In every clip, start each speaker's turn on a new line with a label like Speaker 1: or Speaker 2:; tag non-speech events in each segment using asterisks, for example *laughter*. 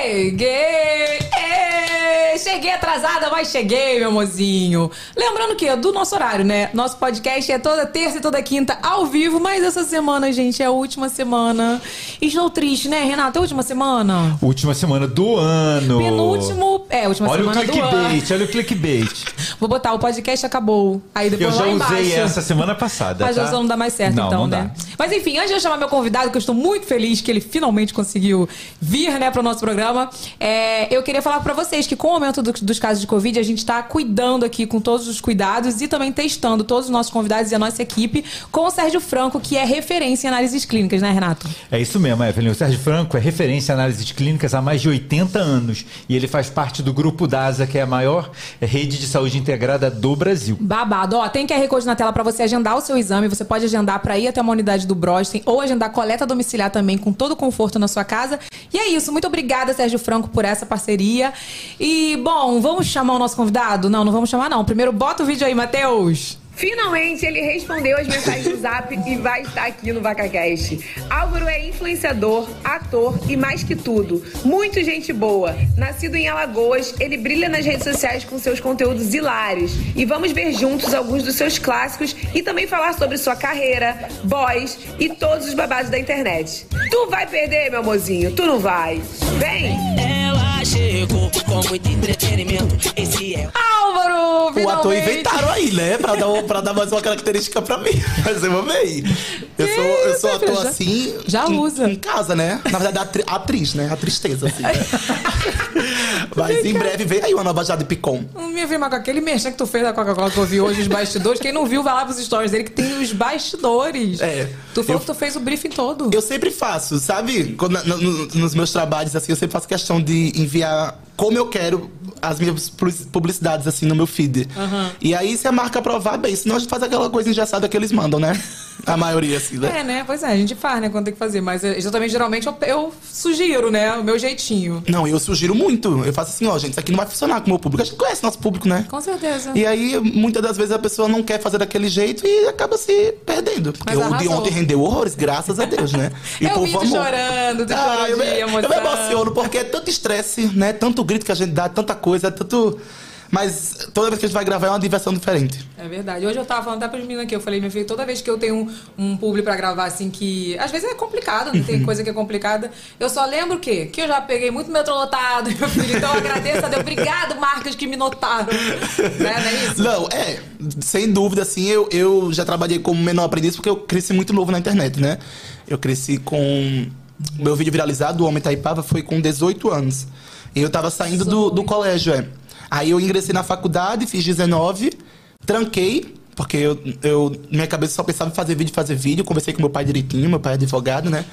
Speaker 1: Cheguei! Ê, Cheguei atrasada, mas cheguei, meu mozinho. Lembrando que é do nosso horário, né? Nosso podcast é toda terça e toda quinta ao vivo, mas essa semana, gente, é a última semana. Estou triste, né, Renata? É a última semana?
Speaker 2: Última semana do ano.
Speaker 1: Penúltimo. É, última
Speaker 2: Olha o
Speaker 1: semana do ano.
Speaker 2: clickbait, olha
Speaker 1: *laughs*
Speaker 2: o clickbait.
Speaker 1: Vou botar o podcast acabou. Aí
Speaker 2: Eu
Speaker 1: depois
Speaker 2: já
Speaker 1: lá embaixo.
Speaker 2: usei essa semana passada.
Speaker 1: Mas
Speaker 2: tá?
Speaker 1: a não dá mais certo,
Speaker 2: Não,
Speaker 1: então,
Speaker 2: não dá.
Speaker 1: né? Mas enfim, antes de eu chamar meu convidado, que eu estou muito feliz que ele finalmente conseguiu vir, né, para o nosso programa, é, eu queria falar para vocês que com o aumento do- dos casos de Covid, a gente está cuidando aqui com todos os cuidados e também testando todos os nossos convidados e a nossa equipe com o Sérgio Franco, que é referência em análises clínicas, né, Renato?
Speaker 2: É isso mesmo, Evelyn. O Sérgio Franco é referência em análises clínicas há mais de 80 anos e ele faz parte do grupo DASA, que é a maior rede de saúde integrada do Brasil.
Speaker 1: Babado. Ó, tem QR Code na tela pra você agendar o seu exame. Você pode agendar pra ir até uma unidade do Brosten ou agendar coleta domiciliar também com todo o conforto na sua casa. E é isso. Muito obrigada, Sérgio Franco, por essa parceria. E, bom, vamos chamar o nosso convidado? Não, não vamos chamar, não. Primeiro, bota o vídeo aí, Matheus.
Speaker 3: Finalmente ele respondeu as mensagens do Zap e vai estar aqui no VacaCast. Álvaro é influenciador, ator e mais que tudo, muito gente boa. Nascido em Alagoas, ele brilha nas redes sociais com seus conteúdos hilários. E vamos ver juntos alguns dos seus clássicos e também falar sobre sua carreira, voz e todos os babados da internet. Tu vai perder, meu mozinho, tu não vai. Vem!
Speaker 4: Ela chegou com muito entretenimento. Esse é
Speaker 1: Álvaro!
Speaker 5: O ator
Speaker 1: finalmente.
Speaker 5: inventaram aí, né? Pra dar, pra dar mais uma característica pra mim. *laughs* Mas eu amei. Eu sou, eu sou
Speaker 1: Eita,
Speaker 5: ator
Speaker 1: já-
Speaker 5: assim.
Speaker 1: já
Speaker 5: em-
Speaker 1: usa.
Speaker 5: Em casa, né? Na verdade, atri- atriz, né? A tristeza,
Speaker 1: *laughs*
Speaker 5: assim. né? Mas em breve vem aí uma nova Jade Picon.
Speaker 1: Não me afirma com aquele merchan que tu fez da Coca-Cola que eu vi hoje, os bastidores. Quem não viu, vai lá pros stories dele que tem os bastidores.
Speaker 5: É.
Speaker 1: Tu falou
Speaker 5: Eu-
Speaker 1: que tu fez o briefing todo.
Speaker 5: Eu sempre faço, sabe? Quando- na- no- nos meus trabalhos, assim, eu sempre faço questão de enviar como eu quero as minhas pu- publicidades, assim, no meu feed. E aí, se a marca aprovar, bem, senão a gente faz aquela coisa engessada que eles mandam, né? A maioria, assim, né?
Speaker 1: É, né? Pois é, a gente faz, né? Quando tem que fazer. Mas eh, eu também, geralmente, eu, eu sugiro, né? O meu jeitinho.
Speaker 5: Não, eu sugiro muito. Eu faço assim, ó, gente, isso aqui não vai funcionar com o meu público. A gente conhece nosso público, né?
Speaker 1: Com certeza.
Speaker 5: E aí, muitas das vezes, a pessoa não quer fazer daquele jeito e acaba se perdendo. Porque
Speaker 1: Mas
Speaker 5: o de
Speaker 1: arrasou.
Speaker 5: ontem rendeu horrores, graças a
Speaker 1: *laughs*
Speaker 5: Deus, né?
Speaker 1: Eu vi tu chorando, tu chorou
Speaker 5: Ah, eu,
Speaker 1: de
Speaker 5: me, eu me
Speaker 1: emoção.
Speaker 5: emociono, porque é tanto estresse, né? Tanto grito que a gente dá, tanta coisa, é tanto. Mas toda vez que a gente vai gravar é uma diversão diferente.
Speaker 1: É verdade. Hoje eu tava falando até pras meninas aqui. Eu falei, minha filha, toda vez que eu tenho um, um publi pra gravar, assim, que... Às vezes é complicado, né?
Speaker 5: Uhum.
Speaker 1: Tem coisa que é complicada. Eu só lembro o quê? Que eu já peguei muito metrô lotado, *laughs* meu filho. Então, eu agradeço a Deus. Obrigado, marcas que me notaram. né? Não é isso?
Speaker 5: Não, é, sem dúvida, assim, eu, eu já trabalhei como menor aprendiz porque eu cresci muito novo na internet, né? Eu cresci com. o Meu vídeo viralizado, O Homem Taipava, foi com 18 anos. E eu tava saindo do, do colégio, é. Aí eu ingressei na faculdade, fiz 19, tranquei, porque eu, eu- minha cabeça só pensava em fazer vídeo, fazer vídeo. Conversei com meu pai direitinho, meu pai é advogado, né?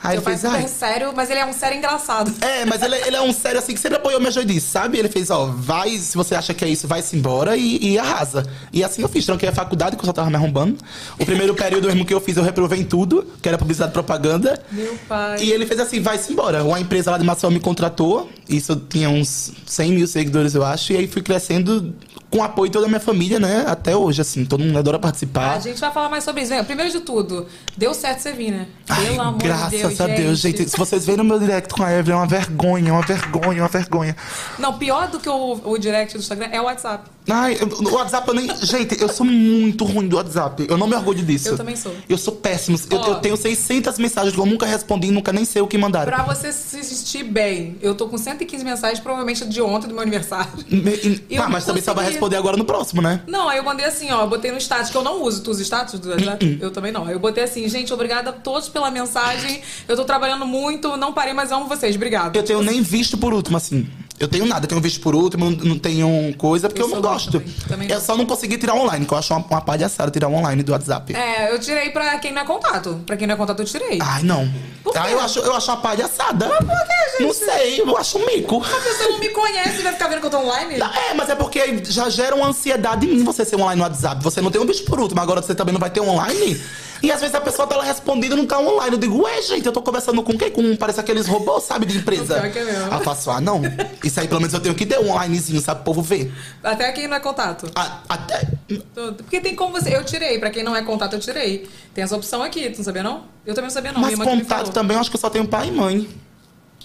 Speaker 5: Aí
Speaker 1: Meu
Speaker 5: ele
Speaker 1: pai é
Speaker 5: fez,
Speaker 1: super
Speaker 5: ai,
Speaker 1: sério, mas ele é um sério engraçado.
Speaker 5: é, mas ele, ele é um sério assim que sempre apoiou minha joidice, sabe? Ele fez, ó, vai, se você acha que é isso, vai-se embora e, e arrasa. E assim eu fiz, tranquei a faculdade, que eu só tava me arrombando. O primeiro período mesmo que eu fiz, eu reprovei em tudo, que era publicidade e propaganda.
Speaker 1: Meu pai.
Speaker 5: E ele fez assim, vai-se embora. Uma empresa lá de Maceió me contratou, isso eu tinha uns 100 mil seguidores, eu acho, e aí fui crescendo com o apoio de toda a minha família, né? Até hoje, assim, todo mundo adora participar.
Speaker 1: A gente vai falar mais sobre isso. Vem, primeiro de tudo, deu certo você vir, né?
Speaker 5: Ai,
Speaker 1: Pelo amor
Speaker 5: graças
Speaker 1: de Deus.
Speaker 5: a Deus, gente. Se vocês verem o meu direct com a Evelyn, é uma vergonha, uma vergonha, é uma vergonha.
Speaker 1: Não, pior do que o, o direct do Instagram é o WhatsApp.
Speaker 5: Ai, eu- o WhatsApp eu nem. Gente, eu sou muito ruim do WhatsApp. Eu não me orgulho disso.
Speaker 1: Eu também sou.
Speaker 5: Eu sou péssimo. Eu,
Speaker 1: Ó.
Speaker 5: eu tenho 600 mensagens que eu nunca respondi, nunca nem sei o que mandaram.
Speaker 1: Pra você se sentir bem, eu tô com 115 mensagens, provavelmente de ontem, do meu aniversário.
Speaker 5: Me- e-
Speaker 1: Eu
Speaker 5: ah, mas também só vai
Speaker 1: consegui.
Speaker 5: responder agora no próximo, né?
Speaker 1: Não, aí eu mandei assim, ó, eu botei no status, que eu não uso tu usa status do
Speaker 5: Uhum.
Speaker 1: WhatsApp? Eu também não. Aí eu botei assim, gente, obrigada a todos pela mensagem. Eu tô trabalhando muito, não parei, mas amo vocês. Obrigada.
Speaker 5: Eu tenho nem visto por último, assim. Eu tenho nada, eu tenho visto por último, não- não tenho coisa, porque
Speaker 1: Eu
Speaker 5: eu, não
Speaker 1: sou
Speaker 5: gosto.
Speaker 1: também, também
Speaker 5: eu
Speaker 1: não.
Speaker 5: só não consegui tirar online, que eu acho uma, uma palhaçada tirar online do WhatsApp.
Speaker 1: É, eu tirei pra quem não é contato. Pra quem não é contato, eu tirei.
Speaker 5: Ai, não.
Speaker 1: Por quê?
Speaker 5: Ah, eu acho, eu acho uma palhaçada. Mas por que, gente? Não sei, eu acho um mico.
Speaker 1: Você não me conhece, vai ficar vendo que eu tô online?
Speaker 5: Tá, É, mas é porque já gera uma ansiedade em mim você ser online no WhatsApp. Você não tem um bicho por último, agora você também não vai ter um online? E às vezes a pessoa tá lá respondendo e não tá online. Eu digo, ué, gente, eu tô conversando com quem? Com parece aqueles robôs, sabe, de empresa.
Speaker 1: Pior que é mesmo.
Speaker 5: Aí eu faço, ah, não. Isso aí pelo menos eu tenho que ter um onlinezinho, sabe, o povo ver.
Speaker 1: Até quem não é contato.
Speaker 5: A- até.
Speaker 1: Tudo. Porque tem como você. Eu tirei, pra quem não é contato, eu tirei. Tem essa opção aqui, tu não sabia não? Eu também não sabia não.
Speaker 5: Mas
Speaker 1: minha irmã que me
Speaker 5: contato
Speaker 1: falou.
Speaker 5: também, eu acho que eu só tenho pai e mãe.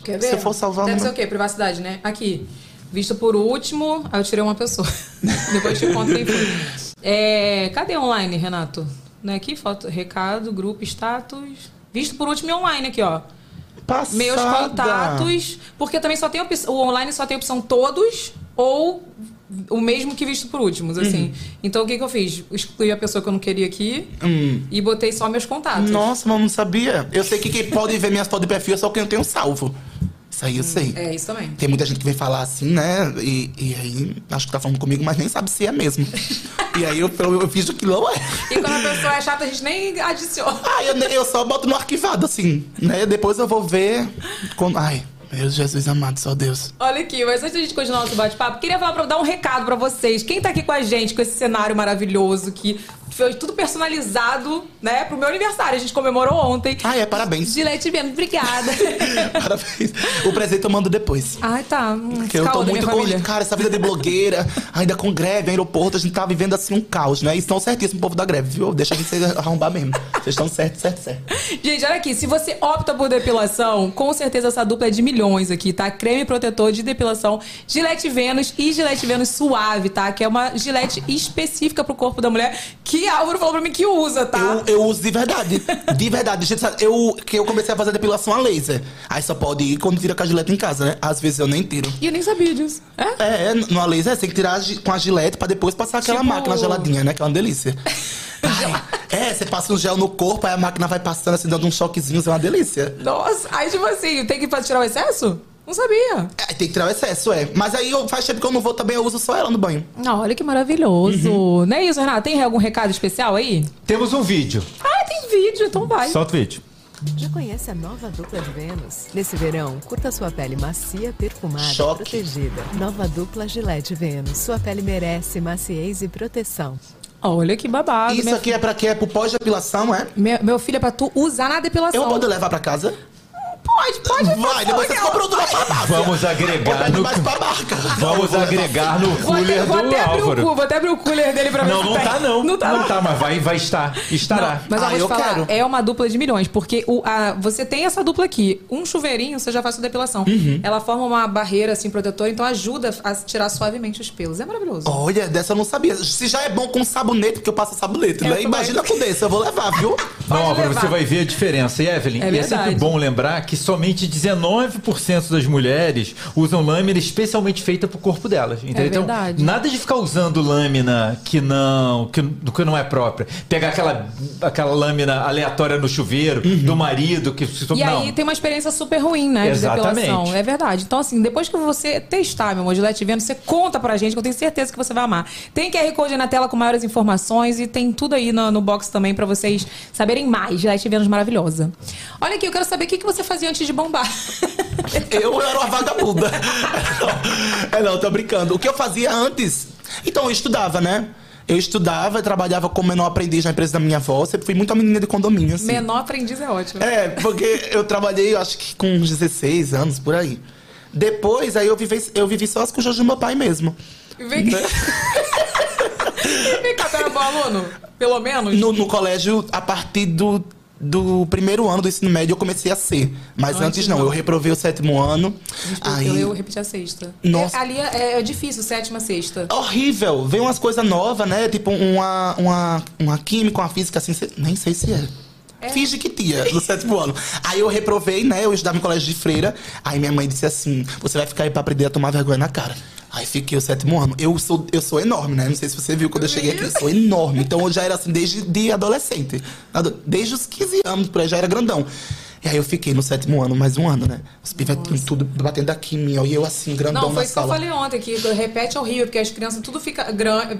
Speaker 1: Quer ver?
Speaker 5: Se eu for salvar
Speaker 1: Deve
Speaker 5: uma-
Speaker 1: ser o quê? Privacidade, né? Aqui. Visto por último, aí eu tirei uma
Speaker 5: *laughs*
Speaker 1: pessoa. Depois te conto quem foi. É, cadê online, Renato? Não é aqui? Foto, recado, grupo, status. Visto por último e online aqui, ó.
Speaker 5: Passada.
Speaker 1: Meus contatos. Porque também só tem opção. O online só tem opção todos ou o mesmo que visto por últimos,
Speaker 5: Uhum.
Speaker 1: assim. Então o que, que eu fiz? Excluí a pessoa que eu não queria aqui
Speaker 5: Hum.
Speaker 1: e botei só meus contatos.
Speaker 5: Nossa, mas eu não sabia. Eu sei que quem pode ver minhas fotos de perfil é só quem eu tenho salvo. Isso aí eu sei.
Speaker 1: É isso também.
Speaker 5: Tem muita gente que vem falar assim, né? E, e aí, acho que tá falando comigo, mas nem sabe se é mesmo. e aí eu, eu, eu fiz o que não é.
Speaker 1: E quando a pessoa é chata, a gente nem adiciona. *laughs*
Speaker 5: Ah, eu, eu só boto no arquivado, assim, né? Depois eu vou ver. Quando... Ai, meu Jesus amado, só Deus.
Speaker 1: Olha aqui, mas antes da gente continuar nosso bate-papo, queria falar pra dar um recado pra vocês. Quem tá aqui com a gente, com esse cenário maravilhoso que foi tudo personalizado, né, pro meu aniversário. A gente comemorou ontem.
Speaker 5: Ai,
Speaker 1: *laughs*
Speaker 5: é parabéns.
Speaker 1: Gilete Vênus,
Speaker 5: *laughs*
Speaker 1: obrigada.
Speaker 5: parabéns. O presente eu mando depois.
Speaker 1: Ai, tá. Hum,
Speaker 5: Porque É eu tô
Speaker 1: caô da minha
Speaker 5: muito
Speaker 1: família.
Speaker 5: com... Cara, essa vida de blogueira, ainda com greve, aeroporto, a gente tá vivendo assim um caos, né? E estão certíssimos o povo da greve, viu? Deixa a gente se arrombar mesmo. Vocês estão certos, certo, certo.
Speaker 1: Gente, olha aqui, se você opta por depilação, com certeza essa dupla é de milhões aqui, tá? Creme protetor de depilação Gillette Vênus e Gillette Vênus Suave, tá? Que é uma gilete específica pro corpo da mulher que Álvaro falou pra mim que usa, tá?
Speaker 5: Eu, eu uso de verdade. De verdade. Gente, sabe, eu, que eu comecei a fazer depilação a laser. Aí só pode ir quando tira com a gilete em casa, né? Às vezes eu nem tiro.
Speaker 1: E eu nem sabia disso. É?
Speaker 5: É, é no a laser você tem que tirar a gi- com a gilete pra depois passar aquela
Speaker 1: Tipo-
Speaker 5: máquina geladinha, né? Que é uma
Speaker 1: *laughs*
Speaker 5: delícia. Ai, é, você passa um gel no corpo, aí a máquina vai passando assim, dando um choquezinho, isso é uma delícia.
Speaker 1: Nossa, aí tipo assim, tem que fa- tirar o excesso? Não sabia.
Speaker 5: É, tem que tirar o excesso, é. Mas aí eu, faz tempo que eu não vou também, eu uso só ela no banho.
Speaker 1: Ah, olha que maravilhoso. Não é isso, Renato? Tem algum recado especial aí?
Speaker 2: Temos um vídeo.
Speaker 1: Ah, tem vídeo, então vai.
Speaker 2: Solta o vídeo.
Speaker 6: Já conhece a nova dupla de Vênus? Nesse verão, curta sua pele macia, perfumada,
Speaker 5: Choque.
Speaker 6: protegida. Nova dupla Gillette Vênus. Sua pele merece maciez e proteção.
Speaker 1: Olha que babado.
Speaker 5: Isso
Speaker 1: Minha-
Speaker 5: aqui é pra quê? É pro pós-depilação, é?
Speaker 1: Meu, meu filho é pra tu usar na depilação.
Speaker 5: Eu posso levar pra casa?
Speaker 1: Pode, pode.
Speaker 5: Vai, depois você compra outro na farmácia.
Speaker 2: Vamos agregar
Speaker 5: Pede
Speaker 2: no.
Speaker 5: mais pra marca.
Speaker 2: Vamos agregar no
Speaker 1: Vou até,
Speaker 2: cooler
Speaker 1: vou
Speaker 2: do
Speaker 1: até abrir o cu,
Speaker 2: Álvaro.
Speaker 1: vou até abrir o cooler dele pra ver
Speaker 2: Não,
Speaker 1: se
Speaker 2: não
Speaker 1: tem.
Speaker 2: tá não.
Speaker 1: Não tá, não.
Speaker 2: mas vai, vai estar. Estará.
Speaker 1: Mas eu
Speaker 5: Ah,
Speaker 1: vou te
Speaker 5: eu
Speaker 1: falar,
Speaker 5: quero.
Speaker 1: é uma dupla de milhões, porque o, a, você tem essa dupla aqui, um chuveirinho, você já faz sua depilação.
Speaker 2: Uhum.
Speaker 1: Ela forma uma barreira assim protetora, então ajuda a tirar suavemente os pelos. É maravilhoso.
Speaker 5: Olha, dessa eu não sabia. Se já é bom com sabonete, porque eu passo sabonete,
Speaker 1: Eu
Speaker 5: né?
Speaker 1: também.
Speaker 5: Imagina com desse, eu vou levar, viu?
Speaker 1: Pode
Speaker 2: Não, Álvaro,
Speaker 1: levar.
Speaker 2: você vai ver a diferença. E Evelyn,
Speaker 1: É
Speaker 2: e é sempre
Speaker 1: verdade.
Speaker 2: bom lembrar que somente 19% das mulheres usam lâmina especialmente feita pro corpo delas. Entendeu?
Speaker 1: É verdade.
Speaker 2: Então, nada de ficar usando lâmina que não, que, que não é própria. Pegar aquela, aquela lâmina aleatória no chuveiro do marido que se
Speaker 1: E
Speaker 2: não.
Speaker 1: aí tem uma experiência super ruim, né? De
Speaker 2: Exatamente.
Speaker 1: depilação. É verdade. Então, assim, depois que você testar, meu amor, Gillette Vênus, você conta pra gente, que eu tenho certeza que você vai amar. Tem QR Code aí na tela com maiores informações e tem tudo aí no, no box também pra vocês saberem mais. Gillette Vênus maravilhosa. Olha aqui, eu quero saber o que, que você fazia antes de bombar.
Speaker 5: Eu era uma vagabunda. *laughs* É não, tô brincando. O que eu fazia antes? Então, eu estudava, né? Eu estudava, trabalhava como menor aprendiz na empresa da minha avó. Sempre fui muita menina de condomínio, assim.
Speaker 1: Menor aprendiz é ótimo.
Speaker 5: É, porque eu trabalhei, eu acho que com uns 16 anos, por aí. Depois, aí eu vivi, eu vivi só as cujas do meu pai mesmo.
Speaker 1: Vem
Speaker 2: *laughs*
Speaker 1: cá. Vem cá, tá tu era bom aluno? Pelo menos?
Speaker 5: No, no colégio, a partir do, do primeiro ano do ensino médio, eu comecei a ser. Mas antes, não, eu reprovei o sétimo ano. Aí...
Speaker 1: Eu, eu repeti a sexta.
Speaker 5: Nossa.
Speaker 1: É, ali é, é difícil, sétima, sexta.
Speaker 5: É horrível. Vem umas coisas novas, né? Tipo uma, uma, uma química, uma física, assim, cê- nem sei se é. Finge que tinha, no sétimo ano. Aí eu reprovei, né? Eu estudava em colégio de freira. Aí minha mãe disse assim: você vai ficar aí pra aprender a tomar vergonha na cara. Aí fiquei o sétimo ano. Eu sou, eu sou enorme, né? Não sei se você viu quando eu cheguei aqui. Eu sou enorme. Então eu já era assim desde de adolescente. Ado- Desde os 15 anos, por aí já era grandão. E aí eu fiquei no sétimo ano, mais um ano, né? Os pivetinhos tudo batendo aqui em mim. ó, E eu assim, grandão
Speaker 1: Não, foi
Speaker 5: na
Speaker 1: isso que eu
Speaker 5: sala.
Speaker 1: falei ontem, que repete é horrível, porque as crianças tudo fica grande.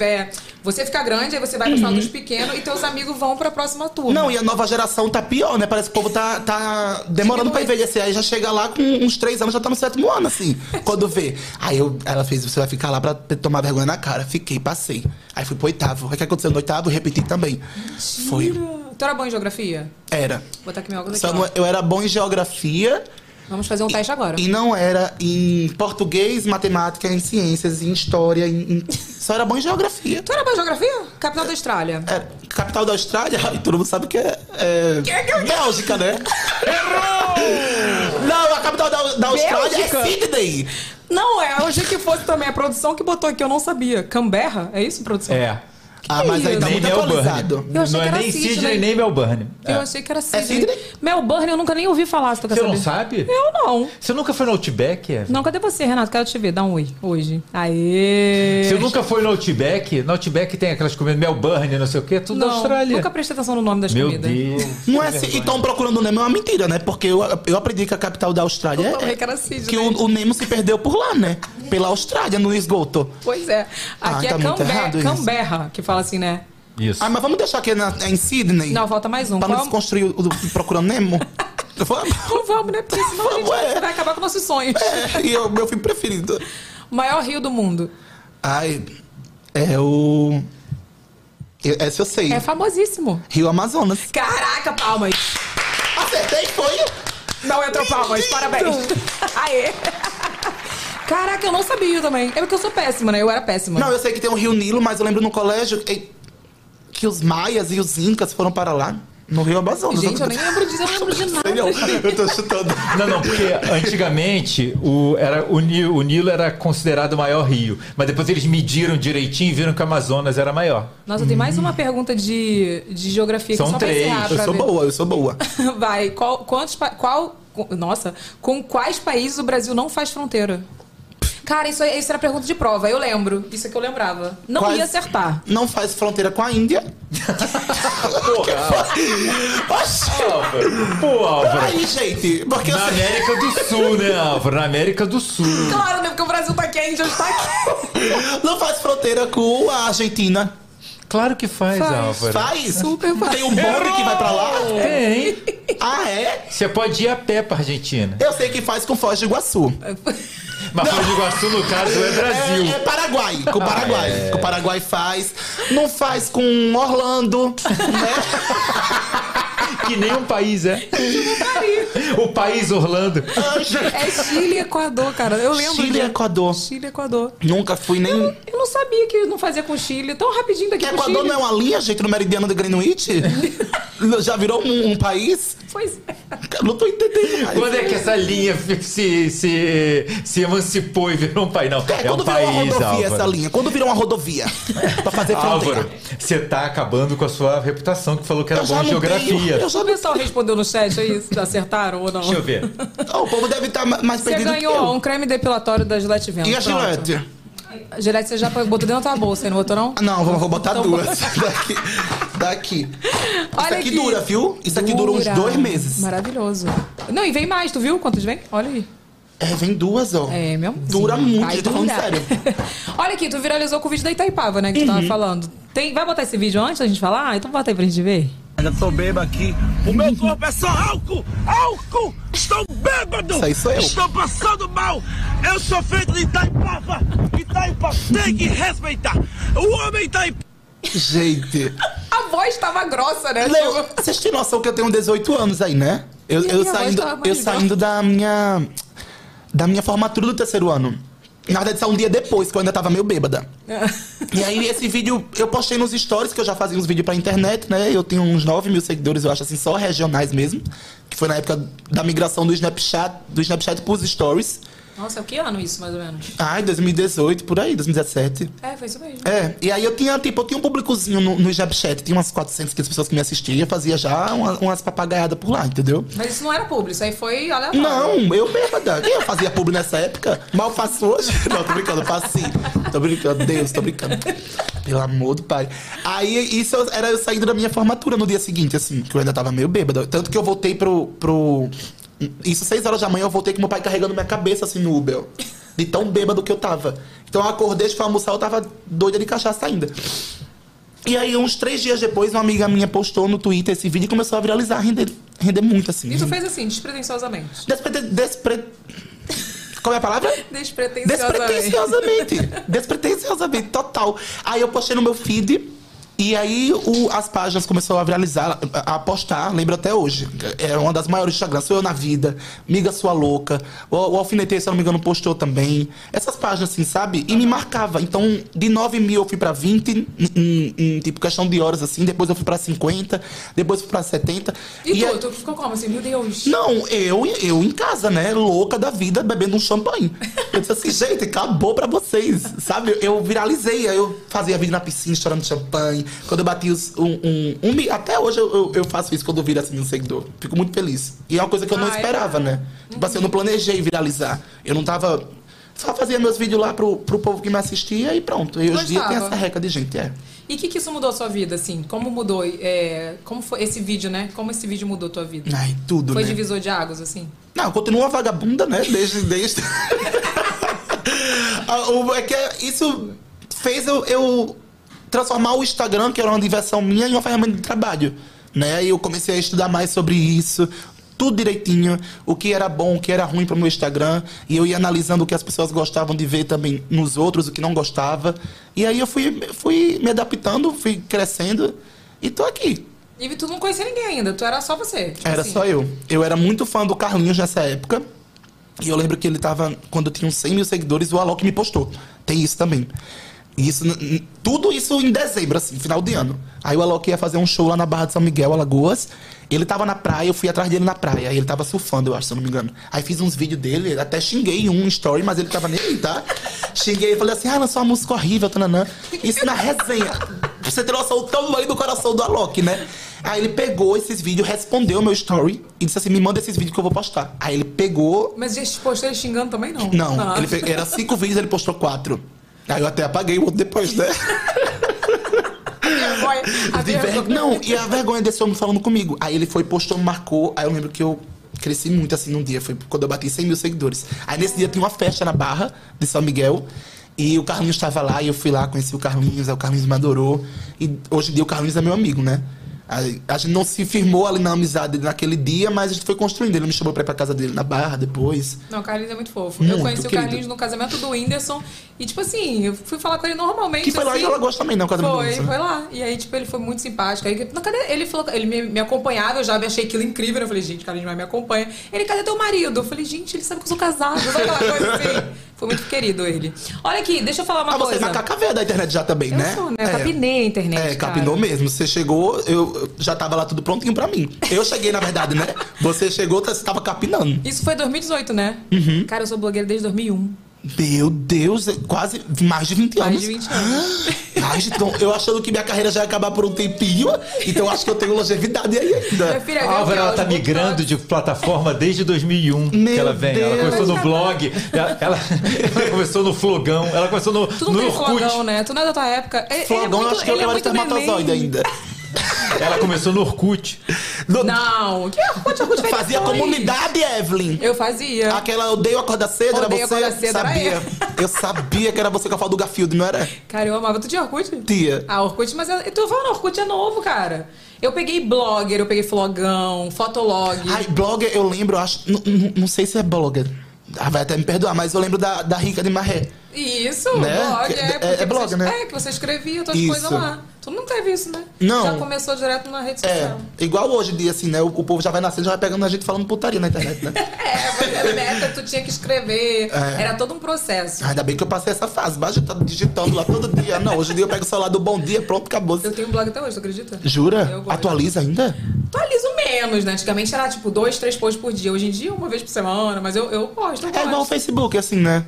Speaker 1: você fica grande, aí você vai pra sala
Speaker 2: Uhum.
Speaker 1: dos pequenos e teus amigos vão pra próxima turma.
Speaker 5: Não, e a nova geração tá pior, né? Parece que o povo tá, tá demorando pra envelhecer. Aí já chega lá com uns três anos, já tá no sétimo ano, assim. Quando vê. Aí eu, ela fez, você vai ficar lá pra te- tomar vergonha na cara. Fiquei, passei. Aí fui pro oitavo. Aí o que aconteceu no oitavo? Repeti também. Foi.
Speaker 1: Tu era bom em geografia?
Speaker 5: Era.
Speaker 1: Vou botar aqui meu óculos
Speaker 5: Só é,
Speaker 1: aqui.
Speaker 5: não- eu era bom em geografia
Speaker 1: Vamos fazer um teste agora.
Speaker 5: E não era em português, matemática, em ciências, em história, em... em- só era bom em geografia.
Speaker 1: Tu era pra geografia? Capital da Austrália.
Speaker 5: É, capital da Austrália, *laughs* e todo mundo sabe que é. é
Speaker 1: *laughs*
Speaker 5: Bélgica, né? Errou! Não, a capital da, da Austrália
Speaker 1: Bélgica?
Speaker 5: é Sydney.
Speaker 1: Não, é, eu achei que fosse também a produção que botou aqui, eu não sabia. Camberra? É isso, produção?
Speaker 2: É.
Speaker 5: ah, mas aí tá
Speaker 1: isso? é
Speaker 5: muito atualizado.
Speaker 1: Eu achei
Speaker 2: Não
Speaker 1: que
Speaker 2: é
Speaker 1: era
Speaker 2: nem
Speaker 1: Sidney.
Speaker 2: Sidney, nem Melbourne.
Speaker 1: Eu
Speaker 2: É.
Speaker 1: achei que era Sidney.
Speaker 5: Sidney?
Speaker 1: Melbourne, eu nunca nem ouvi falar, se tu quer
Speaker 2: Você não
Speaker 1: saber.
Speaker 2: sabe?
Speaker 1: Eu não.
Speaker 2: Você nunca foi no Outback? É?
Speaker 1: Não, cadê você, Renato? Quero te ver. Dá um oi hoje. Aê!
Speaker 2: Você nunca foi no Outback? No Outback tem aquelas comidas Melbourne, não sei o quê, tudo
Speaker 1: Não,
Speaker 2: da Austrália.
Speaker 1: Nunca prestei atenção no nome das
Speaker 2: Meu
Speaker 1: comidas.
Speaker 2: Deus.
Speaker 5: Não é assim. Então procurando o Nemo é uma mentira, né? Porque eu, eu aprendi que a capital da Austrália
Speaker 1: Eu também
Speaker 5: é.
Speaker 1: que era Sidney.
Speaker 5: Que o, o Nemo se perdeu por lá, né? Pela Austrália, no esgoto.
Speaker 1: Pois é.
Speaker 5: Ah,
Speaker 1: Aqui é
Speaker 5: tá muito
Speaker 1: Cambe-
Speaker 5: errado isso.
Speaker 1: Camberra, que fala assim, né?
Speaker 2: Isso.
Speaker 5: Ah, mas vamos deixar aqui na, em Sydney.
Speaker 1: Não, falta mais um.
Speaker 5: Pra não
Speaker 1: Vamos,
Speaker 5: desconstruir o, o Procurando
Speaker 1: *laughs*
Speaker 5: Nemo. Vamos.
Speaker 1: Então vamos, né? Porque senão a gente
Speaker 5: Vamos, é.
Speaker 1: vai acabar com nossos sonhos.
Speaker 5: É, e é o meu filme preferido.
Speaker 1: O maior rio do mundo.
Speaker 5: Ai, é o. eu- Essa eu sei.
Speaker 1: É famosíssimo.
Speaker 5: Rio Amazonas.
Speaker 1: Caraca, palmas.
Speaker 5: Acertei, foi?
Speaker 1: Não entrou palmas, parabéns. Aê. Caraca, eu não sabia também. É porque eu sou péssima, né? Eu era péssima.
Speaker 5: Não, eu sei que tem o Rio Nilo, mas eu lembro no colégio que, que os maias e os incas foram para lá. No Rio Amazonas.
Speaker 1: Gente, eu nem
Speaker 5: *laughs*
Speaker 1: lembro disso, eu não lembro de
Speaker 5: Sei não,
Speaker 1: nada.
Speaker 5: eu tô chutando.
Speaker 2: Não, não, porque antigamente o, era, o, Ni- o Nilo era considerado o maior rio. Mas depois eles mediram direitinho e viram que o Amazonas era maior.
Speaker 1: Nossa, tem mais uma pergunta de, de geografia
Speaker 2: São
Speaker 1: que só pra
Speaker 2: três.
Speaker 1: encerrar,
Speaker 5: Eu
Speaker 1: pra
Speaker 5: sou
Speaker 1: ver.
Speaker 5: boa, eu sou boa.
Speaker 1: *laughs* Vai, qual, quantos, pa- qual, com- nossa, com quais países o Brasil não faz fronteira? Cara, isso, aí- isso era pergunta de prova, eu lembro. Isso é que eu lembrava. Não
Speaker 5: Quase-
Speaker 1: ia acertar.
Speaker 5: Não faz fronteira com a Índia. Oxi!
Speaker 2: Álvaro, pô, Álvaro.
Speaker 5: Aí, gente, porque assim, eu
Speaker 2: Na
Speaker 5: sei-
Speaker 2: América do Sul, né, Álvaro? Na América do Sul.
Speaker 1: Claro, né? Porque o Brasil tá quente, a gente tá aqui.
Speaker 5: não faz fronteira com a Argentina.
Speaker 2: Claro que faz,
Speaker 1: Faz.
Speaker 2: Álvaro.
Speaker 5: Faz?
Speaker 1: Super faz.
Speaker 5: Tem um bonde que vai pra lá?
Speaker 2: Tem.
Speaker 5: Ah, é?
Speaker 2: Você pode ir a pé pra Argentina.
Speaker 5: Eu sei que faz com Foz do Iguaçu.
Speaker 2: Mas Foz do Iguaçu, no caso, é Brasil. Ah, é.
Speaker 5: É, é Paraguai, com o Paraguai. Com o Paraguai faz. Não faz com
Speaker 2: *laughs*
Speaker 5: Orlando.
Speaker 2: Que nem um país é. O país Orlando.
Speaker 1: É Chile e Equador, cara. Eu lembro.
Speaker 5: Chile é- e
Speaker 1: de-
Speaker 5: Equador.
Speaker 1: Chile e Equador.
Speaker 5: Nunca fui nem.
Speaker 1: Eu não sabia que não fazia com Chile. Tão rapidinho daqui pro
Speaker 5: Equador
Speaker 1: Chile.
Speaker 5: não é uma linha, gente, no meridiano de Greenwich?
Speaker 2: *laughs*
Speaker 5: Já virou um, um país?
Speaker 1: Pois é.
Speaker 5: Não tô entendendo. mais.
Speaker 2: Quando é que essa linha fi- se, se, se emancipou e virou um país? Não,
Speaker 5: É,
Speaker 2: é um
Speaker 5: quando virou uma
Speaker 2: país,
Speaker 5: rodovia
Speaker 2: Álvaro.
Speaker 5: essa linha? Quando virou
Speaker 2: *laughs*
Speaker 5: uma rodovia? pra fazer fronteira.
Speaker 2: Álvaro, você tá acabando com a sua reputação que falou que era
Speaker 5: Eu já
Speaker 2: bom em
Speaker 5: não
Speaker 2: geografia.
Speaker 5: tenho. Eu já
Speaker 1: O pessoal respondeu no chat, é isso? Acertaram ou não?
Speaker 2: Deixa eu ver.
Speaker 5: Ah, o povo deve estar mais
Speaker 1: Você
Speaker 5: perdido que
Speaker 1: ganhou
Speaker 5: eu.
Speaker 1: um creme depilatório da Gillette Vênus.
Speaker 5: E a
Speaker 1: Pronto.
Speaker 5: Gillette?
Speaker 1: Gillette você já botou dentro da tua bolsa, aí não botou não?
Speaker 5: Ah, Não, vou, vou botar
Speaker 1: Então
Speaker 5: duas. *laughs* daqui. daqui. Isso
Speaker 1: Olha
Speaker 5: aqui
Speaker 1: aqui.
Speaker 5: dura, viu? Isso aqui dura uns dois meses.
Speaker 1: Maravilhoso. Não, e vem mais, tu viu quantos vem? Olha aí.
Speaker 5: É, vem duas, ó.
Speaker 1: É mesmo?
Speaker 5: Dura
Speaker 1: Sim,
Speaker 5: muito,
Speaker 1: vai
Speaker 5: gente, tô falando
Speaker 1: durar.
Speaker 5: sério.
Speaker 1: *laughs* Olha aqui, tu viralizou com o vídeo da Itaipava, né? Que tu tava falando. Tem, vai botar esse vídeo antes da gente falar? Então bota aí pra gente ver.
Speaker 7: Ainda tô bêbado aqui. O meu corpo é só álcool! Álcool! Estou bêbado!
Speaker 5: Isso aí sou eu.
Speaker 7: Estou passando mal! Eu sou feito de Itaipava! Itaipava tem que respeitar! O homem tá Itaipava!
Speaker 5: Gente.
Speaker 1: *laughs* A voz tava grossa, né?
Speaker 5: Leo, vocês têm noção que eu tenho 18 anos aí, né?
Speaker 1: E
Speaker 5: Eu,
Speaker 1: a
Speaker 5: eu
Speaker 1: minha voz
Speaker 5: saindo,
Speaker 1: tava mais
Speaker 5: eu
Speaker 1: grossa.
Speaker 5: saindo da minha. Da minha formatura do terceiro ano. Na verdade, só um dia depois, que eu ainda tava meio bêbada. E aí, esse vídeo, eu postei nos stories, que eu já fazia uns vídeos pra internet, né? Eu tenho uns 9 mil seguidores, eu acho assim, só regionais mesmo. Que foi na época da migração do Snapchat, do Snapchat pros stories.
Speaker 1: *laughs* Nossa, é o que ano isso, mais ou menos?
Speaker 5: Ai, 2018, por aí, 2017.
Speaker 1: É, foi isso mesmo.
Speaker 5: É, e aí eu tinha, tipo, eu tinha um públicozinho no, no Snapchat, tinha umas 400, 500 pessoas que me assistiam, eu fazia já uma- umas papagaiadas por lá, entendeu?
Speaker 1: Mas isso não era público, isso aí foi aleatório.
Speaker 5: Não, eu bêbada. Quem eu fazia publi nessa época? Mal faço hoje. *laughs* Não, tô brincando, eu faço sim. Tô brincando, Deus, tô brincando. Pelo amor do pai. Aí isso eu- era eu saindo da minha formatura no dia seguinte, assim, que eu ainda tava meio bêbada. Tanto que eu voltei pro. pro... Isso, seis horas da manhã, eu voltei com meu pai carregando minha cabeça assim no Uber. De tão bêbado que eu tava. Então eu acordei, fui almoçar, eu tava doida de cachaça ainda. E aí, uns três dias depois, uma amiga minha postou no Twitter esse vídeo e começou a viralizar, render, render muito, assim.
Speaker 1: E tu fez assim, despretensiosamente.
Speaker 5: Despre... despre... Qual é a palavra?
Speaker 1: Despretensiosamente.
Speaker 5: Despretensiosamente. Despretensiosamente, total. Aí eu postei no meu feed. E E aí o- as páginas começaram a viralizar, a, a postar, lembro até hoje. Era uma das maiores Instagrams, sou eu na vida, miga sua louca. O, o Alfinetei, se eu não me engano, postou também. Essas páginas, assim, sabe? E me marcava. Então, de 9 mil eu fui pra 20, em, em- em, tipo, questão de horas, assim. Depois eu fui pra 50, depois fui pra 70.
Speaker 1: E, tu,
Speaker 5: aí-
Speaker 1: tu ficou como assim? Meu Deus.
Speaker 5: não, eu, eu em casa, né? Louca da vida, bebendo um champanhe. Eu disse assim, gente, acabou pra vocês, sabe? Eu viralizei, aí eu fazia vídeo na piscina, chorando champanhe. Quando eu bati os, um, um, um mi- Até hoje eu, eu- eu faço isso quando eu viro assim um seguidor. Fico muito feliz. E é uma coisa que eu não
Speaker 1: Ah, é?
Speaker 5: esperava, né? Tipo assim, eu não planejei viralizar. Eu não tava... Só fazia meus vídeos lá pro, pro povo que me assistia e pronto. E hoje em dia tem
Speaker 1: Gostava.
Speaker 5: essa reca de gente, é.
Speaker 1: E o que, que isso mudou a sua vida, assim? Como mudou? é, como foi esse vídeo, né? Como esse vídeo mudou a tua vida?
Speaker 5: Ai, tudo,
Speaker 1: Foi
Speaker 5: né?
Speaker 1: divisor de águas, assim?
Speaker 5: Não, continua vagabunda, né? Desde. desde... Ah, o- é que isso fez eu, eu transformar o Instagram, que era uma diversão minha, em uma ferramenta de trabalho. Né? E eu comecei a estudar mais sobre isso, tudo direitinho, o que era bom, o que era ruim pro meu Instagram. E eu ia analisando o que as pessoas gostavam de ver também nos outros, o que não gostava. E aí eu fui, fui me adaptando, fui crescendo e tô aqui.
Speaker 1: E tu não conhecia ninguém ainda, tu era só você. tipo
Speaker 5: Era
Speaker 1: assim.
Speaker 5: só eu. Eu era muito fã do Carlinhos nessa época. E eu lembro que ele tava. Quando eu tinha uns 100 mil seguidores, o Alok me postou. Tem isso também. E Isso, n- n- tudo isso em dezembro, assim, final de ano. Aí o Alok ia fazer um show lá na Barra de São Miguel, Alagoas. Ele tava na praia, eu fui atrás dele na praia. Ele tava surfando, eu acho, se eu não me engano. Aí fiz uns vídeos dele, até xinguei um story, mas ele tava nem aí, tá? Xinguei e falei assim, ah, lançou uma música horrível, tananã. Isso na resenha. Pra você ter noção do tamanho do coração do Alok, né? Aí ele pegou esses vídeos, respondeu o meu story e disse assim, me manda esses vídeos que eu vou postar. Aí ele pegou
Speaker 1: Mas gente postou ele xingando também, não?
Speaker 5: não,
Speaker 1: Ah.
Speaker 5: ele
Speaker 1: *laughs*
Speaker 5: pe- era cinco vídeos, ele postou quatro. Aí eu até apaguei o outro depois,
Speaker 1: *laughs*
Speaker 5: né?
Speaker 1: vergonha. A
Speaker 5: De ver-
Speaker 1: vergonha.
Speaker 5: Não, e a vergonha desse homem falando comigo. Aí ele foi, postou, me marcou. Aí eu lembro que eu cresci muito assim num dia. Foi quando eu bati 100 mil seguidores. Aí nesse dia tinha uma festa na Barra de São Miguel. E o Carlinhos estava lá, e eu fui lá, conheci o Carlinhos, aí o Carlinhos me adorou. E hoje em dia o Carlinhos é meu amigo, né? Aí A gente não se firmou ali na amizade naquele dia, mas a gente foi construindo. Ele me chamou pra ir pra casa dele na Barra depois.
Speaker 1: Não, o Carlinhos é muito fofo. eu
Speaker 5: Muito,
Speaker 1: conheci o
Speaker 5: querido.
Speaker 1: Carlinhos no casamento do Whindersson. E, tipo assim, eu fui falar com ele normalmente.
Speaker 5: Que foi lá
Speaker 1: assim.
Speaker 5: em Alagoas também, né? O casamento do
Speaker 1: Foi,
Speaker 5: Whindersson, né?
Speaker 1: foi lá. E aí, tipo, ele foi muito simpático. Aí, não, cadê? Ele falou, ele me, me acompanhava, eu já achei aquilo incrível. Eu falei, gente, o Carlinhos vai me acompanha. Ele, cadê teu marido? Eu falei, gente, ele sabe que eu sou casado. Sabe aquela coisa
Speaker 5: *laughs*
Speaker 1: assim? Foi muito querido ele. Olha aqui, deixa eu falar uma
Speaker 5: Ah, você é
Speaker 1: coisa.
Speaker 5: macaca velha da internet já também,
Speaker 1: eu
Speaker 5: né?
Speaker 1: sou, né?
Speaker 5: É.
Speaker 1: Eu capinei a internet.
Speaker 5: É,
Speaker 1: cara.
Speaker 5: capinou mesmo. Você chegou, eu eu já tava lá tudo prontinho pra mim. Eu cheguei, na verdade, né? Você chegou, tá- você tava capinando.
Speaker 1: Isso foi 2018, né?
Speaker 5: Uhum.
Speaker 1: Cara, eu sou blogueira desde 2001.
Speaker 5: Meu Deus, é quase mais de 20
Speaker 1: Mais
Speaker 5: anos.
Speaker 1: de 20
Speaker 5: *gasps*
Speaker 1: anos.
Speaker 5: Mas então, eu achando que minha carreira já ia acabar por um tempinho, então acho que eu tenho longevidade aí
Speaker 1: Minha
Speaker 5: ainda.
Speaker 1: filha,
Speaker 2: A
Speaker 1: ganhou
Speaker 2: Álvaro, ela
Speaker 1: pior,
Speaker 2: tá
Speaker 1: muito
Speaker 2: migrando de plataforma desde 2001 que
Speaker 5: Meu
Speaker 2: ela vem. Ela
Speaker 5: Deus.
Speaker 2: começou no blog, ela, ela- ela *laughs* começou no flogão, ela começou no,
Speaker 1: Tu não
Speaker 2: no
Speaker 1: tem
Speaker 2: Orkut.
Speaker 1: flogão, né? Tu não é da tua época. Ele- ele é
Speaker 5: Flogão, eu
Speaker 1: muito-
Speaker 5: acho que eu
Speaker 1: ele é
Speaker 5: era
Speaker 1: muito
Speaker 5: espermatozoide
Speaker 1: neném. *laughs*
Speaker 5: ainda.
Speaker 2: Ela começou no Orkut.
Speaker 5: Do-
Speaker 1: Não, que Orkut, Orkut vai
Speaker 5: Fazia
Speaker 1: depois.
Speaker 5: comunidade, Ah, Evelyn.
Speaker 1: Eu fazia.
Speaker 5: Aquela odeio acordar cedo,
Speaker 1: Odeio
Speaker 5: era você?
Speaker 1: acordar cedo, era
Speaker 5: sabia.
Speaker 1: eu.
Speaker 5: eu sabia que era você que eu falo do Garfield, não era?
Speaker 1: Cara, eu amava. Tu tinha Orkut?
Speaker 5: Tia.
Speaker 1: Ah, Orkut, mas eu tô falando, Orkut é novo, cara. Eu peguei blogger, eu peguei flogão, fotolog.
Speaker 5: Ai, blogger, eu lembro, eu acho. n- n- Não sei se é blogger. Ah, vai até me perdoar, mas eu lembro da, da Rica de Marré.
Speaker 1: Isso,
Speaker 5: Né?
Speaker 1: blog,
Speaker 5: Que-
Speaker 1: é.
Speaker 5: é-
Speaker 1: porque
Speaker 5: é
Speaker 1: você-
Speaker 5: blog, né?
Speaker 1: É, que você escrevia tuas
Speaker 5: Isso.
Speaker 1: coisas lá. Tu não teve isso, né?
Speaker 5: Não.
Speaker 1: Já começou direto na rede
Speaker 5: É,
Speaker 1: social.
Speaker 5: igual hoje em dia, assim, né? O, o povo já vai nascendo, já vai pegando a gente falando putaria na internet, né?
Speaker 1: *laughs* É, mas era meta, tu tinha que escrever.
Speaker 5: É.
Speaker 1: Era todo um processo.
Speaker 5: Ainda bem que eu passei essa fase, mas eu tô digitando lá todo dia. Não, hoje em dia eu pego o celular do bom dia, pronto, acabou.
Speaker 1: Eu tenho um blog até hoje, tu acredita? Eu
Speaker 5: Jura?
Speaker 1: gosto.
Speaker 5: Atualiza ainda?
Speaker 1: Atualizo menos, né? Antigamente era tipo dois, três posts por dia. Hoje em dia, uma vez por semana, mas eu, eu gosto, eu
Speaker 5: É igual o
Speaker 1: gosto.
Speaker 5: Facebook, assim, né?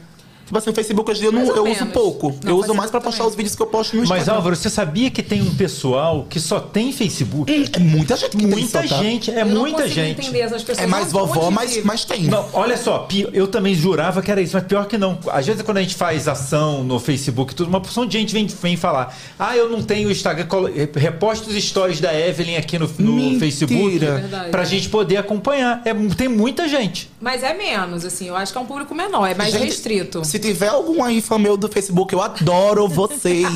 Speaker 5: Tipo assim, o Facebook hoje em dia eu,
Speaker 1: Mais
Speaker 5: não,
Speaker 1: ou
Speaker 5: eu
Speaker 1: menos.
Speaker 5: uso pouco.
Speaker 1: Não,
Speaker 5: eu uso
Speaker 1: Facebook
Speaker 5: mais pra postar
Speaker 1: também.
Speaker 5: os vídeos que eu posto no Instagram.
Speaker 2: Mas Álvaro, você sabia que tem um pessoal que só tem Facebook?
Speaker 5: É muita gente que tem isso,
Speaker 2: Muita
Speaker 5: tá?
Speaker 2: gente, é
Speaker 1: eu não
Speaker 2: muita
Speaker 1: consigo
Speaker 2: gente.
Speaker 1: entender essas pessoas. um
Speaker 5: É mais
Speaker 1: Onde- onde
Speaker 5: vovó, mas,
Speaker 1: vive?
Speaker 5: mas tem.
Speaker 2: Não, olha só, pi- eu também jurava que era isso, mas pior que não. Às vezes quando a gente faz ação no Facebook e tudo, uma porção de gente vem, vem falar: Ah, eu não tenho Instagram, colo- re- reposta os stories da Evelyn aqui no, no
Speaker 5: Mentira.
Speaker 2: Facebook
Speaker 1: Verdade.
Speaker 2: pra gente poder acompanhar. É, mu- tem muita gente.
Speaker 1: Mas é menos, assim. Eu acho que é um público menor, é mais
Speaker 5: Gente,
Speaker 1: restrito.
Speaker 5: Se Se tiver algum aí fã meu do Facebook, eu adoro
Speaker 1: *laughs*
Speaker 5: vocês.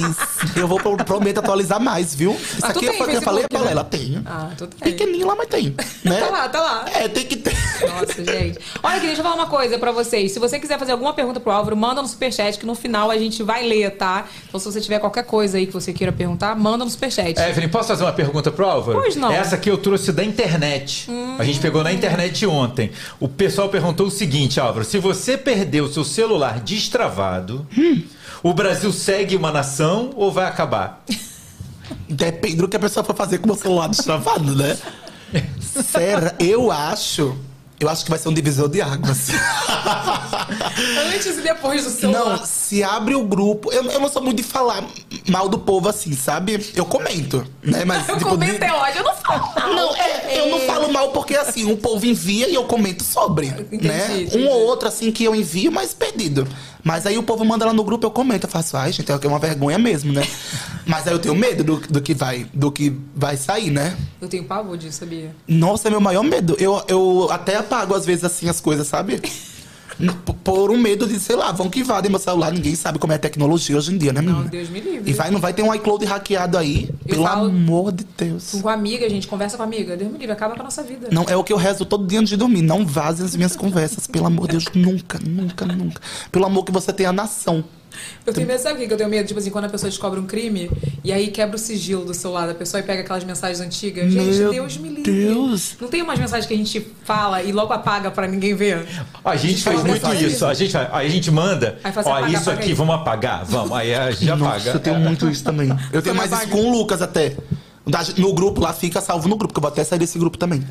Speaker 5: eu vou pro- prometo atualizar mais, viu? Isso
Speaker 1: Ah, tu
Speaker 5: aqui eu,
Speaker 1: tem
Speaker 5: falei- eu falei
Speaker 1: Facebook,
Speaker 5: pra
Speaker 1: né?
Speaker 5: ela, tenho.
Speaker 1: Ah, tu tem.
Speaker 5: Pequenininho lá, mas tem. Né?
Speaker 1: Tá lá, tá lá.
Speaker 5: É, tem que ter. *laughs*
Speaker 1: Nossa, gente. Olha aqui, deixa eu falar uma coisa pra vocês. Se você quiser fazer alguma pergunta pro Álvaro, manda no superchat, que no final a gente vai ler, tá? Então, se você tiver qualquer coisa aí que você queira perguntar, manda no superchat.
Speaker 5: É.
Speaker 2: Evelyn, posso fazer uma pergunta pro Álvaro?
Speaker 1: Pois não. Hum.
Speaker 2: Essa aqui eu trouxe da internet. A gente pegou na internet ontem. O pessoal perguntou o seguinte, Álvaro: se você perdeu seu celular destravado, o Brasil segue uma nação ou vai acabar?
Speaker 5: Depende do que a pessoa for fazer com o meu celular destravado, né? Será? Eu acho. Eu acho que vai ser um divisor de águas.
Speaker 1: *laughs* Antes e depois do seu.
Speaker 5: Não, se abre o grupo. Eu, eu não sou muito de falar mal do povo assim, sabe? Eu comento, né? Mas
Speaker 1: *laughs* Eu
Speaker 5: tipo, de-
Speaker 1: comento é ódio, eu não falo.
Speaker 5: Não, é, eu não falo mal porque assim, o povo envia e eu comento sobre,
Speaker 1: Entendi,
Speaker 5: né?
Speaker 1: entendi.
Speaker 5: Um ou outro assim que eu envio, mas perdido. Mas aí o povo manda lá no grupo, eu comento, eu faço, ai gente, é uma vergonha
Speaker 1: *laughs*
Speaker 5: mesmo, né? mas aí eu tenho medo do, do que vai, do que vai sair, né?
Speaker 1: Eu tenho pavor disso, sabia?
Speaker 5: Nossa, é meu maior medo. Eu, eu até apago às vezes assim as coisas, sabe? N- p- Por um medo de, sei lá, vão que vadem meu celular, ninguém sabe como é a tecnologia hoje em dia, né, menina?
Speaker 1: Deus me livre.
Speaker 5: E vai, não vai ter um iCloud hackeado aí?
Speaker 1: Eu
Speaker 5: Pelo
Speaker 1: falo-
Speaker 5: amor de Deus.
Speaker 1: Com amiga, gente, conversa com amiga. Deus me livre, acaba com a nossa vida.
Speaker 5: Não, é o que eu rezo todo dia antes de dormir. Não vazem as minhas conversas. Pelo amor de Deus, nunca, nunca, nunca. Pelo amor que você tem à nação.
Speaker 1: Eu tenho medo, sabe o que que eu tenho medo? Tipo assim, quando a pessoa descobre um crime e aí quebra o sigilo do celular da pessoa e pega aquelas mensagens antigas. gente,
Speaker 5: Meu
Speaker 1: Deus me livre.
Speaker 5: Deus.
Speaker 1: Não tem umas mensagens que a gente fala e logo apaga pra ninguém ver?
Speaker 2: A gente faz
Speaker 1: Fala,
Speaker 2: muito
Speaker 1: pessoal.
Speaker 2: isso. A gente, aí a gente manda.
Speaker 1: Aí
Speaker 2: Ó,
Speaker 1: faz você
Speaker 5: assim,
Speaker 1: apagar,
Speaker 2: isso
Speaker 1: apaga
Speaker 2: aqui,
Speaker 1: aí.
Speaker 2: vamos apagar. Vamos. Aí a gente
Speaker 5: Nossa,
Speaker 2: apaga.
Speaker 5: eu tenho um- muito isso também. Eu tenho mais isso com o Lucas até. Da- No grupo lá, fica salvo no grupo, que eu vou até sair desse grupo também.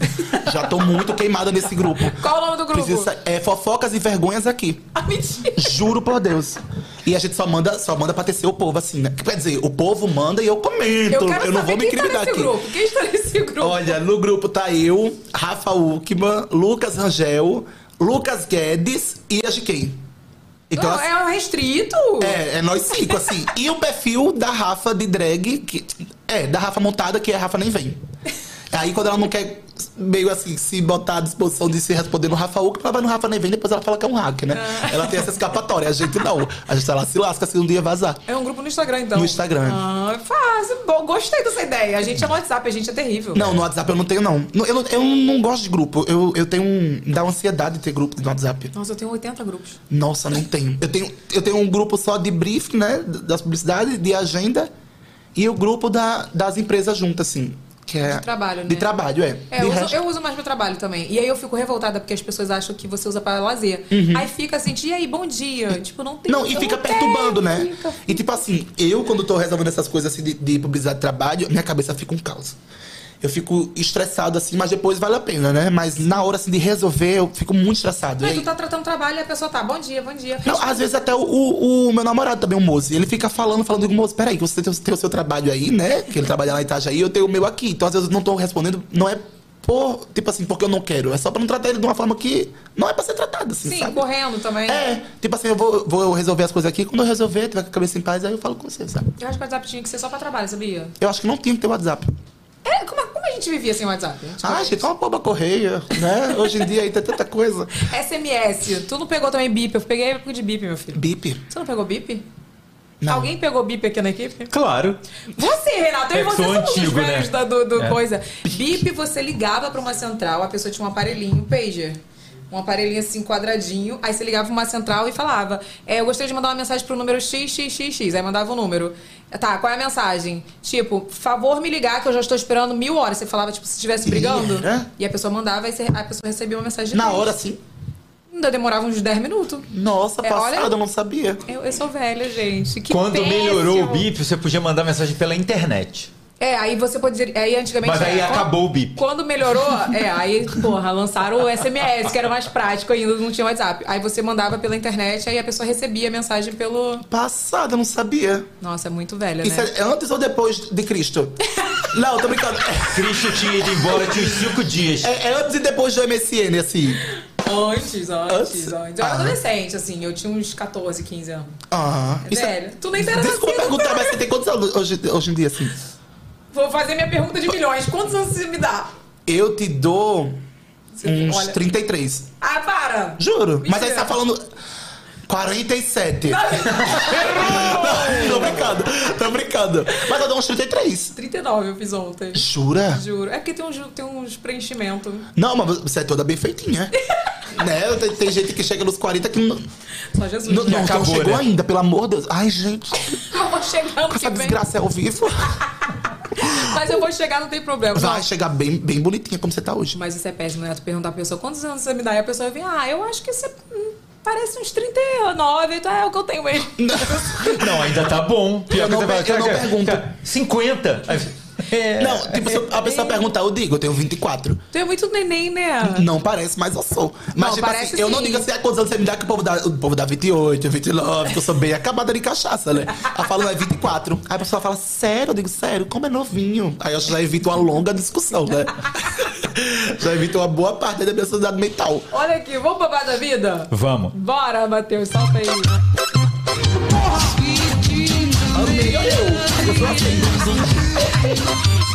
Speaker 5: Já tô muito queimada nesse grupo.
Speaker 1: Qual o nome do grupo?
Speaker 5: Preciso sa- é fofocas e vergonhas aqui.
Speaker 1: Ah,
Speaker 5: *laughs*
Speaker 1: mentira.
Speaker 5: Juro por Deus. E a gente só manda, só manda pra tecer o povo, assim, né? Quer dizer, o povo manda e eu comento.
Speaker 1: Eu
Speaker 5: Então, Eu,
Speaker 1: quero
Speaker 5: não
Speaker 1: saber
Speaker 5: vou me
Speaker 1: quem tá
Speaker 5: incriminar
Speaker 1: nesse
Speaker 5: aqui.
Speaker 1: grupo. Quem está nesse grupo?
Speaker 5: Olha, no grupo tá eu, Rafa Uckman, Lucas Rangel, Lucas Guedes e a GK. Então,
Speaker 1: não,
Speaker 5: assim,
Speaker 1: é um restrito?
Speaker 5: é, é nós cinco, assim. E o perfil da Rafa de drag, que é, da Rafa montada, que a Rafa nem vem. Aí quando ela não quer meio assim, se botar à disposição de se responder no Rafa Uckman, ela vai no Rafa nem vem, depois ela fala que é um hack, né? Ela tem essa escapatória, a gente não. A gente ela se lasca se um dia vazar.
Speaker 1: É um grupo no Instagram, então.
Speaker 5: No Instagram.
Speaker 1: Ah, é fácil. Bom, gostei dessa ideia. A gente é no WhatsApp, a gente é terrível.
Speaker 5: Não, no WhatsApp eu não tenho, não. No- Eu, não- eu não gosto de grupo. Eu, eu tenho um. Dá ansiedade ter grupo no WhatsApp.
Speaker 1: Nossa, eu tenho 80 grupos.
Speaker 5: Nossa, não tenho. Eu tenho, eu tenho um grupo só de briefing, né? d- Das publicidades, de agenda. E o grupo da, das empresas juntas, assim. Que é
Speaker 1: De trabalho, né?
Speaker 5: De trabalho, é.
Speaker 1: É,
Speaker 5: De
Speaker 1: eu uso,
Speaker 5: resto-
Speaker 1: eu uso mais pro trabalho também. E aí eu fico revoltada porque as pessoas acham que você usa para lazer. Aí fica assim, e aí, bom dia. Tipo, não tem
Speaker 5: Uhum. Não, e
Speaker 1: eu
Speaker 5: fica
Speaker 1: não
Speaker 5: perturbando,
Speaker 1: tenho,
Speaker 5: né?
Speaker 1: fica-
Speaker 5: E tipo assim, eu quando tô resolvendo essas coisas assim de, de publicidade de trabalho, minha cabeça fica um caos. Eu fico estressado assim, mas depois vale a pena, né? Mas na hora assim de resolver, eu fico muito estressado. E
Speaker 1: Mas
Speaker 5: aí-
Speaker 1: tu tá tratando trabalho e a pessoa tá, bom dia, bom dia.
Speaker 5: Não, às vezes até o, o- o meu namorado também, o Mozi, ele fica falando, falando, digo, Mozi, peraí, que você tem, o- tem o seu trabalho aí, né? Que ele trabalha lá em Itajaí, eu tenho o meu aqui. Então, às vezes, eu não tô respondendo, não é por, tipo assim, porque eu não quero. É só pra não tratar ele de uma forma que não é pra ser tratado, assim,
Speaker 1: Sim,
Speaker 5: sabe?
Speaker 1: correndo também. né?
Speaker 5: É, tipo assim, eu vou, vou resolver as coisas aqui, quando eu resolver, tiver com a cabeça em paz, aí eu falo com você, sabe?
Speaker 1: Eu acho que o WhatsApp tinha que ser só pra trabalho, sabia?
Speaker 5: Eu acho que não tinha que ter WhatsApp.
Speaker 1: É, como, como a gente vivia sem WhatsApp?
Speaker 5: Ah, gente, é uma boba correia, né? Hoje em dia aí tem tanta coisa.
Speaker 1: SMS. Tu não pegou também bip? Eu peguei a época de bip, meu filho.
Speaker 5: Bip.
Speaker 1: Você não pegou bip?
Speaker 5: Não.
Speaker 1: Alguém pegou bip aqui na equipe?
Speaker 2: Claro.
Speaker 1: Você, Renato, eu e
Speaker 2: É que
Speaker 1: você
Speaker 2: sou
Speaker 1: somos os
Speaker 2: antigo,
Speaker 1: velhos
Speaker 2: né?
Speaker 1: da, do, do
Speaker 2: É.
Speaker 1: coisa. Bip, você ligava pra uma central, a pessoa tinha um aparelhinho, um pager. Um aparelhinho assim, quadradinho. Aí você ligava pra uma central e falava: é, Eu gostaria de mandar uma mensagem pro número XXXX. Aí mandava o número. Tá, qual é a mensagem? Tipo, favor me ligar que eu já estou esperando mil horas. Você falava, tipo, se estivesse brigando.
Speaker 5: Ih,
Speaker 2: é?
Speaker 5: era?
Speaker 1: E a pessoa mandava, e a pessoa recebia uma mensagem de
Speaker 5: Na
Speaker 1: texto.
Speaker 5: hora, assim,
Speaker 1: Ainda demorava uns 10 minutos.
Speaker 5: nossa,
Speaker 1: É, olha-
Speaker 5: passada, eu não sabia.
Speaker 1: Eu, eu sou velha, gente. Que
Speaker 2: Quando melhorou o
Speaker 1: péssimo.
Speaker 2: bip, você podia mandar mensagem pela internet.
Speaker 1: É, aí você pode dizer. Aí antigamente.
Speaker 2: Mas aí
Speaker 1: era-
Speaker 2: acabou o bip.
Speaker 1: Quando melhorou, é, aí, porra, lançaram o SMS, que era mais prático ainda, não tinha WhatsApp. Aí você mandava pela internet, aí a pessoa recebia a mensagem pelo.
Speaker 5: Passada, eu não sabia.
Speaker 1: Nossa, é muito velha,
Speaker 5: Isso
Speaker 1: né?
Speaker 5: é antes ou depois de
Speaker 1: *laughs*
Speaker 5: Cristo? Não, tô brincando.
Speaker 2: Cristo tinha ido embora, tinha uns cinco dias.
Speaker 5: É, é antes e depois do MSN, assim.
Speaker 1: Antes, antes,
Speaker 5: Antes?
Speaker 1: antes. Eu era
Speaker 5: Ah.
Speaker 1: adolescente, assim, eu tinha uns 14, 15 anos.
Speaker 5: Ah, isso é-
Speaker 1: Velho, tu nem era
Speaker 5: Desculpa
Speaker 1: nascido,
Speaker 5: perguntar,
Speaker 1: cara.
Speaker 5: mas você tem quantos anos hoje, hoje em dia, assim?
Speaker 1: Vou fazer minha pergunta de milhões. Quantos anos você me dá?
Speaker 5: Eu te dou
Speaker 1: Você-
Speaker 5: uns
Speaker 1: olha-
Speaker 5: 33.
Speaker 1: Ah, para!
Speaker 5: Juro. Mas
Speaker 1: Mentira.
Speaker 5: aí você tá falando. 47. Errou! *laughs* tô brincando, tô brincando. Mas eu dou uns 33.
Speaker 1: 39 eu fiz ontem.
Speaker 5: Jura?
Speaker 1: Juro. É porque tem uns, tem uns preenchimentos.
Speaker 5: Não, mas você é toda
Speaker 1: *laughs*
Speaker 5: bem feitinha. né? Tem, tem gente que chega nos 40 que não,
Speaker 1: Só Jesus.
Speaker 5: não, não,
Speaker 2: acabou,
Speaker 5: chegou
Speaker 2: né?
Speaker 5: ainda, pelo amor de Deus. Ai, gente,
Speaker 1: Eu vou chegar ano que
Speaker 5: essa
Speaker 1: vem.
Speaker 5: desgraça é ao vivo.
Speaker 1: Mas eu vou chegar, não tem problema.
Speaker 5: Vai chegar bem, bem bonitinha como você tá hoje.
Speaker 1: Mas isso é péssimo, né? Tu perguntar a pessoa quantos anos você me dá e a pessoa vem, ah, eu acho que você hum, parece uns 39, então é o que eu tenho mesmo.
Speaker 5: *laughs*
Speaker 2: Não, ainda tá bom. Pior
Speaker 5: Eu não
Speaker 2: que você
Speaker 5: pe- eu
Speaker 2: fala,
Speaker 5: não
Speaker 2: cara,
Speaker 5: pergunto.
Speaker 2: cara, 50. É,
Speaker 5: Não, tipo, se a pessoa perguntar, eu digo, eu tenho 24.
Speaker 1: Tu é muito neném, né?
Speaker 5: Não parece, mas eu sou. Mas,
Speaker 1: Não,
Speaker 5: tipo
Speaker 1: parece
Speaker 5: assim, eu não
Speaker 1: sim.
Speaker 5: digo assim, a quantos anos você me dá que o povo dá, o povo dá 28, 29, que eu sou bem acabada de cachaça, né? Aí fala, não, é 24. Aí a pessoa fala, sério? Eu digo, sério, como é novinho? Aí eu já evito uma longa discussão, né? *laughs* já evito uma boa parte da minha sanidade mental.
Speaker 1: Olha aqui, vamos pra da vida?
Speaker 2: Vamos.
Speaker 1: Bora, Matheus, solta aí.
Speaker 5: Amei, olha eu. Eu sou assim.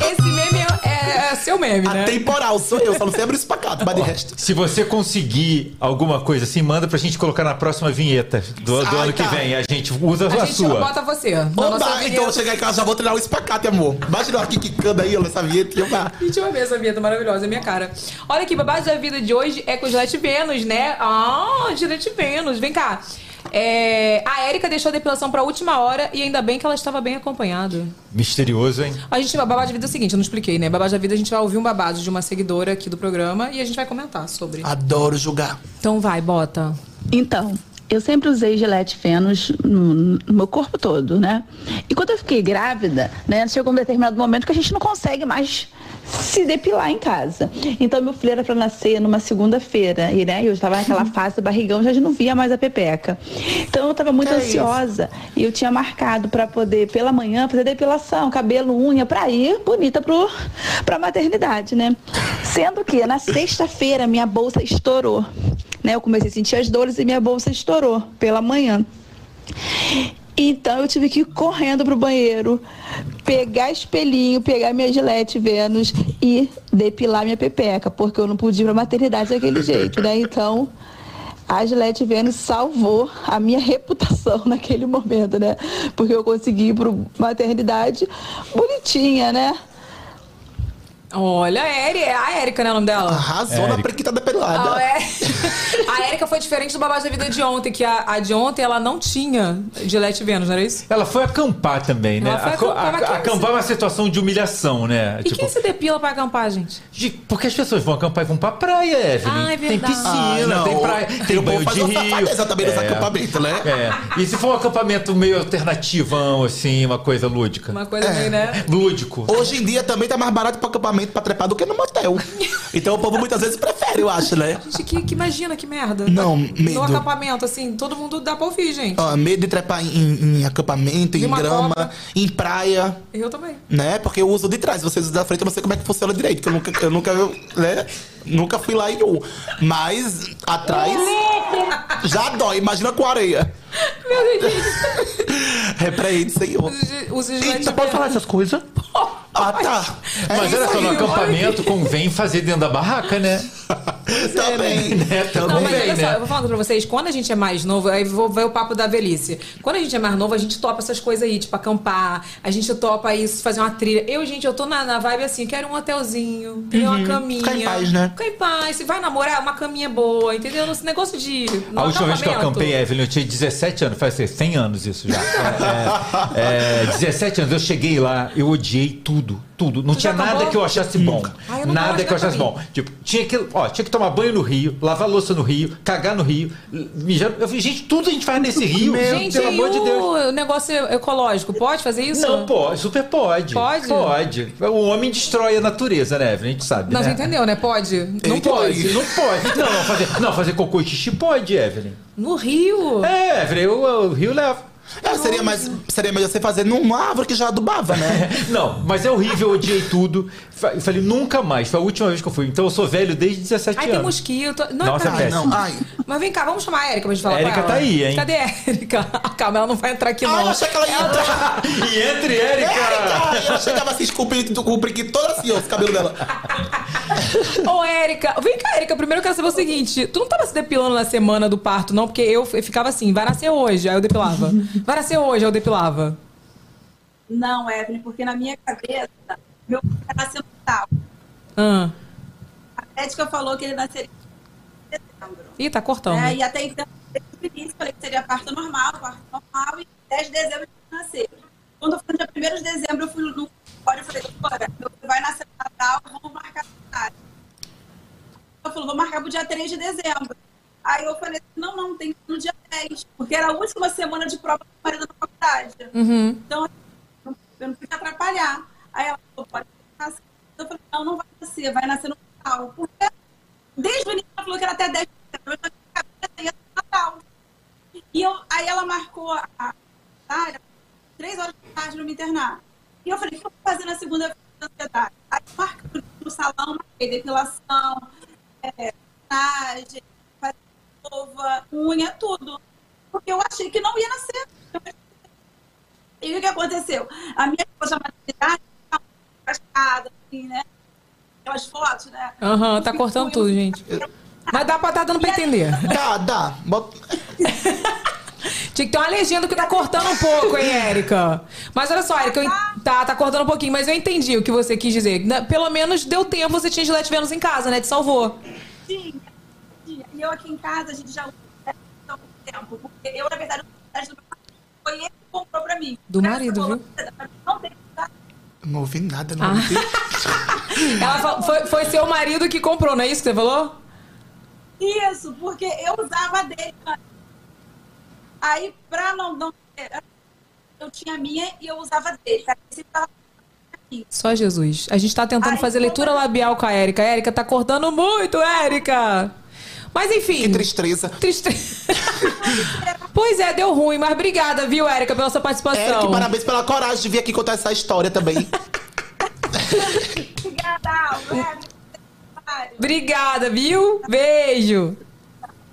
Speaker 1: Esse meme é, é- é seu meme, né?
Speaker 5: Atemporal, sou eu, só não sei abrir isso pra cá, mas de resto.
Speaker 2: Se você conseguir alguma coisa assim, manda pra gente colocar na próxima vinheta do, do
Speaker 5: Ah,
Speaker 2: ano
Speaker 5: tá.
Speaker 2: que vem. A gente usa a,
Speaker 1: A gente
Speaker 2: sua.
Speaker 1: bota você. na
Speaker 5: Oba,
Speaker 1: nossa vinheta.
Speaker 5: então eu chegar em casa, já vou treinar o espacate, amor. Imagina eu aqui quicando aí, eu essa vinheta e eu vá.
Speaker 1: Gente, eu amei essa vinheta maravilhosa, é minha cara. Olha aqui, babado da vida de hoje é com o Gillette Vênus, né? Ah, Gillette Vênus, vem cá. É, a Érica deixou a depilação pra última hora e ainda bem que ela estava bem acompanhada.
Speaker 2: Misterioso, hein?
Speaker 1: A gente, babado da vida é o seguinte, eu não expliquei, né? Babado da vida, a gente vai ouvir um babado de uma seguidora aqui do programa e a gente vai comentar sobre.
Speaker 5: Adoro julgar.
Speaker 1: Então vai, bota.
Speaker 8: Então, eu sempre usei Gillette Fênix no, no meu corpo todo, né? E quando eu fiquei grávida, né, chegou um determinado momento que a gente não consegue mais se depilar em casa. Então, meu filho era para nascer numa segunda-feira, e né, eu estava naquela fase do barrigão, já não via mais a pepeca. Então, eu estava muito
Speaker 5: Que
Speaker 8: ansiosa e eu tinha marcado para poder pela manhã fazer depilação, cabelo, unha, para ir bonita pro pra maternidade, né? Sendo que na sexta-feira minha bolsa estourou, né? Eu comecei a sentir as dores e minha bolsa estourou pela manhã. Então eu tive que ir correndo pro banheiro, pegar espelhinho, pegar minha gilete Vênus e depilar minha pepeca, porque eu não podia ir pra maternidade daquele jeito, né? Então a Gillette Vênus salvou a minha reputação *laughs* naquele momento, né? Porque eu consegui ir pro maternidade bonitinha, né?
Speaker 1: Olha, a Érica, é a Érica, né? O nome dela?
Speaker 5: Arrasou na
Speaker 2: Érica.
Speaker 5: prequita da
Speaker 1: Ah,
Speaker 5: pelada.
Speaker 1: é. *laughs* A Érica foi diferente do babado da vida de ontem, que a, a de ontem ela não tinha Gillette Vênus, não era isso?
Speaker 2: Ela foi acampar também, né?
Speaker 1: Ela foi
Speaker 2: Aco-
Speaker 1: acampar, mas
Speaker 2: a-
Speaker 1: quem
Speaker 2: acampar é uma situação de humilhação, né?
Speaker 1: E quem se depila pra acampar, gente?
Speaker 2: de- porque as pessoas vão acampar e vão pra praia, Evelyn.
Speaker 1: Ah, é
Speaker 2: tem
Speaker 1: verdade.
Speaker 5: Ah,
Speaker 2: piscina,
Speaker 5: não.
Speaker 2: tem praia, tem
Speaker 5: o povo
Speaker 2: banho
Speaker 5: faz
Speaker 2: de
Speaker 5: uma
Speaker 2: rio.
Speaker 5: safadeza também nos
Speaker 2: É.
Speaker 5: acampamentos, né?
Speaker 2: É. E se for um acampamento meio alternativão, assim, uma coisa lúdica?
Speaker 1: Uma coisa
Speaker 5: É.
Speaker 1: meio, né?
Speaker 2: Lúdico.
Speaker 5: Hoje em dia também tá mais barato pro acampamento pra trepar do que no motel. Então o povo muitas vezes prefere, eu acho, né?
Speaker 1: Gente, que, que imagina, que merda. Tá
Speaker 5: Não,
Speaker 1: No
Speaker 5: medo.
Speaker 1: acampamento, assim, todo mundo dá pra ouvir, gente.
Speaker 5: Ó, medo de trepar em, em acampamento,
Speaker 1: De
Speaker 5: em
Speaker 1: uma
Speaker 5: grama,
Speaker 1: cobra.
Speaker 5: em praia,
Speaker 1: Eu também.
Speaker 5: né? Porque eu uso de trás, vocês usam da frente, eu não sei como é que funciona direito, que eu nunca, eu nunca, eu, né? Nunca fui lá em um. Mas atrás já dói, imagina com areia.
Speaker 1: Meu Deus,
Speaker 5: Repreende, senhor.
Speaker 1: gente, os
Speaker 5: Eita, pode falar essas coisas? Ah, tá. É
Speaker 2: Mas olha
Speaker 5: isso
Speaker 2: só, no
Speaker 1: aí, olha
Speaker 2: acampamento convém fazer dentro da barraca, né?
Speaker 5: Também, né?
Speaker 1: Não, mas
Speaker 5: Também.
Speaker 1: olha só,
Speaker 2: né?
Speaker 1: eu vou falando pra vocês, quando a gente é mais novo, aí vou ver o papo da velhice. Quando a gente é mais novo, a gente topa essas coisas aí, tipo acampar, a gente topa isso, fazer uma trilha. Eu, gente, eu tô na, na vibe assim, quero um hotelzinho, quero uma caminha.
Speaker 5: Ficar em paz, né?
Speaker 1: Ficar em paz. Se vai namorar, uma caminha boa, entendeu? Esse negócio de. no
Speaker 2: A última vez que eu
Speaker 1: acampamento.
Speaker 2: acampei, Evelyn, eu tinha 17 anos, faz assim, 100 anos isso
Speaker 1: *laughs*
Speaker 2: já. É, é, é, 17 anos, eu cheguei lá, eu odiei tudo, tudo. Não
Speaker 1: Tu
Speaker 2: tinha
Speaker 1: já
Speaker 2: nada
Speaker 1: acabou?
Speaker 2: que eu achasse bom.
Speaker 1: Ah, eu não gosto
Speaker 2: nada
Speaker 1: de
Speaker 2: que eu achasse
Speaker 1: acampamento.
Speaker 2: bom. Tipo, tinha que, ó, tinha que tomar banho no rio, lavar louça no rio, cagar no rio, mijar. Eu falei, gente, tudo a gente faz nesse rio,
Speaker 1: Gente,
Speaker 2: pelo
Speaker 1: e
Speaker 2: amor de Deus.
Speaker 1: o negócio ecológico, pode fazer isso?
Speaker 2: Não, pode, super pode.
Speaker 1: Pode?
Speaker 2: Pode. O homem destrói a natureza, né, Evelyn? A gente sabe,
Speaker 1: Não,
Speaker 2: né?
Speaker 1: você entendeu, né? Pode.
Speaker 2: Não
Speaker 5: Ele
Speaker 2: pode,
Speaker 5: que-
Speaker 2: não pode. Não, não, fazer, não, fazer cocô e xixi pode, Evelyn.
Speaker 1: No Rio.
Speaker 2: É, Evelyn, o, o Rio leva.
Speaker 5: É, seria, mais, seria melhor você fazer numa árvore que já adubava, né? *laughs*
Speaker 2: Não, mas é horrível, eu odiei tudo. Fa- Eu falei, nunca mais. Foi a última vez que eu fui. Então eu sou velho desde 17
Speaker 1: Aí tem
Speaker 2: anos.
Speaker 1: mosquito. Não
Speaker 2: Nossa,
Speaker 1: é pra
Speaker 2: é
Speaker 5: Ai,
Speaker 1: mim.
Speaker 2: péssimo.
Speaker 5: não. Ai.
Speaker 1: Mas vem cá, vamos chamar a Erika pra gente falar
Speaker 2: A
Speaker 1: com
Speaker 2: Érica
Speaker 1: ela.
Speaker 2: tá aí, hein?
Speaker 1: Cadê *laughs* a Erika? Calma, ela não vai entrar aqui, não.
Speaker 5: Ai, eu achei que ela ia entrar.
Speaker 2: E
Speaker 1: *laughs*
Speaker 2: entre
Speaker 1: Então.
Speaker 2: Érica!
Speaker 5: Ai, Ela chegava assim, esculpindo o cuprique toda assim, ó, os cabelos dela.
Speaker 1: Ô, Érica, vem cá, Érica. Primeiro eu quero saber o seguinte: tu não tava se depilando na semana do parto, não? Porque eu f- ficava assim, vai nascer hoje, aí eu
Speaker 2: *laughs*
Speaker 1: depilava. Vai nascer hoje, aí eu depilava.
Speaker 9: Não, Evelyn, porque na minha cabeça, meu filho ia nascer no tal.
Speaker 1: Ah.
Speaker 9: A médica falou que ele nasceria em dezembro.
Speaker 1: Ih, tá cortando.
Speaker 9: né? E até então, desde o início, falei que seria parto normal, parto normal, e 10 de dezembro ele nasceu. Quando foi no dia 1 de dezembro, eu fui no consultório e falei, doutora, meu filho vai nascer no Natal, vamos marcar a data. Ela falou, vou marcar pro dia 3 de dezembro. Aí eu falei, não, não, tem que ser no dia 10, porque era a última semana de prova do marido na faculdade. Então, eu não queria atrapalhar. Aí ela falou, pode nascer. Eu falei, não, não vai nascer, vai nascer no Natal. Porque desde o início ela falou que era até 10 de dezembro, eu já tinha cabeça ia no Natal. E eu, aí ela marcou a a área, três horas da tarde no me internar. E eu falei, o que eu vou fazer na segunda-feira de ansiedade? Aí eu marquei no salão, marquei depilação, é, massagem, fazer escova, unha, tudo. Porque eu achei que não ia nascer. Eu achei e o que aconteceu? A minha esposa maternidade estava cascada, assim, né? Aquelas fotos, né?
Speaker 1: Aham, tá cortando tudo, gente. Mas dá pra tá dando pra entender.
Speaker 5: Dá, dá. Bota...
Speaker 1: Tinha que ter uma legenda que tá cortando um pouco, hein, Érica? Mas olha só, Érica, eu en- tá, tá cortando um pouquinho, mas eu entendi o que você quis dizer. Na- Pelo menos deu tempo, você tinha Gillette Vênus em casa, né? Te salvou.
Speaker 9: Sim, sim. E eu aqui em casa, a gente já usa há muito tempo. então, Porque eu, na verdade, eu uso do meu marido. Foi ele que comprou pra mim.
Speaker 1: Do marido,
Speaker 9: Essa
Speaker 1: viu?
Speaker 9: bolsa, Não tem que usar.
Speaker 5: Eu Não ouvi nada, não ouvi.
Speaker 1: Ela fa- foi, foi seu marido que comprou, não é isso que você falou?
Speaker 9: Isso, porque eu usava a dele antes. Aí, pra não, não ter, eu tinha a minha e eu usava a dele. Tá? Sempre tava aqui.
Speaker 1: Só Jesus. A gente tá tentando
Speaker 9: Ai,
Speaker 1: fazer
Speaker 9: não.
Speaker 1: leitura labial com a Érica. A Érica tá cortando muito, Érica! Mas enfim.
Speaker 5: Que tristeza.
Speaker 1: Triste... *laughs* pois é, deu ruim, mas obrigada, viu, Érica, pela sua
Speaker 5: Eric,
Speaker 1: participação.
Speaker 5: parabéns pela coragem de vir aqui contar essa história também.
Speaker 9: Obrigada, é, Alves.
Speaker 1: Obrigada, viu? Beijo.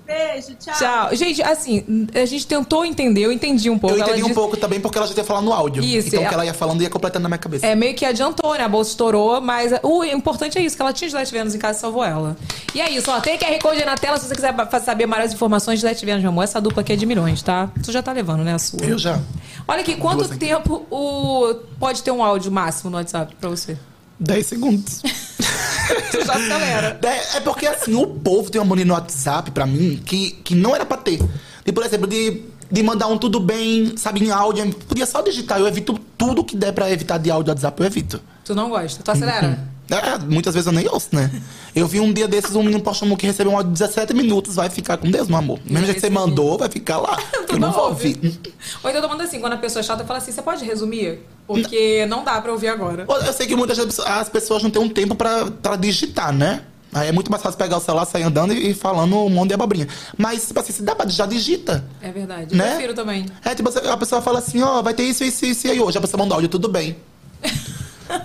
Speaker 9: Beijo, tchau.
Speaker 1: Tchau. Gente, assim, a gente tentou entender, eu entendi um pouco.
Speaker 5: Eu entendi
Speaker 1: Ela
Speaker 5: um
Speaker 1: disse-
Speaker 5: pouco também, porque ela já tinha falado no áudio.
Speaker 1: Isso,
Speaker 5: então, o que
Speaker 1: ela-
Speaker 5: ela ia falando ia completando na minha cabeça.
Speaker 1: É, meio que adiantou, né? A bolsa estourou, mas o importante é isso, que ela tinha Gillette Vênus em casa e salvou ela. E é isso, ó, tem QR Code aí na tela se você quiser fa- saber maiores informações, Gillette Vênus, meu amor. Essa dupla aqui é de milhões, tá? Tu já tá levando, né, a sua.
Speaker 5: Eu já.
Speaker 1: Olha aqui, quanto
Speaker 5: Duas aqui.
Speaker 1: tempo o... pode ter um áudio máximo no WhatsApp pra você?
Speaker 5: 10 segundos.
Speaker 1: Tu já acelera.
Speaker 5: É, é porque, assim, o povo tem uma mania no WhatsApp, pra mim, que, que não era pra ter. E, por exemplo, de, de mandar um tudo bem, sabe, em áudio. Podia só digitar. Eu evito tudo que der pra evitar de áudio do WhatsApp, eu evito.
Speaker 1: Tu não gosta, tu acelera.
Speaker 5: É, muitas vezes eu nem ouço, né? Eu vi um dia desses um menino postando que recebeu um áudio de 17 minutos, vai ficar com Deus, meu amor. Mesmo jeito que você
Speaker 1: Recebi.
Speaker 5: mandou, vai ficar lá.
Speaker 1: Tu
Speaker 5: *laughs* Eu não vou
Speaker 1: ouve.
Speaker 5: ouvir.
Speaker 1: Ou então eu tô mandando assim, quando a pessoa é chata, fala assim, você pode resumir? Porque não dá pra ouvir agora.
Speaker 5: Eu sei que muitas vezes as pessoas não têm um tempo pra, pra digitar, né? Aí é muito mais fácil pegar o celular, sair andando e, e falando um monte de abobrinha. Mas, tipo assim, se dá pra já digita.
Speaker 1: É verdade. Eu
Speaker 5: Né?
Speaker 1: prefiro também.
Speaker 5: É, tipo, a pessoa fala assim, ó, vai ter isso, isso, isso, e aí hoje. A pessoa manda áudio, tudo
Speaker 1: *laughs*
Speaker 5: bem.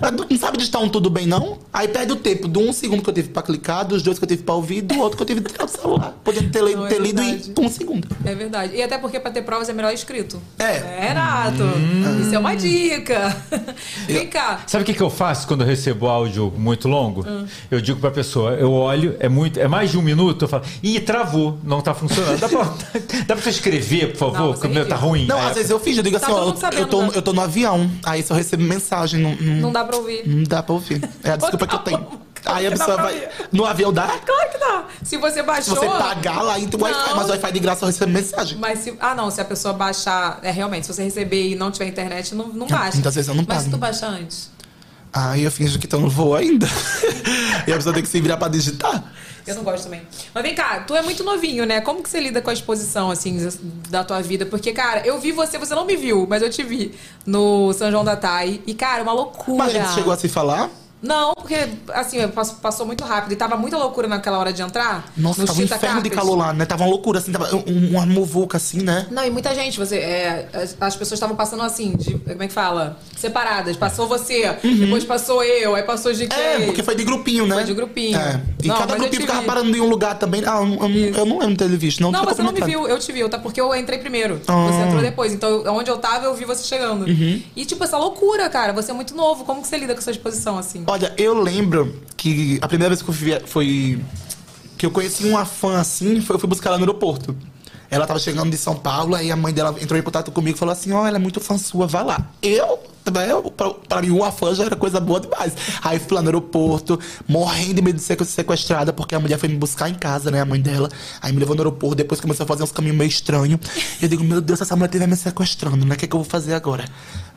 Speaker 5: Mas não- Não sabe digitar um tudo bem, não? Aí perde o tempo do um segundo que eu tive pra clicar, dos dois que eu tive pra ouvir, do outro que eu tive de tirar o celular. Podendo ter, le-
Speaker 1: Não, é
Speaker 5: ter lido
Speaker 1: verdade.
Speaker 5: em um segundo.
Speaker 1: É verdade. E até porque pra ter provas é melhor escrito.
Speaker 5: É.
Speaker 1: Renato.
Speaker 5: Hum.
Speaker 1: Isso é uma
Speaker 5: *laughs*
Speaker 1: dica. Vem cá.
Speaker 2: Sabe o que, que eu faço quando eu recebo áudio muito longo?
Speaker 1: Hum.
Speaker 2: Eu digo pra pessoa, eu olho, é muito, é mais de um minuto, eu falo, ih, travou, não tá funcionando. Dá pra, *laughs* dá pra você escrever, por
Speaker 1: Não,
Speaker 2: favor?
Speaker 1: mas
Speaker 2: que o meu
Speaker 1: é
Speaker 2: tá
Speaker 1: ridículo.
Speaker 2: ruim.
Speaker 5: Não,
Speaker 2: Aí
Speaker 5: às vezes eu fiz, eu digo
Speaker 1: Tá
Speaker 5: assim,
Speaker 1: todo
Speaker 5: ó,
Speaker 1: mundo
Speaker 5: eu- eu,
Speaker 1: sabendo,
Speaker 5: tô,
Speaker 1: né?
Speaker 5: eu tô no avião, aí se eu recebo mensagem, não,
Speaker 1: Não
Speaker 5: não,
Speaker 1: dá pra ouvir.
Speaker 5: não dá pra ouvir. É a desculpa que eu tenho. Aí a
Speaker 1: Dá
Speaker 5: pessoa
Speaker 1: pra
Speaker 5: vai. No avião dá?
Speaker 1: Claro que dá. Se você
Speaker 5: Se
Speaker 1: baixou.
Speaker 5: você pagar lá, entra o Wi-Fi,
Speaker 1: Não.
Speaker 5: mas o Wi-Fi de graça eu recebo mensagem.
Speaker 1: Mas se. Ah, não. Se a pessoa baixar. É realmente, se você receber e não tiver internet, não, não baixa.
Speaker 5: muitas vezes eu não
Speaker 1: Mas se
Speaker 5: pago.
Speaker 1: tu baixar antes.
Speaker 5: Aí eu finjo que tô no voo ainda. *laughs* e a pessoa tem que se virar pra digitar.
Speaker 1: Eu não gosto também. Mas vem cá, tu é muito novinho, né? Como que você lida com a exposição, assim, da tua vida? Porque, cara, eu vi você, você não me viu, mas eu te vi no São João da Tai. E, cara, é uma loucura.
Speaker 5: Mas a gente chegou a se falar?
Speaker 1: Não, porque, assim, passou, passou muito rápido e tava muita loucura naquela hora de entrar.
Speaker 5: Nossa,
Speaker 1: no
Speaker 5: tava um
Speaker 1: Chita
Speaker 5: inferno de
Speaker 1: Carpes.
Speaker 5: calor lá, né? Tava uma loucura, assim, tava um- uma muvuca, assim, né?
Speaker 1: Não, e muita gente, você. é, as, as pessoas estavam passando assim, de, como é que fala? Separadas. Passou você, depois passou eu, aí passou o GK.
Speaker 5: Uhum. É, porque foi de grupinho, né?
Speaker 1: Foi de grupinho.
Speaker 5: É. E
Speaker 1: Não, mas
Speaker 5: cada
Speaker 1: eu
Speaker 5: grupinho
Speaker 1: te
Speaker 5: ficava
Speaker 1: vi.
Speaker 5: parando em um lugar também. Ah, eu, não- eu, não- eu não lembro de ter visto, não.
Speaker 1: Não,
Speaker 5: tô
Speaker 1: você não me
Speaker 5: comentando.
Speaker 1: viu, eu te vi, eu tá porque eu entrei primeiro.
Speaker 5: um Ah. Uhum.
Speaker 1: Você entrou depois. Então, eu- onde eu tava, eu vi você chegando. E, tipo, essa loucura, cara. Você é muito novo. Como que você lida com essa exposição assim?
Speaker 5: Olha, eu lembro que a primeira vez que eu fui, foi que eu conheci uma fã assim, foi eu fui buscar ela no aeroporto. Ela tava chegando de São Paulo, aí a mãe dela entrou em contato comigo e falou assim: Ó, ela é muito fã sua, vai lá. Eu, né, eu pra, pra mim, uma fã já era coisa boa demais. Aí fui lá no aeroporto, morrendo de medo de ser sequestrada, porque a mulher foi me buscar em casa, né? A mãe dela. Aí me levou no aeroporto, depois começou a fazer uns caminhos meio estranhos. Eu digo: Meu Deus, essa mulher teve me sequestrando, né? O que, é que eu vou fazer agora?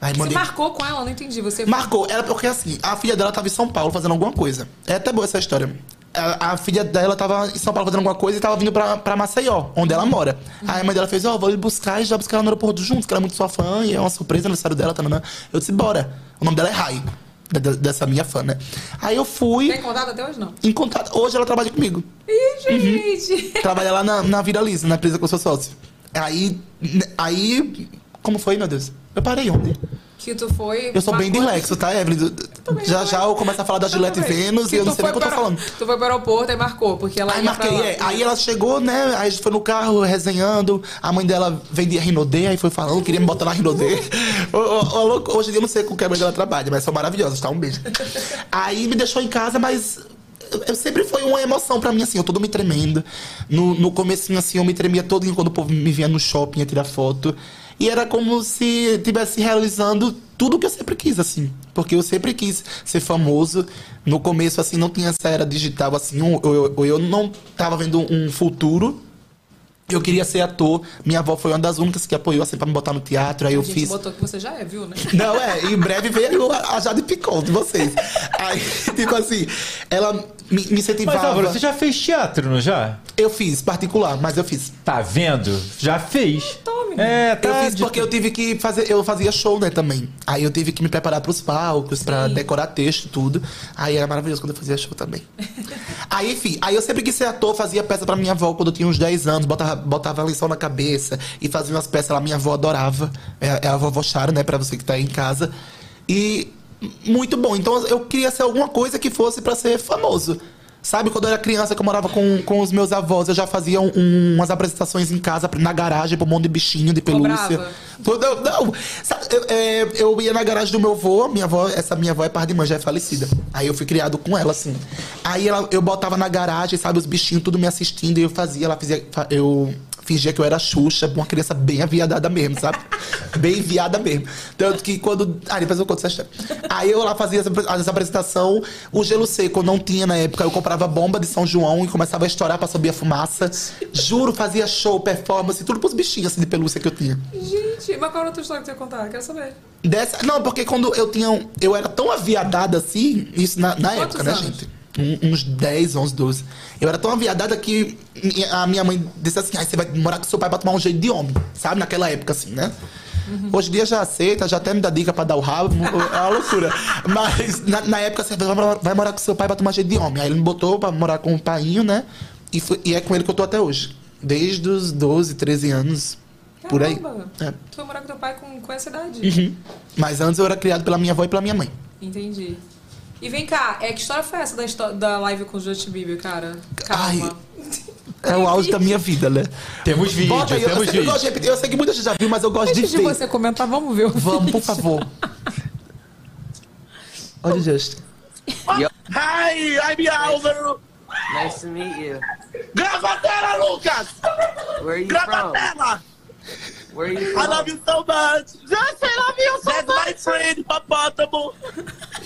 Speaker 5: Aí
Speaker 1: Você
Speaker 5: mandei.
Speaker 1: marcou com ela? Eu Não entendi. Você
Speaker 5: Marcou. Era porque assim, a filha dela tava em São Paulo fazendo alguma coisa. É até boa essa história. A, a filha dela tava em São Paulo fazendo alguma coisa e tava vindo pra, pra Maceió, onde ela mora. Aí a mãe dela fez, ó, vou lhe buscar e já buscar ela no aeroporto juntos, que ela é muito sua fã e é uma surpresa no aniversário dela, tá, Eu disse, bora. O nome dela é Rai, de- de- dessa minha fã, né? Aí eu
Speaker 1: tem
Speaker 5: fui
Speaker 1: contato até hoje, não?
Speaker 5: em contato. Hoje ela trabalha comigo.
Speaker 1: Ih,
Speaker 5: Uhum.
Speaker 1: gente! *laughs*
Speaker 5: Trabalha lá na, na Viraliza, na empresa que eu sou sócio. Aí. Aí. Como foi, meu Deus? Eu parei ontem.
Speaker 1: Que tu foi.
Speaker 5: Eu sou bem
Speaker 1: marcou-
Speaker 5: dilexo, tá, Evelyn? Já já eu começo a falar da Gillette
Speaker 1: Tudo bem.
Speaker 5: Vênus e eu não
Speaker 1: tu
Speaker 5: sei nem
Speaker 1: foi
Speaker 5: o que eu tô
Speaker 1: para-
Speaker 5: falando.
Speaker 1: Tu foi pro aeroporto e marcou, porque ela
Speaker 5: Aí
Speaker 1: ia pra
Speaker 5: marquei,
Speaker 1: lá. tá.
Speaker 5: é. Aí ela chegou, né? Aí a gente foi no carro resenhando. A mãe dela vendia Rinodê, aí foi falando, queria me botar na Rinodê. Ô, ô, ô, louco, Hoje em dia eu não sei com que a mãe dela trabalha, mas são maravilhosas, tá? Um beijo. Aí me deixou em casa, mas. eu- Eu sempre foi uma emoção pra mim, assim, eu todo me tremendo. No, no comecinho, assim, eu me tremia todo quando o povo me via no shopping ia tirar foto. E era como se tivesse realizando tudo que eu sempre quis, assim. Porque eu sempre quis ser famoso. No começo, assim, não tinha essa era digital, assim. Eu, eu, eu não tava vendo um futuro. Eu queria ser ator. Minha avó foi uma das únicas que apoiou, assim, pra me botar no teatro. Aí eu
Speaker 1: A gente
Speaker 5: fiz.
Speaker 1: botou que você já é, viu, né?
Speaker 5: *laughs* Não, é, em breve veio a a Jade Picon de vocês. Aí, *laughs* tipo assim, ela me, me
Speaker 2: Mas,
Speaker 5: incentivava.
Speaker 2: Álvaro, você já fez teatro, não já?
Speaker 5: Eu fiz, particular, mas eu fiz.
Speaker 2: Tá vendo? Já fez. É, tá.
Speaker 5: Eu fiz
Speaker 2: de-
Speaker 5: porque eu tive que fazer, eu fazia show, né, também. Aí eu tive que me preparar pros palcos, pra decorar texto, tudo. Aí era maravilhoso quando eu fazia show também. aí, enfim, aí eu sempre quis ser ator, fazia peça pra minha avó quando eu tinha uns 10 anos, botava, botava lençol na cabeça e fazia umas peças lá, minha avó adorava. É, é a vovó Charo, né, pra você que tá aí em casa. E muito bom. Então eu queria ser alguma coisa que fosse pra ser famoso. Sabe, quando eu era criança, que eu morava com, com os meus avós, eu já fazia um- um- umas apresentações em casa, na garagem, pro monte de bichinho, de pelúcia.
Speaker 1: Cobrava?
Speaker 5: Todo- Não, Sabe, eu, é, eu ia na garagem do meu avô, minha avó, essa minha avó é par de mãe, já é falecida. Aí eu fui criado com ela, assim. Aí ela, eu botava na garagem, sabe, os bichinhos tudo me assistindo, e eu fazia, ela fazia. fa- Eu fingia que eu era a Xuxa, uma criança bem aviadada mesmo, sabe? *laughs* bem viada mesmo. Tanto que quando. Ah, depois eu conto essa história. Aí eu lá fazia essa, essa apresentação, o gelo seco eu não tinha na época. Eu comprava bomba de São João e começava a estourar pra subir a fumaça. Juro, fazia show, performance, tudo pros bichinhos assim, de pelúcia que eu tinha.
Speaker 1: Gente, mas qual era a tua história que você ia contar? Quero saber.
Speaker 5: Dessa, não, porque quando eu tinha. um- Eu era tão aviadada assim, isso na, na
Speaker 1: Quantos
Speaker 5: época, né,
Speaker 1: anos?
Speaker 5: gente? Um- uns 10, 11, 12. Eu era tão aviadada que mi- a minha mãe disse assim: ah, você vai morar com seu pai pra tomar um jeito de homem, sabe? Naquela época, assim, né?
Speaker 1: Uhum.
Speaker 5: Hoje em dia já aceita, já até me dá dica pra dar o rabo, *laughs* é uma loucura. Mas na, na época você vai, morar- vai morar com seu pai pra tomar jeito de homem. Aí ele me botou pra morar com o painho, né? E, foi- e é com ele que eu tô até hoje. Desde os 12, 13 anos. Por aí.
Speaker 1: Caramba.
Speaker 5: É.
Speaker 1: Tu foi morar com teu pai com, com essa idade.
Speaker 5: Mas antes eu era criado pela minha avó e pela minha mãe.
Speaker 1: Entendi. E vem cá, é, que história foi essa da, histó- da live com o Justin Bieber, cara? Calma.
Speaker 5: É o auge da minha vida, né?
Speaker 2: Temos vídeo,
Speaker 5: Bota aí, eu,
Speaker 2: temos
Speaker 5: sei, que eu
Speaker 2: vídeo.
Speaker 5: gosto de repetir, eu sei que muita gente já viu, mas eu gosto
Speaker 1: Antes
Speaker 5: de
Speaker 1: de
Speaker 5: ver.
Speaker 1: você comentar, vamos ver o
Speaker 5: Vamos, por favor. *laughs* Olha o Justin.
Speaker 7: Hi, I'm Álvaro.
Speaker 4: Nice to meet you.
Speaker 7: Gravatela, Lucas!
Speaker 4: Where are you from?
Speaker 7: Gravatela!
Speaker 4: Where are you
Speaker 7: I
Speaker 4: from?
Speaker 7: love you so much! Just I love you so That's my friend, Papátamo!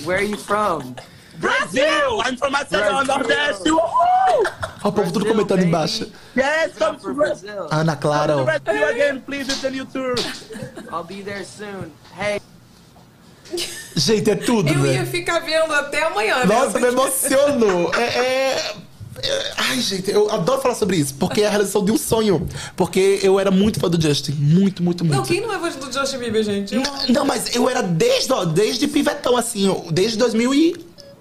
Speaker 4: Where are you from?
Speaker 7: Brazil! I'm from Macedon,
Speaker 4: Brazil.
Speaker 7: é Nordeste! Woohoo!
Speaker 5: Ó, o povo tudo comentando
Speaker 4: baby.
Speaker 5: embaixo.
Speaker 7: Yes,
Speaker 4: I'm
Speaker 7: come to
Speaker 4: from
Speaker 7: Brazil!
Speaker 4: Brazil.
Speaker 5: Ana Clara, ó.
Speaker 7: Brazil again, please, with the new tour!
Speaker 4: I'll be there soon. Hey,
Speaker 5: Gente, é tudo,
Speaker 1: Eu ia
Speaker 5: né?
Speaker 1: ficar vendo até amanhã, né?
Speaker 5: Nossa, me emociono. É, é- é- Ai, gente, eu adoro falar sobre isso, porque é a realização de um sonho. Porque eu era muito fã do Justin. Muito, muito, muito.
Speaker 1: Não, quem não é fã do Justin Bieber, gente? Eu-
Speaker 5: Não, mas eu era desde, ó, desde pivetão, assim, ó, desde 2000 e...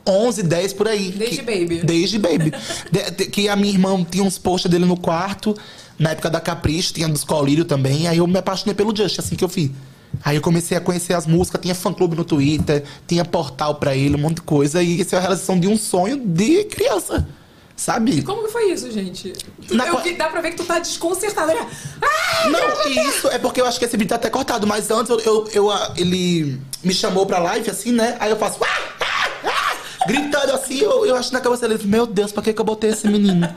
Speaker 5: 11, 10 por aí.
Speaker 1: Desde
Speaker 5: que,
Speaker 1: baby.
Speaker 5: Desde baby. De- de- que a minha irmã tinha uns posters dele no quarto. Na época da Capricho, tinha dos Colírio também. Aí eu me apaixonei pelo Just, assim que eu vi. Aí eu comecei a conhecer as músicas, tinha fã-clube no Twitter, tinha portal pra ele, um monte de coisa. E isso é a realização de um sonho de criança, sabe?
Speaker 1: Como que foi isso, gente?
Speaker 5: Na
Speaker 1: Eu
Speaker 5: qua-
Speaker 1: vi- dá pra ver que tu tá desconcertada. Olha. Ah!
Speaker 5: Não, e isso é porque eu acho que esse vídeo tá até cortado, mas antes eu, eu- eu, ah, ele me chamou pra live, assim, né? Aí eu faço. "Ah, ah, ah", gritando assim, eu, eu acho na cabeça dele, meu Deus, pra que, que eu botei esse menino?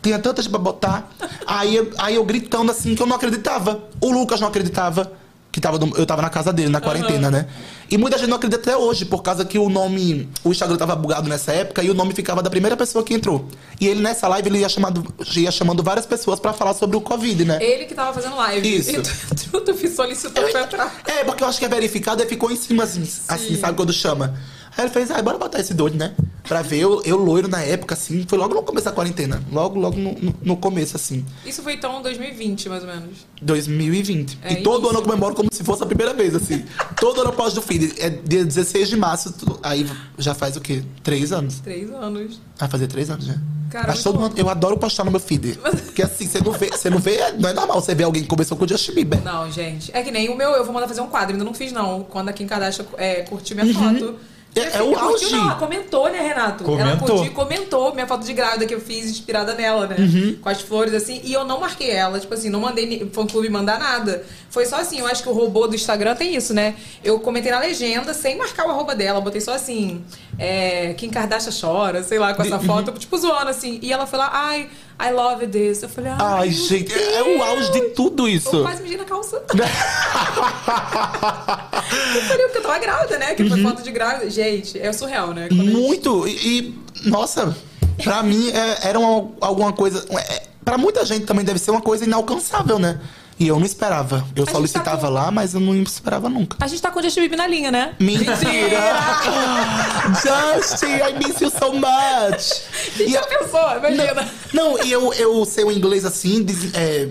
Speaker 5: Tinha tantas pra botar. Aí, eu- aí eu gritando assim, que eu não acreditava. O Lucas não acreditava. Que tava do- eu tava na casa dele, na quarentena, né? E muita gente não acredita até hoje, por causa que o nome. O Instagram tava bugado nessa época e o nome ficava da primeira pessoa que entrou. E ele, nessa live, ele ia, chamado, ia chamando várias pessoas pra falar sobre o Covid, né?
Speaker 1: Ele que tava fazendo live.
Speaker 5: Isso.
Speaker 1: E tu, tu, tu solicitou pra entrar.
Speaker 5: É, porque eu acho que é verificado e ficou em cima, assim, assim, sabe, quando chama. Aí ele fez, ai, bora botar esse doido, né? Pra ver, eu, eu loiro na época, assim, foi logo no começo da quarentena. Logo, logo no, no- no começo, assim,
Speaker 1: Isso foi então 2020, mais ou menos.
Speaker 5: 2020.
Speaker 1: É,
Speaker 5: e todo
Speaker 1: isso.
Speaker 5: ano eu comemoro como se fosse a primeira vez, assim. todo ano pós do filho. É dia 16 de março, tu- aí já faz o quê? Três anos.
Speaker 1: Três anos.
Speaker 5: Vai fazer três anos já.
Speaker 1: Cara,
Speaker 5: Mas
Speaker 1: muito
Speaker 5: todo
Speaker 1: bom.
Speaker 5: ano, eu adoro postar no meu feed. Porque assim, você não vê, você não vê, não é normal você ver alguém que começou com o Justin Bieber.
Speaker 1: Não, gente. É que nem o meu, eu vou mandar fazer um quadro, ainda não fiz, não. Quando a Kim Kardashian é, curtiu minha foto.
Speaker 5: É-
Speaker 1: Minha
Speaker 5: é
Speaker 1: filha
Speaker 5: o
Speaker 1: curtiu,
Speaker 5: auge.
Speaker 1: não, ela comentou, né, Renato? Ela
Speaker 2: Comentou.
Speaker 1: curtiu e comentou minha foto de grávida que eu fiz inspirada nela, né?
Speaker 5: Uhum.
Speaker 1: Com as flores, assim. E eu não marquei ela, tipo assim, não mandei ni- fã-clube mandar nada. Foi só assim, eu acho que o robô do Instagram tem isso, né? Eu comentei na legenda, sem marcar o arroba dela, botei só assim, é, Kim Kardashian chora, sei lá, com
Speaker 5: Uhum.
Speaker 1: essa foto, tipo zoando, assim. E ela foi lá, ai, I love this. Eu falei, ai,
Speaker 5: Ai,
Speaker 1: meu
Speaker 5: gente, é é o auge de tudo isso.
Speaker 1: eu quase mijei na calça. *laughs* eu falei, porque eu tava grávida, né? Que
Speaker 5: Uhum.
Speaker 1: foi foto de grávida. Gente, é surreal, né? Quando a gente-
Speaker 5: Muito! E, e, nossa, pra mim é- era uma- alguma coisa. É, pra muita gente também deve ser uma coisa inalcançável, né? E eu não esperava. Eu
Speaker 1: A
Speaker 5: solicitava
Speaker 1: gente tá com-
Speaker 5: lá, mas eu não esperava nunca.
Speaker 1: A gente tá com o Justin Bieber na linha, né? *laughs*
Speaker 5: Mentira! Justin, I miss you so much!
Speaker 1: E já pensou? Imagina.
Speaker 5: Não, e eu, eu sei o inglês assim de, é,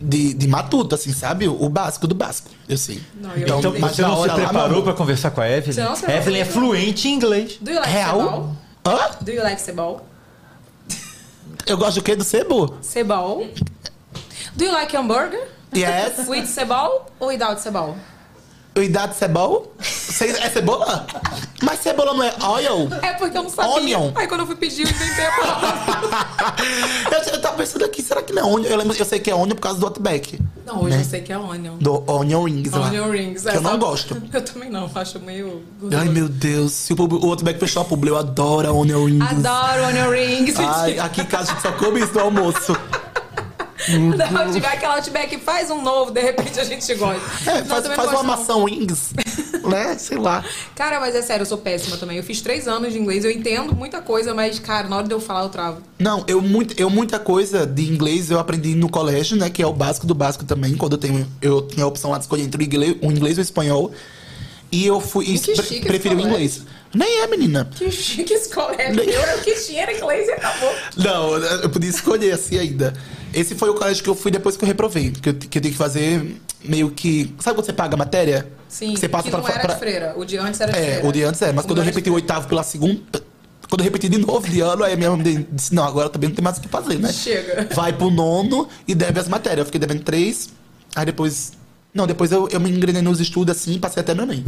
Speaker 5: de, de matuto, assim, sabe? O básico do básico. Eu sei.
Speaker 1: Não, eu
Speaker 2: Então,
Speaker 1: sei.
Speaker 5: mas
Speaker 2: você
Speaker 5: na
Speaker 2: não se
Speaker 5: hora lá,
Speaker 2: preparou
Speaker 5: não.
Speaker 2: pra conversar com a
Speaker 1: Você
Speaker 2: Evelyn?
Speaker 1: não se
Speaker 2: Evelyn é
Speaker 1: preparou.
Speaker 2: fluente em inglês.
Speaker 1: Do you like
Speaker 5: Real?
Speaker 1: cebol?
Speaker 5: Hã?
Speaker 1: Do you like cebol?
Speaker 5: Eu gosto do quê? Do sebo?
Speaker 1: Cebol. Do you like hambúrguer? *laughs*
Speaker 5: Yes.
Speaker 1: With cebol ou without cebol?
Speaker 5: O idade cebola? Cê- É cebola? Mas cebola não é oil?
Speaker 1: É porque eu não sabia.
Speaker 5: Onion.
Speaker 1: Aí quando eu fui pedir, eu inventei a
Speaker 5: *laughs*
Speaker 1: palavra.
Speaker 5: Eu, eu tava pensando aqui, será que não é onion? Eu, lembro- eu sei que é onion por causa do Outback.
Speaker 1: Não, hoje
Speaker 5: Né?
Speaker 1: eu sei que é onion.
Speaker 5: Do onion rings lá.
Speaker 1: Onion rings.
Speaker 5: Que eu não
Speaker 1: Essa-
Speaker 5: gosto.
Speaker 1: *laughs* Eu também não, acho meio...
Speaker 5: Ai, meu Deus. Se o, pub- o Outback fechar a publi, eu adoro onion rings.
Speaker 1: Adoro onion rings. *laughs*
Speaker 5: Ai, aqui em casa a gente só come isso no almoço.
Speaker 1: Da Outback, aquela Outback faz um novo, de repente a gente gosta.
Speaker 5: É,
Speaker 1: Não,
Speaker 5: faz,
Speaker 1: também
Speaker 5: faz
Speaker 1: não
Speaker 5: uma
Speaker 1: gosto, não.
Speaker 5: maçã wings. Né? Sei lá.
Speaker 1: Cara, mas é sério, eu sou péssima também. Eu fiz três anos de inglês, eu entendo muita coisa, mas, cara, na hora de eu falar, eu travo.
Speaker 5: Não, eu, muito, eu muita coisa de inglês eu aprendi no colégio, né? Que é o básico do básico também. Quando eu tenho, eu tinha a opção lá de escolher entre o inglês, o inglês ou o espanhol. E eu fui. E
Speaker 1: Que chique
Speaker 5: pre-
Speaker 1: esse
Speaker 5: preferi o
Speaker 1: colégio.
Speaker 5: inglês. Nem é, menina.
Speaker 1: Que chique esse colégio. Eu era o que tinha era inglês e acabou.
Speaker 5: Não, eu podia escolher assim ainda. Esse foi o colégio que eu fui depois que eu reprovei. Que eu, que eu tinha que fazer meio que. Sabe quando você paga a matéria?
Speaker 1: Sim,
Speaker 5: Que Você passa
Speaker 1: que
Speaker 5: pra,
Speaker 1: não era
Speaker 5: pra-
Speaker 1: de freira. O de antes era de
Speaker 5: É,
Speaker 1: freira.
Speaker 5: o de antes é, mas
Speaker 1: O
Speaker 5: quando
Speaker 1: meu
Speaker 5: eu
Speaker 1: era de
Speaker 5: repeti o oitavo pela segunda. Quando eu repeti de novo de ano, aí a minha mãe disse: Não, agora também não tem mais o que fazer, né?
Speaker 1: Chega.
Speaker 5: Vai pro nono e deve as matérias. Eu fiquei devendo três, aí depois. Não, depois eu, eu me engrenei nos estudos assim e passei até meu Enem.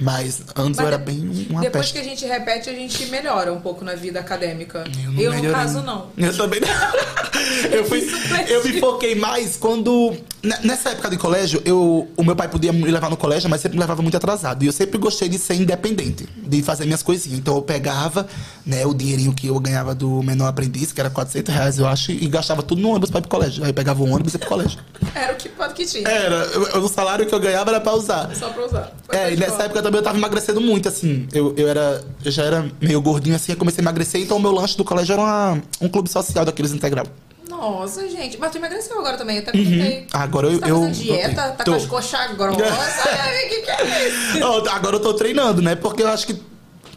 Speaker 5: Mas antes
Speaker 1: Mas
Speaker 5: eu era
Speaker 1: de-
Speaker 5: bem um uma
Speaker 1: Depois
Speaker 5: peste.
Speaker 1: que a gente repete, a gente melhora um pouco na vida acadêmica. Eu,
Speaker 5: não
Speaker 1: no
Speaker 5: melhorei.
Speaker 1: caso, não.
Speaker 5: Eu
Speaker 1: *laughs*
Speaker 5: também não. Eu, fui, eu me foquei mais quando. n- Nessa época de colégio, eu, o meu pai podia me levar no colégio, mas sempre me levava muito atrasado. E eu sempre gostei de ser independente, de fazer minhas coisinhas. Então eu pegava né, o dinheirinho que eu ganhava do menor aprendiz, que era 400 reais, eu acho, e gastava tudo no ônibus pra ir pro colégio. Aí eu pegava o ônibus e ia pro colégio.
Speaker 1: Era o que, o que tinha.
Speaker 5: Era, eu- eu- o salário que eu ganhava era pra usar.
Speaker 1: Só pra usar. Foi pra
Speaker 5: É, e nessa
Speaker 1: escola.
Speaker 5: época também eu tava emagrecendo muito, assim. Eu, eu era. Eu já era meio gordinho assim, eu comecei a emagrecer, então o meu lanche do colégio era uma- um clube social daqueles integral.
Speaker 1: Nossa, gente. Mas tu emagreceu agora também, até perguntei.
Speaker 5: Uhum. Agora eu-
Speaker 1: Você tá
Speaker 5: eu-
Speaker 1: fazendo dieta? Tá
Speaker 5: tô.
Speaker 1: com as coxas
Speaker 5: *laughs*
Speaker 1: grossas? Ai, que que é isso?
Speaker 5: Ó, Agora eu tô treinando, né? Porque eu acho que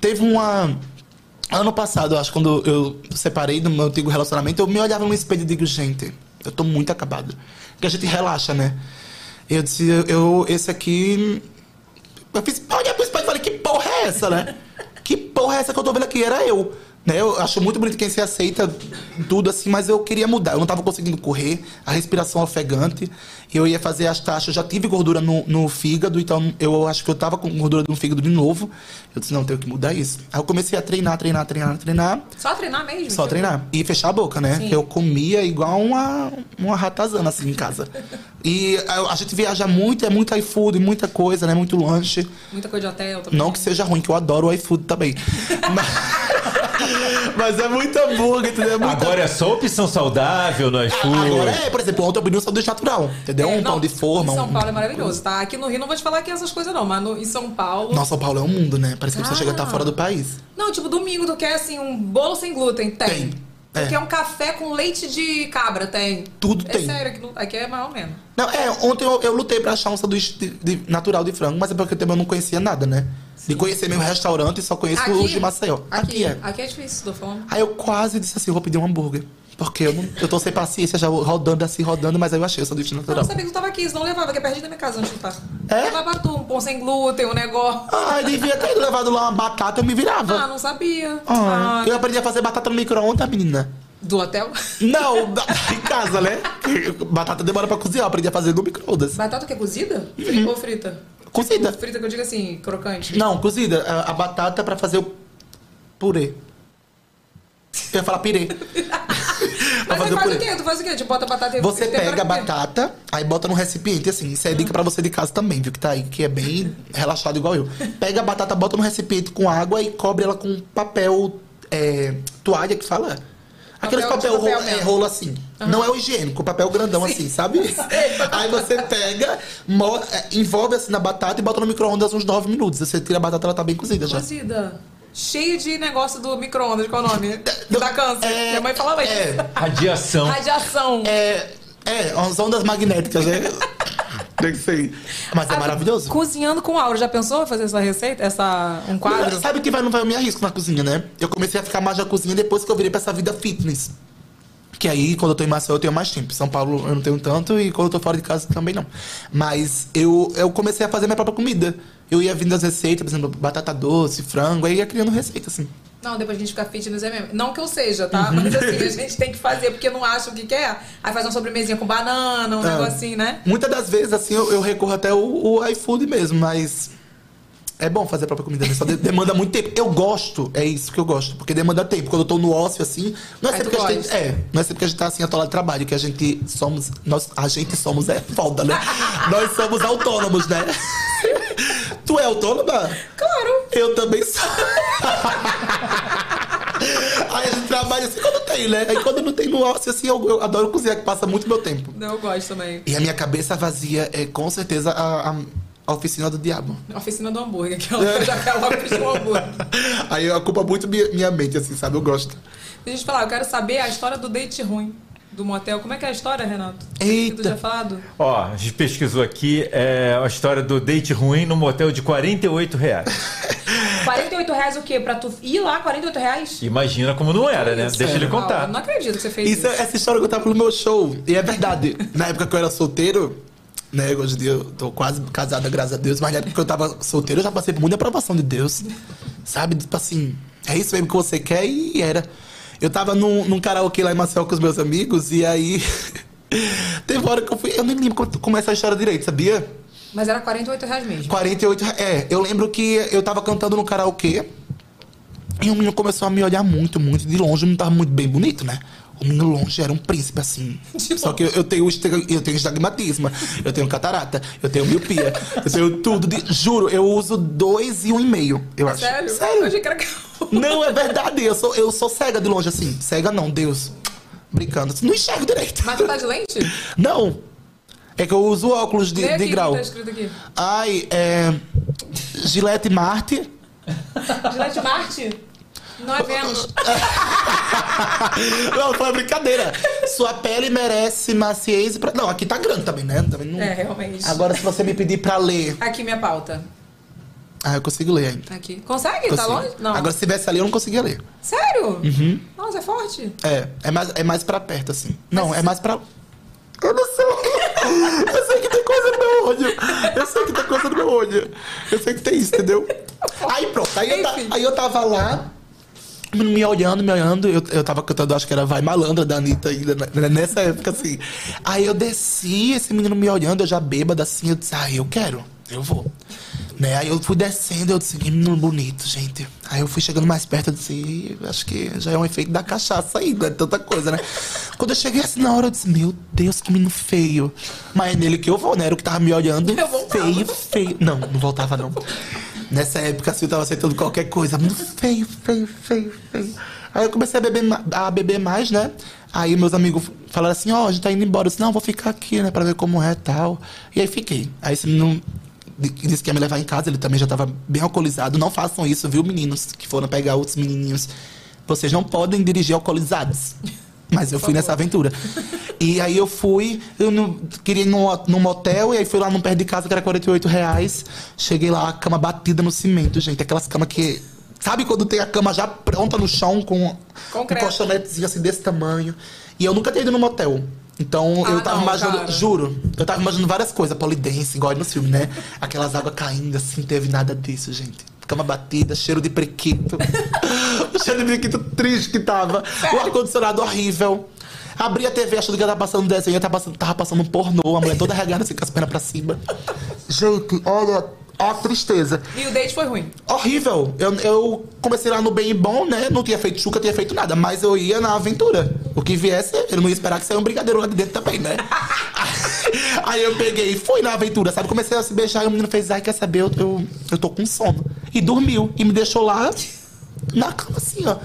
Speaker 5: teve uma. Ano passado, eu acho, quando eu separei do meu antigo relacionamento, eu me olhava no espelho e digo, gente, eu tô muito acabado. Porque a gente relaxa, né? Eu disse, eu, eu- esse aqui. Eu fiz, olha pro espelho e falei, que porra é essa, é né? *laughs* Que porra é essa que eu tô vendo aqui? Era eu. Né? Eu acho muito bonito quem se aceita tudo assim, mas eu queria mudar. Eu não tava conseguindo correr, a respiração ofegante. Eu ia fazer as taxas, eu já tive gordura no, no fígado, então eu acho que eu tava com gordura no fígado de novo. Eu disse, não, tenho que mudar isso. Aí eu comecei a treinar, treinar, treinar, treinar.
Speaker 1: Só treinar mesmo?
Speaker 5: Só
Speaker 1: tipo?
Speaker 5: treinar. E fechar a boca, né? Eu comia igual uma, uma ratazana, assim, em casa. E eh, a, a gente viaja muito, é muito iFood, muita coisa, né? Muito lanche.
Speaker 1: Muita coisa de hotel também.
Speaker 5: Não que seja ruim, que eu adoro o iFood
Speaker 1: *laughs*
Speaker 5: também. mas, mas é muito hambúrguer, entendeu? É muita-
Speaker 2: Agora é só opção saudável no
Speaker 5: Agora
Speaker 2: iFood.
Speaker 5: é, por exemplo, ontem eu pedi um sanduíche natural, entendeu?
Speaker 1: É,
Speaker 5: um
Speaker 1: não,
Speaker 5: pão de forma.
Speaker 1: Em São
Speaker 5: um-
Speaker 1: Paulo é maravilhoso, tá? Aqui no Rio não vou te falar que essas coisas não, mas no- em São Paulo...
Speaker 5: Nossa, São Paulo é um mundo, né? Parece que você
Speaker 1: Ah.
Speaker 5: chega a estar fora do país.
Speaker 1: Não, tipo, domingo tu quer, assim, um bolo sem glúten? Tem.
Speaker 5: Tem.
Speaker 1: Tu
Speaker 5: É.
Speaker 1: quer um café com leite de cabra? Tem.
Speaker 5: Tudo
Speaker 1: é
Speaker 5: tem.
Speaker 1: sério, aqui, no- aqui é mais ou menos.
Speaker 5: Não, é, ontem eu, eu lutei pra achar um sanduíche de- de- natural de frango, mas é porque eu também não conhecia nada, né? De conhecer meu restaurante, só conheço os de Maceió.
Speaker 1: Aqui, aqui,
Speaker 5: é.
Speaker 1: é. difícil, tô falando.
Speaker 5: Aí eu quase disse assim, vou pedir um hambúrguer. Porque eu, não- eu tô sem paciência, já rodando assim, rodando, mas aí eu achei o sanduíche
Speaker 1: Não, eu
Speaker 5: natural.
Speaker 1: sabia que tu tava aqui, senão eu levava, que é perdido da minha casa onde tu tá.
Speaker 5: É?
Speaker 1: Levava tu, um pão sem glúten, um negócio.
Speaker 5: Ai, Ah, devia ter levado lá uma batata, eu me virava.
Speaker 1: Ah, não sabia.
Speaker 5: Ah,
Speaker 1: Ah,
Speaker 5: eu aprendi a fazer batata no micro-ondas, menina.
Speaker 1: Do hotel?
Speaker 5: Não, da- em casa, né? Que Batata demora pra cozinhar, eu aprendi a fazer no micro-ondas.
Speaker 1: Batata que é cozida? Fri- Ou frita?
Speaker 5: Cozida.
Speaker 1: Frita que eu digo assim, crocante.
Speaker 5: Não, cozida. A, a batata pra fazer o purê. Eu ia
Speaker 1: *laughs*
Speaker 5: falar pirê. pra
Speaker 1: Mas aí
Speaker 5: fazer o
Speaker 1: faz o
Speaker 5: purê.
Speaker 1: quê? Tu faz o quê? Tu bota batata e
Speaker 5: Você
Speaker 1: tempera
Speaker 5: pega a
Speaker 1: com o quê?
Speaker 5: batata, aí bota num recipiente, assim, isso é dica pra você de casa também, viu? Que tá aí, que é bem relaxado igual eu. Pega a batata, bota num recipiente com água e cobre ela com papel, é, toalha que fala. Aqueles
Speaker 1: Papel
Speaker 5: papel,
Speaker 1: de papel
Speaker 5: rolo, é,
Speaker 1: mesmo.
Speaker 5: rolo assim. Não é o higiênico, papel grandão
Speaker 1: *laughs*
Speaker 5: assim, sabe?
Speaker 1: tá
Speaker 5: Aí você pega, mo- é, envolve assim na batata e bota no micro-ondas uns 9 minutos. Você tira a batata, ela tá bem cozida já.
Speaker 1: Cozida. Cheio de negócio do micro-ondas, qual é o
Speaker 5: *laughs*
Speaker 1: nome? Que
Speaker 5: não,
Speaker 1: dá câncer.
Speaker 5: é,
Speaker 1: Minha mãe falava isso.
Speaker 5: é.
Speaker 2: Radiação.
Speaker 1: Radiação.
Speaker 5: É, é, as ondas magnéticas, né? *laughs* Tem que ser. Mas é
Speaker 1: Ah,
Speaker 5: maravilhoso.
Speaker 1: Cozinhando com aura. Já pensou em fazer essa receita? Essa, um quadro?
Speaker 5: Sabe que vai, não vai, eu me arrisco na cozinha, né? Eu comecei a ficar mais na cozinha depois que eu virei pra essa vida fitness. Que aí, quando eu tô em Maceió, eu tenho mais tempo. Em São Paulo, eu não tenho tanto. E quando eu tô fora de casa, também não. Mas eu, eu comecei a fazer minha própria comida. Eu ia vindo as receitas, por exemplo, batata doce, frango. Aí ia criando receita, assim.
Speaker 1: Não, depois a gente fica fitness é mesmo. Não que eu seja, tá?
Speaker 5: Uhum.
Speaker 1: Mas assim, a gente tem que fazer, porque não acha o que quer. Aí faz uma sobremesinha com banana, um
Speaker 5: É.
Speaker 1: negocinho, né?
Speaker 5: Muitas das vezes, assim, eu, eu recorro até o, o iFood mesmo, mas... É bom fazer a própria comida, né? Só de- demanda muito tempo. Eu gosto, é isso que eu gosto, porque demanda tempo. Quando eu tô no ócio, assim, não é
Speaker 1: Aí
Speaker 5: sempre
Speaker 1: tu
Speaker 5: que a gente.
Speaker 1: gosta.
Speaker 5: É, não é sempre que a gente tá assim, atolado de trabalho, que a gente somos. Nós, a gente somos é foda, né? nós somos autônomos, né? tu é autônoma?
Speaker 1: Claro.
Speaker 5: Eu também sou. Aí a gente trabalha assim quando tem, né? Aí quando não tem no ócio, assim, eu, eu adoro cozinhar, que passa muito meu tempo.
Speaker 1: Não, eu gosto também.
Speaker 5: E a minha cabeça vazia é com certeza a, a- a oficina do diabo. *laughs*
Speaker 1: Oficina do hambúrguer, que é eu já quero logo pedir um hambúrguer.
Speaker 5: Aí eu culpa muito minha, minha mente, assim, sabe? Eu gosto.
Speaker 1: Deixa eu te falar, eu quero saber a história do date ruim do motel. Como é que é a história, Renato?
Speaker 5: Eita.
Speaker 1: Que tu já falado?
Speaker 2: Ó, a gente pesquisou aqui é, a história do date ruim num motel de 48 reais.
Speaker 1: 48 reais o quê? Pra tu ir lá, 48 reais?
Speaker 2: Imagina como não era, né? Deixa ele
Speaker 1: Ah, eu
Speaker 2: contar.
Speaker 1: não acredito que você fez isso.
Speaker 5: Isso, é- essa história que eu tava no meu show. E é verdade. Na época que eu era solteiro, né? Hoje em dia eu tô quase casada, graças a Deus. Mas na época que eu tava solteiro, eu já passei por muita aprovação de Deus. Sabe? Tipo assim, é isso mesmo que você quer e era. Eu tava num, num karaokê lá em Maceió com os meus amigos e aí... *laughs* Teve uma hora que eu fui... Eu nem lembro como- como é essa história direito, sabia?
Speaker 1: Mas era 48 reais mesmo.
Speaker 5: 48 É, eu lembro que eu tava cantando no karaokê e o menino começou a me olhar muito, muito de longe. O menino tava muito bem bonito, né? O menino longe era um príncipe, assim. Só que eu, eu tenho estra- eu tenho estigmatismo, eu tenho catarata, eu tenho miopia, eu tenho tudo de. Juro, eu uso dois e um e meio, eu acho.
Speaker 1: Sério? Eu achei
Speaker 5: Sério?
Speaker 1: que era...
Speaker 5: Não, é verdade. Eu sou, eu sou cega de longe, assim. Cega não, Deus. Brincando. Não enxergo direito.
Speaker 1: Mas tu tá de lente?
Speaker 5: Não. É que eu uso óculos de,
Speaker 1: Lê
Speaker 5: de
Speaker 1: aqui o que
Speaker 5: grau.
Speaker 1: tá escrito aqui.
Speaker 5: Ai, é. Gillette Marte.
Speaker 1: Gillette Marte? Não é Vênus.
Speaker 5: Não, foi uma brincadeira. Sua pele merece maciez e. Pra... Não, aqui tá grande também, né? Também não...
Speaker 1: É, realmente.
Speaker 5: Agora, se você me pedir pra ler.
Speaker 1: Aqui minha pauta.
Speaker 5: Ah, eu consigo ler ainda.
Speaker 1: Aqui. Consegue? Tá
Speaker 5: Consigo.
Speaker 1: longe? Não.
Speaker 5: Agora, Uhum. se tivesse ali, eu não conseguia ler.
Speaker 1: Sério? Nossa, é forte?
Speaker 5: É, é mais, é mais pra perto, assim. Não, é mais pra. Eu não *laughs* sei.
Speaker 1: *laughs*
Speaker 5: Eu sei que tem coisa no meu olho. Eu sei que tem coisa no meu olho. Eu sei que tem isso, entendeu? Aí pronto, aí eu, ta- aí eu tava lá, me olhando, me olhando, eu, eu tava cantando, acho que era Vai Malandra da Anitta ainda, né, nessa época assim. Aí eu desci, esse menino me olhando, eu já bêbada assim, eu disse, ah, eu quero, eu vou. Né? Aí eu fui descendo, eu disse, que menino bonito, gente. Aí eu fui chegando mais perto, eu disse, "Ih, acho que já é um efeito da cachaça ainda, é tanta coisa, né? Quando eu cheguei assim na hora, eu disse, meu Deus, que menino feio. Mas é nele que eu vou, né? Era o que tava me olhando, feio, feio. Não, não voltava não. Nessa época, assim, eu tava aceitando qualquer coisa. Muito feio, feio, feio, feio. Aí eu comecei a beber, ma- a beber mais, né? Aí meus amigos falaram assim, ó, a gente tá indo embora. Eu disse, não, vou ficar aqui, né, pra ver como é e tal. E aí fiquei. Aí esse menino di- disse que ia me levar em casa, ele também já tava bem alcoolizado. Não façam isso, viu, meninos que foram pegar outros menininhos. Vocês não podem dirigir alcoolizados. Mas eu fui nessa aventura. E aí eu fui, eu não, queria ir num, num motel, e aí fui lá num perto de casa que era 48 reais. Cheguei lá, a cama batida no cimento, gente. Aquelas camas que. Sabe quando tem a cama já pronta no chão, com
Speaker 1: Concreto.
Speaker 5: um colchonetezinho assim desse tamanho. E eu nunca tinha ido num motel. Então
Speaker 1: Ah,
Speaker 5: eu tava
Speaker 1: não,
Speaker 5: imaginando.
Speaker 1: cara.
Speaker 5: Juro, eu tava imaginando várias coisas, polidense, igual nos filmes, né? Aquelas águas caindo assim, teve nada disso, gente. Cama batida, cheiro de prequito. *laughs* o cheiro de prequito triste que tava. O ar-condicionado horrível. Abri a TV achando que ela tava passando desenho, tava passando, tava passando um pornô, a mulher toda regada assim com as pernas pra cima. Gente, olha, a tristeza.
Speaker 1: E o date foi ruim.
Speaker 5: Horrível. Eu, eu comecei lá no bem e bom, né? Não tinha feito chuca, tinha feito nada. Mas eu ia na aventura. O que viesse, eu não ia esperar que saia um brigadeiro lá de dentro também, né? *laughs* Aí eu peguei e fui na aventura, sabe? Comecei a se beijar e o menino fez, ai, quer saber? Eu, eu, eu tô com sono. E dormiu. E me deixou lá na cama, assim, ó.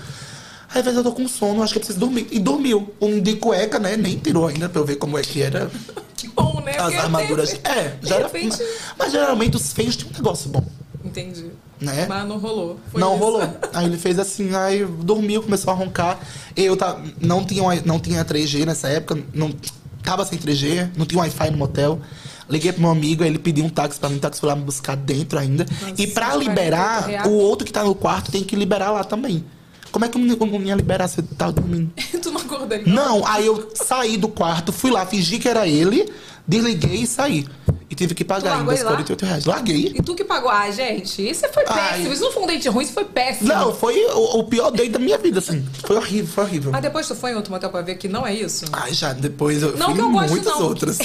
Speaker 5: Aí, às vezes, eu tô com sono, acho que eu preciso dormir. E dormiu. Um de cueca, né? Nem tirou ainda pra eu ver como é que era
Speaker 1: Que bom, né?
Speaker 5: as
Speaker 1: Porque
Speaker 5: armaduras.
Speaker 1: teve-
Speaker 5: É,
Speaker 1: De
Speaker 5: já era.
Speaker 1: repente-
Speaker 5: Mas geralmente os feios têm um negócio bom,
Speaker 1: Entendi.
Speaker 5: né?
Speaker 1: Mas não rolou. Foi
Speaker 5: não
Speaker 1: isso.
Speaker 5: rolou.
Speaker 1: *laughs*
Speaker 5: Aí ele fez assim, aí dormiu, começou a roncar. Eu tá, não, tinha, wi- não tinha 3G nessa época, não tava sem 3G, não tinha um Wi-Fi no motel. Liguei pro meu amigo, aí ele pediu um táxi pra mim, o táxi foi lá me buscar dentro ainda. e pra
Speaker 1: 48
Speaker 5: liberar,
Speaker 1: reais.
Speaker 5: o outro que tá no quarto tem que liberar lá também. Como é que o menino- o menino ia liberar se ele
Speaker 1: *laughs*
Speaker 5: tava dormindo?
Speaker 1: tu não acordou então? ele.
Speaker 5: Não, aí eu saí do quarto, fui lá, fingi que era ele, desliguei e saí. E tive que
Speaker 1: Tu
Speaker 5: pagar
Speaker 1: largou
Speaker 5: ainda os
Speaker 1: ele lá?
Speaker 5: 48 reais. Larguei.
Speaker 1: E tu que pagou? Ah, gente, isso foi
Speaker 5: Ai.
Speaker 1: péssimo. Isso não foi um date ruim, isso foi péssimo.
Speaker 5: Não, foi o, o pior date da minha vida, assim. Foi horrível, foi horrível.
Speaker 1: Mas depois tu foi em outro motel pra ver que não é isso?
Speaker 5: Ai, já, depois eu
Speaker 1: Não
Speaker 5: fiz
Speaker 1: que eu goste,
Speaker 5: muitas
Speaker 1: não. *laughs*
Speaker 5: outras.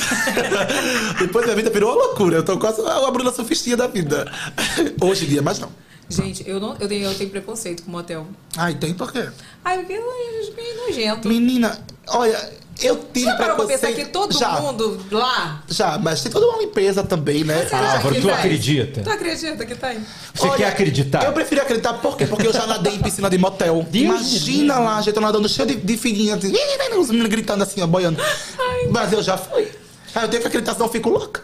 Speaker 5: depois minha vida virou uma loucura. Eu tô quase a Bruna Sufistinha da vida. Hoje em dia, mas não.
Speaker 1: Gente, eu, não, eu, tenho, eu tenho preconceito com motel.
Speaker 5: Ai, tem por quê?
Speaker 1: Ai, porque é meio nojento.
Speaker 5: Menina, olha, eu tive
Speaker 1: Já parou pra
Speaker 5: preconceito...
Speaker 1: pensar que todo
Speaker 5: já,
Speaker 1: mundo lá...
Speaker 5: Já, mas tem toda uma limpeza também, né?
Speaker 1: Você acha
Speaker 2: Álvaro,
Speaker 1: que
Speaker 2: tu
Speaker 1: tá aí?
Speaker 2: acredita?
Speaker 5: É.
Speaker 1: Tu acredita que tá aí?
Speaker 2: Ah, Você
Speaker 5: Olha,
Speaker 2: quer acreditar?
Speaker 5: Eu prefiro acreditar, por quê? Porque eu já nadei em piscina de motel. Imagina lá, a gente nadando cheio de, de filhinha, assim, os meninos gritando assim, ó, boiando. Mas eu já fui. Ah, eu tenho que acreditar, senão eu
Speaker 2: *laughs*
Speaker 5: fico louca.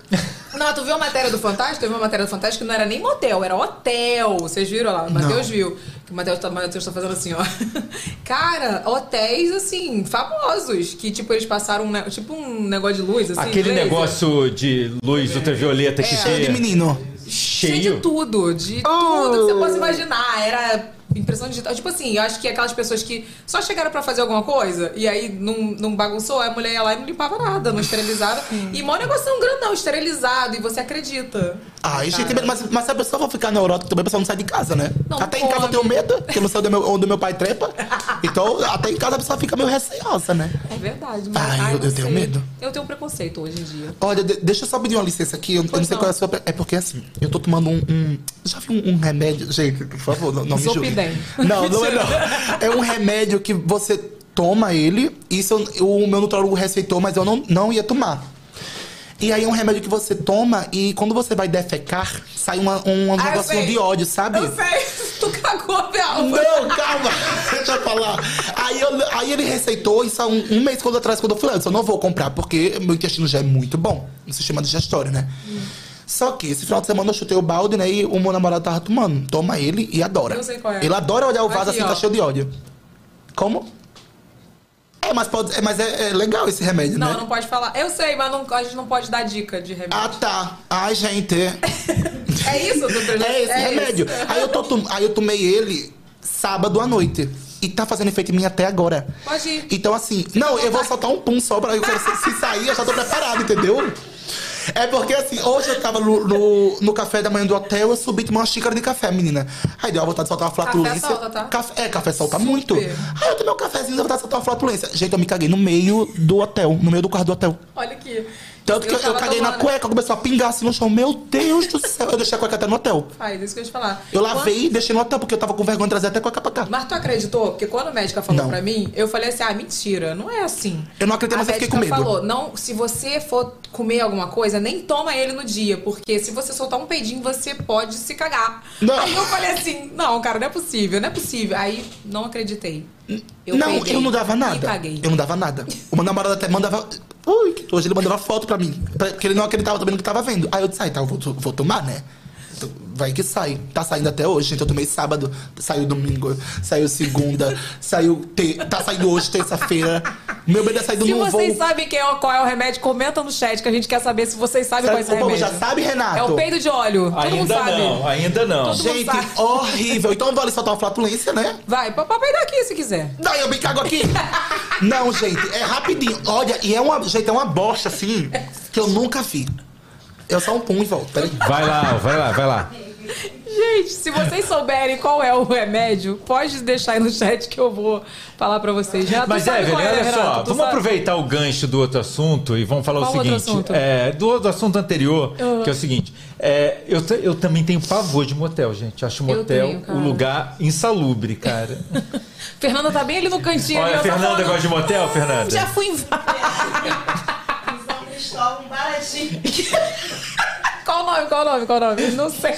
Speaker 1: Não, tu viu a matéria do Fantástico? Teve uma matéria do Fantástico que não era nem motel, era hotel. Vocês viram lá? O Matheus viu. Que o Matheus tá, o Matheus tá fazendo assim, ó. *laughs* Cara, hotéis, assim, famosos. Que, tipo, eles passaram um, ne- tipo um negócio de luz, assim. É.
Speaker 2: Aquele
Speaker 1: laser.
Speaker 2: negócio de luz ultravioleta que
Speaker 5: Cheio de
Speaker 2: vê
Speaker 5: menino.
Speaker 1: Cheio de
Speaker 2: cheio. Oh!
Speaker 1: tudo, de tudo que você possa imaginar. Era impressão digital. Tipo assim, eu acho que aquelas pessoas que só chegaram pra fazer alguma coisa e aí não, não bagunçou, aí a mulher ia lá e não limpava nada, não esterilizava. E mó negócio grandão, esterilizado, e você acredita.
Speaker 5: Ai, gente,
Speaker 1: Cara.
Speaker 5: mas, mas se a pessoa for ficar neurótica também, a pessoa não sai de casa, né?
Speaker 1: Não
Speaker 5: até em
Speaker 1: come.
Speaker 5: casa eu tenho medo, porque eu não sei onde meu, onde meu pai trepa. Então, até em casa a pessoa fica meio receosa, né?
Speaker 1: É verdade, mas.
Speaker 5: Ai, eu-
Speaker 1: não
Speaker 5: eu tenho
Speaker 1: sei.
Speaker 5: medo.
Speaker 1: Eu tenho um preconceito hoje em dia.
Speaker 5: Olha, de- deixa eu só pedir uma licença aqui. Eu, eu não sei
Speaker 1: não.
Speaker 5: qual é a sua. pre- É porque assim, eu tô tomando um. um- já vi um, um remédio. Gente, por favor, não, não me julgue.
Speaker 1: Zolpidem.
Speaker 5: Não, não é não. É um remédio que você toma ele. Isso eu- o meu nutrólogo receitou, mas eu não, não ia tomar. E aí é um remédio que você toma e quando você vai defecar, sai uma,
Speaker 1: Ah,
Speaker 5: um
Speaker 1: eu
Speaker 5: negocinho
Speaker 1: sei.
Speaker 5: de ódio, sabe?
Speaker 1: Eu sei, *laughs* tu cagou, Bel.
Speaker 5: Não, né? calma, *laughs* deixa eu falar. Aí, eu- aí ele receitou isso há um, um mês quando atrás, quando eu falei, antes, eu não vou comprar, porque meu intestino já é muito bom. No sistema digestório, né? Só que esse final de semana eu chutei o balde, né? E o meu namorado tava tomando. Toma ele e adora.
Speaker 1: Eu sei qual é.
Speaker 5: Ele adora olhar o
Speaker 1: Aqui,
Speaker 5: vaso assim,
Speaker 1: ó.
Speaker 5: tá cheio de ódio. Como? É, mas, pode, é, mas é, é legal esse remédio,
Speaker 1: Não,
Speaker 5: né?
Speaker 1: não pode falar. Eu sei, mas não- a gente não pode dar dica de remédio.
Speaker 5: Ah, tá. Ai, gente.
Speaker 1: É isso, doutor?
Speaker 5: É esse remédio.
Speaker 1: isso.
Speaker 5: Aí, eu tô tom- aí eu tomei ele sábado à noite. E tá fazendo efeito em mim até agora.
Speaker 1: Pode ir.
Speaker 5: Então, assim, não, eu vou soltar um pum só pra. Eu quero, se, se sair, eu já tô preparado, entendeu? É porque assim, hoje eu tava no, no, no café da manhã do hotel, eu subi tomar uma xícara de café, menina. Aí deu uma vontade de soltar uma flatulência.
Speaker 1: solta, tá?
Speaker 5: Café- é, café solta muito. Aí eu tomei um cafezinho, deu vontade de soltar uma flatulência. Gente, eu me caguei no meio do hotel, no meio do quarto do hotel.
Speaker 1: Olha aqui.
Speaker 5: Tanto que eu, eu
Speaker 1: tava
Speaker 5: caguei na
Speaker 1: tomando-
Speaker 5: cueca, começou a pingar assim no chão. Meu Deus do céu, eu deixei a cueca até no hotel.
Speaker 1: Faz, isso que eu ia te falar.
Speaker 5: Eu lavei e deixei no hotel, porque eu tava com vergonha de trazer até cueca pra cá.
Speaker 1: Mas tu acreditou? Porque quando a médica falou
Speaker 5: Não.
Speaker 1: pra mim, eu falei assim: ah, mentira, não é assim.
Speaker 5: Eu não acreditei,
Speaker 1: a
Speaker 5: mas eu fiquei
Speaker 1: médica
Speaker 5: Então com medo.
Speaker 1: falou: não, se você for comer alguma coisa, nem toma ele no dia, porque se você soltar um peidinho, você pode se cagar.
Speaker 5: Não.
Speaker 1: Aí eu falei assim: não, cara, não é possível, não é possível. Aí não acreditei. Eu
Speaker 5: não,
Speaker 1: peidei
Speaker 5: eu não dava
Speaker 1: E
Speaker 5: nada.
Speaker 1: caguei.
Speaker 5: Eu não dava nada. O meu namorado até mandava. Ui, que hoje ele mandava foto pra mim. pra- Porque ele não acreditava também no que tava vendo. Aí eu disse, ah, então eu vou, vou tomar, né? Então, Vai que sai. Tá saindo até hoje, gente. Eu tomei sábado, saiu domingo,
Speaker 1: *laughs*
Speaker 5: saiu segunda, saiu. Te... Tá saindo hoje, terça-feira. Meu bebê tá saindo
Speaker 1: Se
Speaker 5: num voo.
Speaker 1: vocês sabem quem é, qual é o remédio, comenta no chat que a gente quer saber se vocês sabem
Speaker 5: Será
Speaker 1: qual é
Speaker 5: que
Speaker 1: esse
Speaker 5: o povo
Speaker 1: remédio.
Speaker 5: já sabe, Renato?
Speaker 1: É o peido de óleo. Todo mundo
Speaker 2: Ainda
Speaker 1: sabe.
Speaker 2: não, ainda não.
Speaker 1: Todo mundo
Speaker 5: Gente,
Speaker 1: sabe.
Speaker 5: horrível. Então vale soltar uma flatulência, né?
Speaker 1: Vai, pra pra peidar aqui se quiser.
Speaker 5: Daí eu me cago aqui. *laughs* Não, gente, é rapidinho. Olha, e é uma, gente, é uma bosta assim que eu nunca vi. Eu só um pum e volto. Peraí.
Speaker 2: Vai lá, ó, vai lá, vai lá.
Speaker 1: Gente, se vocês souberem qual é o remédio, pode deixar aí no chat que eu vou falar pra vocês. Renato,
Speaker 2: Mas
Speaker 1: tu sabe
Speaker 2: Evelyn,
Speaker 1: qual é,
Speaker 2: olha
Speaker 1: Renato?
Speaker 2: só,
Speaker 1: Tu
Speaker 2: vamos
Speaker 1: sabe?
Speaker 2: aproveitar o gancho do outro assunto e vamos falar
Speaker 1: Qual
Speaker 2: o
Speaker 1: outro
Speaker 2: seguinte.
Speaker 1: assunto?
Speaker 2: é, do, do assunto anterior, que é o seguinte. é, eu, te- eu também tenho pavor de motel, gente. Acho
Speaker 1: Eu
Speaker 2: motel
Speaker 1: tenho, cara.
Speaker 2: um lugar insalubre,
Speaker 1: *laughs*
Speaker 2: cara.
Speaker 1: Fernanda tá bem ali no cantinho. ali,
Speaker 2: olha,
Speaker 1: ó,
Speaker 2: Fernanda
Speaker 1: só falando,
Speaker 2: gosta de motel, Fernanda?
Speaker 1: Já fui em vários.
Speaker 9: Em São Cristóvão, baratinho.
Speaker 1: Qual o nome? Qual o nome? Qual o nome? Não sei.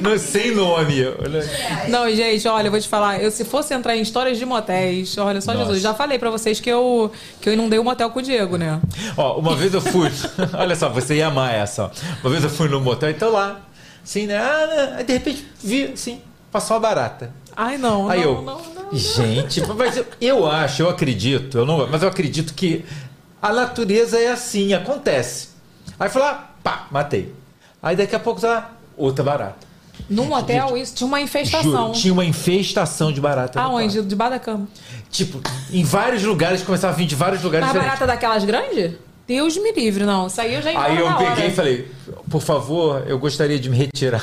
Speaker 2: Não sei nome. olha.
Speaker 1: Não, gente, olha, eu vou te falar. Eu, se fosse entrar em histórias de motéis, olha só,
Speaker 2: Nossa.
Speaker 1: Jesus, já falei pra vocês que eu, que eu inundei o motel com o Diego, né?
Speaker 2: Ó, uma vez eu fui. *laughs* Olha só, você ia amar essa. ó. Uma vez eu fui no motel e tô lá. Assim, né? Ah, né, Aí de repente vi, assim, passou uma barata.
Speaker 1: Ai, não.
Speaker 2: Aí
Speaker 1: não,
Speaker 2: eu.
Speaker 1: não, não.
Speaker 2: Gente, mas eu, eu acho, eu acredito, eu não, mas eu acredito que a natureza é assim, acontece. Aí foi lá, pá, matei. Aí daqui a pouco tá lá, outra barata.
Speaker 1: Num motel, isso tinha uma
Speaker 2: Juro,
Speaker 1: infestação.
Speaker 2: tinha uma infestação de barata. no
Speaker 1: Aonde? Debaixo da cama.
Speaker 2: quarto. Tipo, em vários lugares, começava a vir de vários lugares
Speaker 1: Mas
Speaker 2: diferentes.
Speaker 1: barata daquelas grandes? Deus me livre, não. Isso aí eu já ignoro
Speaker 2: Aí eu
Speaker 1: na hora.
Speaker 2: peguei e falei, por favor, eu gostaria de
Speaker 1: *laughs*
Speaker 2: me retirar.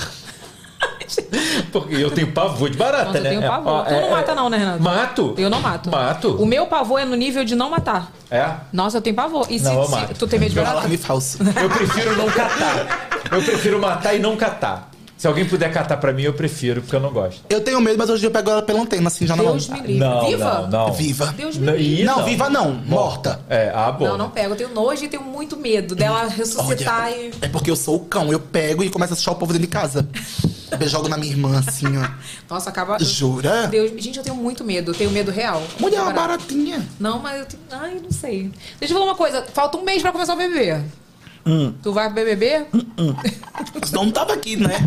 Speaker 2: Porque eu tenho pavor de barata,
Speaker 1: Nossa, eu
Speaker 2: né?
Speaker 1: tenho pavor.
Speaker 2: Ó,
Speaker 1: Tu não mata não, né, Renato?
Speaker 2: Mato.
Speaker 1: Eu não mato.
Speaker 2: Mato.
Speaker 1: O meu pavor é no nível de não matar.
Speaker 2: É.
Speaker 1: Nossa, eu tenho pavor. E se,
Speaker 2: Não, eu
Speaker 1: se-
Speaker 2: mato.
Speaker 1: tu tem medo de
Speaker 5: Meu
Speaker 1: barata?
Speaker 5: alarme falso.
Speaker 2: Eu prefiro não catar. Eu prefiro matar e não catar. Se alguém puder catar pra mim, eu prefiro, porque eu não gosto.
Speaker 5: Eu tenho medo, mas hoje eu pego ela pela antena, assim, já na mão.
Speaker 1: Deus me livre.
Speaker 2: Não,
Speaker 1: Viva?
Speaker 2: não, não.
Speaker 5: É Viva.
Speaker 1: Deus me
Speaker 2: Não,
Speaker 1: livre.
Speaker 2: e
Speaker 5: Não, viva não, morta.
Speaker 2: É, ah, bom.
Speaker 1: Não, não pego. Eu tenho nojo e tenho muito medo dela ressuscitar
Speaker 5: Olha,
Speaker 1: e...
Speaker 5: é porque eu sou o cão. Eu pego e começo a achar o povo dentro de casa. Eu jogo na minha irmã, assim, ó.
Speaker 1: Nossa, acaba...
Speaker 5: Jura?
Speaker 1: Deus... Gente, eu tenho muito medo. Eu tenho medo real.
Speaker 5: Mulher é uma
Speaker 1: Barata.
Speaker 5: baratinha.
Speaker 1: Não, mas eu tenho... Ai, não sei. Deixa eu falar uma coisa. Falta um mês pra começar o BBB.
Speaker 5: Hum.
Speaker 1: Tu vai pro BBB?
Speaker 5: Senão não tava aqui, né?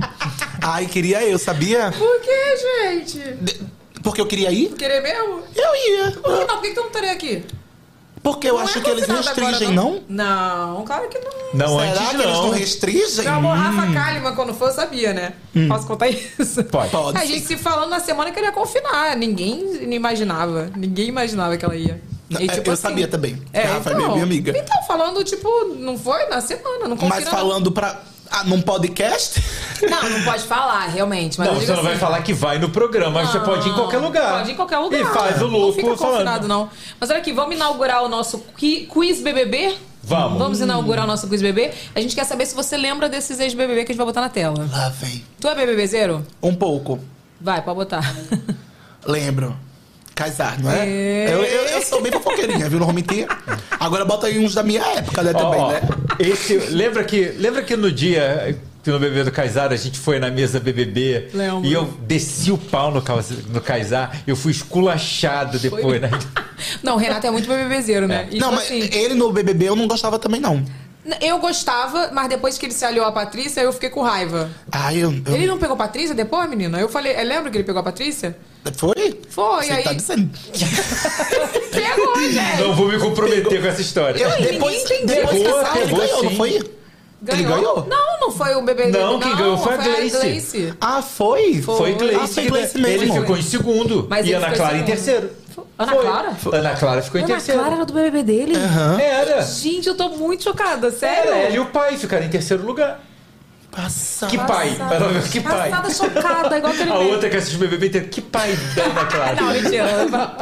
Speaker 5: Ai, queria eu, sabia?
Speaker 1: Por que, gente?
Speaker 5: De- Porque eu queria ir?
Speaker 1: Querer mesmo?
Speaker 5: Eu ia.
Speaker 1: Não, por que, que tu não estaria aqui?
Speaker 5: Porque eu
Speaker 1: Não
Speaker 5: acho
Speaker 1: é
Speaker 5: que eles
Speaker 1: confinado agora,
Speaker 5: restringem, não?
Speaker 1: Não, claro que não.
Speaker 2: Não,
Speaker 5: Será
Speaker 2: antes
Speaker 5: que eles não
Speaker 2: não.
Speaker 5: restringem?
Speaker 1: Meu amor, Rafa Kalimann, quando for, sabia, né? Posso contar isso?
Speaker 2: Pode.
Speaker 5: Hum. Pode.
Speaker 1: A gente se falando na semana que ele ia confinar. Ninguém imaginava. Ninguém imaginava que ela ia.
Speaker 5: Não,
Speaker 1: E, tipo assim,
Speaker 5: é, eu sabia também, que a Rafa é minha- minha amiga.
Speaker 1: Então, falando, tipo, não foi na semana, não confina.
Speaker 5: Mas
Speaker 1: não.
Speaker 5: falando pra. Ah, num podcast? *laughs*
Speaker 1: Não, não pode falar, realmente. Mas
Speaker 2: Não,
Speaker 1: eu
Speaker 2: você
Speaker 1: digo
Speaker 2: não vai
Speaker 1: assim, Ah,
Speaker 2: falar que vai no programa, mas você pode ir em qualquer lugar.
Speaker 1: Pode ir em qualquer lugar.
Speaker 2: E faz o
Speaker 1: Não
Speaker 2: louco
Speaker 1: fica confinado,
Speaker 2: falando.
Speaker 1: não. Mas olha aqui, vamos inaugurar o nosso qui- quiz BBB?
Speaker 2: Vamos.
Speaker 1: Vamos inaugurar o nosso quiz BBB. A gente quer saber se você lembra desses ex-BBB que a gente vai botar na tela.
Speaker 5: Lá vem.
Speaker 1: Tu é BBBzeiro?
Speaker 5: Um pouco.
Speaker 1: Vai, pode botar. *laughs*
Speaker 5: Lembro. Casar, não é?
Speaker 1: É.
Speaker 5: Eu, eu, eu sou bem fofoqueirinha, viu? Não vou mentir. Agora bota aí uns da minha época, né? Também,
Speaker 2: Ó,
Speaker 5: né?
Speaker 2: Esse, lembra que lembra que no dia que no BBB do Kaysar a gente foi na mesa BBB
Speaker 1: Lembro.
Speaker 2: e eu desci o pau no, Kays- no Kaysar, eu fui esculachado depois, né?
Speaker 1: Não, o Renato é muito BBBzeiro, né? E,
Speaker 5: não,
Speaker 1: tipo
Speaker 5: mas é,
Speaker 1: assim,
Speaker 5: ele no BBB eu não gostava também, não.
Speaker 1: eu gostava, mas depois que ele se aliou à Patrícia, eu fiquei com raiva.
Speaker 5: Ai, Ah, eu. eu-
Speaker 1: Ele não pegou a Patrícia depois, menina? Eu falei, é, lembra que ele pegou a Patrícia?
Speaker 5: Foi?
Speaker 1: Foi,
Speaker 5: Você
Speaker 1: aí-
Speaker 5: tá dizendo.
Speaker 1: *laughs* Pegou, gente!
Speaker 2: É. Não vou me comprometer com essa história.
Speaker 5: Eu,
Speaker 1: ninguém
Speaker 5: depois
Speaker 1: entendeu.
Speaker 5: depois que
Speaker 2: Pegou,
Speaker 5: saiu, ele
Speaker 2: pegou,
Speaker 5: ganhou, não
Speaker 2: sim.
Speaker 5: foi? Ele ganhou?
Speaker 1: Não, não foi o BBB.
Speaker 2: Não, quem ganhou foi a Gleice. É
Speaker 1: Gleice.
Speaker 5: Ah, foi?
Speaker 2: Foi
Speaker 1: Foi.
Speaker 2: Gleice,
Speaker 5: Ah, foi
Speaker 2: que
Speaker 5: Gleice
Speaker 2: ele
Speaker 5: mesmo.
Speaker 2: ficou em segundo
Speaker 1: Mas
Speaker 2: e
Speaker 1: ele
Speaker 2: Ana
Speaker 1: ficou em
Speaker 2: Clara em
Speaker 1: segundo.
Speaker 2: terceiro.
Speaker 1: Ana
Speaker 2: Foi.
Speaker 1: Clara?
Speaker 2: Ana Clara ficou em
Speaker 1: Ana
Speaker 2: terceiro.
Speaker 1: Clara era do BBB dele?
Speaker 2: Era.
Speaker 1: Gente, eu tô muito chocada, sério.
Speaker 2: Era ela É. e o pai ficaram em terceiro lugar.
Speaker 5: Passado.
Speaker 2: Que pai? Ela- Que pai?
Speaker 1: Passada, chocada, igual aquele
Speaker 2: A
Speaker 1: meme. Ah,
Speaker 2: outra é que assiste o BBB inteiro. Que pai da
Speaker 1: *laughs*
Speaker 2: Ana Clara?
Speaker 1: Não, mentira.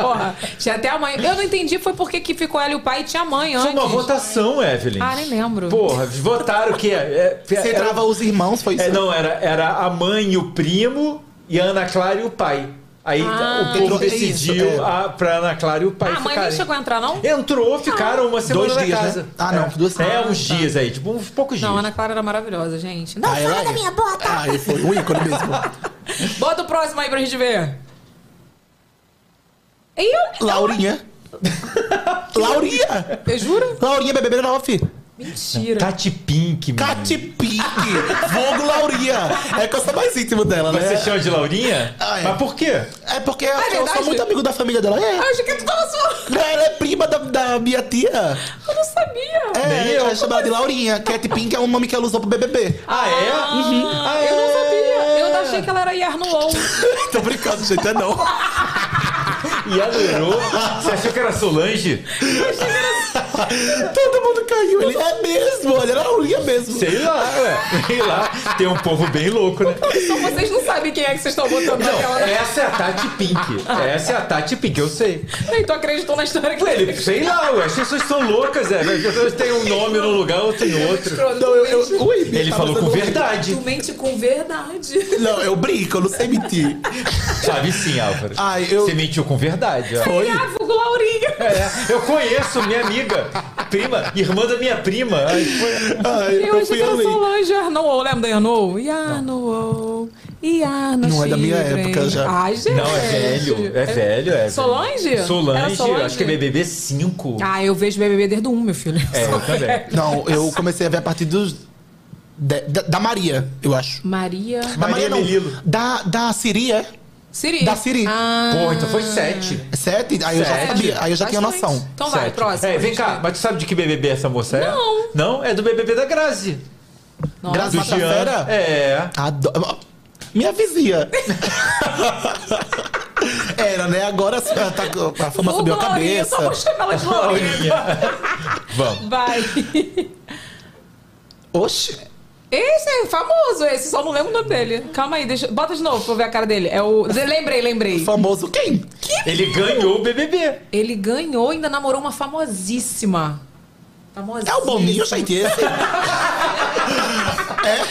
Speaker 1: Porra, tinha até a mãe. Eu não entendi foi por que que ficou ela e o pai e tinha a mãe antes.
Speaker 2: Foi uma votação, Evelyn.
Speaker 1: Ah, nem lembro.
Speaker 2: Porra, votaram que é, é,
Speaker 5: Você
Speaker 2: era-
Speaker 5: trava os irmãos, foi isso?
Speaker 2: é, não era era a mãe e o primo e a Ana Clara e o pai. Aí
Speaker 1: Ah.
Speaker 2: o povo
Speaker 5: Entrou- é isso,
Speaker 2: decidiu
Speaker 5: é.
Speaker 2: a, pra Ana Clara e o pai
Speaker 1: Ah, a mãe nem
Speaker 2: ficarem.
Speaker 1: chegou a entrar, não?
Speaker 2: Entrou, ficaram uma semana
Speaker 5: Dois
Speaker 2: na
Speaker 5: dias,
Speaker 2: casa.
Speaker 5: né? Ah, não,
Speaker 2: É.
Speaker 5: duas
Speaker 2: É,
Speaker 5: semanas. tá.
Speaker 2: uns dias aí, tipo, uns poucos
Speaker 1: Não, a
Speaker 2: dias.
Speaker 1: Ana Clara era maravilhosa, gente. Não,
Speaker 5: Ah, ela é.
Speaker 1: bota!
Speaker 5: Ah, ele foi um ícone mesmo.
Speaker 1: *laughs* Bota o próximo aí pra gente ver. Eu, *laughs*
Speaker 5: Laurinha. Laurinha.
Speaker 1: eu juro?
Speaker 5: Laurinha, BBB off.
Speaker 1: Mentira.
Speaker 5: Tá.
Speaker 2: Tati Pink, mano.
Speaker 5: Cati Pique. Vogo Laurinha. É que eu sou mais íntimo dela, né?
Speaker 2: Você chama de Laurinha?
Speaker 5: Ah, é.
Speaker 2: Mas por quê?
Speaker 5: É porque eu sou- eu
Speaker 1: verdade?
Speaker 5: sou muito amigo da família dela.
Speaker 1: Eu
Speaker 5: É.
Speaker 1: achei que tu tava só.
Speaker 5: Ela é prima da, da minha tia.
Speaker 1: Eu não sabia.
Speaker 5: É,
Speaker 2: Nem eu.
Speaker 5: ela é chamada de Laurinha. Cat Pink é um nome que ela usou pro
Speaker 1: *laughs*
Speaker 5: BBB.
Speaker 2: Ah, é?
Speaker 1: Ah, eu não
Speaker 5: é.
Speaker 1: sabia. Eu achei que ela era Yarnuon.
Speaker 5: Tô brincando, gente, é não.
Speaker 2: E adorou. Você achou que era Solange?
Speaker 5: Todo mundo caiu. Ele é mesmo, olha, era Laurinha mesmo.
Speaker 2: Sei lá, ué. Sei lá. Tem um povo bem louco, né?
Speaker 1: Então vocês não sabem quem é que vocês estão botando
Speaker 2: Não,
Speaker 1: naquela.
Speaker 2: essa é a Tati Pink. Essa é a Tati Pink, eu sei.
Speaker 1: Nem tu acreditou na história que
Speaker 2: Ele, sei lá, ué. As pessoas são loucas, é. As pessoas têm um nome num lugar, outro em outro.
Speaker 1: Escroto,
Speaker 5: Não,
Speaker 1: tu
Speaker 5: eu,
Speaker 1: mente-
Speaker 5: eu, ui,
Speaker 2: Ele
Speaker 5: tá
Speaker 2: falou com
Speaker 5: fazendo-
Speaker 2: verdade.
Speaker 1: Tu mente com verdade.
Speaker 5: *laughs* Não, eu brinco, eu não sei mentir.
Speaker 2: Sabe sim, Álvaro.
Speaker 5: Ai, Ah, eu-
Speaker 2: Você mentiu com verdade, ó.
Speaker 5: Foi?
Speaker 1: Ah, vulgo Laurinha.
Speaker 2: É, eu conheço minha amiga, prima, irmã da minha prima. Ai, foi-
Speaker 5: Ai,
Speaker 1: Eu achei
Speaker 5: fui
Speaker 1: que era
Speaker 5: além.
Speaker 1: Solange Yarnuon. Lembra da Yarnuon? Yarnuon. Yarnuon.
Speaker 5: Não é da minha
Speaker 1: Children.
Speaker 5: época já.
Speaker 1: Ai, gente.
Speaker 2: Não, é velho, é velho, é. velho.
Speaker 1: Solange? Era
Speaker 2: Solange,
Speaker 1: Solange?
Speaker 2: acho que é BBB 5.
Speaker 1: Ah, eu vejo BBB desde o 1, meu filho.
Speaker 2: É, eu também.
Speaker 5: Não, eu comecei a ver a partir dos. de- da, da Maria, eu acho.
Speaker 1: *laughs* Maria.
Speaker 5: Da
Speaker 2: Maria Melilo.
Speaker 5: Da, da Siri, é?
Speaker 1: Siri.
Speaker 5: Da Siri.
Speaker 1: Ah,
Speaker 2: Pô, então foi 7.
Speaker 5: É Sete? Aí eu já
Speaker 2: Sete.
Speaker 5: sabia, aí eu já tinha
Speaker 1: bastante.
Speaker 5: noção.
Speaker 1: Então vai, próximo.
Speaker 2: É, vem cá, mas tu sabe de que BBB essa moça é?
Speaker 1: Não.
Speaker 2: Não? É do BBB da Grazi.
Speaker 1: Nossa,
Speaker 5: Grazi
Speaker 2: Do
Speaker 5: Nossa,
Speaker 2: Jean.
Speaker 5: fera.
Speaker 2: É.
Speaker 5: Adoro. Minha
Speaker 1: *laughs*
Speaker 5: vizinha. Era, né? Agora a, tá- a fama
Speaker 1: vulgo
Speaker 5: subiu a
Speaker 1: Laurinha,
Speaker 5: cabeça.
Speaker 1: Só vou chamar
Speaker 2: *laughs*
Speaker 1: ela de Laurinha.
Speaker 2: Paulinha. Vamos.
Speaker 1: Vai.
Speaker 5: Oxi.
Speaker 1: Esse é famoso, esse, só não lembro o nome dele. Calma aí, deixa. Bota de novo pra eu ver a cara dele. É o. Lembrei, lembrei.
Speaker 5: Famoso quem?
Speaker 2: Ele ganhou o BBB.
Speaker 1: Ele ganhou e ainda namorou uma famosíssima. Famosíssima.
Speaker 5: É o Boninho, gente, esse. é.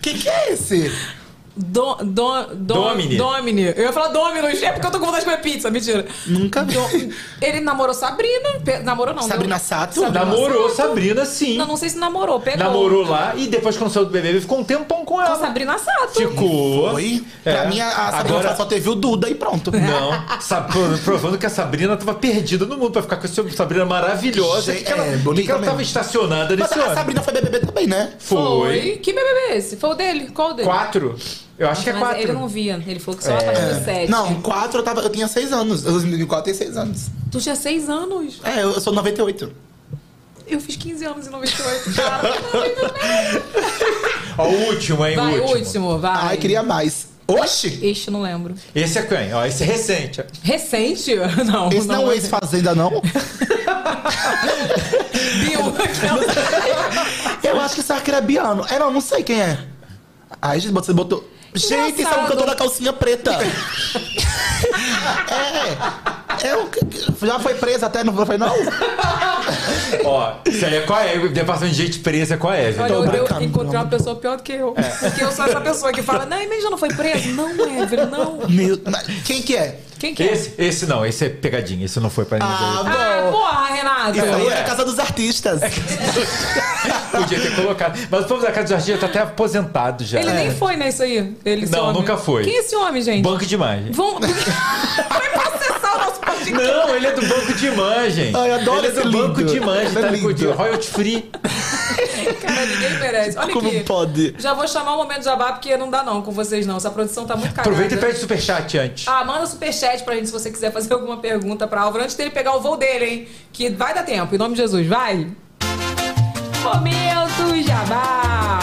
Speaker 5: Quem que é esse?
Speaker 1: Do, do, do,
Speaker 2: Domini.
Speaker 1: Domini. Eu ia falar Dominus. É porque eu tô com vontade de comer pizza, mentira.
Speaker 5: Nunca vi.
Speaker 1: Ele namorou Sabrina. pe- Namorou não. deu-
Speaker 5: Sabrina
Speaker 1: um
Speaker 5: Sato?
Speaker 2: Namorou Sabrina, sim.
Speaker 1: Não, não sei se namorou. Pegou.
Speaker 2: Namorou lá e depois quando saiu do BBB ficou um tempão com
Speaker 1: Com
Speaker 2: ela.
Speaker 1: Sabrina Sato.
Speaker 2: Tipo, Ficou.
Speaker 5: Oi?
Speaker 2: É.
Speaker 5: Pra mim, a a Sabrina
Speaker 2: Agora-
Speaker 5: só teve o Duda e pronto.
Speaker 2: Não, Sa- pro- provando que a Sabrina tava perdida no mundo pra ficar com essa Sabrina maravilhosa.
Speaker 5: Gente,
Speaker 2: que ela,
Speaker 5: é, bonita
Speaker 2: que ela tava
Speaker 5: mesmo.
Speaker 2: estacionada
Speaker 5: Mas
Speaker 2: nesse
Speaker 5: a
Speaker 2: ano.
Speaker 5: Sabrina foi BBB também, né?
Speaker 2: Foi.
Speaker 1: Que BBB é esse? Foi o dele? Qual o dele?
Speaker 2: Quatro? Eu acho que é
Speaker 1: Mas
Speaker 2: quatro.
Speaker 1: Ele não via. Ele falou que só a partir do 7.
Speaker 5: É. Não, quatro eu, tava, eu tinha seis anos. Em 2004 eu tenho seis anos.
Speaker 1: Tu tinha 6 anos.
Speaker 5: É, eu, eu sou 98.
Speaker 1: Eu fiz 15 anos em
Speaker 2: *laughs*
Speaker 1: 98. Cara,
Speaker 2: Ó, o último, hein?
Speaker 1: vai,
Speaker 2: o último.
Speaker 1: último, vai.
Speaker 5: Ai, queria mais. Oxi!
Speaker 1: Este eu não lembro.
Speaker 2: Esse é quem? Ó, esse é recente.
Speaker 1: Recente? *laughs* Não.
Speaker 5: Esse não, é
Speaker 2: um
Speaker 5: o
Speaker 1: é
Speaker 5: ex-fazenda, não?
Speaker 1: Bill.
Speaker 5: eu acho que esse aqui era Biano. É, não, não sei quem é. Ai, gente, você botou... Gente, isso é um
Speaker 1: Engraçado.
Speaker 5: cantor da calcinha preta. é. É o que- Já foi presa até, não foi não?
Speaker 2: Ó, isso aí é com a Eve. Departamento de gente presa é com a Eve.
Speaker 1: Olha,
Speaker 5: Então,
Speaker 1: eu,
Speaker 5: pra cá,
Speaker 1: eu encontrei uma
Speaker 5: não.
Speaker 1: pessoa pior do que eu.
Speaker 2: É.
Speaker 1: Porque eu sou essa pessoa que fala, não, a já não foi preso. Não, Evelyn, não.
Speaker 5: Meu, mas quem que é?
Speaker 1: Quem que é?
Speaker 2: Esse, esse não, esse é pegadinha. Esse não foi pra ninguém.
Speaker 5: Ah,
Speaker 1: Ah,
Speaker 5: bom.
Speaker 1: porra, Renata.
Speaker 5: Isso aí
Speaker 2: é.
Speaker 5: é a Casa dos Artistas. Ah.
Speaker 2: Podia ter colocado. Mas o povo da Casa do Jardim já tá até aposentado já.
Speaker 1: Ele
Speaker 2: É.
Speaker 1: nem foi nesse aí. Ele, esse
Speaker 2: Não,
Speaker 1: homem.
Speaker 2: nunca foi.
Speaker 1: Quem é esse homem, gente?
Speaker 2: Banco de imagem.
Speaker 1: Vão... *laughs* Vai processar o nosso podcast.
Speaker 2: Não, ele é do banco de imagem.
Speaker 5: Ai, eu adoro
Speaker 2: ele é do
Speaker 5: esse lindo.
Speaker 2: banco de imagem,
Speaker 5: Ele é
Speaker 2: tá
Speaker 5: lindo.
Speaker 2: lindo. Royalty free.
Speaker 1: Cara, ninguém merece. Olha
Speaker 5: Como
Speaker 1: aqui.
Speaker 5: pode?
Speaker 1: Já vou chamar o momento jabá, porque não dá não com vocês não. Essa produção tá muito cagada.
Speaker 2: Aproveita e pede superchat antes.
Speaker 1: Ah, manda superchat pra gente se você quiser fazer *laughs* alguma pergunta pra Álvaro antes dele pegar o voo dele, hein? Que vai dar tempo. Em nome de Jesus, vai! Momento Jabá!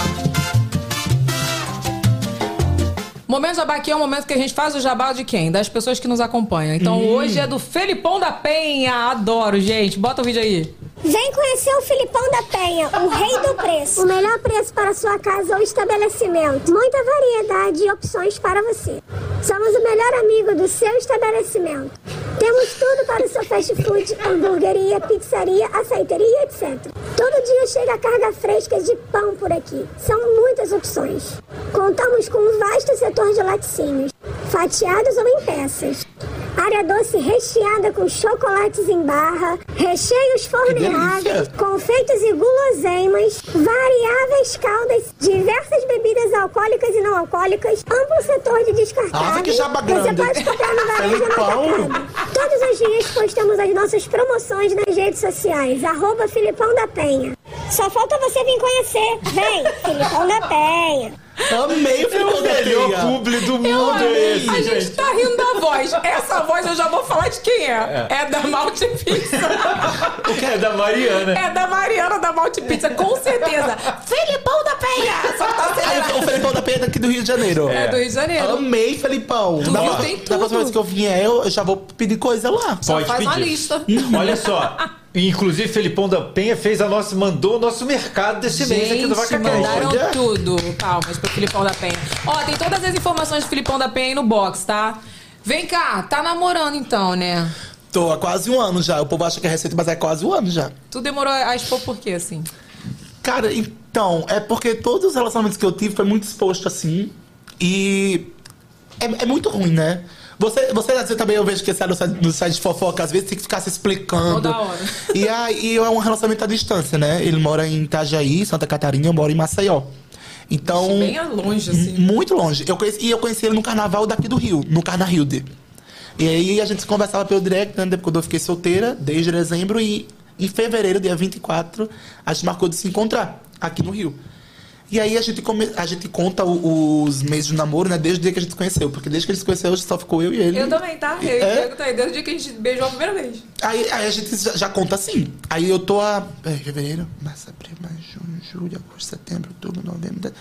Speaker 1: Momento jabá aqui é o momento que a gente faz o jabá de quem? Das pessoas que nos acompanham. Então hoje é do Felipão da Penha. Adoro, gente. Bota o vídeo aí.
Speaker 8: Vem conhecer o Filipão da Penha, o rei do preço. O melhor preço para sua casa ou estabelecimento. Muita variedade e opções para você. Somos o melhor amigo do seu estabelecimento. Temos tudo para o seu fast food, hamburgueria, pizzaria, açaiteria, etc. Todo dia chega carga fresca de pão por aqui. São muitas opções. Contamos com um vasto setor de laticínios, fatiados ou em peças. Área doce recheada com chocolates em barra, recheios forneados,
Speaker 5: delícia!
Speaker 8: confeitos e guloseimas, variáveis caldas, diversas bebidas alcoólicas e não alcoólicas, amplo setor de descartáveis.
Speaker 5: Nossa, que jaba
Speaker 8: Você
Speaker 5: grande.
Speaker 8: pode comprar no varejo ou no
Speaker 5: Felipão.
Speaker 8: atacado. Todos os dias postamos as nossas promoções nas redes sociais, arroba Filipão da Penha. Só falta você vir conhecer. Vem, Filipão da Penha.
Speaker 5: Amei o
Speaker 2: O
Speaker 5: Filipão da
Speaker 2: melhor
Speaker 5: Penha.
Speaker 2: publi do mundo é esse,
Speaker 1: a gente
Speaker 2: gente.
Speaker 1: tá rindo da *laughs* voz. Essa voz eu já vou falar de quem é. É, da Malte Pizza.
Speaker 2: O que é da Mariana?
Speaker 1: é da Mariana da Malte Pizza, com certeza. *laughs* Felipão da Penha! Só que tá acelerado.
Speaker 5: Aí, o Felipão da Penha é daqui do Rio de Janeiro.
Speaker 1: É do Rio de Janeiro.
Speaker 5: Amei, Felipão.
Speaker 1: Tu
Speaker 5: Da-
Speaker 1: viu? Tem
Speaker 5: Da
Speaker 1: tudo.
Speaker 5: próxima vez que eu vier, eu eu já vou pedir coisa lá.
Speaker 1: Só faz uma lista.
Speaker 2: Olha só. Inclusive, Felipão da Penha fez a nossa, mandou o nosso mercado desse mês aqui do
Speaker 1: Gente,
Speaker 2: Vaca
Speaker 1: mandaram
Speaker 2: Cash.
Speaker 5: Olha.
Speaker 1: tudo. Palmas pro Filipão da Penha. Ó, tem todas as informações do Filipão da Penha aí no box, tá? Vem cá, tá namorando então, né?
Speaker 5: Tô há quase um ano já. O povo acha que é recente, mas é quase um ano já.
Speaker 1: Tu demorou a expor por quê, assim?
Speaker 5: Cara, então, é porque todos os relacionamentos que eu tive foi muito exposto assim. E é, é muito ruim, né? Você, você, às vezes, também eu vejo que sai no site, no site de fofoca, às vezes tem que ficar se explicando.
Speaker 1: Toda hora.
Speaker 5: E aí é um relacionamento à distância, né? Ele mora em Itajaí, Santa Catarina, eu moro em Maceió. Então.
Speaker 1: Bem a longe, assim.
Speaker 5: Muito longe. Eu conheci, e eu conheci ele no carnaval daqui do Rio, no Carnarilde. E aí a gente se conversava pelo direct, né? Depois quando eu fiquei solteira, desde dezembro, e em fevereiro, dia 24, a gente marcou de se encontrar aqui no Rio. E aí a gente, come, a gente conta o- os meses de namoro, né? Desde o dia que a gente se conheceu. Porque desde que a gente se conheceu, só ficou eu e ele.
Speaker 1: Eu também, tá? Eu e o
Speaker 5: É?
Speaker 1: Diego tá aí, desde o dia que a gente beijou a primeira vez.
Speaker 5: Aí, aí a gente já, já conta assim. Aí eu tô a. é, fevereiro, março, abril, maio, junho, julho, agosto, setembro, outubro, novembro. dez-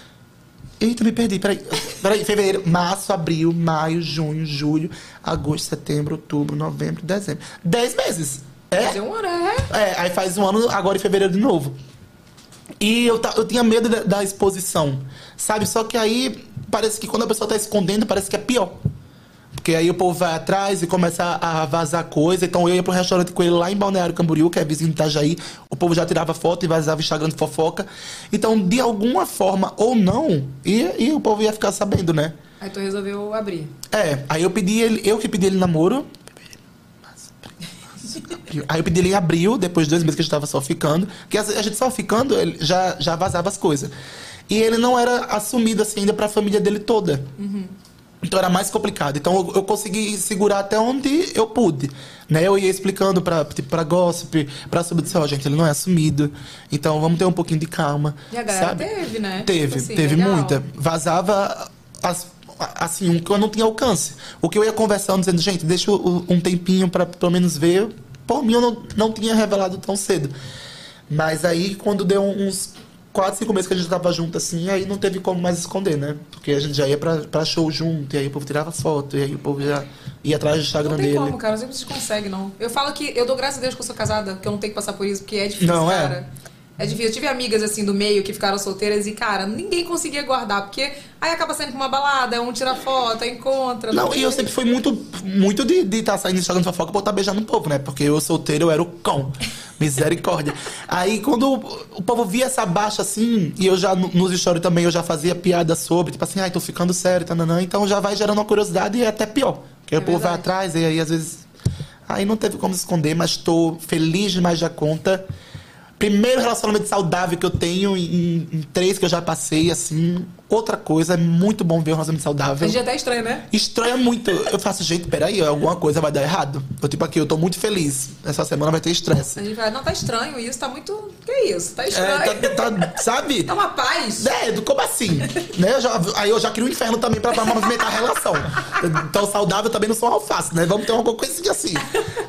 Speaker 5: Eita, me perdi. Peraí. Peraí, fevereiro, março, abril, maio, junho, julho, agosto, setembro, outubro, novembro, dezembro. Dez meses. É?
Speaker 1: Fazer um ano, é?
Speaker 5: É, aí faz um ano, agora em fevereiro de novo. E eu, ta- eu tinha medo da, da exposição, sabe? Só que aí parece que quando a pessoa tá escondendo, parece que é pior. Porque aí o povo vai atrás e começa a a vazar coisa. Então eu ia pro restaurante com ele lá em Balneário Camboriú, que é vizinho de Itajaí. O povo já tirava foto e vazava Instagram de fofoca. Então, de alguma forma ou não, e, e o povo ia ficar sabendo, né?
Speaker 1: Aí tu resolveu abrir.
Speaker 5: É, aí eu pedi ele, eu que pedi ele namoro. Aí eu pedi ele em abril, depois de dois meses que a gente tava só ficando. Porque a a gente só ficando, ele já, já vazava as coisas. E ele não era assumido assim ainda pra família dele toda.
Speaker 1: Uhum.
Speaker 5: Então era mais complicado. Então eu, eu consegui segurar até onde eu pude. Né? Eu ia explicando pra, tipo, pra gossip, pra subdição, ó, gente, ele não é assumido. Então vamos ter um pouquinho de calma.
Speaker 1: E a galera
Speaker 5: sabe?
Speaker 1: teve, né?
Speaker 5: Teve,
Speaker 1: Tipo assim,
Speaker 5: teve
Speaker 1: legal.
Speaker 5: muita. Vazava as- assim, um que eu não tinha alcance. O que eu ia conversando, dizendo, gente, deixa o- um tempinho pra pelo menos ver. Por mim, eu não, não tinha revelado tão cedo. Mas aí, quando deu uns quatro, cinco meses que a gente tava junto, assim, aí não teve como mais esconder, né? Porque a gente já ia pra, pra show junto, e aí o povo tirava foto, e aí o povo já ia atrás do Instagram
Speaker 1: Não tem
Speaker 5: dele.
Speaker 1: como, cara. Não sei se vocês conseguem, não. Eu falo que eu dou graças a Deus que eu sou casada, que eu não tenho que passar por isso, porque é difícil,
Speaker 5: Não, é.
Speaker 1: cara. É. difícil. Eu tive amigas assim do meio que ficaram solteiras e, cara, ninguém conseguia guardar, porque aí acaba saindo pra uma balada, um tira foto, aí encontra.
Speaker 5: Não,
Speaker 1: tem
Speaker 5: e eu
Speaker 1: jeito.
Speaker 5: sempre fui muito, muito de estar tá saindo do Instagram de fofoca e botar beijar no povo, né? Porque eu solteiro, eu era o *laughs* cão. Misericórdia. Aí quando o- o povo via essa baixa assim, e eu já no- nos stories também eu já fazia piada sobre, tipo assim, ai, tô ficando sério, tananã. Então já vai gerando uma curiosidade e é até pior. Porque o povo vai atrás e aí às vezes. Aí não teve como se esconder, mas tô feliz demais da conta. Primeiro relacionamento saudável que eu tenho em, em três que eu já passei, assim. Outra coisa, é muito bom ver um relacionamento
Speaker 1: A
Speaker 5: saudável.
Speaker 1: gente é até estranho, né?
Speaker 5: Estranha muito. Eu faço, gente, peraí, alguma coisa vai dar errado. Eu, tipo, aqui, eu tô muito feliz. Essa semana vai ter
Speaker 1: A
Speaker 5: estresse.
Speaker 1: gente fala, não, tá estranho isso, tá muito. Que isso? Tá estranho.
Speaker 5: É,
Speaker 1: tá,
Speaker 5: tá, tá- sabe?
Speaker 1: uma paz.
Speaker 5: É, do- como assim? né? eu já- aí eu já queria um inferno também pra, pra movimentar a relação. Então, saudável também não sou uma alface, né? Vamos ter alguma coisa assim.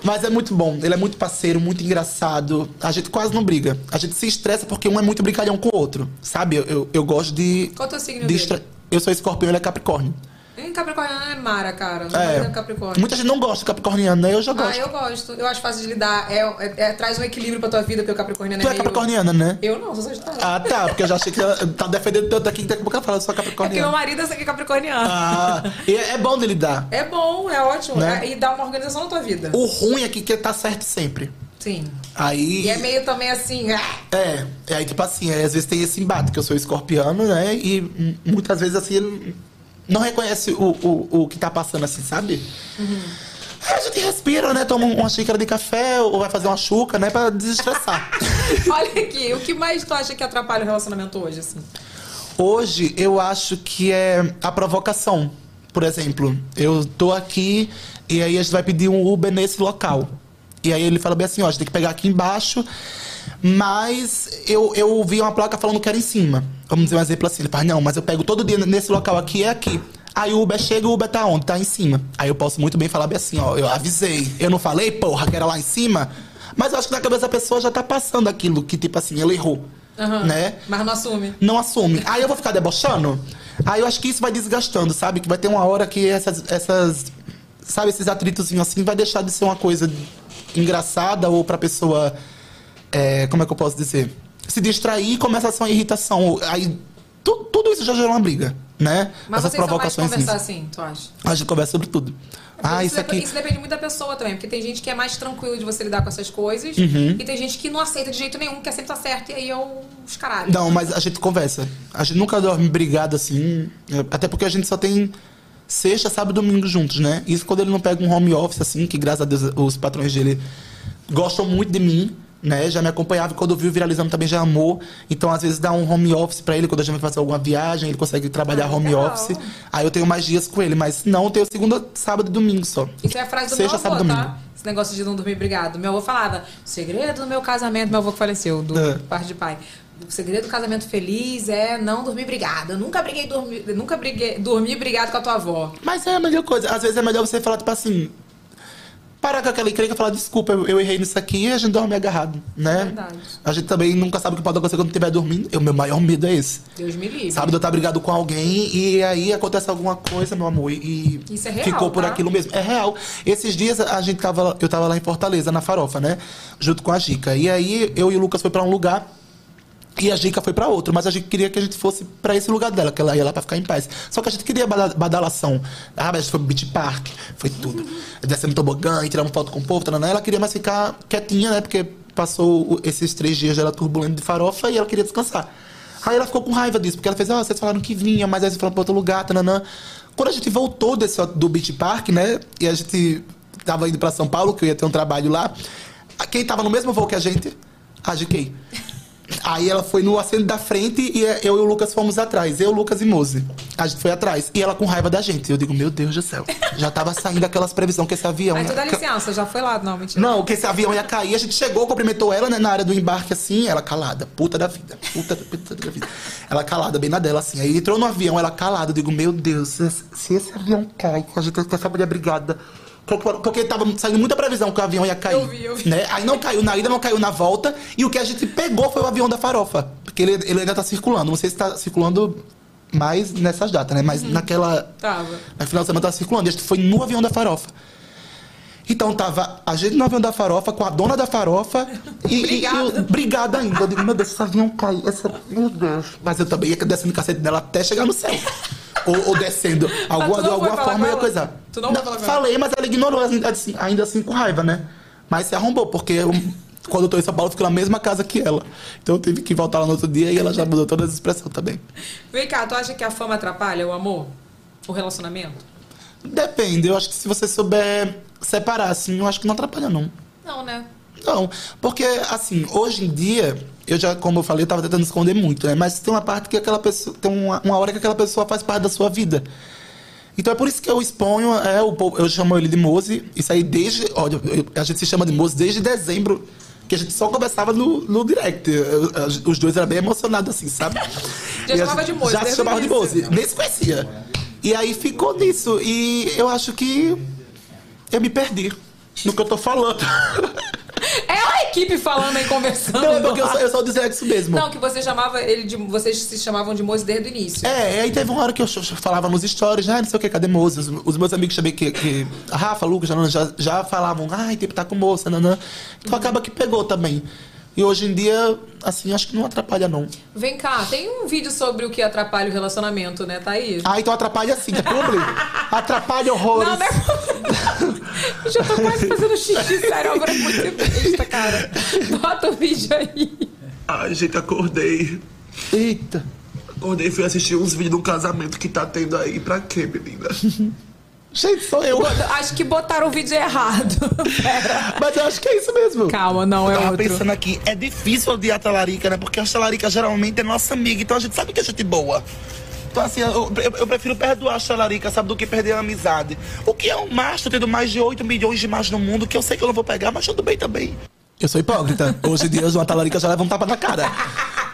Speaker 5: Mas é muito bom. Ele é muito parceiro, muito engraçado. A gente quase não briga. A gente se estressa porque um é muito brincalhão com o outro. Sabe? Eu, eu, eu gosto de.
Speaker 1: Qual é o teu signo
Speaker 5: de
Speaker 1: dele?
Speaker 5: estra- Eu sou escorpião, ele é capricórnio.
Speaker 1: Em Capricorniano é Mara, cara. Não
Speaker 5: É.
Speaker 1: é. Capricórnio.
Speaker 5: Muita gente não gosta do capricorniano, né? Eu já
Speaker 1: Ah,
Speaker 5: gosto.
Speaker 1: eu gosto. Eu acho fácil de lidar. É, é- é- traz um equilíbrio pra tua vida, porque o Capricorniano
Speaker 5: Tu
Speaker 1: é
Speaker 5: é
Speaker 1: meio...
Speaker 5: capricorniana, né?
Speaker 1: Eu não, sou É Sagitário.
Speaker 5: Ah, tá. Porque eu já achei que ela tá defendendo tanto aqui que daqui a pouco ela fala só
Speaker 1: É porque meu
Speaker 5: capricorniana.
Speaker 1: marido é capricorniano.
Speaker 5: Ah, e é bom de lidar.
Speaker 1: É bom, é ótimo.
Speaker 5: Né?
Speaker 1: É- e dá uma organização na tua vida.
Speaker 5: O ruim é que quer tá certo sempre.
Speaker 1: Sim.
Speaker 5: Aí.
Speaker 1: E é meio também assim... *laughs* ah,
Speaker 5: É, é aí, tipo assim, aí às vezes tem esse embate, que eu sou escorpiano, né? E hum, muitas vezes assim ele não reconhece o, o, o que tá passando assim, sabe?
Speaker 1: Uhum.
Speaker 5: Aí A gente respira, né? Toma uma xícara de café ou vai fazer uma chuca, né? Pra desestressar.
Speaker 1: *laughs* Olha aqui, o que mais tu acha que atrapalha o relacionamento hoje, assim?
Speaker 5: Hoje eu acho que é a provocação. Por exemplo, eu tô aqui e aí a gente vai pedir um Uber nesse local. E aí ele fala bem assim, ó, a gente tem que pegar aqui embaixo. Mas eu, eu vi uma placa falando que era em cima. Vamos dizer um exemplo assim. Ele fala, não, mas eu pego todo dia nesse local aqui e é aqui. Aí o Uber chega, o Uber tá onde? Tá em cima. Aí eu posso muito bem falar bem assim, ó, eu avisei. Eu não falei, porra, que era lá em cima. Mas eu acho que na cabeça da pessoa já tá passando aquilo que, tipo assim, ela errou.
Speaker 1: Aham.
Speaker 5: Né?
Speaker 1: Mas não assume.
Speaker 5: não assume. Aí eu vou ficar debochando? Aí eu acho que isso vai desgastando, sabe? Que vai ter uma hora que essas. essas sabe, esses atritos assim vai deixar de ser uma coisa engraçada ou pra pessoa. é, como é que eu posso dizer? Se distrair e começa a ser uma irritação. Aí tu- tudo isso já gerou uma briga, né?
Speaker 1: Mas vocês são
Speaker 5: essas
Speaker 1: mais de
Speaker 5: provocações.
Speaker 1: conversar
Speaker 5: assim.
Speaker 1: assim, tu acha?
Speaker 5: A gente conversa sobre tudo. Ah, isso
Speaker 1: dep-
Speaker 5: aqui.
Speaker 1: isso depende muito da pessoa também, porque tem gente que é mais tranquilo de você lidar com essas coisas
Speaker 5: Uhum.
Speaker 1: e tem gente que não aceita de jeito nenhum, que sempre tá certo, e aí é os caralhos.
Speaker 5: Não, mas a gente conversa. A gente nunca dorme brigado assim. Até porque a gente só tem sexta, sábado e domingo juntos, né? Isso quando ele não pega um home office, assim, que graças a Deus os patrões dele gostam muito de mim, né? Já me acompanhava e quando viu viralizando também já amou. Então, às vezes, dá um home office pra ele quando a gente vai fazer alguma viagem, ele consegue trabalhar home office. Aí eu tenho mais dias com ele, mas não, eu tenho segunda, sábado e domingo só.
Speaker 1: Isso é a frase do
Speaker 5: Sexta,
Speaker 1: meu avô,
Speaker 5: sábado e
Speaker 1: tá?
Speaker 5: domingo.
Speaker 1: Esse negócio de não dormir brigado. Meu avô falava, o segredo do meu casamento, meu avô que faleceu, do
Speaker 5: É.
Speaker 1: parte de pai. O segredo do casamento feliz é não dormir brigado. Eu nunca briguei dormi, nunca briguei dormir brigado com a tua avó.
Speaker 5: Mas é a melhor coisa. Às vezes é melhor você falar, tipo assim. Parar com aquela encrenca e falar, desculpa, eu, eu errei nisso aqui e a gente dorme agarrado, né?
Speaker 1: Verdade.
Speaker 5: A gente também nunca sabe o que pode acontecer quando estiver dormindo. O meu maior medo é esse.
Speaker 1: Deus me livre.
Speaker 5: Sabe, de eu estar brigado com alguém e aí acontece alguma coisa, meu amor, e
Speaker 1: Isso é real,
Speaker 5: ficou por
Speaker 1: tá?
Speaker 5: aquilo mesmo. É real. Esses dias a gente tava, eu tava lá em Fortaleza, na farofa, né? Junto com a Gica. E aí eu e o Lucas foi pra um lugar e a Gica foi pra outro, mas a gente queria que a gente fosse pra esse lugar dela, que ela ia lá pra ficar em paz. Só que a gente queria bada- badalação. Ah, mas a gente foi pro Beach Park, foi tudo. Descendo tobogã, e tiramos foto com o povo, taranã. ela queria mais ficar quietinha, né? Porque passou o- esses três dias dela turbulenta de farofa e ela queria descansar. Aí ela ficou com raiva disso, porque ela fez, ah, vocês falaram que vinha, mas aí vocês falaram pra outro lugar, taranã. Quando a gente voltou desse, do Beach Park, né? E a gente tava indo pra São Paulo, que eu ia ter um trabalho lá. Quem tava no mesmo voo que a gente, a GK. Aí ela foi no assento da frente e é, eu e o Lucas fomos atrás. Eu, Lucas e Mose. A gente foi atrás. E ela com raiva da gente. Eu digo, meu Deus do céu. Já tava saindo aquelas previsões que esse avião.
Speaker 1: Aí tu dá
Speaker 5: ia-
Speaker 1: licença, já foi lá. Não, mentira.
Speaker 5: Não, que esse avião ia cair. A gente chegou, cumprimentou ela, né, na área do embarque, assim, ela calada. Puta da vida. Puta, da- puta da vida. Ela calada, bem na dela, assim. Aí entrou no avião, ela calada. Eu digo, meu Deus, se esse, se esse avião cai, com a gente com essa mulher brigada. Porque tava saindo muita previsão que o avião ia cair.
Speaker 1: Eu vi, eu vi.
Speaker 5: Né? Aí não caiu na ida, não caiu na volta. E o que a gente pegou foi o avião da farofa. Porque ele, ele ainda tá circulando. Não sei se tá circulando mais nessas datas, né?
Speaker 1: Uhum.
Speaker 5: Mas naquela
Speaker 1: Tava.
Speaker 5: Aí final de semana tava circulando, e a gente foi no avião da farofa. Então tava a gente no avião da farofa, com a dona da farofa e, e- e eu brigada ainda. Eu digo, meu Deus, esse avião cai. Essa... Meu Deus. Mas eu também ia descendo o cacete dela até chegar no céu. ou, ou descendo. Alguma,
Speaker 1: tu
Speaker 5: de
Speaker 1: não foi
Speaker 5: alguma
Speaker 1: falar
Speaker 5: forma
Speaker 1: com
Speaker 5: eu ia
Speaker 1: ela?
Speaker 5: coisar.
Speaker 1: Tu não foi falar com ela?
Speaker 5: Falei, mas ela ignorou, ainda assim, ainda assim com raiva, né? Mas se arrombou, porque eu- quando eu tô em São Paulo, eu fico na mesma casa que ela. Então eu tive que voltar lá no outro dia e ela já mudou todas as expressões também.
Speaker 1: Vem cá, tu acha que a fama atrapalha o amor? O relacionamento?
Speaker 5: Depende, eu acho que se você souber separar, assim, eu acho que não atrapalha, não.
Speaker 1: Não, né?
Speaker 5: Não, porque, assim, hoje em dia, eu já, como eu falei, eu tava tentando esconder muito, né? Mas tem uma parte que aquela pessoa, tem uma, uma hora que aquela pessoa faz parte da sua vida. Então é por isso que eu exponho, é, o povo- eu chamo ele de Mose, isso aí desde, olha, eu- a gente se chama de Mose desde dezembro, que a gente só conversava no, no direct. Eu- eu- os dois eram bem emocionados, assim, sabe?
Speaker 1: *laughs* Já
Speaker 5: E a
Speaker 1: chamava
Speaker 5: gente-
Speaker 1: de Mose
Speaker 5: Já se
Speaker 1: desde o
Speaker 5: chamava de Mose,
Speaker 1: início.
Speaker 5: nem se conhecia. E aí ficou nisso, e eu acho que eu me perdi no que eu tô falando. *laughs*
Speaker 1: É, ai, que equipe falando aí, conversando.
Speaker 5: Não, é porque eu só, eu só dizia isso mesmo.
Speaker 1: Não, que você chamava ele de. Vocês se chamavam de Mose desde o início.
Speaker 5: É, e aí teve uma hora que eu ch- ch- falava nos stories, ah, não sei o que, cadê moça? Os, os meus amigos também, que, que a Rafa, Lucas, já, já, já falavam, ai, tipo, tá com moça, nanã. Então acaba que pegou também. E hoje em dia, assim, acho que não atrapalha, não.
Speaker 1: Vem cá, tem um vídeo sobre o que atrapalha o relacionamento, né? Tá aí.
Speaker 5: Ah, então atrapalha sim,
Speaker 1: *laughs*
Speaker 5: é publi. atrapalha horrores.
Speaker 1: Não, não é *laughs* Eu tá- já tô quase fazendo xixi, sério, agora é muito besta, cara. Bota o vídeo aí.
Speaker 7: Ai, gente, acordei.
Speaker 5: Eita.
Speaker 7: Acordei e fui assistir uns vídeos de um casamento que tá tendo aí. Pra quê, menina?
Speaker 5: Gente, sou
Speaker 1: *laughs*
Speaker 5: eu.
Speaker 1: Acho que botaram o vídeo errado.
Speaker 5: Mas eu acho que é isso mesmo.
Speaker 1: Calma, não, é
Speaker 7: Eu tava
Speaker 1: outro.
Speaker 7: pensando aqui, é difícil odiar a talarica, né? Porque a talarica geralmente é nossa amiga, então a gente sabe que é gente boa. Então, assim, eu, eu- eu prefiro perdoar a talarica, sabe, do que perder a amizade. O que é um macho tendo mais de 8 milhões de machos no mundo, que eu sei que eu não vou pegar, mas tudo bem também.
Speaker 5: Eu sou hipócrita. Hoje em dia, uma talarica já leva um tapa na cara.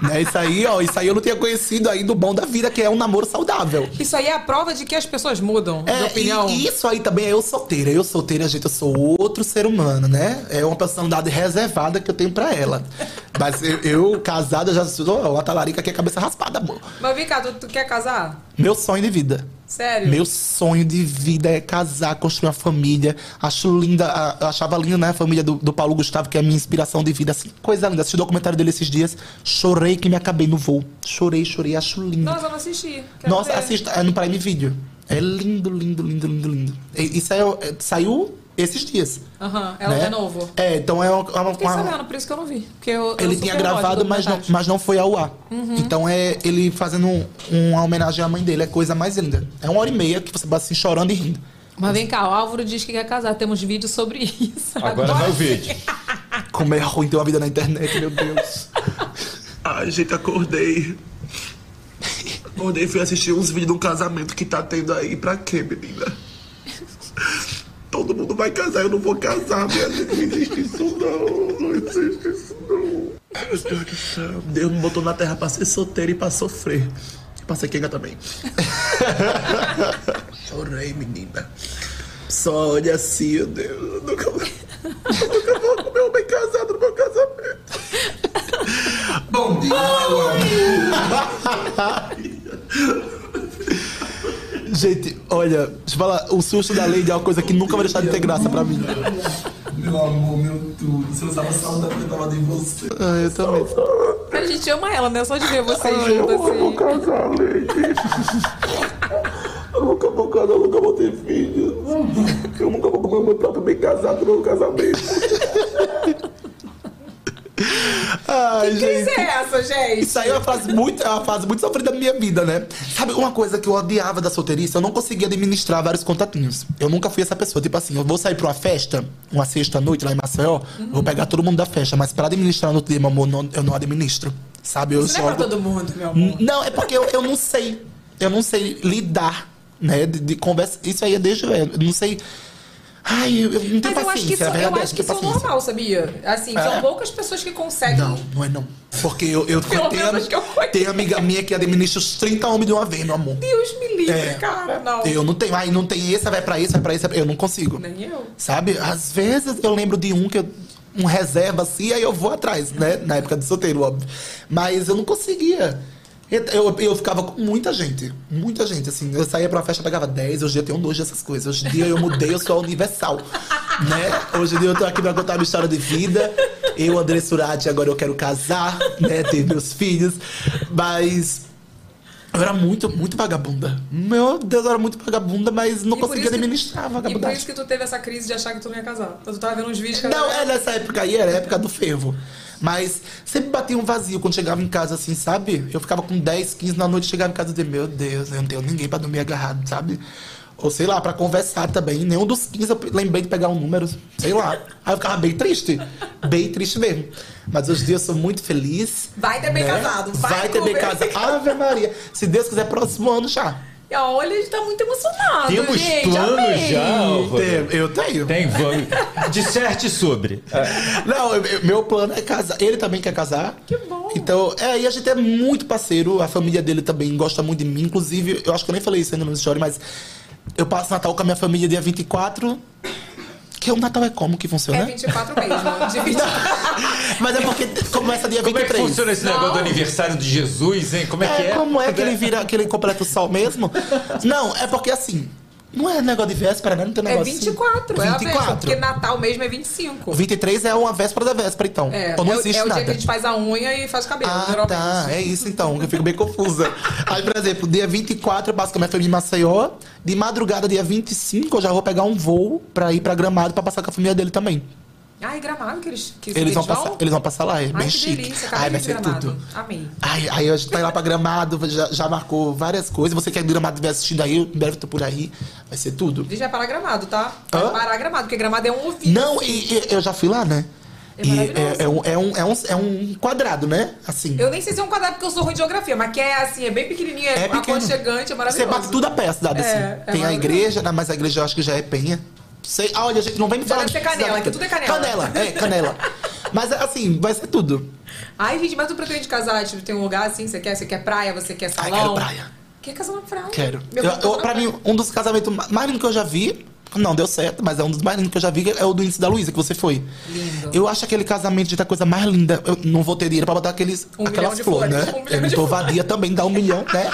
Speaker 5: né? Isso aí, ó, isso aí eu não tinha conhecido aí do bom da vida, que é um namoro saudável.
Speaker 1: Isso aí é a prova de que as pessoas mudam de
Speaker 5: É, e,
Speaker 1: opinião.
Speaker 5: e isso aí também é eu solteira. Eu solteira, gente, eu sou outro ser humano, né? É uma personalidade reservada que eu tenho pra ela. Mas eu, eu casada, já sou ó, uma talarica que é cabeça raspada, amor.
Speaker 1: Mas vem cá, tu, tu quer casar?
Speaker 5: Meu sonho de vida.
Speaker 1: Sério?
Speaker 5: Meu sonho de vida é casar, construir uma família. Acho linda, a- eu achava linda, né? A família do, do Paulo Gustavo, que é a minha inspiração de vida. Assim, coisa linda. Assisti o documentário dele esses dias. Chorei que me acabei no voo. Chorei, chorei. Acho lindo.
Speaker 1: Nossa, eu não assisti. Quero
Speaker 5: Nossa,
Speaker 1: ver.
Speaker 5: assista é no Prime Video. É lindo, lindo, lindo, lindo, lindo. E, e saiu, é, saiu esses dias.
Speaker 1: Aham, é, o
Speaker 5: né?
Speaker 1: é novo.
Speaker 5: É, então é uma. uma-
Speaker 1: Fiquei
Speaker 5: uma-
Speaker 1: sabendo, por isso que eu não vi. Porque eu, eu
Speaker 5: ele
Speaker 1: super
Speaker 5: tinha
Speaker 1: gosto de Uhum.
Speaker 5: gravado, mas não,
Speaker 1: documentários.
Speaker 5: mas não foi ao ar. Então é ele fazendo um- uma homenagem à mãe dele. É coisa mais linda. É uma hora e meia que você passa assim chorando e rindo.
Speaker 1: Mas vem cá, o Álvaro diz que quer casar. Temos vídeo sobre isso.
Speaker 2: Agora vai o vídeo.
Speaker 5: Como é ruim ter uma vida na internet, meu Deus.
Speaker 7: Ai, gente, acordei. Acordei e fui assistir uns vídeos de um casamento que tá tendo aí. Pra quê, menina? Todo mundo vai casar, eu não vou casar, minha gente. Não existe isso, não. Não existe isso, não. Meu Deus do céu. Deus me botou na terra pra ser solteiro e pra sofrer. E pra ser quenga também. *laughs* Chorei, menina. Só olha assim, meu Deus. Eu nunca, vou- eu nunca vou comer um homem casado no meu casamento. Bom dia, meu
Speaker 5: Gente, olha, deixa eu falar, o susto da Lady é uma coisa que nunca vai deixar de ter graça pra mim.
Speaker 7: Meu amor, meu tudo. Se eu tava saudade, eu tava de você.
Speaker 5: Ah, eu também.
Speaker 1: A gente ama ela, né? Só de ver vocês juntos assim.
Speaker 7: casar, Leite. *laughs* Eu nunca vou casar, eu nunca vou ter filho. Eu nunca vou comer meu próprio bem casado no meu casamento.
Speaker 5: Ai, gente.
Speaker 1: é essa, gente?
Speaker 5: Isso aí é uma fase muito, é uma fase muito sofrida da minha vida, né? Sabe uma coisa que eu odiava da solteirice? Eu não conseguia administrar vários contatinhos. Eu nunca fui essa pessoa. Tipo assim, eu vou sair pra uma festa, uma sexta-noite lá em Maceió, vou
Speaker 1: Uhum.
Speaker 5: pegar todo mundo da festa, mas pra administrar no outro dia, meu amor, não- eu não administro. Sabe? Eu
Speaker 1: Isso não é
Speaker 5: jogo-
Speaker 1: pra todo mundo, meu amor.
Speaker 5: Não, é porque eu, eu não sei. Eu não sei lidar, né? De, de conversa. Isso aí é desde. velho. Eu não sei. Ai, eu, eu não tenho
Speaker 1: Mas eu acho que
Speaker 5: paciência.
Speaker 1: isso,
Speaker 5: na assim, verdade,
Speaker 1: eu acho que isso é
Speaker 5: não tenho
Speaker 1: o
Speaker 5: paciência.
Speaker 1: normal, sabia? Assim, são
Speaker 5: É.
Speaker 1: poucas pessoas que conseguem.
Speaker 5: Não, não é não. Porque eu, eu
Speaker 1: *laughs* Pelo
Speaker 5: tenho,
Speaker 1: menos que eu conheço.
Speaker 5: tenho amiga minha que administra os 30 homens de uma vez, meu amor.
Speaker 1: Deus me livre,
Speaker 5: É.
Speaker 1: cara. Não.
Speaker 5: Eu não tenho. Ai, não tem esse, vai pra esse, vai pra esse. Eu não consigo.
Speaker 1: Nem eu.
Speaker 5: Sabe? Às vezes eu lembro de um que eu. Um reserva assim, aí eu vou atrás, né? Na época de solteiro, óbvio. Mas eu não conseguia. Eu, eu, eu ficava com muita gente. Muita gente, assim. Eu saía pra uma festa, pegava 10, hoje em dia eu tenho nojo dessas coisas. Hoje em dia eu mudei, eu sou a universal. *laughs* Né? Hoje em dia eu tô aqui pra contar minha história de vida. Eu, André Surati, agora eu quero casar, né? Ter meus filhos. Mas. Eu era muito, muito vagabunda. Meu Deus, eu era muito vagabunda, mas não
Speaker 1: E por
Speaker 5: conseguia
Speaker 1: isso que-
Speaker 5: administrar a
Speaker 1: E por
Speaker 5: vagabundagem.
Speaker 1: isso que tu teve essa crise de achar que tu não ia casar. Tu tava vendo uns vídeos que
Speaker 5: Não, é nessa época aí, era a época do fervo. Mas sempre batia um vazio quando chegava em casa, assim, sabe? Eu ficava com 10, 15 na noite, chegava em casa e dizia, meu Deus, eu não tenho ninguém pra dormir agarrado, sabe? Ou sei lá, pra conversar também. Nenhum dos 15 eu lembrei de pegar um número, sei lá. Aí eu ficava bem triste. Bem triste mesmo. Mas hoje em dia eu sou muito feliz.
Speaker 1: Vai ter bem casado, vai
Speaker 5: né? Vai, ter bem
Speaker 1: comer.
Speaker 5: casado. Ave Maria. Se Deus quiser, próximo ano já.
Speaker 1: E Olha, ele tá muito emocionado.
Speaker 2: Temos
Speaker 1: gente,
Speaker 2: planos
Speaker 1: amei.
Speaker 2: já,
Speaker 5: Tem-
Speaker 2: Álvaro?
Speaker 5: Eu tenho.
Speaker 2: Tem, vamos. Disserte sobre.
Speaker 5: É. Não, eu- eu- meu plano é casar. Ele também quer casar. Que bom. Então, é, e a gente é muito parceiro. A família dele também gosta muito de mim. Inclusive, eu acho que eu nem falei isso ainda no story, mas eu passo Natal com a minha família dia 24. Que o Natal é um como que funciona?
Speaker 1: né? É 24 mesmo. De 24.
Speaker 5: Mas é porque começa dia 23.
Speaker 2: Como é que funciona esse negócio do aniversário de Jesus, hein? Como é, que é?
Speaker 5: Como é que ele vira, que ele completa o sol mesmo? Não, é porque assim, não é negócio de véspera, né? Não tem
Speaker 1: É
Speaker 5: negócio assim.
Speaker 1: 24, é a véspera.
Speaker 5: 24.
Speaker 1: Porque Natal mesmo é 25.
Speaker 5: O 23 é uma véspera da véspera, então.
Speaker 1: É,
Speaker 5: Ou não
Speaker 1: é o-
Speaker 5: existe
Speaker 1: é o
Speaker 5: nada.
Speaker 1: dia que a gente faz a unha e faz o cabelo,
Speaker 5: Ah,
Speaker 1: geralmente.
Speaker 5: tá. É isso então, que eu fico bem confusa. Aí, por exemplo, dia 24 eu passo com a minha família em Maceió. De madrugada, dia 25, eu já vou pegar um voo pra ir pra Gramado pra passar com a família dele também.
Speaker 1: Ai, gramado que eles, que
Speaker 5: tá. Eles vão, passar, eles vão passar lá,
Speaker 1: é
Speaker 5: é
Speaker 1: Ai,
Speaker 5: bem
Speaker 1: que
Speaker 5: chique.
Speaker 1: delícia, acabei
Speaker 5: Ai, vai
Speaker 1: de
Speaker 5: ser
Speaker 1: gramado.
Speaker 5: tudo.
Speaker 1: Amei.
Speaker 5: Ai, aí a gente tá indo lá pra Gramado, já, já marcou várias coisas. Você quer que é Gramado estiver assistindo aí, eu em breve tô por aí. Vai ser tudo.
Speaker 1: Ele já é para gramado, tá? Vai
Speaker 5: Hã?
Speaker 1: parar gramado, porque gramado é um ouvido.
Speaker 5: Não, e, e eu já fui lá, né?
Speaker 1: É
Speaker 5: e
Speaker 1: maravilhoso.
Speaker 5: é, é um, é, um, é, um, é um quadrado, né? Assim.
Speaker 1: Eu nem sei se é um quadrado porque eu sou ruim de geografia, mas que é assim, é bem pequenininho, é,
Speaker 5: É pequeno.
Speaker 1: aconchegante, é
Speaker 5: Você
Speaker 1: maravilhoso.
Speaker 5: bate tudo a pé, a cidade, assim.
Speaker 1: É, é
Speaker 5: Tem a
Speaker 1: maravilhoso.
Speaker 5: igreja, né? mas a igreja eu acho que já é penha. Sei, ah, olha, gente, não vem me
Speaker 1: Já
Speaker 5: falar.
Speaker 1: deve
Speaker 5: de
Speaker 1: ser canela,
Speaker 5: cidade.
Speaker 1: que tudo é canela.
Speaker 5: Canela, é,
Speaker 1: *laughs*
Speaker 5: canela. mas assim, vai ser tudo.
Speaker 1: Ai, gente, mas tu pretende casar, tipo, tem um lugar assim, você quer? Você quer praia, você quer salão?
Speaker 5: Ai, quero praia.
Speaker 1: Quer casar na praia?
Speaker 5: Quero.
Speaker 1: Meu
Speaker 5: Eu,
Speaker 1: filho,
Speaker 5: eu-
Speaker 1: casar na
Speaker 5: pra mim, um dos casamentos ma- mais lindos que eu já vi. Não, deu certo, mas é um dos mais lindos que eu já vi, é o do índice da Luísa, que você foi.
Speaker 1: Lindo.
Speaker 5: Eu acho aquele casamento de tá coisa mais linda. Eu não vou ter dinheiro pra botar aqueles,
Speaker 1: Um milhão
Speaker 5: aquelas
Speaker 1: de
Speaker 5: flores,
Speaker 1: flores,
Speaker 5: né?
Speaker 1: um milhão
Speaker 5: eu não
Speaker 1: de
Speaker 5: tô
Speaker 1: flores.
Speaker 5: vadia também, dá um milhão, né?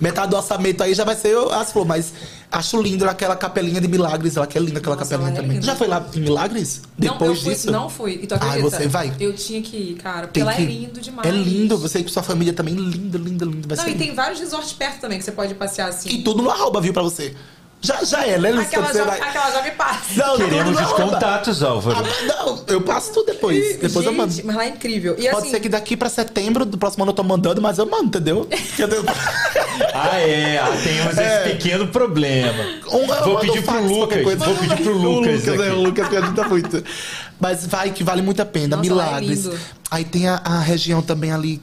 Speaker 5: Metade do orçamento aí já vai ser as flores, mas acho lindo aquela capelinha de milagres, ela que é linda aquela capelinha
Speaker 1: ela é
Speaker 5: também.
Speaker 1: linda.
Speaker 5: Já foi lá em Milagres?
Speaker 1: Não,
Speaker 5: Depois
Speaker 1: eu fui, assim,
Speaker 5: disso?
Speaker 1: Não fui. E tu acredita?
Speaker 5: Ai, você vai.
Speaker 1: Eu tinha que ir, cara. Porque
Speaker 5: Tem
Speaker 1: lá
Speaker 5: que-
Speaker 1: é lindo demais.
Speaker 5: É lindo, você e com sua família também, lindo, lindo, lindo. Vai
Speaker 1: Não,
Speaker 5: ser
Speaker 1: e
Speaker 5: lindo.
Speaker 1: tem vários resorts perto também que você pode passear assim.
Speaker 5: E tudo no arroba, viu, pra você. Já, já é, né, Luiz?
Speaker 1: Aquela
Speaker 5: Quando você
Speaker 1: jovem,
Speaker 5: vai-
Speaker 1: aquela jovem passa.
Speaker 5: Não,
Speaker 2: Queremos
Speaker 5: não,
Speaker 2: os
Speaker 5: não,
Speaker 2: contatos,
Speaker 5: Ah,
Speaker 2: Álvaro.
Speaker 5: Não, eu passo tudo depois. depois eu mando.
Speaker 1: Gente, mas lá é incrível. E
Speaker 5: Pode
Speaker 1: assim,
Speaker 5: ser que daqui pra setembro do próximo ano eu tô mandando, mas eu mando, entendeu?
Speaker 2: *laughs*
Speaker 5: Que eu tenho-
Speaker 2: Ah, é. Ah, temos
Speaker 5: É.
Speaker 2: esse pequeno problema.
Speaker 5: Um,
Speaker 2: Vou
Speaker 5: eu mando
Speaker 2: pedir pro
Speaker 5: um fax, qualquer
Speaker 2: Lucas.
Speaker 5: coisa.
Speaker 2: Vou pedir pro
Speaker 5: *laughs* O
Speaker 2: Lucas.
Speaker 5: Lucas, é, o
Speaker 2: aqui.
Speaker 5: Lucas que ajuda muito. Mas vai que vale muito a pena.
Speaker 1: Nossa, lá é
Speaker 5: Milagres.
Speaker 1: lindo.
Speaker 5: Aí tem a, a região também ali.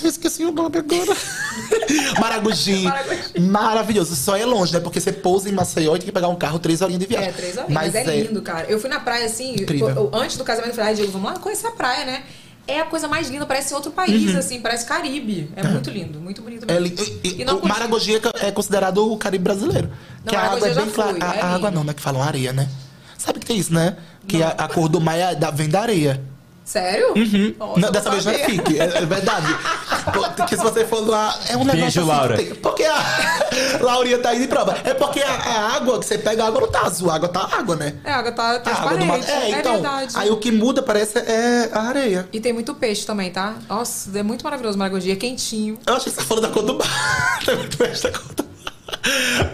Speaker 5: Eu esqueci o
Speaker 1: *laughs*
Speaker 5: nome agora. Maragogi.
Speaker 1: Maragogi.
Speaker 5: Maravilhoso. Só é longe, né? Porque você pousa em Maceió e tem que pegar um carro três horinhas de viagem.
Speaker 1: É, três horas. Mas, é, lindo, cara. Eu fui na praia assim,
Speaker 5: Incrível.
Speaker 1: eu- eu- antes do casamento, eu falei, ai, Diego, vamos lá conhecer a praia, né? É a coisa mais linda, parece outro país, assim, parece Caribe. É muito lindo, muito bonito
Speaker 5: Uhum. É
Speaker 1: mesmo.
Speaker 5: li- e- e-
Speaker 1: E não
Speaker 5: o
Speaker 1: custa-
Speaker 5: Maragogi é co- é considerado o Caribe brasileiro.
Speaker 1: Não,
Speaker 5: que a
Speaker 1: Maragogi
Speaker 5: água é
Speaker 1: eu já
Speaker 5: bem clara.
Speaker 1: fui,
Speaker 5: A,
Speaker 1: é
Speaker 5: a água
Speaker 1: lindo.
Speaker 5: não, né? Que falam areia, né? Sabe que tem isso, né? Que a, a cor do mar é da, vem da areia.
Speaker 1: Sério? Nossa,
Speaker 5: não, dessa vez não é
Speaker 1: sabia.
Speaker 5: fique, é, é
Speaker 1: *laughs*
Speaker 5: verdade. Pô, que se você for lá, é um negócio.
Speaker 2: Beijo,
Speaker 5: assim
Speaker 2: Laura.
Speaker 5: que tem- porque a. *laughs* Laurinha tá aí de prova. É porque a, a água que você pega, a água não tá azul, a água tá água, né?
Speaker 1: É, a água tá
Speaker 5: A água
Speaker 1: transparente.
Speaker 5: do mar.
Speaker 1: É,
Speaker 5: É, então.
Speaker 1: verdade.
Speaker 5: aí o que muda parece é a areia.
Speaker 1: E tem muito peixe também, tá? Nossa, é muito maravilhoso Maragogi. É quentinho.
Speaker 5: Eu achei que você falou da cor do *laughs* bar. Tá muito bem essa cor do bar.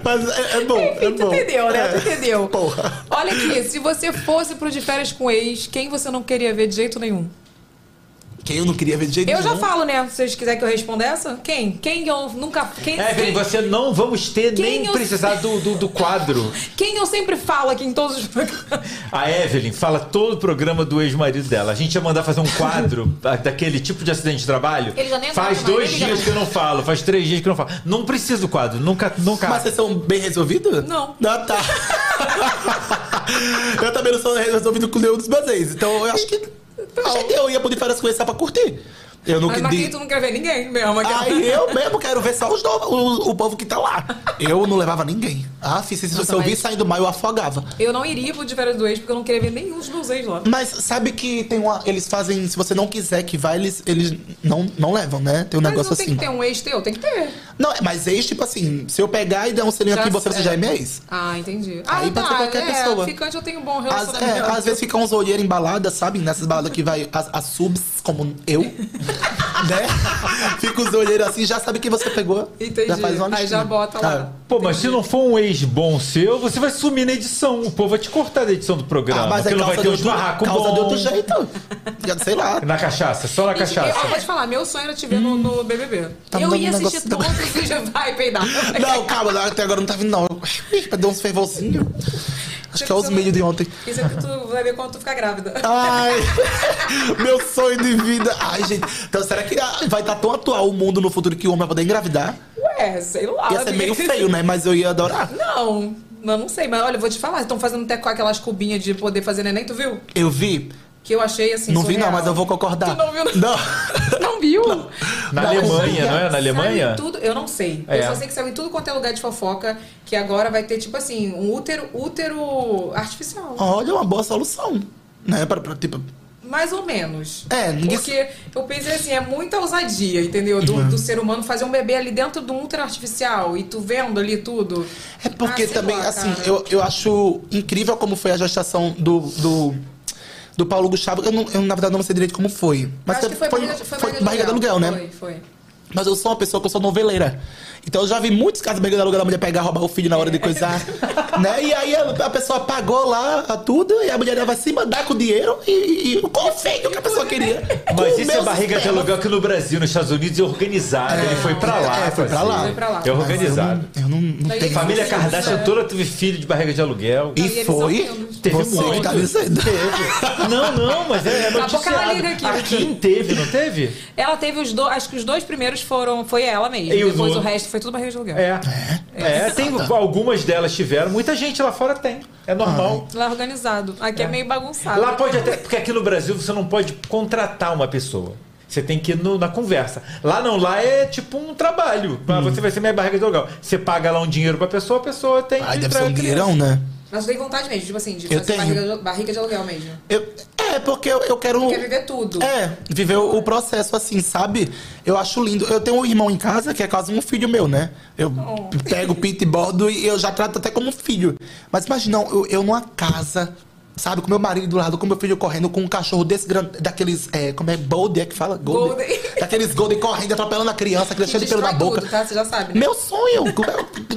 Speaker 5: Mas é, é bom. é
Speaker 1: Enfim, tu
Speaker 5: bom.
Speaker 1: entendeu, né? Tu
Speaker 5: É.
Speaker 1: entendeu.
Speaker 5: Porra.
Speaker 1: Olha aqui, *laughs* se você fosse pro de férias com ex, quem você não queria ver de jeito nenhum?
Speaker 5: Quem eu não queria ver de jeito
Speaker 1: Eu já
Speaker 5: nenhum.
Speaker 1: falo, né? Se vocês quiserem que eu responda essa, quem? Quem eu nunca. Quem,
Speaker 5: É,
Speaker 2: Evelyn, você não vamos ter
Speaker 1: Quem
Speaker 2: nem
Speaker 1: eu-
Speaker 2: precisar do, do, do quadro.
Speaker 1: quem eu sempre falo aqui em todos os programas?
Speaker 2: A Evelyn fala todo o programa do ex-marido dela. A gente ia mandar fazer um quadro da- daquele tipo de acidente de trabalho.
Speaker 1: Ele já nem
Speaker 2: faz
Speaker 1: aguenta mais,
Speaker 2: dois
Speaker 1: ele já
Speaker 2: dias
Speaker 1: não-
Speaker 2: que eu não falo, faz três dias que eu não falo. Não precisa do quadro, nunca, nunca.
Speaker 5: Mas vocês são bem resolvidos?
Speaker 1: Não.
Speaker 5: Não, tá.
Speaker 1: *laughs*
Speaker 5: eu também não sou resolvido com nenhum dos meus ex. Então eu acho que. Eu acho que eu ia poder fazer as coisas só pra curtir. Eu não
Speaker 1: Tá Mas
Speaker 5: queria.
Speaker 1: Marquinhos, tu é? não quer ver ninguém mesmo. aquela-
Speaker 5: Aí eu mesmo quero ver só os novos, o, o povo que tá lá. Eu não levava ninguém. Ah, se, se, se
Speaker 1: Nossa,
Speaker 5: eu vi
Speaker 1: mas-
Speaker 5: saindo mal, eu afogava.
Speaker 1: Eu não iria pro de férias do ex porque eu não queria ver nenhum dos meus ex lá.
Speaker 5: Mas sabe que tem uma. Eles fazem. Se você não quiser que vá, eles, eles não, não levam, né? Tem um
Speaker 1: Mas
Speaker 5: negócio
Speaker 1: não tem
Speaker 5: assim.
Speaker 1: que ter um ex teu? Tem que ter.
Speaker 5: Não, mas ex, tipo assim, se eu pegar e der um selinho
Speaker 1: Já
Speaker 5: aqui, você,
Speaker 1: sei.
Speaker 5: você já é minha ex.
Speaker 1: Ah, entendi.
Speaker 5: Aí
Speaker 1: ah,
Speaker 5: pode ser qualquer
Speaker 1: é,
Speaker 5: pessoa.
Speaker 1: Ficante eu tenho um bom
Speaker 5: Às, é,
Speaker 1: relacionamento.
Speaker 5: às vezes fica uns olheiros embaladas, sabe? Nessas baladas que vai as, as subs, como eu,
Speaker 1: *laughs*
Speaker 5: né? Fica os olheiros assim, já sabe que você pegou.
Speaker 1: Entendi.
Speaker 5: Já faz uma Ah.
Speaker 1: Aí
Speaker 5: listinha.
Speaker 1: já bota lá.
Speaker 2: Pô, mas se não for um ex bom seu, você vai sumir na edição. O povo vai te cortar da edição do
Speaker 5: Ah,
Speaker 2: programa.
Speaker 5: mas
Speaker 2: porque
Speaker 5: é
Speaker 2: não vai
Speaker 5: causa,
Speaker 2: ter um
Speaker 5: de
Speaker 2: os
Speaker 5: outro,
Speaker 2: barracos
Speaker 5: causa
Speaker 2: bons.
Speaker 5: de outro jeito. Já Sei lá.
Speaker 1: *laughs*
Speaker 2: Na cachaça, só na
Speaker 1: Gente, Eu,
Speaker 2: cachaça.
Speaker 1: eu vou te Ah, falar, meu sonho era te ver no, no BBB.
Speaker 5: Tá me
Speaker 1: eu
Speaker 5: dando
Speaker 1: ia
Speaker 5: um
Speaker 1: assistir
Speaker 5: negócio
Speaker 1: todos os dias. Vai peidar.
Speaker 5: Não, calma, não, até agora não tá vindo, não. Ih, Deu uns fervorzinhos. Acho que é os meios de ontem.
Speaker 1: Isso é porque tu vai ver quando tu ficar grávida.
Speaker 5: Ai, *laughs* meu sonho de vida. Ai, gente. Então, será que vai estar tão atual o mundo no futuro que o homem vai poder engravidar?
Speaker 1: Ué, sei lá.
Speaker 5: Ia ser
Speaker 1: Ah, amiga.
Speaker 5: meio feio, né? Mas eu ia adorar.
Speaker 1: Não, eu não sei. Mas olha, eu vou te falar. Estão fazendo até com aquelas cubinhas de poder fazer neném, tu viu?
Speaker 5: Eu vi.
Speaker 1: Que eu achei assim.
Speaker 5: Não vi, não,
Speaker 1: surreal.
Speaker 5: mas eu vou concordar.
Speaker 1: Tu não viu, não?
Speaker 5: *laughs*
Speaker 1: *laughs* Não viu?
Speaker 2: Na
Speaker 5: Não,
Speaker 2: Alemanha, não é? Na
Speaker 1: Saiu em
Speaker 2: Alemanha?
Speaker 1: tudo, eu não sei.
Speaker 2: É.
Speaker 1: Eu só sei que saiu em tudo quanto é lugar de fofoca, que agora vai ter, tipo assim, um útero, útero artificial.
Speaker 5: Olha, uma boa solução. Né? Pra, pra, tipo,
Speaker 1: mais ou menos.
Speaker 5: É, ninguém- Uhum.
Speaker 1: Porque eu pensei assim, é muita ousadia, entendeu? Do, do ser humano fazer um bebê ali dentro de um útero artificial e tu vendo ali tudo.
Speaker 5: É porque
Speaker 1: Ah, sei
Speaker 5: também,
Speaker 1: lá,
Speaker 5: assim,
Speaker 1: cara.
Speaker 5: eu, eu acho incrível como foi a gestação do. do... do Paulo Gustavo, eu, não- eu, na verdade não sei direito como foi. Mas
Speaker 1: acho que foi, barriga, de-
Speaker 5: foi barriga de aluguel, né?
Speaker 1: Foi, foi.
Speaker 5: Mas eu sou uma pessoa que eu sou noveleira. Então eu já vi muitos casos de barriga de aluguel da mulher pegar, roubar o filho na hora
Speaker 2: *laughs*
Speaker 5: de coisar. né? E aí a, a pessoa pagou lá a tudo e a mulher vai se mandar com o dinheiro e, e o confeito que a pessoa queria.
Speaker 2: Mas
Speaker 5: Com
Speaker 2: isso é
Speaker 5: meus
Speaker 2: barriga de
Speaker 5: espermas.
Speaker 2: aluguel que no Brasil, nos Estados Unidos, é organizado. ele foi pra lá.
Speaker 5: é, foi pra
Speaker 2: fazer.
Speaker 5: lá.
Speaker 1: Foi pra lá.
Speaker 2: É organizado.
Speaker 5: Eu não, não
Speaker 1: Aí
Speaker 5: tenho.
Speaker 2: Família
Speaker 1: Sim,
Speaker 2: Kardashian
Speaker 1: sim.
Speaker 2: toda teve filho de barriga de aluguel.
Speaker 1: Não, e
Speaker 5: E
Speaker 1: eles
Speaker 5: foi
Speaker 1: são filhos.
Speaker 2: Teve
Speaker 5: você que
Speaker 2: muito.
Speaker 5: tá dizendo.
Speaker 2: Teve. *laughs* Não, não, mas é, é
Speaker 1: Tá boca na
Speaker 2: noticiado.
Speaker 1: liga aqui.
Speaker 2: A Kim teve, não teve?
Speaker 1: Ela teve os dois, acho que os dois primeiros foram, foi ela mesmo.
Speaker 2: E os
Speaker 1: Depois o
Speaker 2: outros?
Speaker 1: resto foi tudo barriga de aluguel.
Speaker 2: É. É, tem, algumas delas tiveram. Muita gente lá fora tem. É normal.
Speaker 1: Lá organizado. Aqui é, meio bagunçado.
Speaker 2: Lá pode até. Porque aqui no Brasil você não pode contratar uma pessoa. Você tem que ir no- na conversa. Lá não, lá é tipo um trabalho. Ah, Você vai ser minha barriga de aluguel. Você paga lá um dinheiro pra pessoa, a pessoa tem
Speaker 5: Ai,
Speaker 2: que
Speaker 5: deve
Speaker 2: trazer
Speaker 5: ser um
Speaker 2: a criança.
Speaker 5: dinheirão, né?
Speaker 1: Mas tu tem vontade mesmo, tipo assim, de
Speaker 5: Eu
Speaker 1: fazer
Speaker 5: tenho.
Speaker 1: barriga de, barriga de aluguel mesmo.
Speaker 5: Eu- é, porque eu, eu quero.
Speaker 1: Quer viver tudo.
Speaker 5: É, viver o, o processo assim, sabe? Eu acho lindo. Eu tenho um irmão em casa que é quase um filho meu, né? Eu
Speaker 1: Oh.
Speaker 5: pego o pinto e bordo e eu já trato até como um filho. Mas imagina, eu, eu numa casa, sabe? Com meu marido do lado, com meu filho correndo, com um cachorro desse grande, daqueles, é, como é, Golden, é que fala? Golden.
Speaker 1: Golden.
Speaker 5: Daqueles Golden correndo, atropelando
Speaker 1: *laughs*
Speaker 5: a criança, que
Speaker 1: Que
Speaker 5: cheia de pelo na
Speaker 1: destrói
Speaker 5: boca.
Speaker 1: tudo, tá? Você já sabe, né?
Speaker 5: Meu sonho!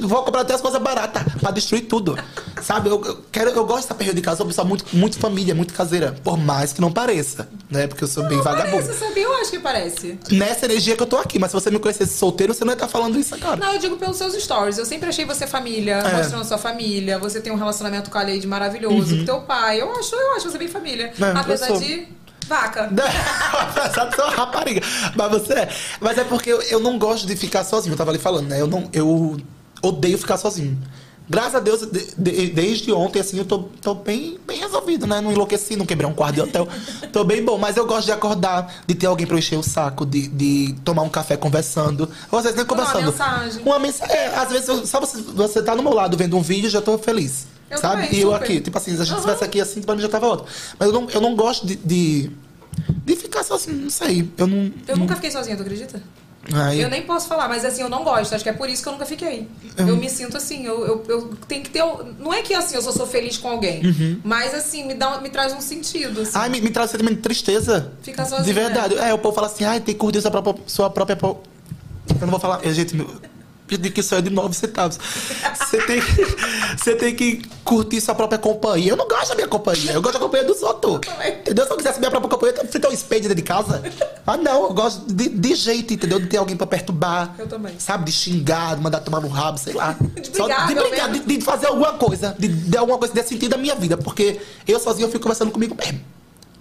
Speaker 5: Eu Vou comprar até as coisas baratas pra destruir tudo. Sabe? Eu, eu quero, eu gosto dessa perda de casa. Eu sou uma pessoa muito, muito família, muito caseira. Por mais que não pareça, né? Porque eu sou bem
Speaker 1: Não
Speaker 5: vagabundo.
Speaker 1: parece, sabia? Eu acho que parece.
Speaker 5: Nessa energia que eu tô aqui. Mas se você me conhecesse solteiro, você não ia estar falando isso agora.
Speaker 1: Não, eu digo pelos seus stories. Eu sempre achei você família,
Speaker 5: É.
Speaker 1: mostrando sua família. Você tem um relacionamento com a Lady maravilhoso, com teu pai. Eu acho, eu acho você bem família.
Speaker 5: Uhum. É, eu
Speaker 1: Apesar
Speaker 5: sou.
Speaker 1: de vaca.
Speaker 5: *laughs* Apesar de ser uma rapariga. Mas você é. Mas é porque eu, eu não gosto de ficar sozinho. Eu tava ali falando, né? Eu, não, eu odeio ficar sozinho. Graças a Deus, de- de- desde ontem, assim, eu tô, tô bem, bem resolvido, né? Não enlouqueci, não quebrei um quarto de
Speaker 1: *laughs*
Speaker 5: hotel. Tô bem bom, mas eu gosto de acordar, de ter alguém pra eu encher o saco, de, de tomar um café conversando. Ou às vezes nem
Speaker 1: Mandar uma
Speaker 5: conversando.
Speaker 1: mensagem.
Speaker 5: Uma mensagem. É, às vezes, eu- só você, você tá no meu lado vendo um vídeo, eu já tô feliz.
Speaker 1: Eu
Speaker 5: sabe?
Speaker 1: também,
Speaker 5: e eu
Speaker 1: super.
Speaker 5: aqui, tipo assim, se a gente
Speaker 1: Aham.
Speaker 5: estivesse aqui assim, pra mim já tava outro. Mas eu não, eu não gosto de, de. de ficar só assim, não sei. Eu não.
Speaker 1: Eu nunca fiquei sozinha, tu acredita?
Speaker 5: Ai,
Speaker 1: Eu nem posso falar, mas assim, eu não gosto. Acho que é por isso que eu nunca fiquei.
Speaker 5: É.
Speaker 1: Eu me sinto assim, eu, eu, eu tenho que ter. um- Não é que assim, eu só sou feliz com alguém. Mas assim, me, dá, um- me traz um sentido. assim.
Speaker 5: Uhum. Ai, me, me traz um sentimento de tristeza.
Speaker 1: Fica né? sozinha.
Speaker 5: De verdade. É, o povo fala assim, ai, tem que curtir sua própria. Sua própria po- Eu não vou falar. Eu, gente, meu. Eu digo que isso é de nove centavos. Você tem, *laughs* que- você tem que curtir sua própria companhia. Eu não gosto da minha companhia, eu gosto da companhia dos outros. Entendeu? Se eu quisesse minha própria companhia, eu fritar um espelho dentro de casa. Ah, não, eu gosto de, de jeito, entendeu? De ter alguém pra perturbar.
Speaker 1: Eu também.
Speaker 5: Sabe? De xingar, de mandar tomar no rabo, sei lá.
Speaker 1: *laughs* De brigar,
Speaker 5: de,
Speaker 1: pelo
Speaker 5: brigar de,
Speaker 1: menos.
Speaker 5: de fazer alguma coisa, de, de alguma coisa que dê sentido à minha vida, porque eu sozinho eu fico conversando comigo mesmo.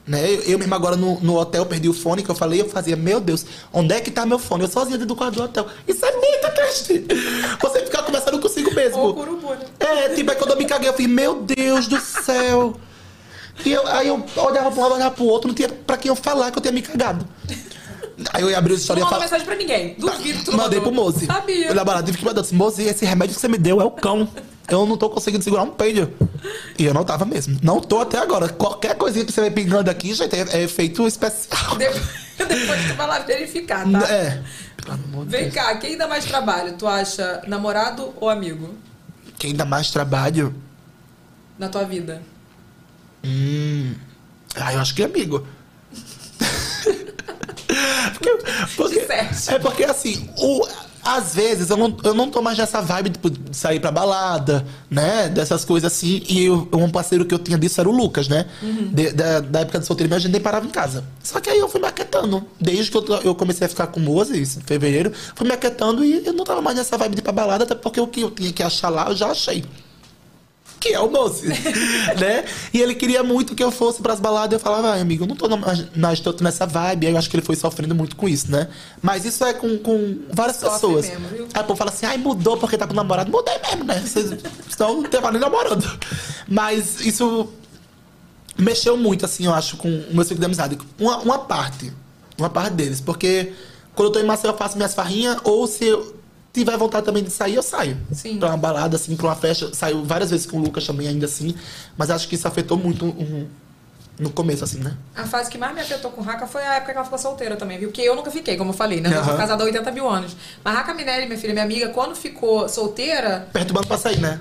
Speaker 5: Né? Eu, eu mesmo agora no, no hotel perdi o fone que eu falei, eu fazia, meu Deus, onde é que tá meu fone? Eu sozinha dentro do quarto do hotel. Isso é
Speaker 1: *laughs*
Speaker 5: muito triste. Você ficar conversando consigo
Speaker 1: Ou
Speaker 5: mesmo.
Speaker 1: curubu, né?
Speaker 5: É, tipo, aí quando eu me caguei, eu fiz, meu Deus do céu. E eu, aí eu olhava pra um lado, olhava pro outro, não tinha pra quem eu falar que eu tinha me cagado. Aí eu ia abrir o
Speaker 1: Não
Speaker 5: história e
Speaker 1: manda
Speaker 5: falar.
Speaker 1: mensagem pra ninguém. Duvido que tu não
Speaker 5: Mandei pro
Speaker 1: mandou.
Speaker 5: Mozi.
Speaker 1: Sabia.
Speaker 5: Eu na balada tive que mandar. eu disse, Mozi, esse remédio que você me deu é o cão. Eu não tô conseguindo segurar um peido. E eu não tava mesmo. Não tô até agora. Qualquer coisinha que você vai pingando aqui, gente, é, é efeito
Speaker 1: *laughs*
Speaker 5: especial.
Speaker 1: Depois, depois tu vai lá verificar, tá?
Speaker 5: É. Pelo amor de
Speaker 1: Vem
Speaker 5: Deus.
Speaker 1: cá, quem dá mais trabalho? Tu acha namorado ou amigo
Speaker 5: Quem dá mais trabalho?
Speaker 1: na tua vida?
Speaker 5: Hum. Ah, eu acho que é amigo. porque, porque-
Speaker 1: Disseste.
Speaker 5: é porque assim, o, às vezes eu não, eu não tô mais nessa vibe tipo, de sair pra balada, né? Dessas coisas assim. E eu- um parceiro que eu tinha disso era o Lucas, né? De- da, da época do solteiro, a gente nem parava em casa. Só que aí eu fui me aquetando. Desde que eu, to- eu comecei a ficar com o Mose, isso em fevereiro, fui me aquetando e eu não tava mais nessa vibe de ir pra balada, até porque o que eu tinha que achar lá, eu já achei que é
Speaker 1: *laughs*
Speaker 5: o Moses, né? E ele queria muito que eu fosse pras baladas. Eu falava, ai, amigo, eu não tô na, na, tanto nessa vibe. Aí eu acho que ele foi sofrendo muito com isso, né? Mas isso é com, com várias
Speaker 1: Sofre
Speaker 5: pessoas.
Speaker 1: mesmo, viu?
Speaker 5: Aí o povo fala assim, ai, mudou porque tá com namorado. Mudei mesmo, né? Vocês estão não tava nem namorando. Mas isso mexeu muito, assim, eu acho, com o meu ciclo de amizade. Uma, uma parte. Uma parte deles. Porque quando eu tô em Maceió, eu faço minhas farrinhas. Ou se eu tiver vontade também de sair, eu saio.
Speaker 1: Sim.
Speaker 5: Pra uma balada, assim, pra uma festa. Eu Saio várias vezes com o Lucas também, ainda assim. Mas acho que isso afetou muito um- No começo, assim, né?
Speaker 1: A fase que mais me afetou com Raca foi a época que ela ficou solteira também, viu? Porque eu nunca fiquei, como eu falei, né? Eu sou
Speaker 5: Aham.
Speaker 1: casada há 80 mil anos. Mas Raca Minelli, minha filha, minha amiga, quando ficou solteira,
Speaker 5: Perturbando pra sair, né?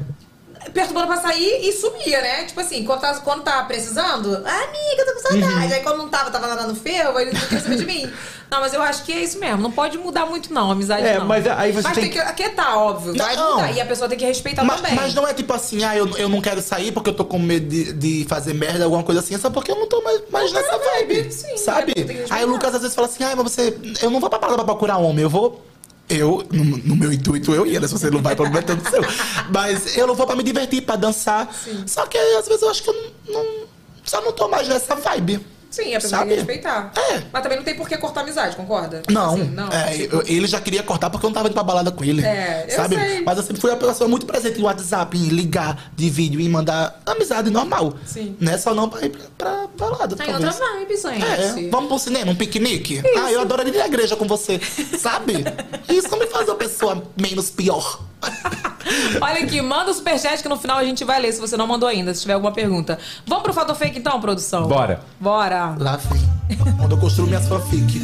Speaker 1: perturbando pra sair e sumia, né? Tipo assim, quando tá, quando tá precisando, ah, amiga, eu tô com saudade. Aí quando não tava, tava nadando ferro, aí não queria saber de *laughs* mim. Não, mas eu acho que é isso mesmo. Não pode mudar muito, não, a amizade
Speaker 2: É,
Speaker 1: não.
Speaker 2: mas aí você
Speaker 1: mas
Speaker 5: tem
Speaker 1: tem que aquietar, óbvio. Vai
Speaker 5: Não.
Speaker 1: mudar. E a pessoa tem que respeitar
Speaker 5: Mas,
Speaker 1: Então também.
Speaker 5: mas não é tipo assim, ah, eu, eu não quero sair porque eu tô com medo de, de fazer merda, alguma coisa assim, é só porque eu não tô mais, mais nessa
Speaker 1: é
Speaker 5: vibe.
Speaker 1: assim,
Speaker 5: sabe? Aí o Lucas às vezes fala assim, ah, mas você. Eu não vou pra parada pra procurar homem, eu vou. Eu, no, no meu intuito, eu ia, né? Se você não vai, problema é todo seu. Mas eu não vou pra me divertir, pra dançar. Só que às vezes eu acho que eu não, não- Só não tô mais nessa vibe.
Speaker 1: Sim, a pessoa tem
Speaker 5: Sabe? É.
Speaker 1: que respeitar. Mas também não tem por que cortar a amizade, concorda?
Speaker 5: Não,
Speaker 1: Assim, não.
Speaker 5: É, eu- ele já queria cortar porque eu não tava indo pra balada com ele.
Speaker 1: É, eu
Speaker 5: sabe?
Speaker 1: sei.
Speaker 5: Mas eu sempre fui uma pessoa muito presente em WhatsApp, em ligar de vídeo, em mandar amizade normal.
Speaker 1: Sim.
Speaker 5: Né? Só não pra ir pra, pra balada.
Speaker 1: Tem outra
Speaker 5: talvez.
Speaker 1: vibe,
Speaker 5: É,
Speaker 1: gente.
Speaker 5: vamos pro cinema, um piquenique?
Speaker 1: Isso.
Speaker 5: Ah, eu adoraria ir na igreja com você, sabe? Isso me faz uma pessoa menos pior. *laughs*
Speaker 1: Olha aqui, manda o superchat que no final a gente vai ler, se você não mandou ainda, se tiver alguma pergunta. Vamos pro Fato Fake então, produção?
Speaker 2: Bora.
Speaker 1: Bora.
Speaker 5: Lá vem. Quando eu construo minhas fanfic.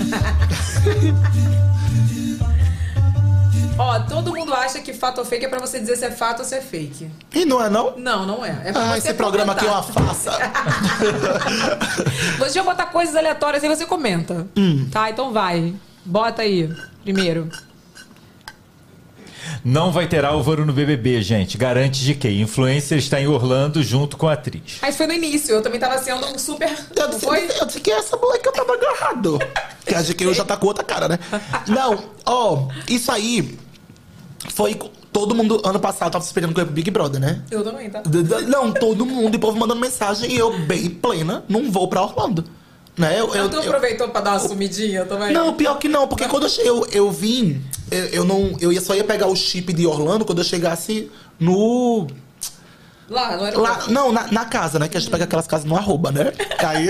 Speaker 1: Ó, todo mundo acha que fato ou fake é pra você dizer se é fato ou se é fake.
Speaker 5: E não é, não?
Speaker 1: Não, não é. é pra
Speaker 5: ah,
Speaker 1: você
Speaker 5: esse programa aqui é uma
Speaker 1: comentar.
Speaker 5: farsa.
Speaker 1: Você já botar coisas aleatórias e você comenta.
Speaker 5: Hum.
Speaker 1: Tá, então vai. Bota aí, primeiro.
Speaker 2: Não vai ter Álvaro no BBB, gente. Garante de quê? Influencer está em Orlando junto com a atriz.
Speaker 1: Aí foi no início, eu também tava sendo um super.
Speaker 5: Eu
Speaker 1: Não
Speaker 5: disse,
Speaker 1: foi?
Speaker 5: eu disse que essa moleque eu tava agarrado. Que a GQ já tá com outra cara, né? Não, ó, isso aí foi. co- Todo mundo, ano passado, tava se esperando que eu ia pro Big Brother, né?
Speaker 1: Eu também, tá?
Speaker 5: D- d- Não, todo mundo, e o povo mandando mensagem, e eu, bem plena, não vou pra Orlando. Né? Eu, eu,
Speaker 1: tu
Speaker 5: eu-
Speaker 1: aproveitou pra dar uma sumidinha também?
Speaker 5: Não, pior que não, porque quando eu, che- eu, eu vim, eu, eu não. Eu ia, só ia pegar o chip de Orlando quando eu chegasse no.
Speaker 1: Lá, não era
Speaker 5: Lá, não, na, na casa, né? Que a gente pega aquelas casas no arroba, né? Aí,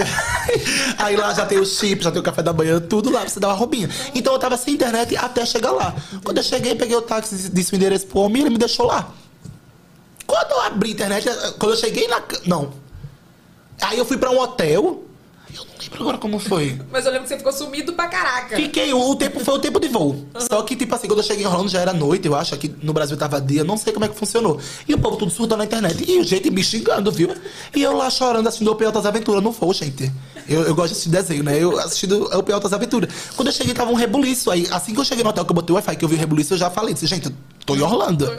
Speaker 5: *laughs* aí lá já tem o chip, já tem o café da manhã, tudo lá, pra você dar uma roubinha. Então eu tava sem internet até chegar lá. Quando eu cheguei, peguei o táxi, disse o endereço pro homem e ele me deixou lá. Quando eu abri a internet, eh, quando eu cheguei na. ca- Não. Aí eu fui pra um hotel. Eu não lembro agora como foi.
Speaker 1: Mas eu lembro que você ficou sumido pra caraca.
Speaker 5: Fiquei, o tempo foi o tempo de voo. Só que, tipo assim, quando eu cheguei em Orlando já era noite, eu acho, aqui no Brasil tava dia, não sei como é que funcionou. E o povo tudo surtando na internet. E o gente me xingando, viu? E eu lá chorando, assistindo o P Altas Aventuras. Não vou, gente. Eu, eu gosto desse desenho, né? Eu assistindo o P Altas Aventuras. Quando eu cheguei, tava um rebuliço. Aí, assim que eu cheguei no hotel, que eu botei o Wi-Fi, que eu vi o rebuliço, eu já falei, disse, gente, eu tô em Orlando.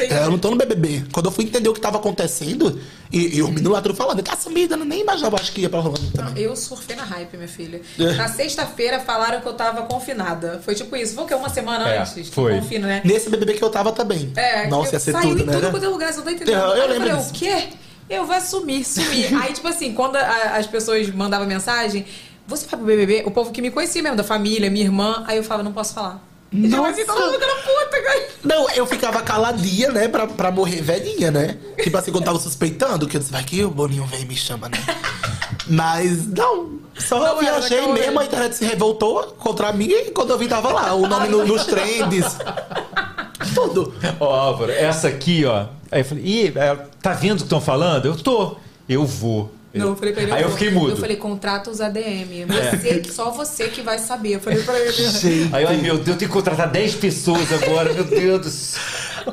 Speaker 5: É, eu não tô no BBB. Quando eu fui entender o que tava acontecendo, e, e o menino lá tudo falando, tá sumida, eu nem imaginava, acho que ia pra Orlando também.
Speaker 1: Eu surfei na hype, minha filha.
Speaker 5: É.
Speaker 1: Na sexta-feira falaram que eu tava confinada. Foi tipo isso. Foi o quê? Uma semana
Speaker 5: É,
Speaker 1: antes?
Speaker 5: foi.
Speaker 1: Que confina, né?
Speaker 5: Nesse BBB que eu tava também.
Speaker 1: É,
Speaker 5: Nossa,
Speaker 1: eu-
Speaker 5: ia ser
Speaker 1: saiu
Speaker 5: tudo,
Speaker 1: em
Speaker 5: né?
Speaker 1: tudo quanto é lugar, você não tá entendendo.
Speaker 5: Eu- eu
Speaker 1: Aí
Speaker 5: lembro
Speaker 1: falei,
Speaker 5: disso.
Speaker 1: o quê? Eu vou sumir, sumir. Aí, tipo assim, quando a- as pessoas mandavam mensagem, você vai pro BBB? O povo que me conhecia mesmo, da família, minha irmã. Aí eu falava, não posso falar.
Speaker 5: Nossa.
Speaker 1: Então, todo mundo que era puta, cara.
Speaker 5: Não, eu ficava caladinha, né? Pra, pra morrer velhinha, né? Tipo assim, quando tava suspeitando, que eu disse, vai que o Boninho vem e me chama, né? Mas não, só eu viajei
Speaker 1: calma,
Speaker 5: mesmo, a internet se revoltou contra mim e quando eu vi tava lá, o nome no- nos trends. Tudo.
Speaker 2: Ó, Álvaro, essa aqui, ó. Aí eu falei, ih, é, tá vendo o que estão falando? Eu tô. Eu vou.
Speaker 1: Não, eu falei pra ele.
Speaker 2: Aí eu
Speaker 1: vou.
Speaker 2: fiquei mudo.
Speaker 1: Eu falei, contrata os ADM. Você, é que só você que vai saber. Eu falei pra ele.
Speaker 2: Aí, eu, ai meu Deus, eu tenho que contratar 10 pessoas agora, meu Deus do céu.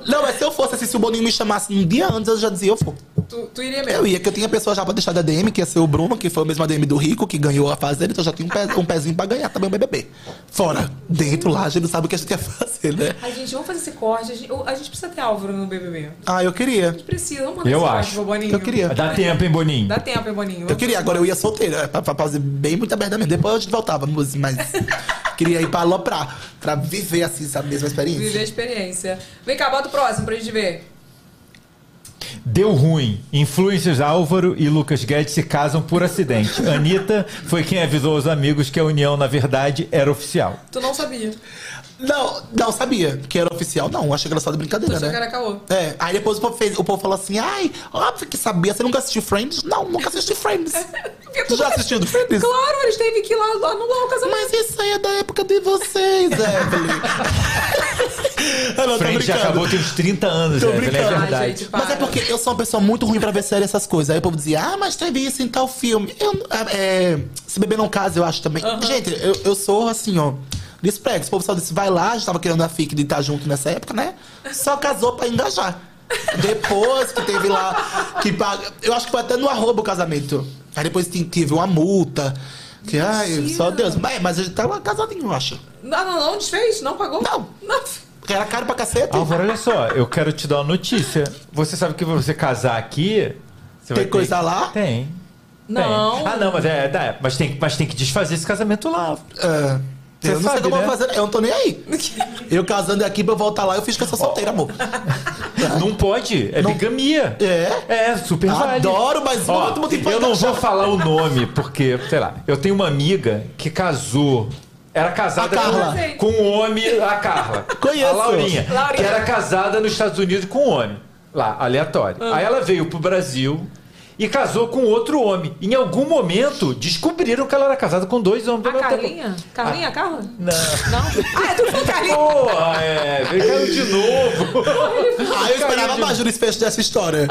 Speaker 5: Não, mas se eu fosse assim, se o Boninho me chamasse um dia antes, eu já dizia, eu vou.
Speaker 1: Tu, tu iria mesmo.
Speaker 5: Eu ia, que eu tinha pessoa já pra deixar da DM, que ia ser o Bruno, que foi o mesmo ADM do Rico, que ganhou a fase dele, então já tinha um, pé- um pezinho pra ganhar também o BBB. Fora, dentro lá, a gente não sabe o que a gente ia fazer, né?
Speaker 1: Ai, gente, vamos fazer esse corte. A gente, eu- a gente precisa ter Álvaro no BBB. A
Speaker 5: Ah, eu queria.
Speaker 1: gente precisa. Vamos mandar
Speaker 2: Eu
Speaker 1: esse
Speaker 2: acho.
Speaker 1: corte pro Boninho.
Speaker 5: Eu queria.
Speaker 2: Dá tempo, hein, Boninho?
Speaker 1: Dá tempo, hein, Boninho?
Speaker 5: Eu queria, agora eu ia solteira, é pra, pra fazer bem muita merda mesmo. Depois a gente voltava,
Speaker 1: *laughs*
Speaker 5: mas mas queria ir pra aloprar, pra viver assim, sabe, mesma
Speaker 1: Viver a
Speaker 5: experiência.
Speaker 1: experiência. Vem cá, bota o próximo pra gente ver.
Speaker 2: Deu ruim. Influencers Álvaro e Lucas Guedes se casam por
Speaker 5: *laughs*
Speaker 2: acidente. Anitta foi quem avisou os amigos que a união, na verdade, era oficial.
Speaker 1: Tu não sabia.
Speaker 5: Não, não sabia que era oficial, não. Achei que era só de
Speaker 1: Tu
Speaker 5: brincadeira,
Speaker 1: achou que era
Speaker 5: né?
Speaker 1: caô.
Speaker 5: É, aí depois o povo, fez, o povo falou assim, ai, óbvio que sabia, você nunca assistiu Friends? Não, nunca
Speaker 1: *laughs*
Speaker 5: assisti Friends. tu já assistiu do Friends?
Speaker 1: Claro, eles teve que ir lá lá anular o casamento. *laughs*
Speaker 5: *laughs* Mas isso aí é da época de vocês, Evelyn. Ah, não, tô
Speaker 2: Friends já
Speaker 5: brincando.
Speaker 2: acabou tem uns 30 anos,
Speaker 5: Tô
Speaker 2: né? Não é
Speaker 5: brincando.
Speaker 2: verdade.
Speaker 5: mas é porque eu sou uma pessoa muito ruim pra ver série essas coisas. Aí o povo dizia, ah, mas teve isso em tal filme. Eu, ah, é, se beber não casa, eu acho também. Gente, eu, eu sou assim, ó. Desprego. O povo só disse, vai lá, já tava querendo a FIC de estar junto nessa época, né? Só casou pra engajar. Depois que teve lá. Que paga, eu acho que foi até no arroba o casamento. Aí depois tem- teve uma multa. Que, ai, só Deus. Mas, mas a gente tava casadinho, eu acho.
Speaker 1: Ah, Não, não, não, desfez, não pagou.
Speaker 5: Não. Era caro pra cacete.
Speaker 2: Álvaro, olha só, eu quero te dar uma notícia. Você sabe que pra você casar aqui. Você
Speaker 5: Tem
Speaker 2: ter-
Speaker 5: coisa lá?
Speaker 2: Tem.
Speaker 1: Não.
Speaker 2: *laughs* Tem. Ah, não, mas é. dá, mas, tem, mas tem que desfazer esse casamento lá.
Speaker 5: É.
Speaker 2: Você
Speaker 5: eu não sei
Speaker 2: sabe,
Speaker 5: o que eu
Speaker 2: né?
Speaker 5: vou fazer, eu não tô nem aí. Eu casando aqui pra eu voltar lá, eu fiz com essa solteira, amor.
Speaker 2: Não pode, é bigamia.
Speaker 5: É?
Speaker 2: É, super vale.
Speaker 5: Adoro, mas
Speaker 2: Ó,
Speaker 5: muito, muito
Speaker 2: Eu não vou falar o nome, porque, sei lá, eu tenho uma amiga que casou. Era casada
Speaker 5: A Carla.
Speaker 2: com, com um homem, a Carla.
Speaker 5: *laughs* Conheço.
Speaker 2: A Laurinha,
Speaker 1: Laurinha.
Speaker 2: Que era casada nos Estados Unidos com um homem. Lá, aleatório.
Speaker 1: Ah.
Speaker 2: Aí ela veio pro Brasil e casou com outro homem. Em algum momento, descobriram que ela era casada com dois homens.
Speaker 1: A
Speaker 2: Ah.
Speaker 1: Carlinha? Carlinha, Carla?
Speaker 2: Não.
Speaker 1: Não? Ah, é tudo com Carlinha.
Speaker 2: Porra, é. Caiu de novo.
Speaker 5: Ah, eu esperava
Speaker 2: Caiu de
Speaker 5: mais o desfecho dessa história.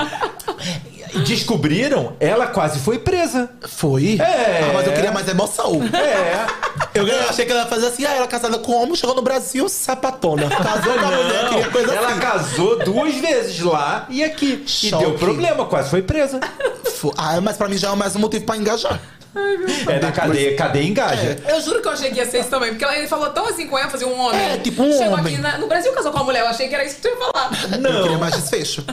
Speaker 2: Descobriram, ela quase foi presa.
Speaker 5: Foi?
Speaker 2: É.
Speaker 5: Ah, mas eu queria mais emoção.
Speaker 2: *laughs* É.
Speaker 5: Eu achei que ela ia fazer assim, ah, ela é casada com homem, chegou no Brasil, sapatona. Casou com a mulher, queria coisa
Speaker 2: ela
Speaker 5: assim.
Speaker 2: casou duas vezes lá e aqui.
Speaker 5: Choque.
Speaker 2: E deu problema, quase foi presa.
Speaker 5: Fo- Ah, mas pra mim já é mais um motivo pra engajar.
Speaker 2: É na cadeia, cadeia engaja.
Speaker 5: é,
Speaker 1: Eu juro que eu achei que ia ser isso também, porque ela- ele falou tão assim com ênfase, um homem.
Speaker 5: É, tipo um
Speaker 1: Chegou
Speaker 5: homem.
Speaker 1: aqui na- no Brasil casou com uma mulher, eu achei que era isso que tu ia falar.
Speaker 5: Eu queria
Speaker 2: Não.
Speaker 5: mais desfecho.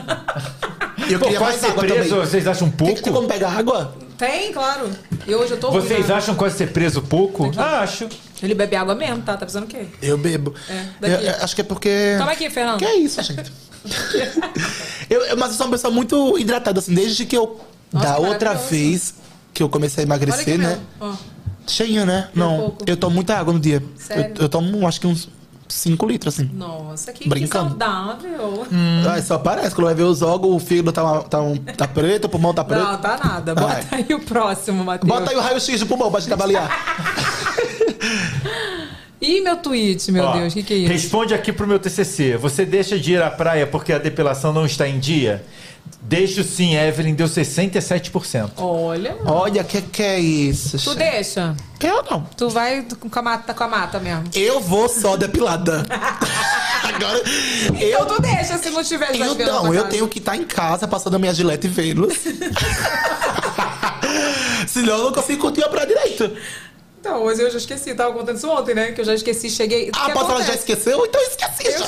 Speaker 5: E eu
Speaker 2: Pô,
Speaker 5: queria
Speaker 2: quase
Speaker 5: mais
Speaker 2: ser
Speaker 5: água
Speaker 2: preso,
Speaker 5: também.
Speaker 2: vocês acham
Speaker 5: Tem que ter como
Speaker 2: pouco?
Speaker 5: pegar água?
Speaker 1: Tem, claro. E hoje eu tô
Speaker 2: Vocês
Speaker 1: ruim, né?
Speaker 2: acham quase ser preso pouco? Ah, acho.
Speaker 1: Ele bebe água mesmo, tá? Tá precisando o quê?
Speaker 5: Eu bebo.
Speaker 1: É, daqui.
Speaker 5: Eu- eu acho que é porque.
Speaker 1: Toma aqui, Fernando.
Speaker 5: Que é isso, gente? *laughs* eu, eu- mas eu sou uma pessoa muito hidratada, assim, desde que eu.
Speaker 1: Nossa,
Speaker 5: da
Speaker 1: que
Speaker 5: outra
Speaker 1: maravilhoso.
Speaker 5: vez que eu comecei a
Speaker 1: Olha aqui
Speaker 5: emagrecer, né?
Speaker 1: mesmo. Ó.
Speaker 5: Cheinha, né?
Speaker 1: um
Speaker 5: Não,
Speaker 1: pouco.
Speaker 5: eu tomo muita água no dia.
Speaker 1: Sério?
Speaker 5: Eu, eu tomo, acho que uns 5 litros, assim.
Speaker 1: Nossa, que, que
Speaker 5: Brincando. Hum.
Speaker 1: saudável.
Speaker 5: Ai, só parece, quando vai ver os órgãos, o fígado tá, uma- tá, um, tá preto, o pulmão tá preto.
Speaker 1: Não, tá nada. Bota
Speaker 5: Ai.
Speaker 1: aí o próximo, Matheus.
Speaker 5: Bota aí o raio-x do pulmão pra gente
Speaker 1: *laughs*
Speaker 5: avaliar.
Speaker 1: Ih, meu tweet, meu
Speaker 2: Ó,
Speaker 1: Deus, o que, que é isso?
Speaker 2: Responde aqui pro meu TCC. Você deixa de ir à praia porque a depilação não está em dia? Deixo sim, Evelyn, deu 67%.
Speaker 1: Olha,
Speaker 5: Olha, que que é isso?
Speaker 1: tu
Speaker 5: gente?
Speaker 1: deixa.
Speaker 5: Eu não.
Speaker 1: Tu vai com a mata, com a mata mesmo.
Speaker 5: Eu vou
Speaker 1: *laughs*
Speaker 5: só depilada. Agora, eu
Speaker 1: Então tu deixa se não tiver já
Speaker 5: Eu
Speaker 1: vendo na
Speaker 5: não,
Speaker 1: tua
Speaker 5: eu
Speaker 1: casa.
Speaker 5: tenho que estar em casa passando a minha gilete *laughs* Vênus. Senão eu não consigo curtir a praia direito.
Speaker 1: Então, mas eu já esqueci, tava contando isso ontem, né? Que eu já esqueci, cheguei.
Speaker 5: Ah,
Speaker 1: Que
Speaker 5: a pastora já
Speaker 1: acontece?
Speaker 5: esqueceu? Então eu esqueci *laughs* já.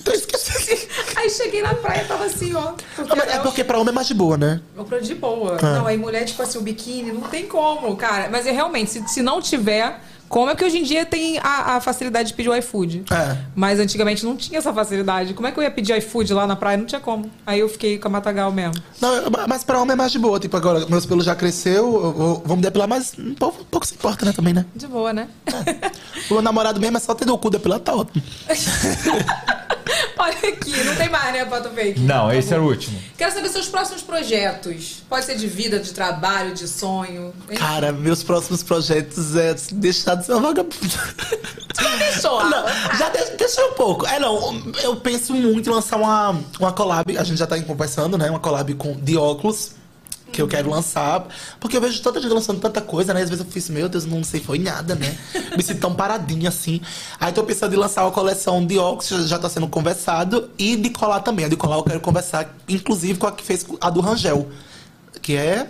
Speaker 5: Então eu esqueci.
Speaker 1: Aí cheguei na praia, tava assim, ó.
Speaker 5: Ah, mas é
Speaker 1: era
Speaker 5: porque Ah. pra homem é mais de boa, né?
Speaker 1: Eu pra de boa. Não, aí mulher, tipo assim, o biquíni, não tem como, cara. Mas é realmente, se, se não tiver, como é que hoje em dia tem a, a facilidade de pedir o iFood?
Speaker 5: É.
Speaker 1: Mas antigamente não tinha essa facilidade. Como é que eu ia pedir iFood lá na praia? Não tinha como. Aí eu fiquei com a Matagal mesmo.
Speaker 5: Não, eu- mas pra homem é mais de boa. Tipo, agora meus pelos já cresceu, eu vou- vou me depilar, mas um pouco, pouco se importa, né, também, né?
Speaker 1: De boa, né?
Speaker 5: O meu namorado mesmo é só ter o cu depilado, tá ótimo. É.
Speaker 1: *laughs* Olha aqui, não tem mais, né, Pato Fake?
Speaker 2: Não,
Speaker 5: Tá
Speaker 2: esse era o último.
Speaker 1: Quero saber seus próximos projetos. Pode ser de vida, de trabalho, de sonho. Hein?
Speaker 5: Cara, meus próximos projetos é deixar de ser uma vagabunda.
Speaker 1: Deixou.
Speaker 5: Não, já de, deixa um pouco. É, não, eu penso muito em lançar uma, uma collab. A gente já tá aí conversando, né? Uma collab com de óculos. Que eu quero lançar. Porque eu vejo tanta gente lançando tanta coisa, né? Às vezes eu fiz, meu Deus, não sei, foi nada, né? Me sinto tão paradinha assim. Aí tô pensando em lançar uma coleção de óculos, já- já tá sendo conversado. E de colar também. A de colar eu quero conversar, inclusive, com a que fez a do Rangel. Que é.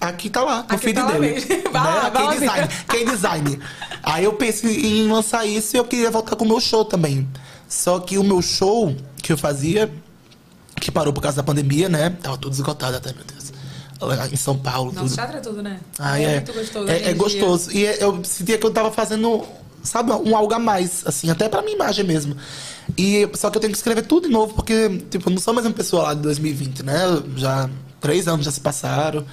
Speaker 5: Aqui tá lá, no
Speaker 1: Aqui
Speaker 5: feed
Speaker 1: tá lá
Speaker 5: dele.
Speaker 1: mesmo. *laughs* Vai lá, vai lá
Speaker 5: Aqui design.
Speaker 1: ver.
Speaker 5: Quem design? Aí eu pensei em lançar isso e eu queria voltar com o meu show também. Só que o meu show que eu fazia, que parou por causa da pandemia, né? Tava tudo esgotado até, meu Deus. Lá Em São Paulo,
Speaker 1: Nossa,
Speaker 5: tudo.
Speaker 1: teatro é tudo, né?
Speaker 5: Ah,
Speaker 1: é,
Speaker 5: é.
Speaker 1: muito gostoso.
Speaker 5: É- É,
Speaker 1: energia.
Speaker 5: gostoso. E é- eu sentia que eu tava fazendo, sabe, um algo a mais, assim, até pra minha imagem mesmo. E só que eu tenho que escrever tudo de novo, porque, tipo, eu não sou mais uma pessoa lá de 2020, né? Já três anos já se passaram.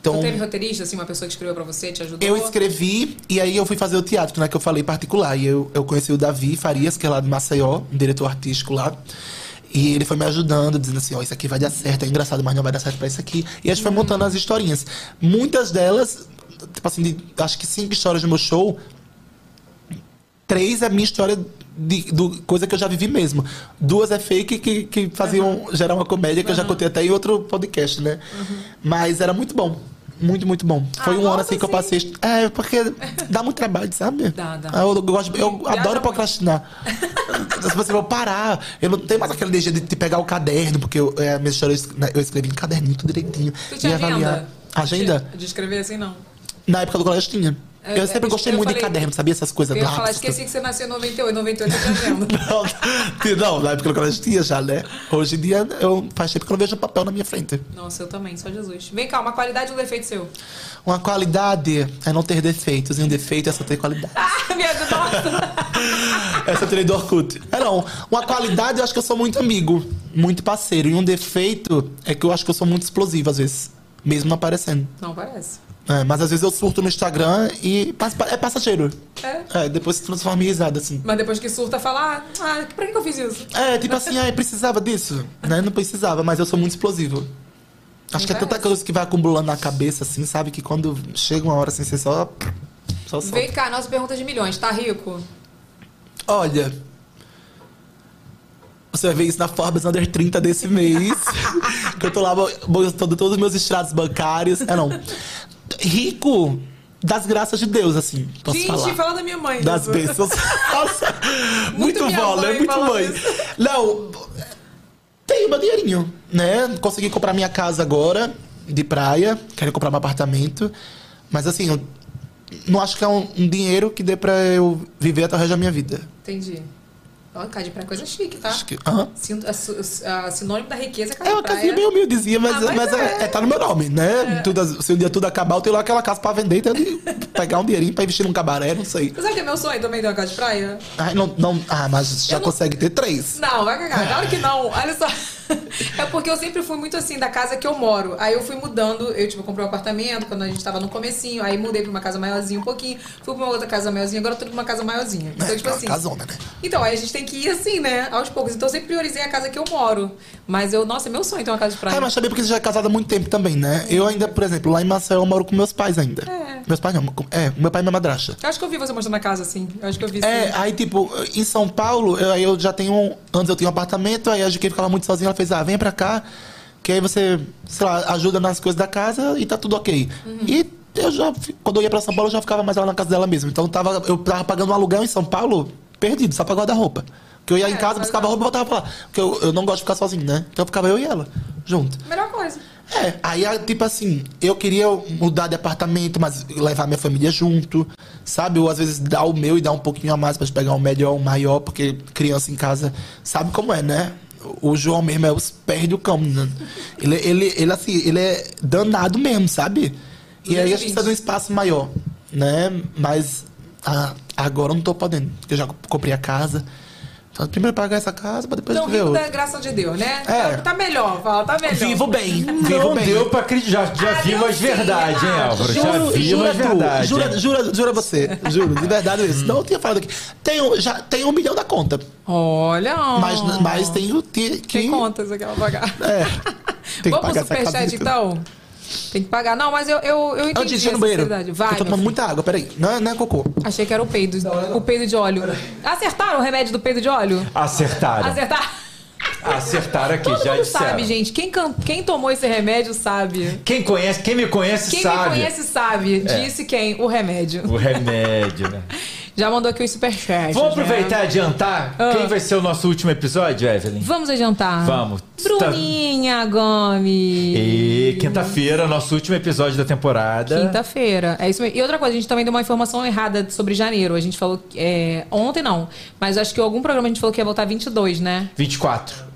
Speaker 5: Então,
Speaker 1: Tu teve roteirista, assim, uma pessoa que escreveu pra você, te ajudou?
Speaker 5: eu escrevi e aí eu fui fazer o teatro, né? Que eu falei particular. E eu, eu conheci o Davi Farias, que é lá de Maceió, um diretor artístico lá. E ele foi me ajudando, dizendo assim, ó, isso aqui vai dar certo, é engraçado, mas não vai dar certo pra isso aqui. E a gente foi montando as historinhas. Muitas delas, tipo assim, de- acho que cinco histórias do meu show, três é minha história de, do- coisa que eu já vivi mesmo. Duas é fake que, que faziam gerar uma comédia que eu já contei até em outro podcast, né?
Speaker 1: Uhum.
Speaker 5: Mas era muito bom. Muito, muito bom.
Speaker 1: Ah,
Speaker 5: Foi um ano assim que eu passei. É, porque dá muito trabalho, sabe? Dá, dá. Eu, gosto, de- eu
Speaker 1: *laughs*
Speaker 5: adoro procrastinar. Se você vai parar, eu não tenho mais aquela energia de, de pegar o caderno, porque eu, é, minhas histórias eu, eu escrevi em caderninho tudo direitinho.
Speaker 1: Tu tinha
Speaker 5: e avaliar.
Speaker 1: agenda?
Speaker 5: Agenda?
Speaker 1: De escrever assim, não.
Speaker 5: Na época do colégio tinha.
Speaker 1: É,
Speaker 5: Eu,
Speaker 1: é,
Speaker 5: sempre gostei
Speaker 1: eu
Speaker 5: muito
Speaker 1: falei-
Speaker 5: de caderno, sabia essas coisas?
Speaker 1: Eu ia
Speaker 5: lápis,
Speaker 1: falar, esqueci que você nasceu em 98, 98 eu tinha
Speaker 5: *laughs*
Speaker 1: agenda.
Speaker 5: Não, não, na época do colégio tinha já, né? Hoje em dia eu, faz tempo que eu não vejo papel na minha frente.
Speaker 1: Nossa, eu também, só Jesus. Vem cá, uma qualidade e um defeito seu. *laughs*
Speaker 5: Uma qualidade é não ter defeitos, e um defeito é só ter qualidade.
Speaker 1: Ah, minha nossa.
Speaker 5: Essa eu tirei do Orkut. É não, uma qualidade eu acho que eu sou muito amigo, muito parceiro. E um defeito é que eu acho que eu sou muito explosivo às vezes, mesmo não aparecendo.
Speaker 1: Não parece.
Speaker 5: É, mas às vezes eu surto no Instagram e passa- é passageiro.
Speaker 1: É.
Speaker 5: É, depois se transforma em risada, assim.
Speaker 1: Mas depois que surta, fala, ah, ah, pra que eu fiz isso?
Speaker 5: É, tipo assim, ah, eu precisava disso. Né? Não precisava, mas eu sou muito explosivo. Acho que é tanta coisa que vai acumulando na cabeça, assim, sabe? Que quando chega uma hora assim, você só. só solta.
Speaker 1: Vem cá, nossa
Speaker 5: é
Speaker 1: pergunta de milhões, tá rico?
Speaker 5: Olha. Você vai ver isso na Forbes Under 30 desse
Speaker 1: *laughs*
Speaker 5: mês. que eu tô lá botando todos os meus extratos bancários. É, não. Rico das graças de Deus, assim. Posso
Speaker 1: Gente,
Speaker 5: falar.
Speaker 1: fala da minha mãe.
Speaker 5: Das
Speaker 1: isso. *laughs*
Speaker 5: bênçãos. Nossa,
Speaker 1: Muito
Speaker 5: muito,
Speaker 1: minha
Speaker 5: vó,
Speaker 1: mãe
Speaker 5: né? Muito
Speaker 1: fala
Speaker 5: mãe.
Speaker 1: isso.
Speaker 5: Não, tenho meu dinheirinho, né? Consegui comprar minha casa agora, de praia. Quero comprar meu apartamento. Mas assim, eu não acho que é um, um dinheiro que dê pra eu viver até o resto da minha vida.
Speaker 1: Entendi. Ó, cara de praia é coisa chique, tá?
Speaker 5: Acho que- aham.
Speaker 1: Sinto- é su- é, sinônimo da riqueza é
Speaker 5: É
Speaker 1: casa
Speaker 5: uma
Speaker 1: de praia.
Speaker 5: casinha bem humildezinha, mas,
Speaker 1: Ah, mas
Speaker 5: mas é- é, tá no meu nome, né? Tudo- se um dia tudo acabar, eu tenho lá aquela casa pra vender, então eu pegar um dinheirinho pra investir num cabaré, não sei.
Speaker 1: Você sabe que é meu sonho também ter uma casa de praia?
Speaker 5: Ai, não, não, ah, mas já consegue ter três.
Speaker 1: Não, vai cagar. Claro que não. Olha só. *laughs* É porque eu sempre fui muito assim da casa que eu moro. Aí eu fui mudando. Eu, tipo, comprei um apartamento quando a gente tava no comecinho. Aí mudei pra uma casa maiorzinha um pouquinho. Fui pra uma outra casa maiorzinha. Agora eu tô pra uma casa maiorzinha. Então, tipo
Speaker 5: aquela
Speaker 1: assim.
Speaker 5: casona, né?
Speaker 1: Então, aí a gente tem que ir assim, né? Aos poucos. Então eu sempre priorizei a casa que eu moro. Mas eu, nossa, é meu sonho ter uma casa de praia.
Speaker 5: É, mas também porque você já é casada há muito tempo também, né? Eu ainda, por exemplo, lá em Maceió eu moro com meus pais ainda.
Speaker 1: É.
Speaker 5: Meus pais não, com- é, meu pai e minha madrasta.
Speaker 1: Eu acho que eu vi você mostrando a casa assim. Eu acho que eu vi
Speaker 5: É,
Speaker 1: sim.
Speaker 5: aí tipo, em São Paulo, eu, aí eu já tenho. um- Antes eu tinha um apartamento, aí a GQ ficava muito sozinha, ela fez, ah, vem pra cá, que aí você, sei lá, ajuda nas coisas da casa e tá tudo ok. E eu já, fi- quando eu ia pra São Paulo, eu já ficava mais lá na casa dela mesmo. Então tava, eu tava pagando um aluguel em São Paulo, perdido, só pra guarda-roupa. Porque eu ia em casa, buscava roupa e voltava pra lá. Porque eu, eu não gosto de ficar sozinho, né? Então eu ficava eu e ela, junto.
Speaker 1: Melhor coisa.
Speaker 5: É, aí, ah, tipo assim, eu queria mudar de apartamento, mas levar minha família junto, sabe? Ou às vezes dar o meu e dar um pouquinho a mais pra pegar um melhor, um maior, porque criança em casa sabe como é, né? O João mesmo é os pés do cão, né? Ele, ele, ele, assim, ele é danado mesmo, sabe? E aí a gente precisa de um espaço maior, né? Mas ah, agora eu não tô podendo, porque eu já comprei a casa. Então, primeiro pagar essa casa, pra depois
Speaker 1: Então,
Speaker 5: ver
Speaker 1: rico
Speaker 5: outra.
Speaker 1: da graça de Deus, né?
Speaker 5: É.
Speaker 1: Tá melhor, Val, tá melhor.
Speaker 5: Vivo bem, vivo
Speaker 2: Não
Speaker 5: bem. Ah,
Speaker 2: deu pra acreditar. Já, já vimos as verdades, hein, Álvaro? Já
Speaker 5: Juro,
Speaker 2: vimos
Speaker 5: jura,
Speaker 2: as
Speaker 5: tu,
Speaker 2: verdades.
Speaker 5: jura,
Speaker 2: hein?
Speaker 5: jura, jura você, juro, de verdade isso. Não eu tinha falado aqui. Tenho, já tenho um milhão da conta,
Speaker 1: Olha.
Speaker 5: mas, mas tenho que.
Speaker 1: Ah. Tem contas aquela pagar.
Speaker 5: *laughs* É, tem que
Speaker 1: Vamos
Speaker 5: pagar
Speaker 1: pro
Speaker 5: essa casa.
Speaker 1: superchat, então? Tem que pagar. Não, mas eu, eu, eu entendi
Speaker 5: Antes de ir
Speaker 1: essa
Speaker 5: no banheiro,
Speaker 1: seriedade.
Speaker 5: eu
Speaker 1: é Vai,
Speaker 5: tô
Speaker 1: meu
Speaker 5: tomando
Speaker 1: filho.
Speaker 5: muita água, peraí. Não é, não é cocô.
Speaker 1: Achei que era o peido, o peido de óleo. Acertaram o remédio do peido de óleo?
Speaker 2: Acertaram.
Speaker 1: Acertaram.
Speaker 2: Acertaram aqui,
Speaker 1: Todo
Speaker 2: já
Speaker 1: mundo
Speaker 2: disseram.
Speaker 1: sabe, gente. Quem, can- quem tomou esse remédio sabe.
Speaker 2: Quem conhece, quem me conhece
Speaker 1: Quem
Speaker 2: sabe.
Speaker 1: me conhece sabe.
Speaker 2: É.
Speaker 1: Disse quem? O remédio.
Speaker 2: O remédio, né?
Speaker 1: Já mandou aqui o superchat.
Speaker 2: Vamos
Speaker 1: né?
Speaker 2: aproveitar e adiantar?
Speaker 1: Ah.
Speaker 2: Quem vai ser o nosso último episódio, Evelyn?
Speaker 1: Vamos adiantar.
Speaker 2: Vamos.
Speaker 1: Bruninha Gomes.
Speaker 2: E quinta-feira, nosso último episódio da temporada.
Speaker 1: Quinta-feira. É isso mesmo. E outra coisa, a gente também deu uma informação errada sobre janeiro. A gente falou. que- É, ontem não. Mas acho que em algum programa a gente falou que ia voltar 22, né?
Speaker 2: 24.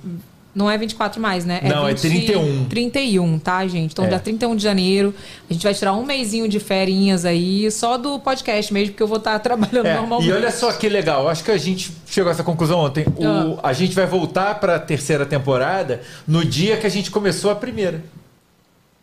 Speaker 1: Não é 24 mais, né?
Speaker 2: Não, é 31.
Speaker 1: 31, tá, gente? Então,
Speaker 2: É.
Speaker 1: dia 31 de janeiro. A gente vai tirar um mesinho de ferinhas aí, só do podcast mesmo, porque eu vou estar *laughs* trabalhando
Speaker 2: É,
Speaker 1: normalmente.
Speaker 2: e olha só que legal, acho que a gente chegou a essa conclusão ontem. O-
Speaker 1: Ah.
Speaker 2: A gente vai voltar pra terceira temporada no dia que a gente começou a primeira.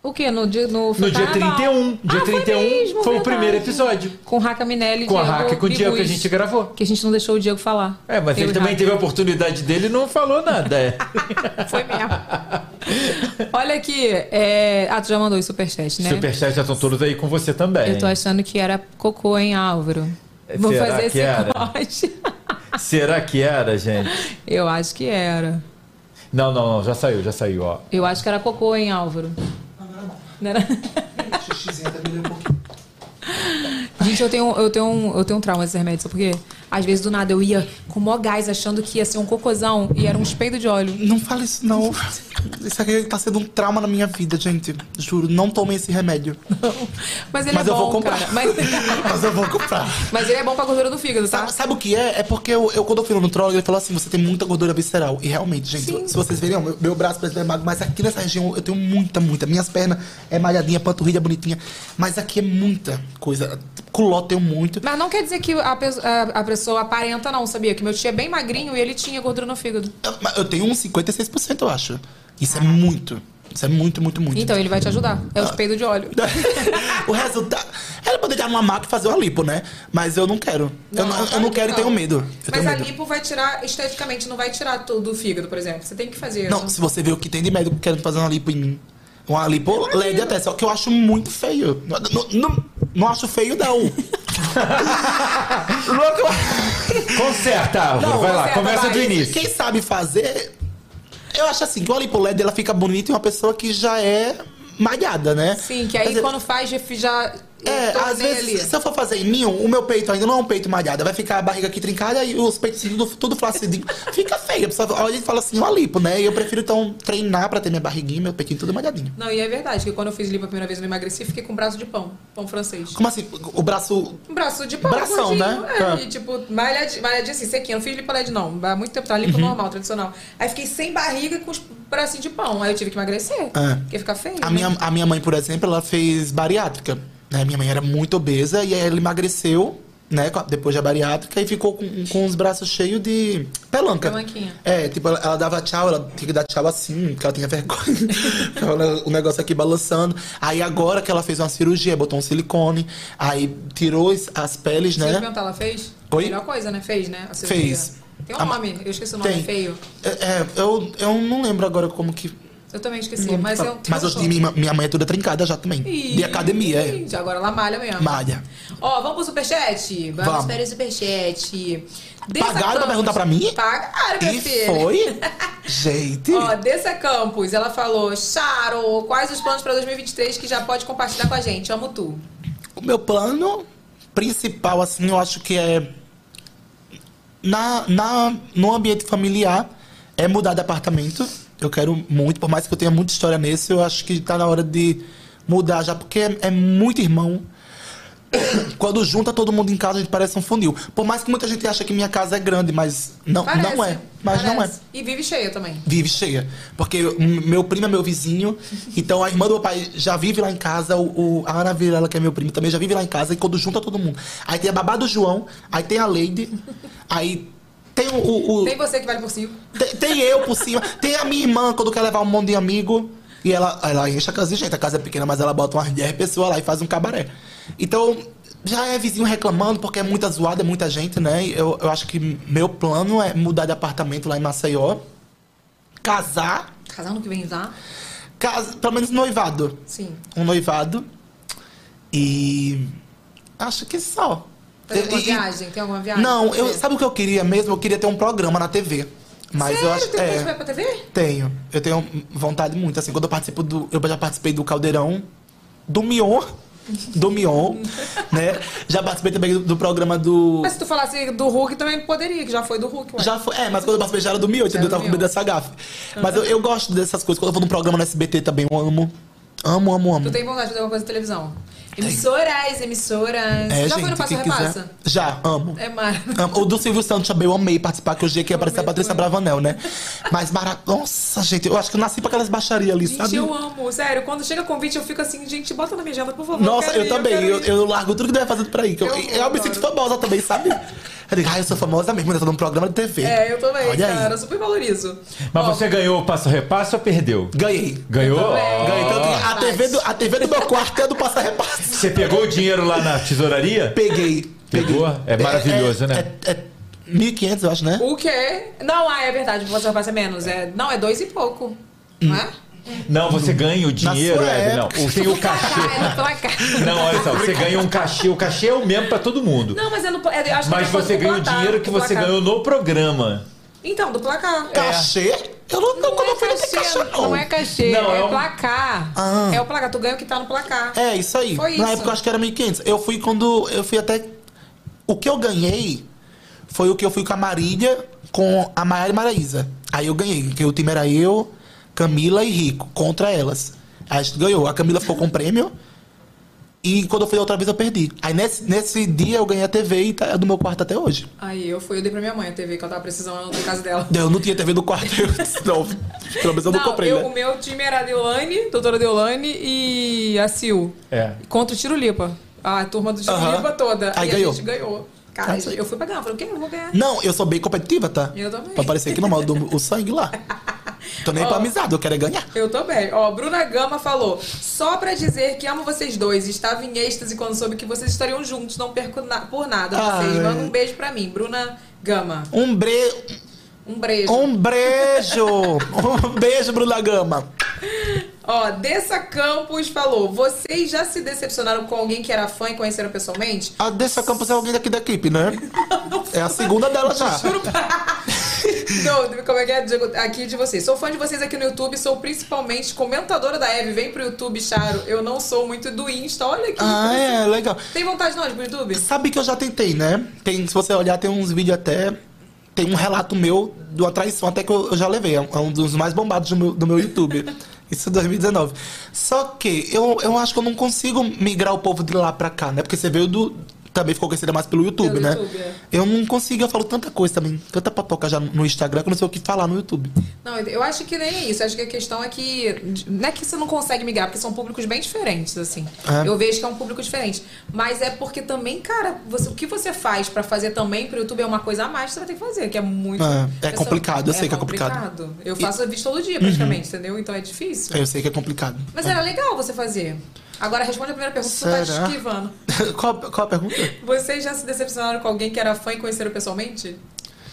Speaker 1: O quê? No dia, tá no,
Speaker 2: No dia
Speaker 1: carnaval?
Speaker 2: 31. Dia
Speaker 1: Ah,
Speaker 2: 31
Speaker 1: foi, mesmo,
Speaker 2: foi o
Speaker 1: verdade.
Speaker 2: primeiro episódio.
Speaker 1: Com Raca Minelli
Speaker 2: Com a
Speaker 1: Diego
Speaker 2: Raca e com o Diego que a
Speaker 1: Bibus,
Speaker 2: gente gravou.
Speaker 1: Que a gente não deixou o Diego falar.
Speaker 2: É, mas
Speaker 1: Eu
Speaker 2: ele
Speaker 1: e
Speaker 2: também
Speaker 1: Raca.
Speaker 2: teve a oportunidade dele e não falou nada. é.
Speaker 1: *laughs* Olha aqui. é, Ah, tu já mandou o superchat, *laughs* né?
Speaker 2: Superchat já estão todos aí com você também.
Speaker 1: Eu tô achando que era cocô, hein, Álvaro? Vou
Speaker 2: Será
Speaker 1: fazer
Speaker 2: que
Speaker 1: esse
Speaker 2: era?
Speaker 1: corte. *laughs*
Speaker 2: Será que era, gente?
Speaker 1: Eu acho que era.
Speaker 2: Não, não, não, já saiu, já saiu, ó.
Speaker 1: Eu acho que era cocô, hein, Álvaro? Não *laughs* era Gente, eu tenho, eu, tenho um, eu tenho um trauma desse remédio, sabe por quê? Às vezes, do nada, eu ia com mó gás achando que ia ser um cocôzão e era um espelho de óleo. *laughs*
Speaker 5: Não fala isso, não. Isso aqui tá sendo um trauma na minha vida, gente. Juro, não tomem esse remédio.
Speaker 1: Mas ele
Speaker 5: Mas
Speaker 1: é
Speaker 5: eu
Speaker 1: bom,
Speaker 5: vou comprar.
Speaker 1: cara. Mas... *laughs*
Speaker 5: *laughs* Mas eu vou comprar.
Speaker 1: Mas ele é bom pra gordura do fígado, tá?
Speaker 5: Sabe, sabe o que é? É porque eu, eu quando eu fui no nutrólogo, ele falou assim, você tem muita gordura visceral. E realmente, gente, se vocês verem, ó, meu, meu braço parece que é magro, mas aqui nessa região eu tenho muita, muita. Minhas pernas é malhadinha, panturrilha bonitinha. Mas aqui é muita coisa. Culó tenho muito.
Speaker 1: Mas não quer dizer que a, pe- a, a pessoa aparenta, não, sabia? Que meu tio é bem magrinho e ele tinha gordura no fígado.
Speaker 5: Mas Eu tenho uns 56%, eu acho. Isso é muito. Isso é muito, muito, muito.
Speaker 1: Ah. Então, ele vai te ajudar. É o espelho de óleo.
Speaker 5: *laughs* o resultado. Ela poderia uma maca e fazer uma lipo, né? Mas eu não quero. eu, não- eu não quero e tenho medo. Eu
Speaker 1: Mas
Speaker 5: tenho
Speaker 1: a
Speaker 5: medo.
Speaker 1: lipo vai tirar esteticamente, não vai tirar todo o fígado, por exemplo. Você tem que fazer.
Speaker 5: Não, se você vê o que tem de médico querendo fazer uma lipo em mim. Uma lipo LED até, só que eu acho muito feio. Não, não, não, não acho feio, não.
Speaker 1: *laughs*
Speaker 2: Conserta, Álvaro. Vai lá, começa do início.
Speaker 5: Quem sabe fazer. Eu acho assim, que uma lipo LED ela fica bonita em uma pessoa que já é malhada, né?
Speaker 1: Sim, que aí
Speaker 5: Quer dizer,
Speaker 1: quando faz, já. já
Speaker 5: É,
Speaker 1: tornei
Speaker 5: às vezes,
Speaker 1: ali.
Speaker 5: se eu for fazer em mim, o meu peito ainda não é um peito malhado. Vai ficar a barriga aqui trincada e os peitos tudo,
Speaker 1: *laughs*
Speaker 5: tudo flacidinho. Fica feio. A pessoa olha e fala assim, uma lipo, né? E eu prefiro, então, treinar pra ter minha barriguinha, meu peitinho tudo malhadinho.
Speaker 1: Não, e é verdade, que quando eu fiz lipo a primeira vez eu me emagreci, fiquei com um braço de pão. Pão francês.
Speaker 5: Como assim? O braço...
Speaker 1: Um braço de pão.
Speaker 5: Bração,
Speaker 1: gordinho,
Speaker 5: né?
Speaker 1: É,
Speaker 5: É.
Speaker 1: E, tipo, malhadinho, malhadinho assim, sequinho. Eu não fiz lipo LED, não. Há muito tempo, tá
Speaker 5: Uhum.
Speaker 1: lipo normal, tradicional. Aí fiquei sem barriga e com os bracinhos de pão. Aí eu tive que emagrecer.
Speaker 5: É.
Speaker 1: Porque fica feio.
Speaker 5: A
Speaker 1: né?
Speaker 5: minha, a minha mãe, por exemplo, ela fez bariátrica. Né? Minha mãe era muito obesa e aí ela emagreceu, né? com a- Depois da bariátrica e ficou com, com os braços cheios de pelanca.
Speaker 1: Pelanquinha.
Speaker 5: É, tipo, ela, ela dava tchau, ela tinha que dar tchau assim, porque ela
Speaker 1: *laughs*
Speaker 5: tinha vergonha. Ficava lá, o negócio aqui balançando. Aí agora que ela fez uma cirurgia, botou um silicone, aí tirou as- as peles,
Speaker 1: Deixa eu te
Speaker 5: né?
Speaker 1: perguntar, ela fez?
Speaker 5: Oi?
Speaker 1: Melhor coisa, né? Fez, né? A cirurgia.
Speaker 5: Fez.
Speaker 1: Tem um
Speaker 5: A ma-
Speaker 1: nome, eu esqueci o nome,
Speaker 5: Tem.
Speaker 1: feio.
Speaker 5: É, é, eu, eu não lembro agora como que.
Speaker 1: Eu também esqueci, mas eu...
Speaker 5: tá, Mas hoje minha, minha mãe é toda trincada já também. De academia, é.
Speaker 1: Ih, Agora ela malha mesmo.
Speaker 5: Malha.
Speaker 1: Ó, vamos pro superchat? Vamos,
Speaker 5: Vamos.
Speaker 1: para o superchat.
Speaker 5: Pagaram pra perguntar pra mim?
Speaker 1: Pagaram, minha
Speaker 5: E
Speaker 1: filha.
Speaker 5: foi? Gente.
Speaker 1: Ó, Dessa Campos, ela falou, Charo, quais os planos pra 2023 que já pode compartilhar com a gente? Amo tu.
Speaker 5: O meu plano principal, assim, eu acho que é. Na, na, no ambiente familiar, é mudar de apartamento. Eu quero muito, por mais que eu tenha muita história nesse, eu acho que tá na hora de mudar já, porque é, é muito irmão. *coughs* Quando junta todo mundo em casa, a gente parece um funil. Por mais que muita gente ache que minha casa é grande, mas não, não é. Mas não é.
Speaker 1: parece. E vive cheia também.
Speaker 5: Vive cheia. Porque o meu primo é meu vizinho, então a irmã do meu pai já vive lá em casa, o, o- a Ana Virela, que é meu primo, também já vive lá em casa, e quando junta todo mundo. Aí tem a babá do João, aí tem a Leide, aí tem o. o- o-
Speaker 1: Tem você que vale por cinco.
Speaker 5: tem, tem eu por cima, tem a minha irmã quando quer levar um monte de amigo. E ela, ela enche a casa de gente, a casa é pequena, mas ela bota umas 10 pessoas lá e faz um cabaré. Então, já é vizinho reclamando, porque é muita zoada, é muita gente, né? E Eu, eu acho que meu plano é mudar de apartamento lá em Maceió casar,
Speaker 1: Casal no que vem, tá?
Speaker 5: casa, pelo menos noivado.
Speaker 1: Sim.
Speaker 5: Um noivado. E acho que só.
Speaker 1: Tem
Speaker 5: E-
Speaker 1: alguma
Speaker 5: e-
Speaker 1: viagem? Tem alguma viagem?
Speaker 5: Não,
Speaker 1: pra
Speaker 5: eu,
Speaker 1: fazer?
Speaker 5: sabe o que eu queria mesmo? Eu queria ter um programa na TV. Mas
Speaker 1: Sério?
Speaker 5: eu acho
Speaker 1: Tem coisa que vai
Speaker 5: é,
Speaker 1: pra TV?
Speaker 5: tenho. Eu tenho vontade muito assim, quando eu participo do eu já participei do Caldeirão do Mion, do Mion,
Speaker 1: *laughs*
Speaker 5: né? Já participei também do, do programa do
Speaker 1: Mas se tu falasse do Hulk, também poderia, que já foi do Hulk. Ué.
Speaker 5: já foi, é, mas quando eu passei já era do 1008,
Speaker 1: Era
Speaker 5: entendeu? Eu
Speaker 1: do
Speaker 5: tava com medo dessa gafe. Mas eu, eu gosto dessas coisas. Quando eu vou num programa no SBT também, eu amo. Amo, amo,
Speaker 1: Tu
Speaker 5: amo.
Speaker 1: tem vontade de fazer alguma coisa de televisão? Emissoras, emissoras.
Speaker 5: É,
Speaker 1: já
Speaker 5: gente,
Speaker 1: foi no Passa
Speaker 5: quem quiser.
Speaker 1: Repassa?
Speaker 5: Já, amo.
Speaker 1: É maravilhoso.
Speaker 5: Amo. O do Silvio Santos também eu amei participar, que o dia que ia aparecer a Patrícia Bravanel, né? Mas mara... Nossa, gente, eu acho que eu nasci pra aquelas baixarias ali,
Speaker 1: Gente,
Speaker 5: sabe?
Speaker 1: eu amo. Sério, quando chega convite, eu fico assim, gente, bota na minha agenda, por favor.
Speaker 5: Nossa,
Speaker 1: quero
Speaker 5: eu
Speaker 1: ir,
Speaker 5: também.
Speaker 1: quero
Speaker 5: Eu,
Speaker 1: ir.
Speaker 5: eu largo tudo que deve fazer por aí. que Eu,
Speaker 1: Eu
Speaker 5: eu, me sinto famosa também, sabe? Eu digo, ah, eu sou famosa mesmo, eu tô num programa de TV.
Speaker 1: É, eu também,
Speaker 5: Olha aí.
Speaker 1: cara. Eu super valorizo.
Speaker 2: Mas você ganhou o passo repasso ou perdeu?
Speaker 5: Ganhei.
Speaker 2: Ganhou?
Speaker 5: Ganhei tanto que a
Speaker 1: Rapaz.
Speaker 5: TV, do, a TV do meu quarto é do Passa Repasse.
Speaker 2: Você pegou o dinheiro lá na tesouraria?
Speaker 5: Peguei.
Speaker 2: Pegou? É maravilhoso,
Speaker 5: é,
Speaker 2: né?
Speaker 5: É, é 1.500, eu acho, né?
Speaker 1: O quê? Não, ah, é verdade, você passa menos. É, não, é dois e pouco. Não é?
Speaker 2: Não, você ganha o dinheiro,
Speaker 1: sua
Speaker 2: Eve, não.
Speaker 1: época.
Speaker 2: Ou Tem o
Speaker 1: *laughs*
Speaker 2: cachê.
Speaker 1: Ah, é no placar.
Speaker 2: Não, olha só, você ganha um cachê. O cachê é o mesmo pra todo mundo.
Speaker 1: Não, mas é eu não. Eu acho
Speaker 2: Mas
Speaker 1: que eu
Speaker 2: você
Speaker 1: vou
Speaker 2: ganha o
Speaker 1: botar
Speaker 2: dinheiro que
Speaker 1: do
Speaker 2: você
Speaker 1: placar.
Speaker 2: ganhou no programa.
Speaker 1: Então, do placar.
Speaker 5: Cachê? Eu É. não,
Speaker 1: não, é cachê, não. é cachê,
Speaker 5: Não,
Speaker 1: é,
Speaker 5: é um-
Speaker 1: placar.
Speaker 5: Ah.
Speaker 1: É o placar, tu ganha o que tá no placar.
Speaker 5: É, isso aí.
Speaker 1: Foi
Speaker 5: Na
Speaker 1: isso.
Speaker 5: época eu acho que era 1.500. Eu fui quando. Eu fui até. O que eu ganhei foi o que eu fui com a Marília, com a Maiara e Maraísa. Aí eu ganhei, porque o time era eu, Camila e Rico, contra elas. Aí a gente ganhou. A Camila ficou com o prêmio. E quando eu fui da outra vez eu perdi. Aí nesse, nesse dia eu ganhei a TV e tá é do meu quarto até hoje.
Speaker 1: Aí eu fui, eu dei pra minha mãe a TV que ela tava precisando da casa dela.
Speaker 5: Eu não tinha TV do quarto, eu disse, não. Pelo menos eu não, comprei,
Speaker 1: eu-
Speaker 5: né?
Speaker 1: o meu time era a Deolane, doutora Deolane e a Sil.
Speaker 5: É.
Speaker 1: Contra o Tiro Lipa. A turma do Tiro
Speaker 5: Aham.
Speaker 1: Lipa toda.
Speaker 5: Aí
Speaker 1: e
Speaker 5: ganhou.
Speaker 1: a gente ganhou. Cara,
Speaker 5: Ah, isso aí.
Speaker 1: eu fui pra ganhar. Falei, o quê? Eu vou ganhar.
Speaker 5: Não, eu sou bem competitiva, tá?
Speaker 1: Eu também.
Speaker 5: Pra parecer que não mal do- o sangue lá. Tô nem
Speaker 1: *laughs* Ó.
Speaker 5: pra amizade, eu quero é ganhar.
Speaker 1: Eu tô bem. Ó, Bruna Gama falou: só pra dizer que amo vocês dois. Estava em êxtase quando soube que vocês estariam juntos. Não perco na- por nada vocês.
Speaker 5: Ai.
Speaker 1: Manda um beijo pra mim, Bruna Gama.
Speaker 5: Um bre...
Speaker 1: Um beijo.
Speaker 5: Um beijo! um beijo, Bruna Gama.
Speaker 1: Ó, Dessa Campos falou: vocês já se decepcionaram com alguém que era fã e conheceram pessoalmente?
Speaker 5: A Dessa Campos é alguém daqui da equipe, né? É a segunda dela já.
Speaker 1: Não, como é que é? Diego, Aqui de vocês. Sou fã de vocês aqui no YouTube, sou principalmente comentadora da Eve. Vem pro YouTube, Charo. Eu não sou muito do Insta. Olha aqui. tá-
Speaker 5: Ah, é, legal.
Speaker 1: Tem vontade não de ir pro YouTube?
Speaker 5: Sabe que eu já tentei, né? Tem, se você olhar, tem uns vídeos até. Tem um relato meu de uma traição até que eu, eu já levei. É um- é um dos mais bombados do meu, do meu
Speaker 1: *laughs*
Speaker 5: YouTube. Isso em 2019. Só que eu, eu acho que eu não consigo migrar o povo de lá pra cá, né? Porque você veio do. Também ficou conhecida mais pelo YouTube,
Speaker 1: Pelo
Speaker 5: né?
Speaker 1: YouTube, é.
Speaker 5: Eu não consigo, eu falo tanta coisa também, tanta papoca já no Instagram que eu não sei o que falar no YouTube.
Speaker 1: Não, eu acho que nem é isso. Acho que a questão é que. Não é que você não consegue migrar, porque são públicos bem diferentes, assim.
Speaker 5: É.
Speaker 1: Eu vejo que é um público diferente. Mas é porque também, cara, você- o que você faz pra fazer também pro YouTube é uma coisa a mais que você vai ter que fazer, que é muito.
Speaker 5: É, é
Speaker 1: Essa-
Speaker 5: complicado, eu sei que é complicado. Uhum.
Speaker 1: Eu faço vídeo todo dia, praticamente, entendeu? Então é difícil.
Speaker 5: Eu sei que é complicado. *laughs*
Speaker 1: Mas era legal você fazer. Agora responde a primeira pergunta que você tá
Speaker 5: Será?
Speaker 1: esquivando.
Speaker 5: qual, qual a pergunta?
Speaker 1: Vocês já se decepcionaram com alguém que era fã e conheceram pessoalmente?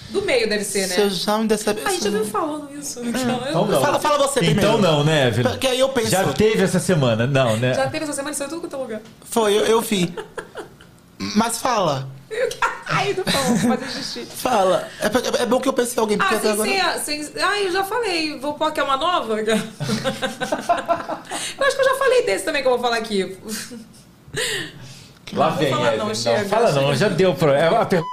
Speaker 1: Do meio deve ser, né?
Speaker 5: Se eu já me decepcionei.
Speaker 1: A gente já veio falando isso.
Speaker 5: É.
Speaker 2: Então não.
Speaker 5: Fala- fala você
Speaker 2: Então
Speaker 5: primeiro.
Speaker 2: não, né, Evelyn?
Speaker 5: Porque aí eu penso-
Speaker 2: Já teve essa semana, não, né?
Speaker 1: Já teve essa semana, saiu tudo quanto é lugar.
Speaker 5: Foi, eu, eu vi. Mas fala.
Speaker 1: Ai, tô falando, fazer xixi.
Speaker 5: Fala. É, pe- é bom que eu pensei em alguém, porque
Speaker 1: Ah, sem
Speaker 5: até agora.
Speaker 1: ser. a- Sem... Ah, eu já falei. Vou pôr aqui é uma nova? eu acho que eu já falei desse também que eu vou falar aqui.
Speaker 2: Lá
Speaker 1: Não
Speaker 2: vem,
Speaker 1: fala não,
Speaker 2: Evelyn. Não,
Speaker 1: chega,
Speaker 2: fala não,
Speaker 1: chega.
Speaker 2: já deu pro. É a pergunta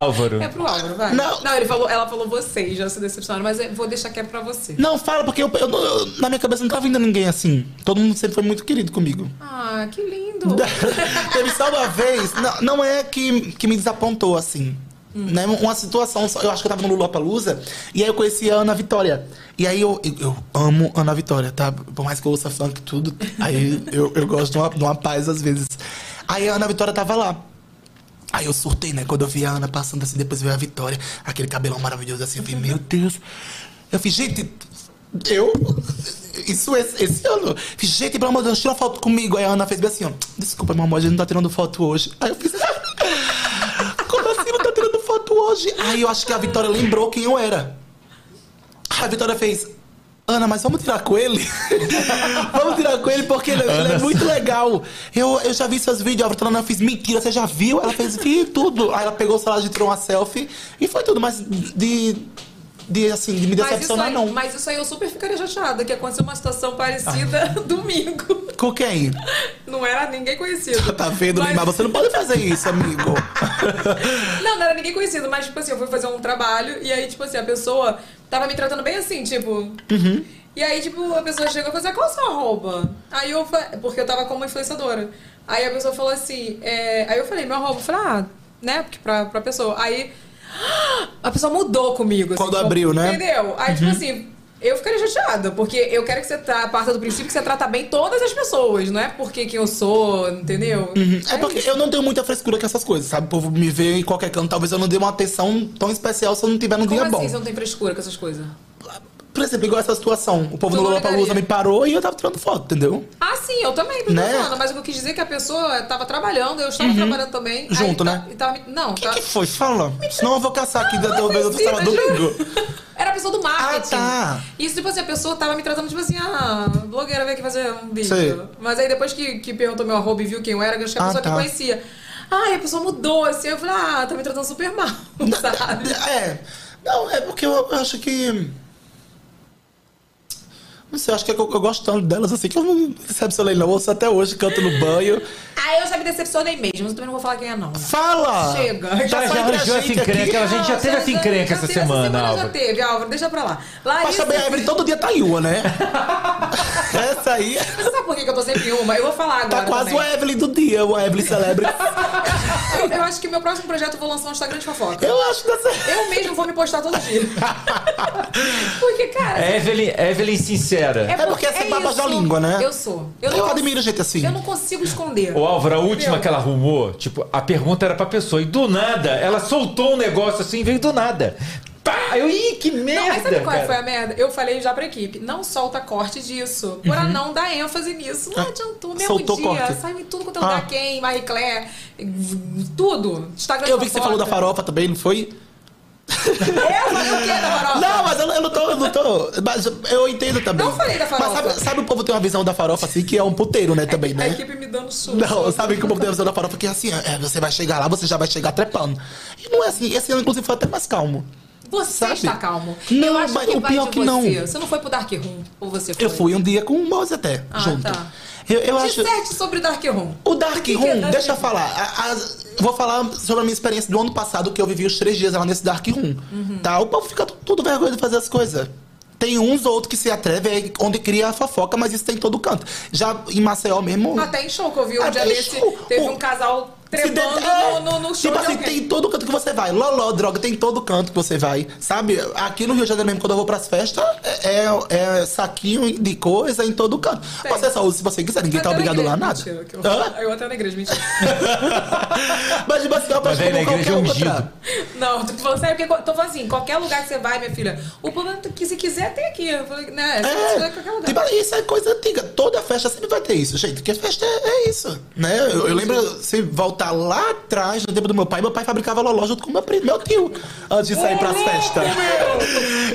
Speaker 2: do Álvaro.
Speaker 1: É pro Álvaro, vai.
Speaker 5: Não.
Speaker 1: ele falou, ela falou vocês já se decepcionaram, mas eu vou deixar quieto pra você.
Speaker 5: Não, fala, porque eu, eu não- eu- na minha cabeça não tá vindo ninguém assim. Todo mundo sempre foi muito querido comigo.
Speaker 1: Ah, que lindo.
Speaker 5: Teve só uma vez. Não, não é que, que me desapontou assim. Né? Uma situação, só- eu acho que eu tava no Lollapalooza e aí eu conheci a Ana Vitória. E aí eu, eu, eu amo Ana Vitória, tá? Por mais que eu ouça funk e tudo, aí eu, eu gosto de uma, de uma paz às vezes. Aí a Ana Vitória tava lá. Aí eu surtei, né? Quando eu vi a Ana passando assim, depois veio a Vitória, aquele cabelão maravilhoso assim, eu vi, meu Deus. Eu fiz, gente, eu. Isso esse, esse ano. Eu Fiz, gente, pelo amor de Deus, tira uma foto comigo. Aí a Ana fez bem assim, ó. Desculpa, meu amor, a gente não tá tirando foto hoje. Aí eu fiz. Como assim não tá tirando foto hoje? Aí eu acho que a Vitória lembrou quem eu era. Aí Ah, a Vitória fez. Ana, mas vamos tirar com ele? *laughs* vamos tirar com ele porque ele, ele é muito legal. Eu, eu já vi seus vídeos, a Vitória eu fiz mentira, você já viu? Ela fez vi tudo. Aí ela pegou o celular de tirou uma selfie e foi tudo, mas de. de assim, de me
Speaker 1: Mas isso,
Speaker 5: decepcionar,
Speaker 1: aí,
Speaker 5: não.
Speaker 1: mas isso aí eu super ficaria chateada, que aconteceu uma situação parecida *laughs* domingo.
Speaker 5: Com quem?
Speaker 1: Não era ninguém conhecido.
Speaker 5: *laughs* Tá vendo, mas... Você não pode fazer isso, amigo.
Speaker 1: Não, não era ninguém conhecido, mas tipo assim, eu fui fazer um trabalho e aí, tipo assim, a pessoa tava me tratando bem assim, tipo.
Speaker 5: Uhum.
Speaker 1: E aí, tipo, a pessoa chegou e falou assim, qual a sua arroba? Aí eu falei, porque eu tava como influenciadora. Aí a pessoa falou assim, é, aí eu falei, meu arroba, eu falei, ah, né? Porque pra, pra pessoa. Aí *gasps* a pessoa mudou comigo. assim,
Speaker 5: Quando
Speaker 1: como-
Speaker 5: abriu, né?
Speaker 1: Entendeu? Aí, tipo
Speaker 5: Uhum.
Speaker 1: assim. Eu ficaria chateada, porque eu quero que você tra- parta do princípio que você trata bem todas as pessoas, não é porque quem eu sou, entendeu?
Speaker 5: Uhum. *laughs* É porque eu não tenho muita frescura com essas coisas, sabe? O povo me vê em qualquer canto, talvez eu não dê uma atenção tão especial se eu não tiver num
Speaker 1: Como
Speaker 5: dia
Speaker 1: assim
Speaker 5: é bom.
Speaker 1: você não tem frescura com essas coisas?
Speaker 5: Por exemplo, igual essa situação. O povo no Lollapalooza me parou e eu tava tirando foto, entendeu?
Speaker 1: Ah, sim, eu também, tô
Speaker 5: Né?
Speaker 1: falando, mas o que eu quis dizer é que a pessoa tava trabalhando, eu estava
Speaker 5: Uhum.
Speaker 1: trabalhando também. aí
Speaker 5: Junto,
Speaker 1: tá-
Speaker 5: né?
Speaker 1: E tava me- Não, tá...
Speaker 5: Foi, fala. Senão eu vou caçar aqui da talvez eu
Speaker 1: precisa,
Speaker 5: tava domingo.
Speaker 1: *laughs* Era a pessoa do marketing.
Speaker 5: Ah, tá.
Speaker 1: Isso, tipo assim, a pessoa tava me tratando, tipo assim, ah, blogueira veio aqui fazer um vídeo.
Speaker 5: Sei.
Speaker 1: Mas aí depois que, que perguntou meu arroba e viu quem eu era, eu acho que a
Speaker 5: Ah,
Speaker 1: pessoa
Speaker 5: tá.
Speaker 1: me conhecia. Ai, a pessoa mudou, assim. Eu falei, ah, tá me tratando super mal, *laughs* sabe?
Speaker 5: É. Não, é porque eu, eu acho que. Não sei, eu acho que eu, eu gosto tanto delas assim que eu não decepcionei, não. Eu ouço até hoje, canto no banho.
Speaker 1: Aí eu já me decepcionei mesmo, mas eu também não vou falar quem é, não.
Speaker 5: Fala!
Speaker 1: Chega.
Speaker 2: Já,
Speaker 5: foi
Speaker 2: já
Speaker 5: entre Ah. a
Speaker 2: arranjou essa
Speaker 5: gente aqui.
Speaker 2: encrenca. A gente já
Speaker 1: Não,
Speaker 2: teve essa encrenca
Speaker 1: já
Speaker 2: essa
Speaker 1: teve,
Speaker 2: semana,
Speaker 1: Já
Speaker 2: Álvaro.
Speaker 1: teve, Álvaro, deixa pra lá.
Speaker 5: Mas
Speaker 1: Larissa,
Speaker 5: também a Evelyn todo dia tá em
Speaker 1: *laughs*
Speaker 5: uma, né? Essa aí
Speaker 1: você sabe por que que eu tô sempre uma? Eu vou falar agora
Speaker 5: tá quase
Speaker 1: também.
Speaker 5: uma Evelyn do dia, uma Evelyn Celebrity.
Speaker 1: Eu, eu acho que meu próximo projeto eu vou lançar um Instagram de fofoca.
Speaker 5: Eu acho dessa.
Speaker 1: Eu mesmo vou me postar todo dia.
Speaker 5: *laughs*
Speaker 1: Porque, cara.
Speaker 2: Evelyn, Evelyn sincera.
Speaker 5: É porque essa baba
Speaker 1: isso.
Speaker 5: da língua, né?
Speaker 1: Eu sou. Eu,
Speaker 5: Eu,
Speaker 1: não cons-
Speaker 5: admiro gente assim.
Speaker 1: eu não consigo esconder.
Speaker 2: Ô Álvaro, a última
Speaker 1: Entendeu?
Speaker 2: que ela arrumou, tipo, a pergunta era pra pessoa. E do nada, ela soltou um negócio assim e veio do nada. Pá! Eu, ih, que merda!
Speaker 1: Não, mas sabe qual é
Speaker 2: cara.
Speaker 1: foi a merda? Eu falei já pra equipe, não solta corte disso. Pra não dar ênfase nisso. Não adiantou. Mesmo
Speaker 5: Uhum. Ah, soltou
Speaker 1: dia,
Speaker 5: corte.
Speaker 1: saiu em tudo quanto é
Speaker 5: Ah.
Speaker 1: lugar. Quem, Marie Claire, tudo. Instagram
Speaker 5: Eu vi que você
Speaker 1: fofoca.
Speaker 5: falou da farofa também, não foi?
Speaker 1: Eu falei o quê da farofa?
Speaker 5: Não, mas eu, eu não tô, eu não tô. Mas eu entendo também.
Speaker 1: Não falei da farofa.
Speaker 5: Mas sabe, sabe o povo tem uma visão da farofa assim, que é um puteiro, né, também,
Speaker 1: A
Speaker 5: né?
Speaker 1: equipe me dando susto.
Speaker 5: Não, sabe que o povo tem a visão da farofa que é assim, é, você vai chegar lá, você já vai chegar trepando. E não é assim, esse ano, inclusive, foi até mais calmo.
Speaker 1: Você
Speaker 5: Sabe?
Speaker 1: está calmo.
Speaker 5: Não,
Speaker 1: eu acho
Speaker 5: mas
Speaker 1: que
Speaker 5: o
Speaker 1: vai
Speaker 5: pior
Speaker 1: de
Speaker 5: que
Speaker 1: você.
Speaker 5: não.
Speaker 1: Você não foi pro Dark Room? Ou você foi?
Speaker 5: Eu fui um dia com o mouse até,
Speaker 1: Ah,
Speaker 5: junto.
Speaker 1: tá.
Speaker 5: Eu, eu acho.
Speaker 1: Disserte sobre Dark Room.
Speaker 5: O Dark
Speaker 1: que que é
Speaker 5: Room,
Speaker 1: Dark
Speaker 5: deixa eu
Speaker 1: Room?
Speaker 5: falar. A- a- vou falar sobre a minha experiência do ano passado, que eu vivi os três dias lá nesse Dark Room.
Speaker 1: Uhum.
Speaker 5: Tá? O povo fica tu- tudo vergonha de fazer as coisas. Tem uns outros que se atrevem, aí onde cria a fofoca, mas isso tem em todo canto. Já em Maceió mesmo.
Speaker 1: Até em show que eu vi um
Speaker 5: Até
Speaker 1: dia
Speaker 5: em
Speaker 1: desse,
Speaker 5: show.
Speaker 1: teve
Speaker 5: O-
Speaker 1: um casal
Speaker 5: se
Speaker 1: trepando
Speaker 5: det- é,
Speaker 1: no, no, no show
Speaker 5: Tipo
Speaker 1: de
Speaker 5: assim,
Speaker 1: alguém.
Speaker 5: tem em todo canto que você vai. Loló, droga, tem em todo canto que você vai. Sabe? Aqui no Rio de Janeiro mesmo, quando eu vou pras festas, é, é- é saquinho de coisa em todo canto.
Speaker 1: Tem.
Speaker 5: Você só usa se você quiser, ninguém
Speaker 1: Até
Speaker 5: tá
Speaker 1: na
Speaker 5: obrigado lá a
Speaker 1: igreja.
Speaker 5: nada.
Speaker 1: Mentira, que eu,
Speaker 5: Hã?
Speaker 1: eu até na igreja, mentira. *laughs*
Speaker 5: Mas tipo assim, é uma
Speaker 2: Mas
Speaker 5: festa
Speaker 2: aí na
Speaker 5: como
Speaker 2: igreja
Speaker 5: qualquer
Speaker 2: é
Speaker 5: outra.
Speaker 2: ungido.
Speaker 1: Não, tô falando sério, porque tô falando assim, qualquer lugar que você vai, minha filha, o problema é que se quiser tem aqui. Eu falei, né? Se você
Speaker 5: É,
Speaker 1: quiser, qualquer lugar.
Speaker 5: tipo, isso é coisa antiga. Toda festa sempre vai ter isso, gente. Porque festa é, é isso, né? Eu, eu lembro, se voltar lá atrás, no tempo do meu pai, meu pai fabricava loló junto com meu primo, meu tio, antes de sair pras festas.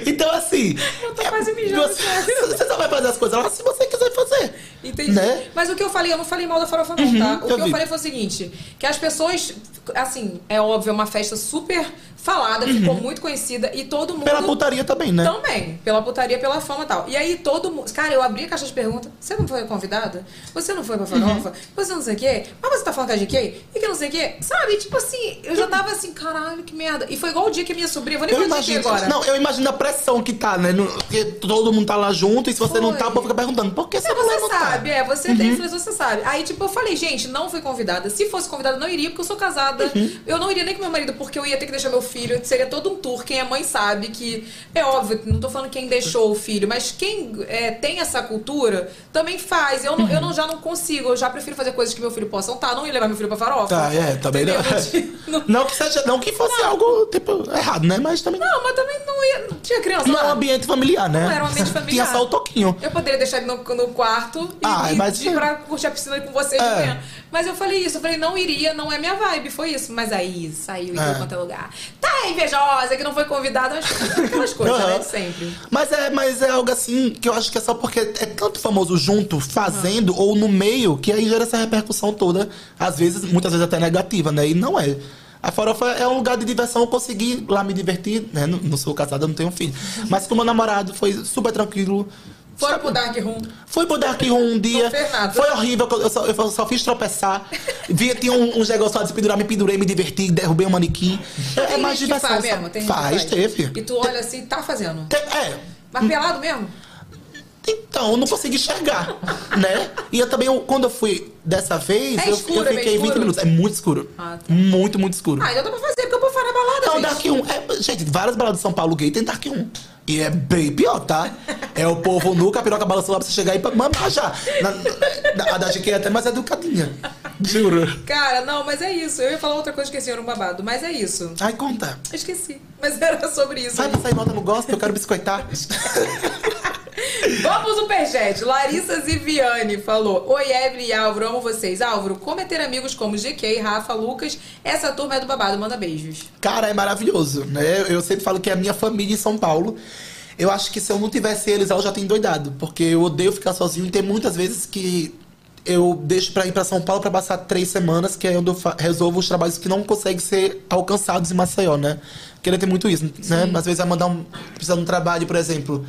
Speaker 5: Então, assim...
Speaker 1: Eu tô quase mijando,
Speaker 5: Você,
Speaker 1: sério.
Speaker 5: você só vai fazer as coisas lá se você quiser fazer.
Speaker 1: Entendi.
Speaker 5: Né? Uhum.
Speaker 1: Mas o que eu falei, eu não falei mal da farofa não, tá? O
Speaker 5: eu
Speaker 1: que eu
Speaker 5: vi.
Speaker 1: falei foi o seguinte, que as pessoas, assim, é óbvio, é uma festa super falada, ficou muito conhecida e todo mundo...
Speaker 5: Uhum. Pela putaria também, né?
Speaker 1: Também, pela putaria, pela fama e tal. E aí todo mundo... Cara, eu abri a caixa de pergunta, você não foi convidada? Você não foi pra
Speaker 5: Uhum.
Speaker 1: farofa? Você não sei o quê? Mas você tá falando que é de quê? E que não sei o quê? Sabe? Tipo assim, eu já tava assim, caralho, que merda. E foi igual o dia que minha sobrinha... Vou nem
Speaker 5: Eu
Speaker 1: falar de quê
Speaker 5: imagino,
Speaker 1: agora.
Speaker 5: não, eu imagino a pressão que tá, né? No- que todo mundo tá lá junto, e se você não
Speaker 1: Foi.
Speaker 5: tá, o povo fica perguntando, por que você
Speaker 1: É,
Speaker 5: não
Speaker 1: você
Speaker 5: vai votar?
Speaker 1: sabe, é, você
Speaker 5: Uhum.
Speaker 1: tem influência, você sabe. Aí, tipo, eu falei, gente, não fui convidada. Se fosse convidada, não iria, porque eu sou casada.
Speaker 5: Uhum.
Speaker 1: Eu não iria nem com meu marido, porque eu ia ter que deixar meu filho. Seria todo um tour. Quem é mãe sabe que. É óbvio, não tô falando quem deixou o filho, mas quem é, tem essa cultura também faz. Eu, não- eu
Speaker 5: Uhum.
Speaker 1: não, já não consigo, eu já prefiro fazer coisas que meu filho possa untar. Não ia levar meu filho pra farofa.
Speaker 5: Tá, é, também não.
Speaker 1: Entendeu? Não,
Speaker 5: *laughs* Não que, seja, não que fosse algo, tipo, errado, né? Mas também não,
Speaker 1: *laughs* não, mas também não ia. Não tinha criança.
Speaker 5: é um
Speaker 1: lá.
Speaker 5: ambiente familiar, né?
Speaker 1: Não era um ambiente familiar.
Speaker 5: *laughs* Tinha só o toquinho.
Speaker 1: Eu poderia deixar ele no, no quarto e,
Speaker 5: Ah,
Speaker 1: e
Speaker 5: mas- É.
Speaker 1: ir pra curtir a piscina com vocês de manhã. Mas eu falei isso, eu falei, não iria, não é minha vibe, foi isso. Mas aí saiu em
Speaker 5: É.
Speaker 1: qualquer lugar. Tá invejosa, que não foi convidada, mas
Speaker 5: *laughs*
Speaker 1: aquelas coisas, né,
Speaker 5: Aham.
Speaker 1: de sempre.
Speaker 5: Mas é, mas é algo assim que eu acho que é só porque é tanto famoso junto, fazendo ou no meio, que aí gera essa repercussão toda, às vezes, muitas vezes até negativa, né? E não é. A farofa é um lugar de diversão, eu consegui lá me divertir, né? Não, não sou casada, não tenho filho. Mas com meu namorado foi super tranquilo.
Speaker 1: Foram
Speaker 5: Sabe?
Speaker 1: pro Dark Room.
Speaker 5: Foi pro Dark Room um dia.
Speaker 1: Não fez nada.
Speaker 5: Foi horrível. Eu só, eu só fiz tropeçar. Vi, tinha um, um negócio lá de se pendurar, me pendurei, me diverti, derrubei um manequim. É, é
Speaker 1: Tem
Speaker 5: mais
Speaker 1: gente que
Speaker 5: diversão.
Speaker 1: faz
Speaker 5: só.
Speaker 1: mesmo, tem gente que
Speaker 5: faz, teve.
Speaker 1: E tu olha assim, tá fazendo.
Speaker 5: Te- É.
Speaker 1: Mas pelado mesmo?
Speaker 5: Então, eu não consegui enxergar,
Speaker 1: *laughs*
Speaker 5: né? E eu também, eu- quando eu fui dessa vez,
Speaker 1: É
Speaker 5: eu,
Speaker 1: escuro,
Speaker 5: eu
Speaker 1: é meio
Speaker 5: fiquei 20
Speaker 1: escuro?
Speaker 5: minutos. É muito escuro.
Speaker 1: Ah, tá.
Speaker 5: Muito, muito escuro.
Speaker 1: Ah, então dá pra fazer, porque eu vou falar na balada,
Speaker 5: Não,
Speaker 1: gente.
Speaker 5: Dark 1. É, gente, várias baladas de São Paulo gay tem Dark 1. E é bem pior, tá? É o povo nuca, a piroca balançando lá pra você chegar e pra mamar já. Na- na- a da GQ é até mais educadinha. Juro.
Speaker 1: Cara, não, mas é isso. Eu ia falar outra coisa que esqueci, era um babado. Mas é isso.
Speaker 5: Ai, conta.
Speaker 1: Esqueci. Mas *laughs* era sobre isso.
Speaker 5: Sai pra sair nota no gosto, eu quero biscoitar.
Speaker 1: Vamos superchat. Larissa Ziviane falou: Oi, Evelyn e Álvaro, amo vocês. Álvaro, como é ter amigos como GK, Rafa, Lucas? Essa turma é do babado, manda beijos.
Speaker 5: Cara, é maravilhoso, né? Eu sempre falo que é a minha família em São Paulo. Eu acho que se eu não tivesse eles, eu já tenho doidado, porque eu odeio ficar sozinho e tem muitas vezes que eu deixo pra ir pra São Paulo pra passar três semanas, que é onde eu fa- resolvo os trabalhos que não conseguem ser alcançados em Maceió, né? Porque ele tem muito isso, né? Às vezes vai mandar um. precisa de um trabalho, por exemplo,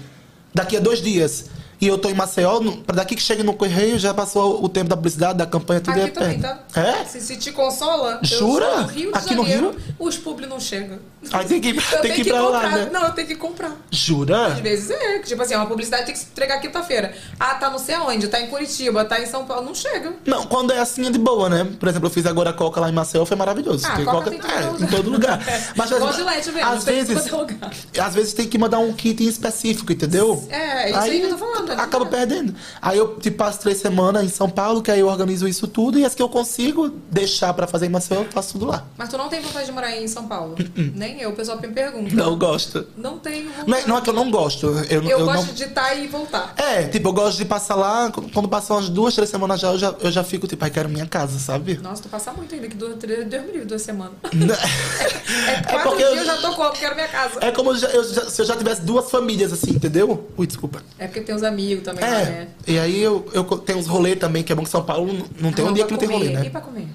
Speaker 5: daqui a dois dias. E eu tô em Maceió, no- pra daqui que chega no Correio, já passou o tempo da publicidade, da campanha, tudo é
Speaker 1: Aqui também,
Speaker 5: perto.
Speaker 1: tá?
Speaker 5: É?
Speaker 1: Se, se te consola, eu
Speaker 5: Jura?
Speaker 1: sou do Rio de
Speaker 5: Aqui no
Speaker 1: Janeiro, os publi não
Speaker 5: *laughs*
Speaker 1: chegam.
Speaker 5: Aí tem que, ir pra-
Speaker 1: Eu
Speaker 5: tem que ir pra
Speaker 1: Então comprar.
Speaker 5: lá, né?
Speaker 1: Não, eu tenho que comprar.
Speaker 5: Jura?
Speaker 1: Às vezes é, tipo assim, uma publicidade tem que se entregar quinta-feira. Ah, tá não sei onde, tá em Curitiba, tá em São Paulo, não chega.
Speaker 5: Não, quando é assim é de boa, né? Por exemplo, eu fiz agora a Coca lá em Maceió, foi maravilhoso.
Speaker 1: Ah,
Speaker 5: Porque
Speaker 1: Coca tem em todo
Speaker 5: é,
Speaker 1: lugar.
Speaker 5: em todo lugar. Mas,
Speaker 1: Igual Gillette mesmo,
Speaker 5: às
Speaker 1: tem em
Speaker 5: vezes,
Speaker 1: todo lugar.
Speaker 5: às vezes tem que mandar um kit em específico, entendeu?
Speaker 1: É, é isso aí que eu tô falando, né?
Speaker 5: Acaba perdendo. Aí eu te passo três semanas em São Paulo, que aí eu organizo isso tudo. E as que eu consigo deixar pra fazer em Maceió, eu faço tudo lá.
Speaker 1: Mas tu não tem vontade de morar em São Paulo? Nem eu, o pessoal me pergunta.
Speaker 5: Uh-uh. Não gosto.
Speaker 1: Não tenho vontade.
Speaker 5: Não é, não é que eu não gosto. Eu,
Speaker 1: eu,
Speaker 5: eu
Speaker 1: gosto
Speaker 5: não...
Speaker 1: de estar e voltar.
Speaker 5: É, tipo, eu gosto de passar lá. Quando passam umas duas, três semanas já, eu já, eu já fico tipo, ai, quero minha casa, sabe?
Speaker 1: Nossa, tu passa muito ainda, que duas, três, Deus me livre, duas
Speaker 5: *laughs*
Speaker 1: semanas.
Speaker 5: Não.
Speaker 1: É, quatro
Speaker 5: porque eu-
Speaker 1: dias eu já tô como, quero minha casa.
Speaker 5: É como já- eu já- se eu já tivesse duas famílias, assim, entendeu? Ui, desculpa.
Speaker 1: É porque tem uns amigos também,
Speaker 5: É.
Speaker 1: né?
Speaker 5: E aí eu, eu co- tenho uns rolês também, que é bom que São Paulo não, não tem um dia que não tem rolê,
Speaker 1: E
Speaker 5: né?
Speaker 1: Ah, pra comer?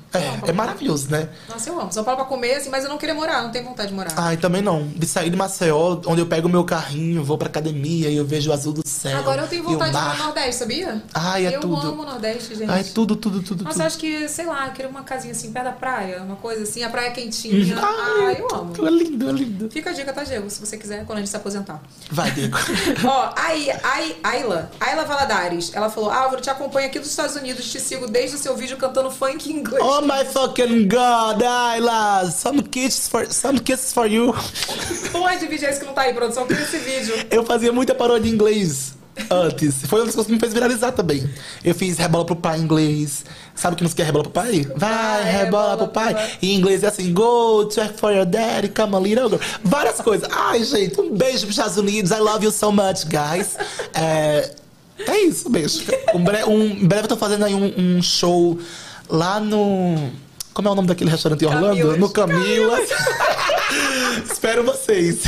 Speaker 5: É, é maravilhoso, né?
Speaker 1: Nossa, eu amo. São Paulo pra comer, assim, mas eu não queria morar, não tenho vontade de morar.
Speaker 5: Ah, e também não. De sair de Maceió, onde eu pego meu carrinho, vou pra academia e eu vejo o azul do céu.
Speaker 1: Agora eu tenho
Speaker 5: é, e o
Speaker 1: vontade de morar
Speaker 5: mar.
Speaker 1: no Nordeste, sabia?
Speaker 5: Ai, é
Speaker 1: eu
Speaker 5: tudo.
Speaker 1: amo o Nordeste, gente.
Speaker 5: Ai, tudo, tudo, tudo,
Speaker 1: Nossa, eu
Speaker 5: tudo.
Speaker 1: acho que, sei lá, eu queria uma casinha assim, perto da praia, uma coisa assim, a praia quentinha.
Speaker 5: Uhum. Ai,
Speaker 1: Ai, eu amo.
Speaker 5: É lindo, é lindo.
Speaker 1: Fica a dica, tá, Diego? Se você quiser, quando a gente se aposentar.
Speaker 5: Vai, Diego.
Speaker 1: Ó,
Speaker 5: *laughs*
Speaker 1: aí, aí, Ayla, Ayla Valadares, ela falou: Álvaro, te acompanho aqui dos Estados Unidos, te sigo desde o seu vídeo cantando funk em inglês.
Speaker 5: Oh my fucking god, Ayla! Some kisses for, some kisses for you.
Speaker 1: Porra de vídeo é esse que não tá aí, produção, cria esse vídeo.
Speaker 5: Eu fazia muita paródia em inglês antes. Foi uma das coisas que me fez viralizar também. Eu fiz rebola pro pai em inglês. Sabe que música é rebola pro pai? Vai, rebola pro pai. E em inglês é assim, go check for your daddy, come a little girl. Várias coisas. Ai, gente, um beijo pros Estados Unidos. I love you so much, guys. É, é isso, beijo. Um bre- um- em breve eu tô fazendo aí um, um show lá no... Como é o nome daquele restaurante em Orlando?
Speaker 1: Camilas.
Speaker 5: No Camila. *laughs* Espero vocês.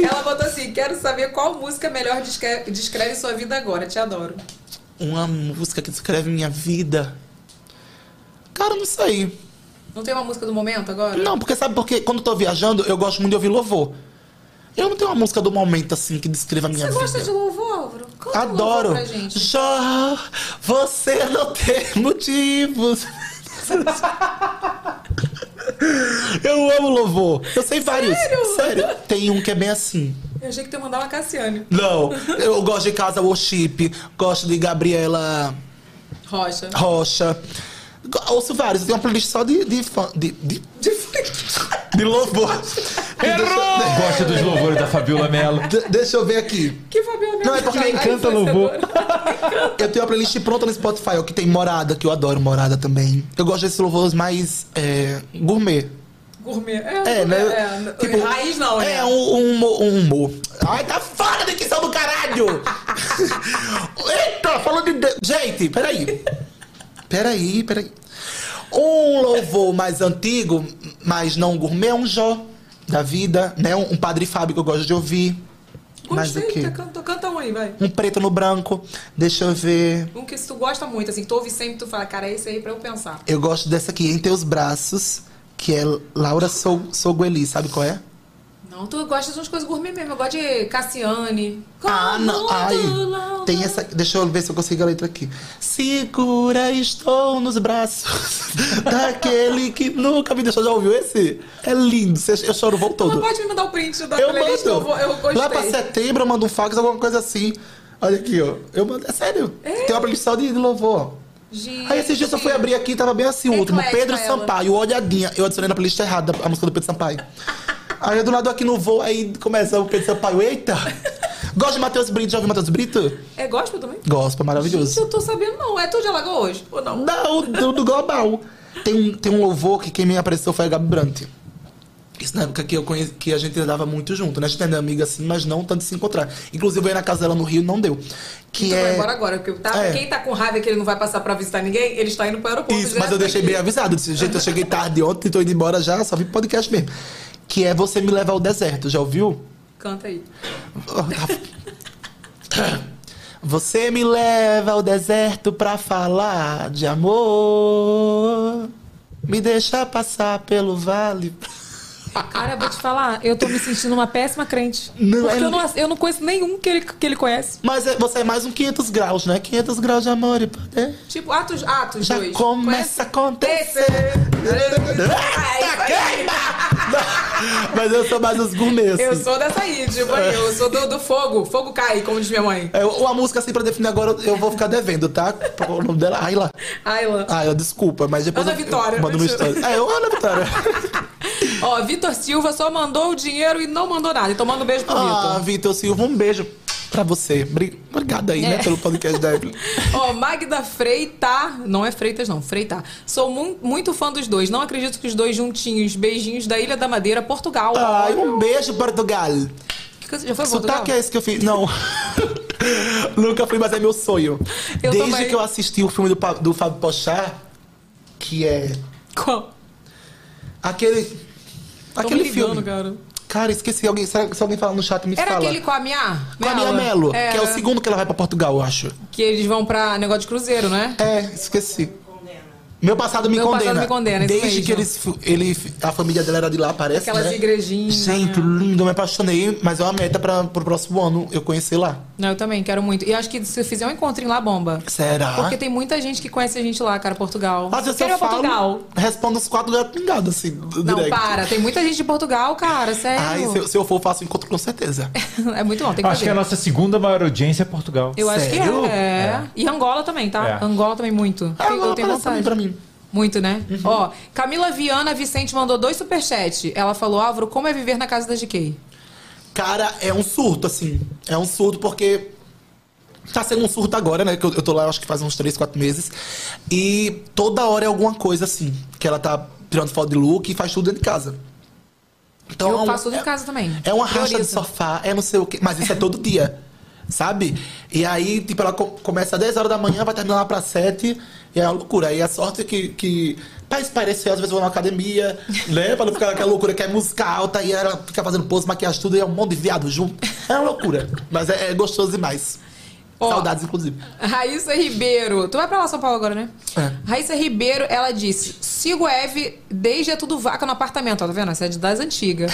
Speaker 1: Ela botou assim: quero saber qual música melhor descreve, descreve sua vida agora, te adoro.
Speaker 5: Uma música que descreve minha vida. Cara, não sei.
Speaker 1: Não tem uma música do momento agora?
Speaker 5: Não, porque sabe porque quando eu tô viajando, eu gosto muito de ouvir louvor. Eu não tenho uma música do momento assim que descreva a minha
Speaker 1: Você
Speaker 5: vida.
Speaker 1: gosta de louvor, Álvaro? Canta um louvor
Speaker 5: Adoro.
Speaker 1: Pra gente.
Speaker 5: Já você não tem motivos. eu amo louvor. Eu sei vários.
Speaker 1: Sério?
Speaker 5: Tem um que é bem assim.
Speaker 1: Eu achei que tu ia mandar uma Cassiane.
Speaker 5: Não, eu gosto de Casa Worship, gosto de Gabriela
Speaker 1: Rocha.
Speaker 5: Rocha. Go- Ouço vários, eu tenho uma playlist só de. de, fã- de, de, de louvor. Errou!
Speaker 2: Gosta dos louvores da Fabiola Mello.
Speaker 5: deixa eu ver aqui.
Speaker 1: Que Fabiola
Speaker 5: Não, é porque
Speaker 1: Ai,
Speaker 5: encanta
Speaker 1: influenciadora.
Speaker 2: louvor.
Speaker 5: Eu tenho uma playlist pronta no Spotify, ó, que tem morada, que eu adoro morada também. Eu gosto desses louvores mais é, gourmet.
Speaker 1: Gourmet.
Speaker 5: É,
Speaker 1: gourmet,
Speaker 5: né?
Speaker 1: é. Raiz não, né?
Speaker 5: É, um, um, humor- um humor. Ai, tá fora da edição do caralho! *laughs* Eita, falou de. de- Gente, peraí. Peraí, peraí. Um louvor mais antigo, mas não gourmet, é um Jó da vida, né? Um, um Padre Fábio que eu gosto de ouvir. mais o
Speaker 1: Gostei, tá,
Speaker 5: quê?
Speaker 1: canta, canta um aí, vai.
Speaker 5: Um preto no branco. Deixa eu ver.
Speaker 1: Um que se tu gosta muito, assim, tu ouve sempre, tu fala, cara, é esse aí pra eu pensar.
Speaker 5: Eu gosto dessa aqui, Em Teus Braços, que é Laura Sou- Sogueli, sabe qual é?
Speaker 1: Não, tu gosta de umas coisas gourmet mesmo. Eu gosto de Cassiane.
Speaker 5: Ah, não.
Speaker 1: Como é
Speaker 5: Ai,
Speaker 1: tu não-
Speaker 5: tem essa. Deixa eu ver se eu consigo a letra aqui. Segura, estou nos braços *laughs* daquele que nunca me deixou. Já ouviu esse? É lindo. cê- Eu choro vou
Speaker 1: Tu não
Speaker 5: todo.
Speaker 1: pode me mandar o print da
Speaker 5: Eu
Speaker 1: playlist, eu, vou, eu
Speaker 5: mando.
Speaker 1: gostei.
Speaker 5: Lá pra setembro eu mando um fax, alguma coisa assim. Olha aqui, ó. Eu mando. É sério. Tem uma playlist só de louvor. ó.
Speaker 1: Gente,
Speaker 5: Aí esses dias eu fui abrir aqui, tava bem assim o último.
Speaker 1: Eclética
Speaker 5: Pedro
Speaker 1: ela.
Speaker 5: Sampaio, olhadinha. Eu adicionei na playlist errada a música do Pedro Sampaio. Aí do lado aqui no voo, aí começa o Pedro Sampaio. Eita! Gosto de Matheus Brito, já ouviu Matheus Brito?
Speaker 1: É gospel também?
Speaker 5: Gospel,
Speaker 1: Gente,
Speaker 5: maravilhoso.
Speaker 1: eu tô sabendo não. É tu de Alagoas? Ou não?
Speaker 5: Não, do, do global. Tem um, tem um louvor que quem me apareceu foi a Gabi Brant. Isso na época que, eu conheci, que a é gente andava muito junto, né? A gente era amiga assim, mas não tanto de se encontrar. Inclusive, eu ia na casa dela no Rio e não deu. Que
Speaker 1: então
Speaker 5: é...
Speaker 1: vai embora agora. Porque tá,
Speaker 5: É.
Speaker 1: quem tá com raiva que ele não vai passar pra visitar ninguém, ele tá está indo pro aeroporto.
Speaker 5: Isso,
Speaker 1: direto
Speaker 5: mas é eu deixei
Speaker 1: daqui.
Speaker 5: bem avisado. Desse jeito, eu cheguei tarde ontem, tô indo embora já, só vi podcast mesmo. Que é Você Me Leva ao Deserto, já ouviu? Oh,
Speaker 1: Canta aí.
Speaker 5: tá *laughs* Você me leva ao deserto pra falar de amor. Me deixa passar pelo vale.
Speaker 1: Cara, eu vou te falar, eu tô me sentindo uma péssima crente.
Speaker 5: Não,
Speaker 1: porque
Speaker 5: é-
Speaker 1: eu, não, eu não conheço nenhum que ele, que ele conhece.
Speaker 5: Mas é- você é mais um 500 graus, né? 500 graus de amor e poder.
Speaker 1: Tipo, Atos, Atos
Speaker 5: Já
Speaker 1: 2.
Speaker 5: começa a acontecer.
Speaker 1: Tá
Speaker 5: *laughs* Mas eu sou mais os gourmets.
Speaker 1: Eu
Speaker 5: assim.
Speaker 1: sou dessa aí, tipo, aí, eu sou do, do fogo. Fogo cai, como diz minha mãe.
Speaker 5: É, uma música assim pra definir agora, eu vou ficar devendo, tá? Qual o nome dela? Ayla.
Speaker 1: Ayla.
Speaker 5: Ayla, desculpa, mas depois.
Speaker 1: Ana
Speaker 5: eu- eu
Speaker 1: Vitória.
Speaker 5: Mando uma história. É, eu,
Speaker 1: *laughs*
Speaker 5: Ana Vitória.
Speaker 1: Ó, Vitor Silva só mandou o dinheiro e não mandou nada. Então manda um beijo pro
Speaker 5: Ah,
Speaker 1: Vitor.
Speaker 5: Vitor Silva, um beijo pra você. Bri- Obrigado aí, né,
Speaker 1: É.
Speaker 5: pelo podcast da Evelyn.
Speaker 1: Ó, Magda Freitar. Não é Freitas, não, Freitar. Sou mu- muito fã dos dois. Não acredito que os dois juntinhos. Beijinhos da Ilha da Madeira, Portugal.
Speaker 5: Ai, um beijo, Portugal.
Speaker 1: Que coisa- Já foi
Speaker 5: Que
Speaker 1: Tá Portugal?
Speaker 5: sotaque é esse que eu fiz? Não. *laughs* Nunca fui, mas é meu sonho.
Speaker 1: Eu
Speaker 5: Desde
Speaker 1: também.
Speaker 5: que eu assisti o filme do, Pa- do Fábio Pochá, que é.
Speaker 1: Qual?
Speaker 5: Aquele.
Speaker 1: Tô
Speaker 5: Aquele
Speaker 1: me ligando,
Speaker 5: filme.
Speaker 1: cara.
Speaker 5: Cara, esqueci. Alguém, será- se alguém falar no chat, me
Speaker 1: Era
Speaker 5: fala.
Speaker 1: aquele com a minha?
Speaker 5: Com a minha Melo, que é o
Speaker 1: Era.
Speaker 5: segundo que ela vai pra Portugal, eu acho.
Speaker 1: Que eles vão pra negócio de cruzeiro, né?
Speaker 5: É, esqueci. Meu passado me
Speaker 1: Meu
Speaker 5: condena.
Speaker 1: Passado Me Condena, isso
Speaker 5: Desde
Speaker 1: mesmo.
Speaker 5: que eles, fu- ele, a família dela era de lá, parece.
Speaker 1: Aquelas
Speaker 5: né?
Speaker 1: igrejinhas.
Speaker 5: Gente, lindo, eu me apaixonei, mas é uma meta pra, pro próximo ano eu conhecer lá.
Speaker 1: Não, eu também quero muito. E acho que se eu fizer um encontrinho lá, bomba.
Speaker 5: Será?
Speaker 1: Porque tem muita gente que conhece a gente lá, cara, Portugal.
Speaker 5: Mas eu Ah, só
Speaker 1: Queria
Speaker 5: falo,
Speaker 1: Portugal.
Speaker 5: respondo os quatro gatos pingados, assim, do
Speaker 1: Não,
Speaker 5: direct.
Speaker 1: para. é, Tem muita gente de Portugal, cara, sério.
Speaker 5: Ai, se eu, se eu for, eu faço um encontro com certeza.
Speaker 1: *laughs* É muito bom, tem que
Speaker 2: Acho
Speaker 1: fazer.
Speaker 2: que a nossa segunda maior audiência é Portugal.
Speaker 1: Eu acho que
Speaker 5: Sério?
Speaker 1: é. é. E Angola também, tá?
Speaker 2: É.
Speaker 1: Angola também muito.
Speaker 5: Ah,
Speaker 1: eu
Speaker 5: Angola
Speaker 1: tenho
Speaker 5: parece
Speaker 1: vontade.
Speaker 5: também pra mim. Uhum.
Speaker 1: Muito, né? Ó, Camila Viana Vicente mandou dois superchats. Ela falou, Álvaro, como é viver na casa da GK?
Speaker 5: Cara, é um surto, assim. É um surto porque. Tá sendo um surto agora, né? Que eu, eu tô lá, acho que faz uns 3, 4 meses. E toda hora é alguma coisa assim. Que ela tá tirando foto de look e faz tudo dentro de casa. Então, é
Speaker 1: eu
Speaker 5: um-
Speaker 1: faço tudo
Speaker 5: é-
Speaker 1: em casa também.
Speaker 5: É uma racha de
Speaker 1: Priorizo.
Speaker 5: sofá, é não sei o quê. Mas isso é todo dia, sabe? E aí, tipo, ela co- começa às 10 horas da manhã, vai terminar lá pra 7. E é uma loucura. E a sorte é que, que pra esparecer, às vezes eu vou na academia, *laughs* né? Pra não ficar aquela loucura que é música alta. E ela fica fazendo pose, maquiagem, tudo. E é um monte de viado junto. É uma loucura. Mas é, é gostoso demais.
Speaker 1: Ó.
Speaker 5: Saudades, inclusive.
Speaker 1: Raíssa Ribeiro. Tu vai pra lá, São Paulo, agora, né?
Speaker 5: É.
Speaker 1: Raíssa Ribeiro, ela disse: Sigo a Eve desde a Tudo Vaca no apartamento. Ó, tá vendo? Essa é de- das
Speaker 5: *laughs*
Speaker 1: antigas.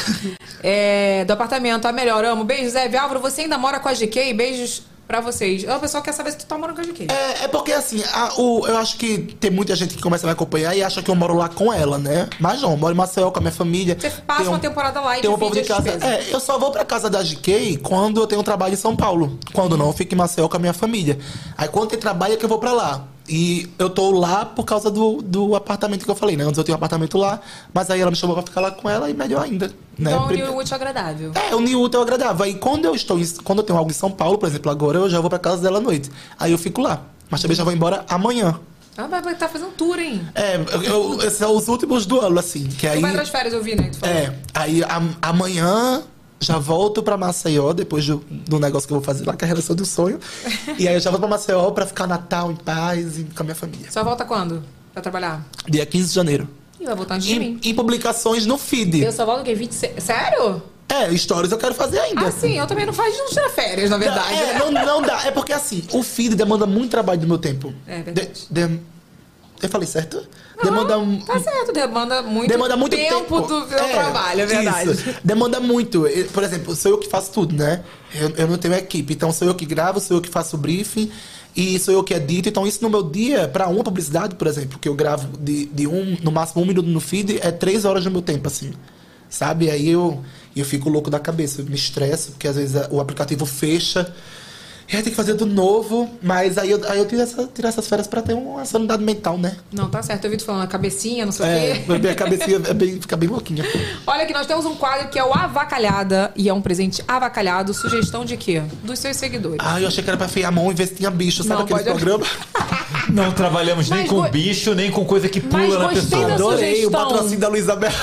Speaker 1: É, do apartamento, a melhor. Amo. Beijos, Eve. Álvaro, você ainda mora com a GK? Beijos pra vocês. Ó, O pessoal quer saber se tu tá morando com a GK.
Speaker 5: É, é porque assim, a- o- eu acho que tem muita gente que começa a me acompanhar e acha que eu moro lá com ela, né? Mas não, eu moro em Maceió com a minha família.
Speaker 1: Você passa
Speaker 5: Tem
Speaker 1: uma temporada lá e
Speaker 5: tem um povo
Speaker 1: divide
Speaker 5: de
Speaker 1: as
Speaker 5: casa.
Speaker 1: despesas.
Speaker 5: É, eu só vou pra casa da GK quando eu tenho um trabalho em São Paulo. Quando não, eu fico em Maceió com a minha família. Aí quando tem trabalho é que eu vou pra lá. E eu tô lá por causa do, do apartamento que eu falei, né? Antes eu tinha um apartamento lá, mas aí ela me chamou pra ficar lá com ela e melhor ainda. Né?
Speaker 1: Então,
Speaker 5: Prime-
Speaker 1: uniu o útil ao agradável.
Speaker 5: é, o New Útil é agradável. Aí quando eu estou em- quando eu tenho algo em São Paulo, por exemplo, agora eu já vou pra casa dela à noite. Aí eu fico lá. Mas também já vou embora amanhã.
Speaker 1: Ah, mas vai tá fazendo tour, hein?
Speaker 5: É, eu- eu- esses são os últimos do ano, assim. Que aí,
Speaker 1: Tu vai pras férias, eu vi, né? que tu falou.
Speaker 5: é, aí am- amanhã já volto pra Maceió, depois do, do negócio que eu vou fazer lá, que é a relação do sonho. e aí eu já vou pra Maceió pra ficar Natal em paz e com a minha família.
Speaker 1: Só volta quando? Pra trabalhar?
Speaker 5: Dia 15 de janeiro.
Speaker 1: Ih, vai voltar antes de
Speaker 5: Em,
Speaker 1: mim.
Speaker 5: em publicações no feed.
Speaker 1: Eu só volto o quê? 26? Sério?
Speaker 5: É, stories eu quero fazer ainda.
Speaker 1: Ah, sim, eu também não faço não tira férias, na verdade.
Speaker 5: Não, é,
Speaker 1: né?
Speaker 5: não, não dá. É porque assim, o feed demanda muito trabalho do meu tempo.
Speaker 1: É verdade.
Speaker 5: De- de- eu falei certo? demanda um-
Speaker 1: Tá certo, demanda muito,
Speaker 5: demanda muito tempo.
Speaker 1: do meu trabalho, é verdade.
Speaker 5: isso. Demanda muito. Eu, Por exemplo, sou eu que faço tudo, né? Eu, eu não tenho equipe. Então sou eu que gravo, sou eu que faço o briefing. E sou eu que edito. Então isso no meu dia, pra uma publicidade, por exemplo, que eu gravo de, de um, no máximo um minuto no feed, é três horas do meu tempo, assim. Sabe? Aí eu, eu fico louco da cabeça. Eu me estresso, porque às vezes a- o aplicativo fecha. E aí tem que fazer do novo. Mas aí eu, aí eu tiro, essa, tiro essas férias pra ter uma sanidade mental, né?
Speaker 1: Não, tá certo, eu vi tu falando a cabecinha, não sei o
Speaker 5: É,
Speaker 1: quê.
Speaker 5: minha cabecinha é bem- fica bem louquinha.
Speaker 1: Olha aqui, nós temos um quadro que é o Avacalhada, e é um presente avacalhado. Sugestão de quê? Dos seus seguidores.
Speaker 5: Ah, eu achei que era pra feiar a mão e ver se tinha bicho, sabe
Speaker 1: Não,
Speaker 5: aquele
Speaker 1: *laughs* pode-
Speaker 5: programa?
Speaker 2: Não trabalhamos nem
Speaker 1: Mas
Speaker 2: com
Speaker 1: go-
Speaker 2: bicho, nem com coisa que
Speaker 1: Mas
Speaker 2: pula na
Speaker 1: gostei
Speaker 2: pessoa.
Speaker 1: da Adorei o sugestão. patrocínio
Speaker 2: da
Speaker 1: *laughs*
Speaker 2: Luísa Bela.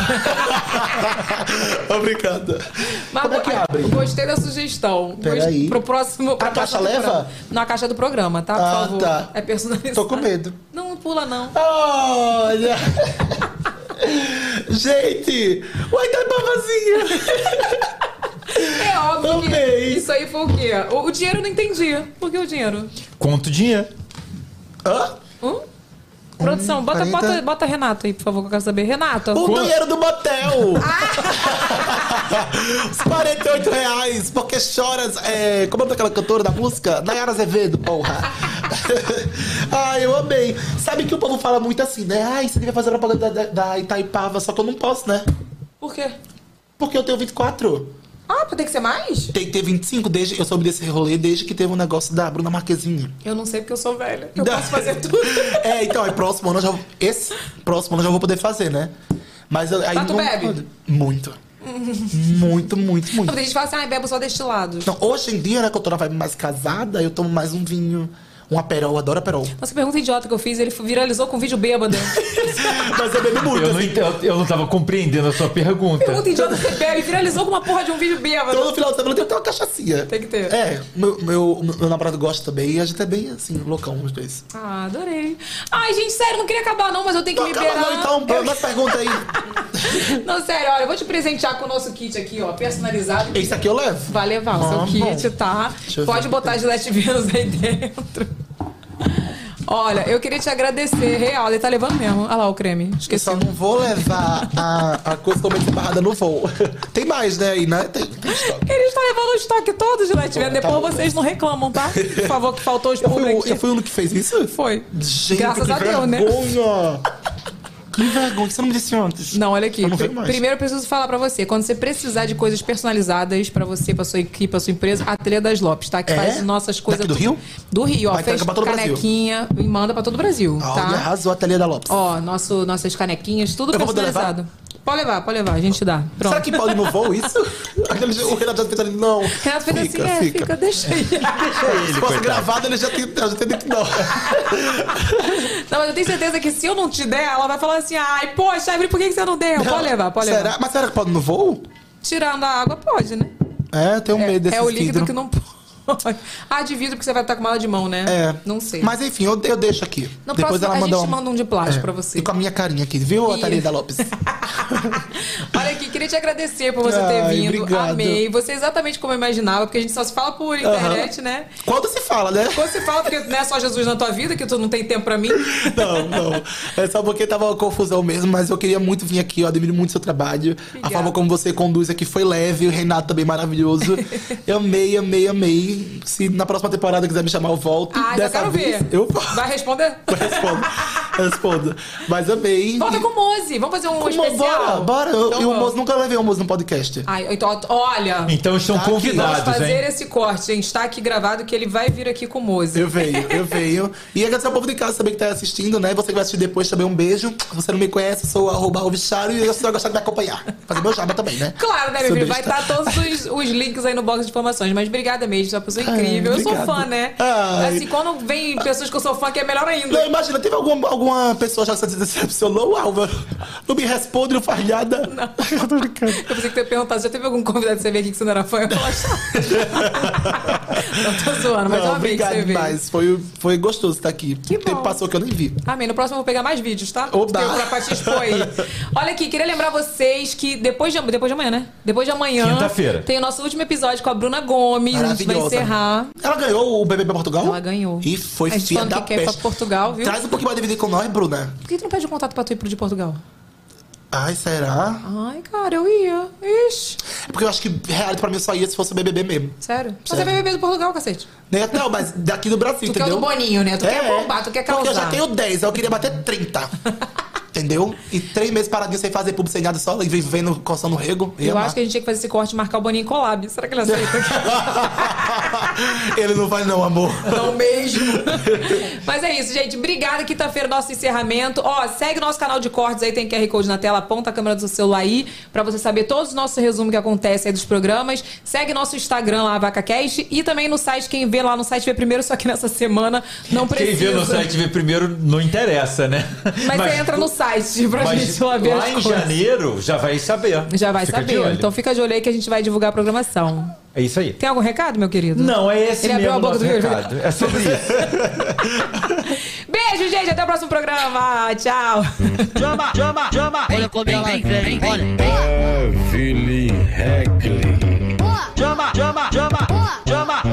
Speaker 5: Obrigado.
Speaker 1: Mas
Speaker 5: Como é que abre?
Speaker 1: Gostei da sugestão.
Speaker 5: Peraí.
Speaker 1: Gost- Pro próximo. pra
Speaker 5: A caixa
Speaker 1: do
Speaker 5: leva?
Speaker 1: programa. Na caixa do programa, tá? Por
Speaker 5: Ah,
Speaker 1: favor.
Speaker 5: tá.
Speaker 1: É personalizado.
Speaker 5: Tô com medo.
Speaker 1: Não, não pula, não. *laughs*
Speaker 5: Olha! Gente! Uai, tá vazia!
Speaker 1: É óbvio que isso aí foi o quê? O, o dinheiro eu não entendi. Por que o dinheiro?
Speaker 2: Conto dinheiro.
Speaker 5: Hã?
Speaker 1: Hum? Produção, bota,
Speaker 5: quarenta.
Speaker 1: bota, bota Renato aí, por favor, que eu quero saber. Renato.
Speaker 5: O
Speaker 1: quanto-
Speaker 5: dinheiro do motel! Os 48 reais, porque choras. É, como é daquela cantora da música? Nayara Azevedo, porra! *laughs* Ai, eu amei. Sabe que o povo fala muito assim, né? Ai, você devia fazer propaganda da, da Itaipava, só que eu não posso, né?
Speaker 1: Por quê?
Speaker 5: Porque eu tenho 24.
Speaker 1: Ah, tem que ser mais?
Speaker 5: Tem que ter 25, desde, eu soube desse rolê desde que teve um negócio da Bruna Marquezine.
Speaker 1: Eu não sei porque eu sou velha. Eu
Speaker 5: Da-
Speaker 1: posso fazer tudo.
Speaker 5: *laughs* É, então, aí próximo ano eu já vou- Esse próximo ano eu já vou poder fazer, né? Mas eu- aí
Speaker 1: Mas tu
Speaker 5: não-
Speaker 1: bebe?
Speaker 5: Muito. Muito, muito,
Speaker 1: Não,
Speaker 5: muito.
Speaker 1: tem gente que fala assim, ah, bebo só destilados.
Speaker 5: Então, hoje em dia, né, que eu tô na vibe mais casada, eu tomo mais um vinho. Um aperol, eu adoro aperol.
Speaker 1: Nossa, pergunta idiota que eu fiz, ele viralizou com um vídeo bêbado.
Speaker 5: *laughs* Mas eu bebo muito,
Speaker 2: Eu não,
Speaker 5: assim.
Speaker 2: ent- eu- eu não tava compreendendo a sua pergunta.
Speaker 1: pergunta idiota que você bebe, viralizou com uma porra de um vídeo bêbado.
Speaker 5: Todo final de semana tem que ter uma cachaçinha.
Speaker 1: Tem que ter.
Speaker 5: É, meu, meu, meu namorado gosta também e a gente é bem, assim, loucão os dois.
Speaker 1: Ah, adorei. Ai, gente, sério, não queria acabar não, mas eu tenho que
Speaker 5: Não,
Speaker 1: liberar.
Speaker 5: calma, não, então, pô, mais pergunta aí.
Speaker 1: Não, sério, olha, eu vou te presentear com o nosso kit aqui, ó, personalizado.
Speaker 5: Esse aqui eu levo.
Speaker 1: Vai levar o seu
Speaker 5: Ah, bom.
Speaker 1: kit, tá?
Speaker 5: Deixa eu
Speaker 1: Pode
Speaker 5: ver.
Speaker 1: botar Gillette Venus aí dentro. *laughs* Olha, eu queria te agradecer, real. Ele tá levando mesmo. Olha lá o creme.
Speaker 5: Eu
Speaker 1: Esqueci.
Speaker 5: só não vou levar a, a coisa totalmente separada no voo. *laughs* Tem mais, né? Aí, né? Tem, tem estoque.
Speaker 1: Ele está levando o estoque todo, Gillette Venus.
Speaker 5: Tá
Speaker 1: Depois
Speaker 5: bom.
Speaker 1: vocês não reclamam, tá? Por favor, que faltou os
Speaker 5: *laughs* Eu fui,
Speaker 1: públicos.
Speaker 5: o- eu fui o único que fez isso?
Speaker 1: Foi.
Speaker 5: Gente,
Speaker 1: Graças
Speaker 5: que
Speaker 1: a Deus, né?
Speaker 5: vergonha. Que vergonha, que você não me disse antes.
Speaker 1: Não, olha aqui.
Speaker 5: Eu não
Speaker 1: Pri-
Speaker 5: vejo mais.
Speaker 1: Primeiro eu preciso falar pra você. Quando você precisar de coisas personalizadas pra você, pra sua equipe, pra sua empresa, a Trilha das Lopes, tá? Que
Speaker 5: É?
Speaker 1: faz nossas coisas.
Speaker 5: Daqui do Rio?
Speaker 1: Do Rio, ó.
Speaker 5: Vai
Speaker 1: Fez
Speaker 5: entregar pra todo o Brasil.
Speaker 1: canequinha e manda pra todo o Brasil,
Speaker 5: Ah, Olha,
Speaker 1: tá?
Speaker 5: arrasou a Thalia da Lopes.
Speaker 1: Ó, nosso, nossas canequinhas, tudo
Speaker 5: Eu vou poder
Speaker 1: personalizado. Pode levar, pode levar, a gente dá. Pronto.
Speaker 5: Será que pode no voo *laughs* isso? Aquele, o Renato já fez ali, não.
Speaker 1: Renato fez assim, é, fica, deixa
Speaker 5: *laughs*
Speaker 1: aí.
Speaker 5: Se fosse gravado, ele já tem, já tem dito não.
Speaker 1: Não, mas eu tenho certeza que se eu não te der, ela vai falar assim, ai, poxa, Evelyn, por que que você não deu? Pode levar, pode levar.
Speaker 5: Será? Mas será que Ah, pode no voo?
Speaker 1: Tirando a água, pode, né?
Speaker 5: É, eu tenho
Speaker 1: É,
Speaker 5: medo desse
Speaker 1: é o líquido
Speaker 5: vidro.
Speaker 1: que não pode. *laughs* Ah, de vidro porque você vai estar com mala de mão, né?
Speaker 5: É.
Speaker 1: Não sei.
Speaker 5: Mas enfim, eu, eu deixo aqui.
Speaker 1: No
Speaker 5: Depois
Speaker 1: próximo,
Speaker 5: ela
Speaker 1: a
Speaker 5: manda
Speaker 1: gente
Speaker 5: um-
Speaker 1: manda um de plástico
Speaker 5: É.
Speaker 1: pra você.
Speaker 5: E com a minha carinha aqui, viu,
Speaker 1: E-
Speaker 5: a Thalia
Speaker 1: *laughs*
Speaker 5: da Lopes?
Speaker 1: Olha aqui, queria te agradecer por você ter
Speaker 5: Ai,
Speaker 1: vindo.
Speaker 5: obrigado.
Speaker 1: Amei. Você é exatamente como eu imaginava, porque a gente só se fala por internet, né?
Speaker 5: Quando se
Speaker 1: *laughs*
Speaker 5: fala, né?
Speaker 1: Quando se fala, porque não é só Jesus na tua vida, que tu não tem tempo pra mim.
Speaker 5: Não, não. É só porque tava uma confusão mesmo, mas eu queria muito vir aqui, eu admiro muito seu trabalho. A forma como você conduz aqui foi leve, o Renato também
Speaker 1: *laughs*
Speaker 5: maravilhoso. Eu amei, amei, amei. Se na próxima temporada quiser me chamar, eu volto.
Speaker 1: Ah, já
Speaker 5: Dessa
Speaker 1: quero
Speaker 5: vez,
Speaker 1: ver.
Speaker 5: eu
Speaker 1: Vai responder?
Speaker 5: eu *laughs* respondo. Eu respondo. Mas amei.
Speaker 1: Volta com o Mose. Vamos fazer um
Speaker 5: Com mo- Bora,
Speaker 1: especial?
Speaker 5: bora. Eu,
Speaker 1: Então
Speaker 5: eu o
Speaker 1: vamos.
Speaker 5: Mozo nunca levei o Mozo no podcast.
Speaker 1: Ai, então, olha...
Speaker 2: Então estão
Speaker 5: Tá aqui.
Speaker 1: Vamos
Speaker 2: convidados,
Speaker 1: fazer
Speaker 2: hein?
Speaker 1: esse corte, gente. Está aqui gravado que ele vai vir aqui com o Mose.
Speaker 5: Eu venho, eu venho. E agradecer ao povo de casa também que tá assistindo, né? Você que vai assistir depois também, um beijo. Você não me conhece, sou arroba Alvicharo e eu só gostar de me acompanhar. Fazer meu jaba também, né?
Speaker 1: Claro, né, meu
Speaker 5: Sou
Speaker 1: filho? Vai
Speaker 5: besta.
Speaker 1: estar todos os, os links aí no box de informações. Mas obrigada mesmo, você é uma pessoa
Speaker 5: Ai,
Speaker 1: incrível. eu sou
Speaker 5: obrigado.
Speaker 1: fã, né?
Speaker 5: Ai.
Speaker 1: Assim, quando vem pessoas que eu sou fã, que é melhor
Speaker 5: Não,
Speaker 1: ainda.
Speaker 5: imagina, teve alguma, alguma pessoa já que se decepcionou, Álvaro? Não me responde, não faz nada. Não. tô brincando.
Speaker 1: Eu pensei que tu ia perguntar, já teve algum convidado que você veio aqui que você não era fã?
Speaker 5: *laughs*
Speaker 1: Eu vou achar. Não, tô zoando, mas
Speaker 5: Não,
Speaker 1: eu amei que
Speaker 5: obrigado
Speaker 1: você veio.
Speaker 5: demais. Foi, foi gostoso estar aqui.
Speaker 1: Que
Speaker 5: o tempo
Speaker 1: bom.
Speaker 5: passou que eu nem vi.
Speaker 1: Amém. No próximo eu vou pegar mais vídeos, tá?
Speaker 5: Oba!
Speaker 1: Porque o Prapati expõe.
Speaker 5: *laughs*
Speaker 1: Olha aqui, queria lembrar vocês que depois de, depois de amanhã, né? Depois de amanhã.
Speaker 2: Quinta-feira.
Speaker 1: Tem o nosso último episódio com a Bruna Gomes. A gente vai
Speaker 5: Maravilhosa.
Speaker 1: encerrar.
Speaker 5: Ela ganhou o BBB Portugal?
Speaker 1: Ela ganhou.
Speaker 5: E foi
Speaker 1: A gente
Speaker 5: filha
Speaker 1: falando
Speaker 5: da
Speaker 1: que quer ir pra
Speaker 5: peste.
Speaker 1: Portugal, viu?
Speaker 5: Traz um pouquinho mais de DVD com nós, Bruna.
Speaker 1: Por que tu não pede o contato pra tu ir pro de Portugal?
Speaker 5: Ai, será?
Speaker 1: Ai, cara, eu ia. Ixi.
Speaker 5: É porque eu acho que reality pra mim só ia se fosse BBB mesmo.
Speaker 1: Sério? Mas Você
Speaker 5: Sério.
Speaker 1: vai beber do Portugal, cacete.
Speaker 5: Né? Não, mas daqui do Brasil,
Speaker 1: Tu quer o
Speaker 5: entendeu? É.
Speaker 1: do Boninho, né? Tu quer bombar, tu quer
Speaker 5: Porque eu
Speaker 1: causar.
Speaker 5: já tenho 10, eu queria bater
Speaker 1: *laughs*
Speaker 5: 30. entendeu? E três meses paradinho sem fazer pub, sem nada, só vivendo, coçando o rego. *laughs*
Speaker 1: Eu acho que a gente tinha que fazer esse corte e marcar o Boninho em collab. Será que ele aceita?
Speaker 5: Ele não vai, não, amor.
Speaker 1: Não mesmo. *laughs* Mas é isso, gente. Obrigada. Quinta-feira, nosso encerramento. Ó, segue o nosso canal de cortes aí, tem QR Code na tela, aponta a câmera do seu celular aí, pra você saber todos os nossos resumos que acontecem aí dos programas. Segue nosso Instagram lá, VacaCast, e também no site, quem vê lá no site vê primeiro, só que nessa semana não
Speaker 2: Quem
Speaker 1: precisa.
Speaker 2: vê no site vê primeiro não interessa, né?
Speaker 1: Mas, você entra no site pra
Speaker 2: mas
Speaker 1: gente lá ver
Speaker 2: lá
Speaker 1: as
Speaker 2: em
Speaker 1: coisas.
Speaker 2: janeiro já vai saber.
Speaker 1: Já vai
Speaker 2: Fica de
Speaker 1: saber.
Speaker 2: olho.
Speaker 1: Então fica de olho aí que a gente vai divulgar a programação.
Speaker 2: É isso aí.
Speaker 1: Tem algum recado, meu querido?
Speaker 2: Não, é esse
Speaker 1: Ele
Speaker 2: mesmo
Speaker 1: abriu a boca
Speaker 2: nosso
Speaker 1: do
Speaker 2: recado. É
Speaker 1: *laughs*
Speaker 2: sobre isso.
Speaker 1: Beijo, gente. Até o próximo programa. Tchau.
Speaker 4: Chama, chama, chama. Ah, Olha como ela vem, vem, olha.
Speaker 10: Beverly Heckley.
Speaker 4: Chama, chama, chama. Chama.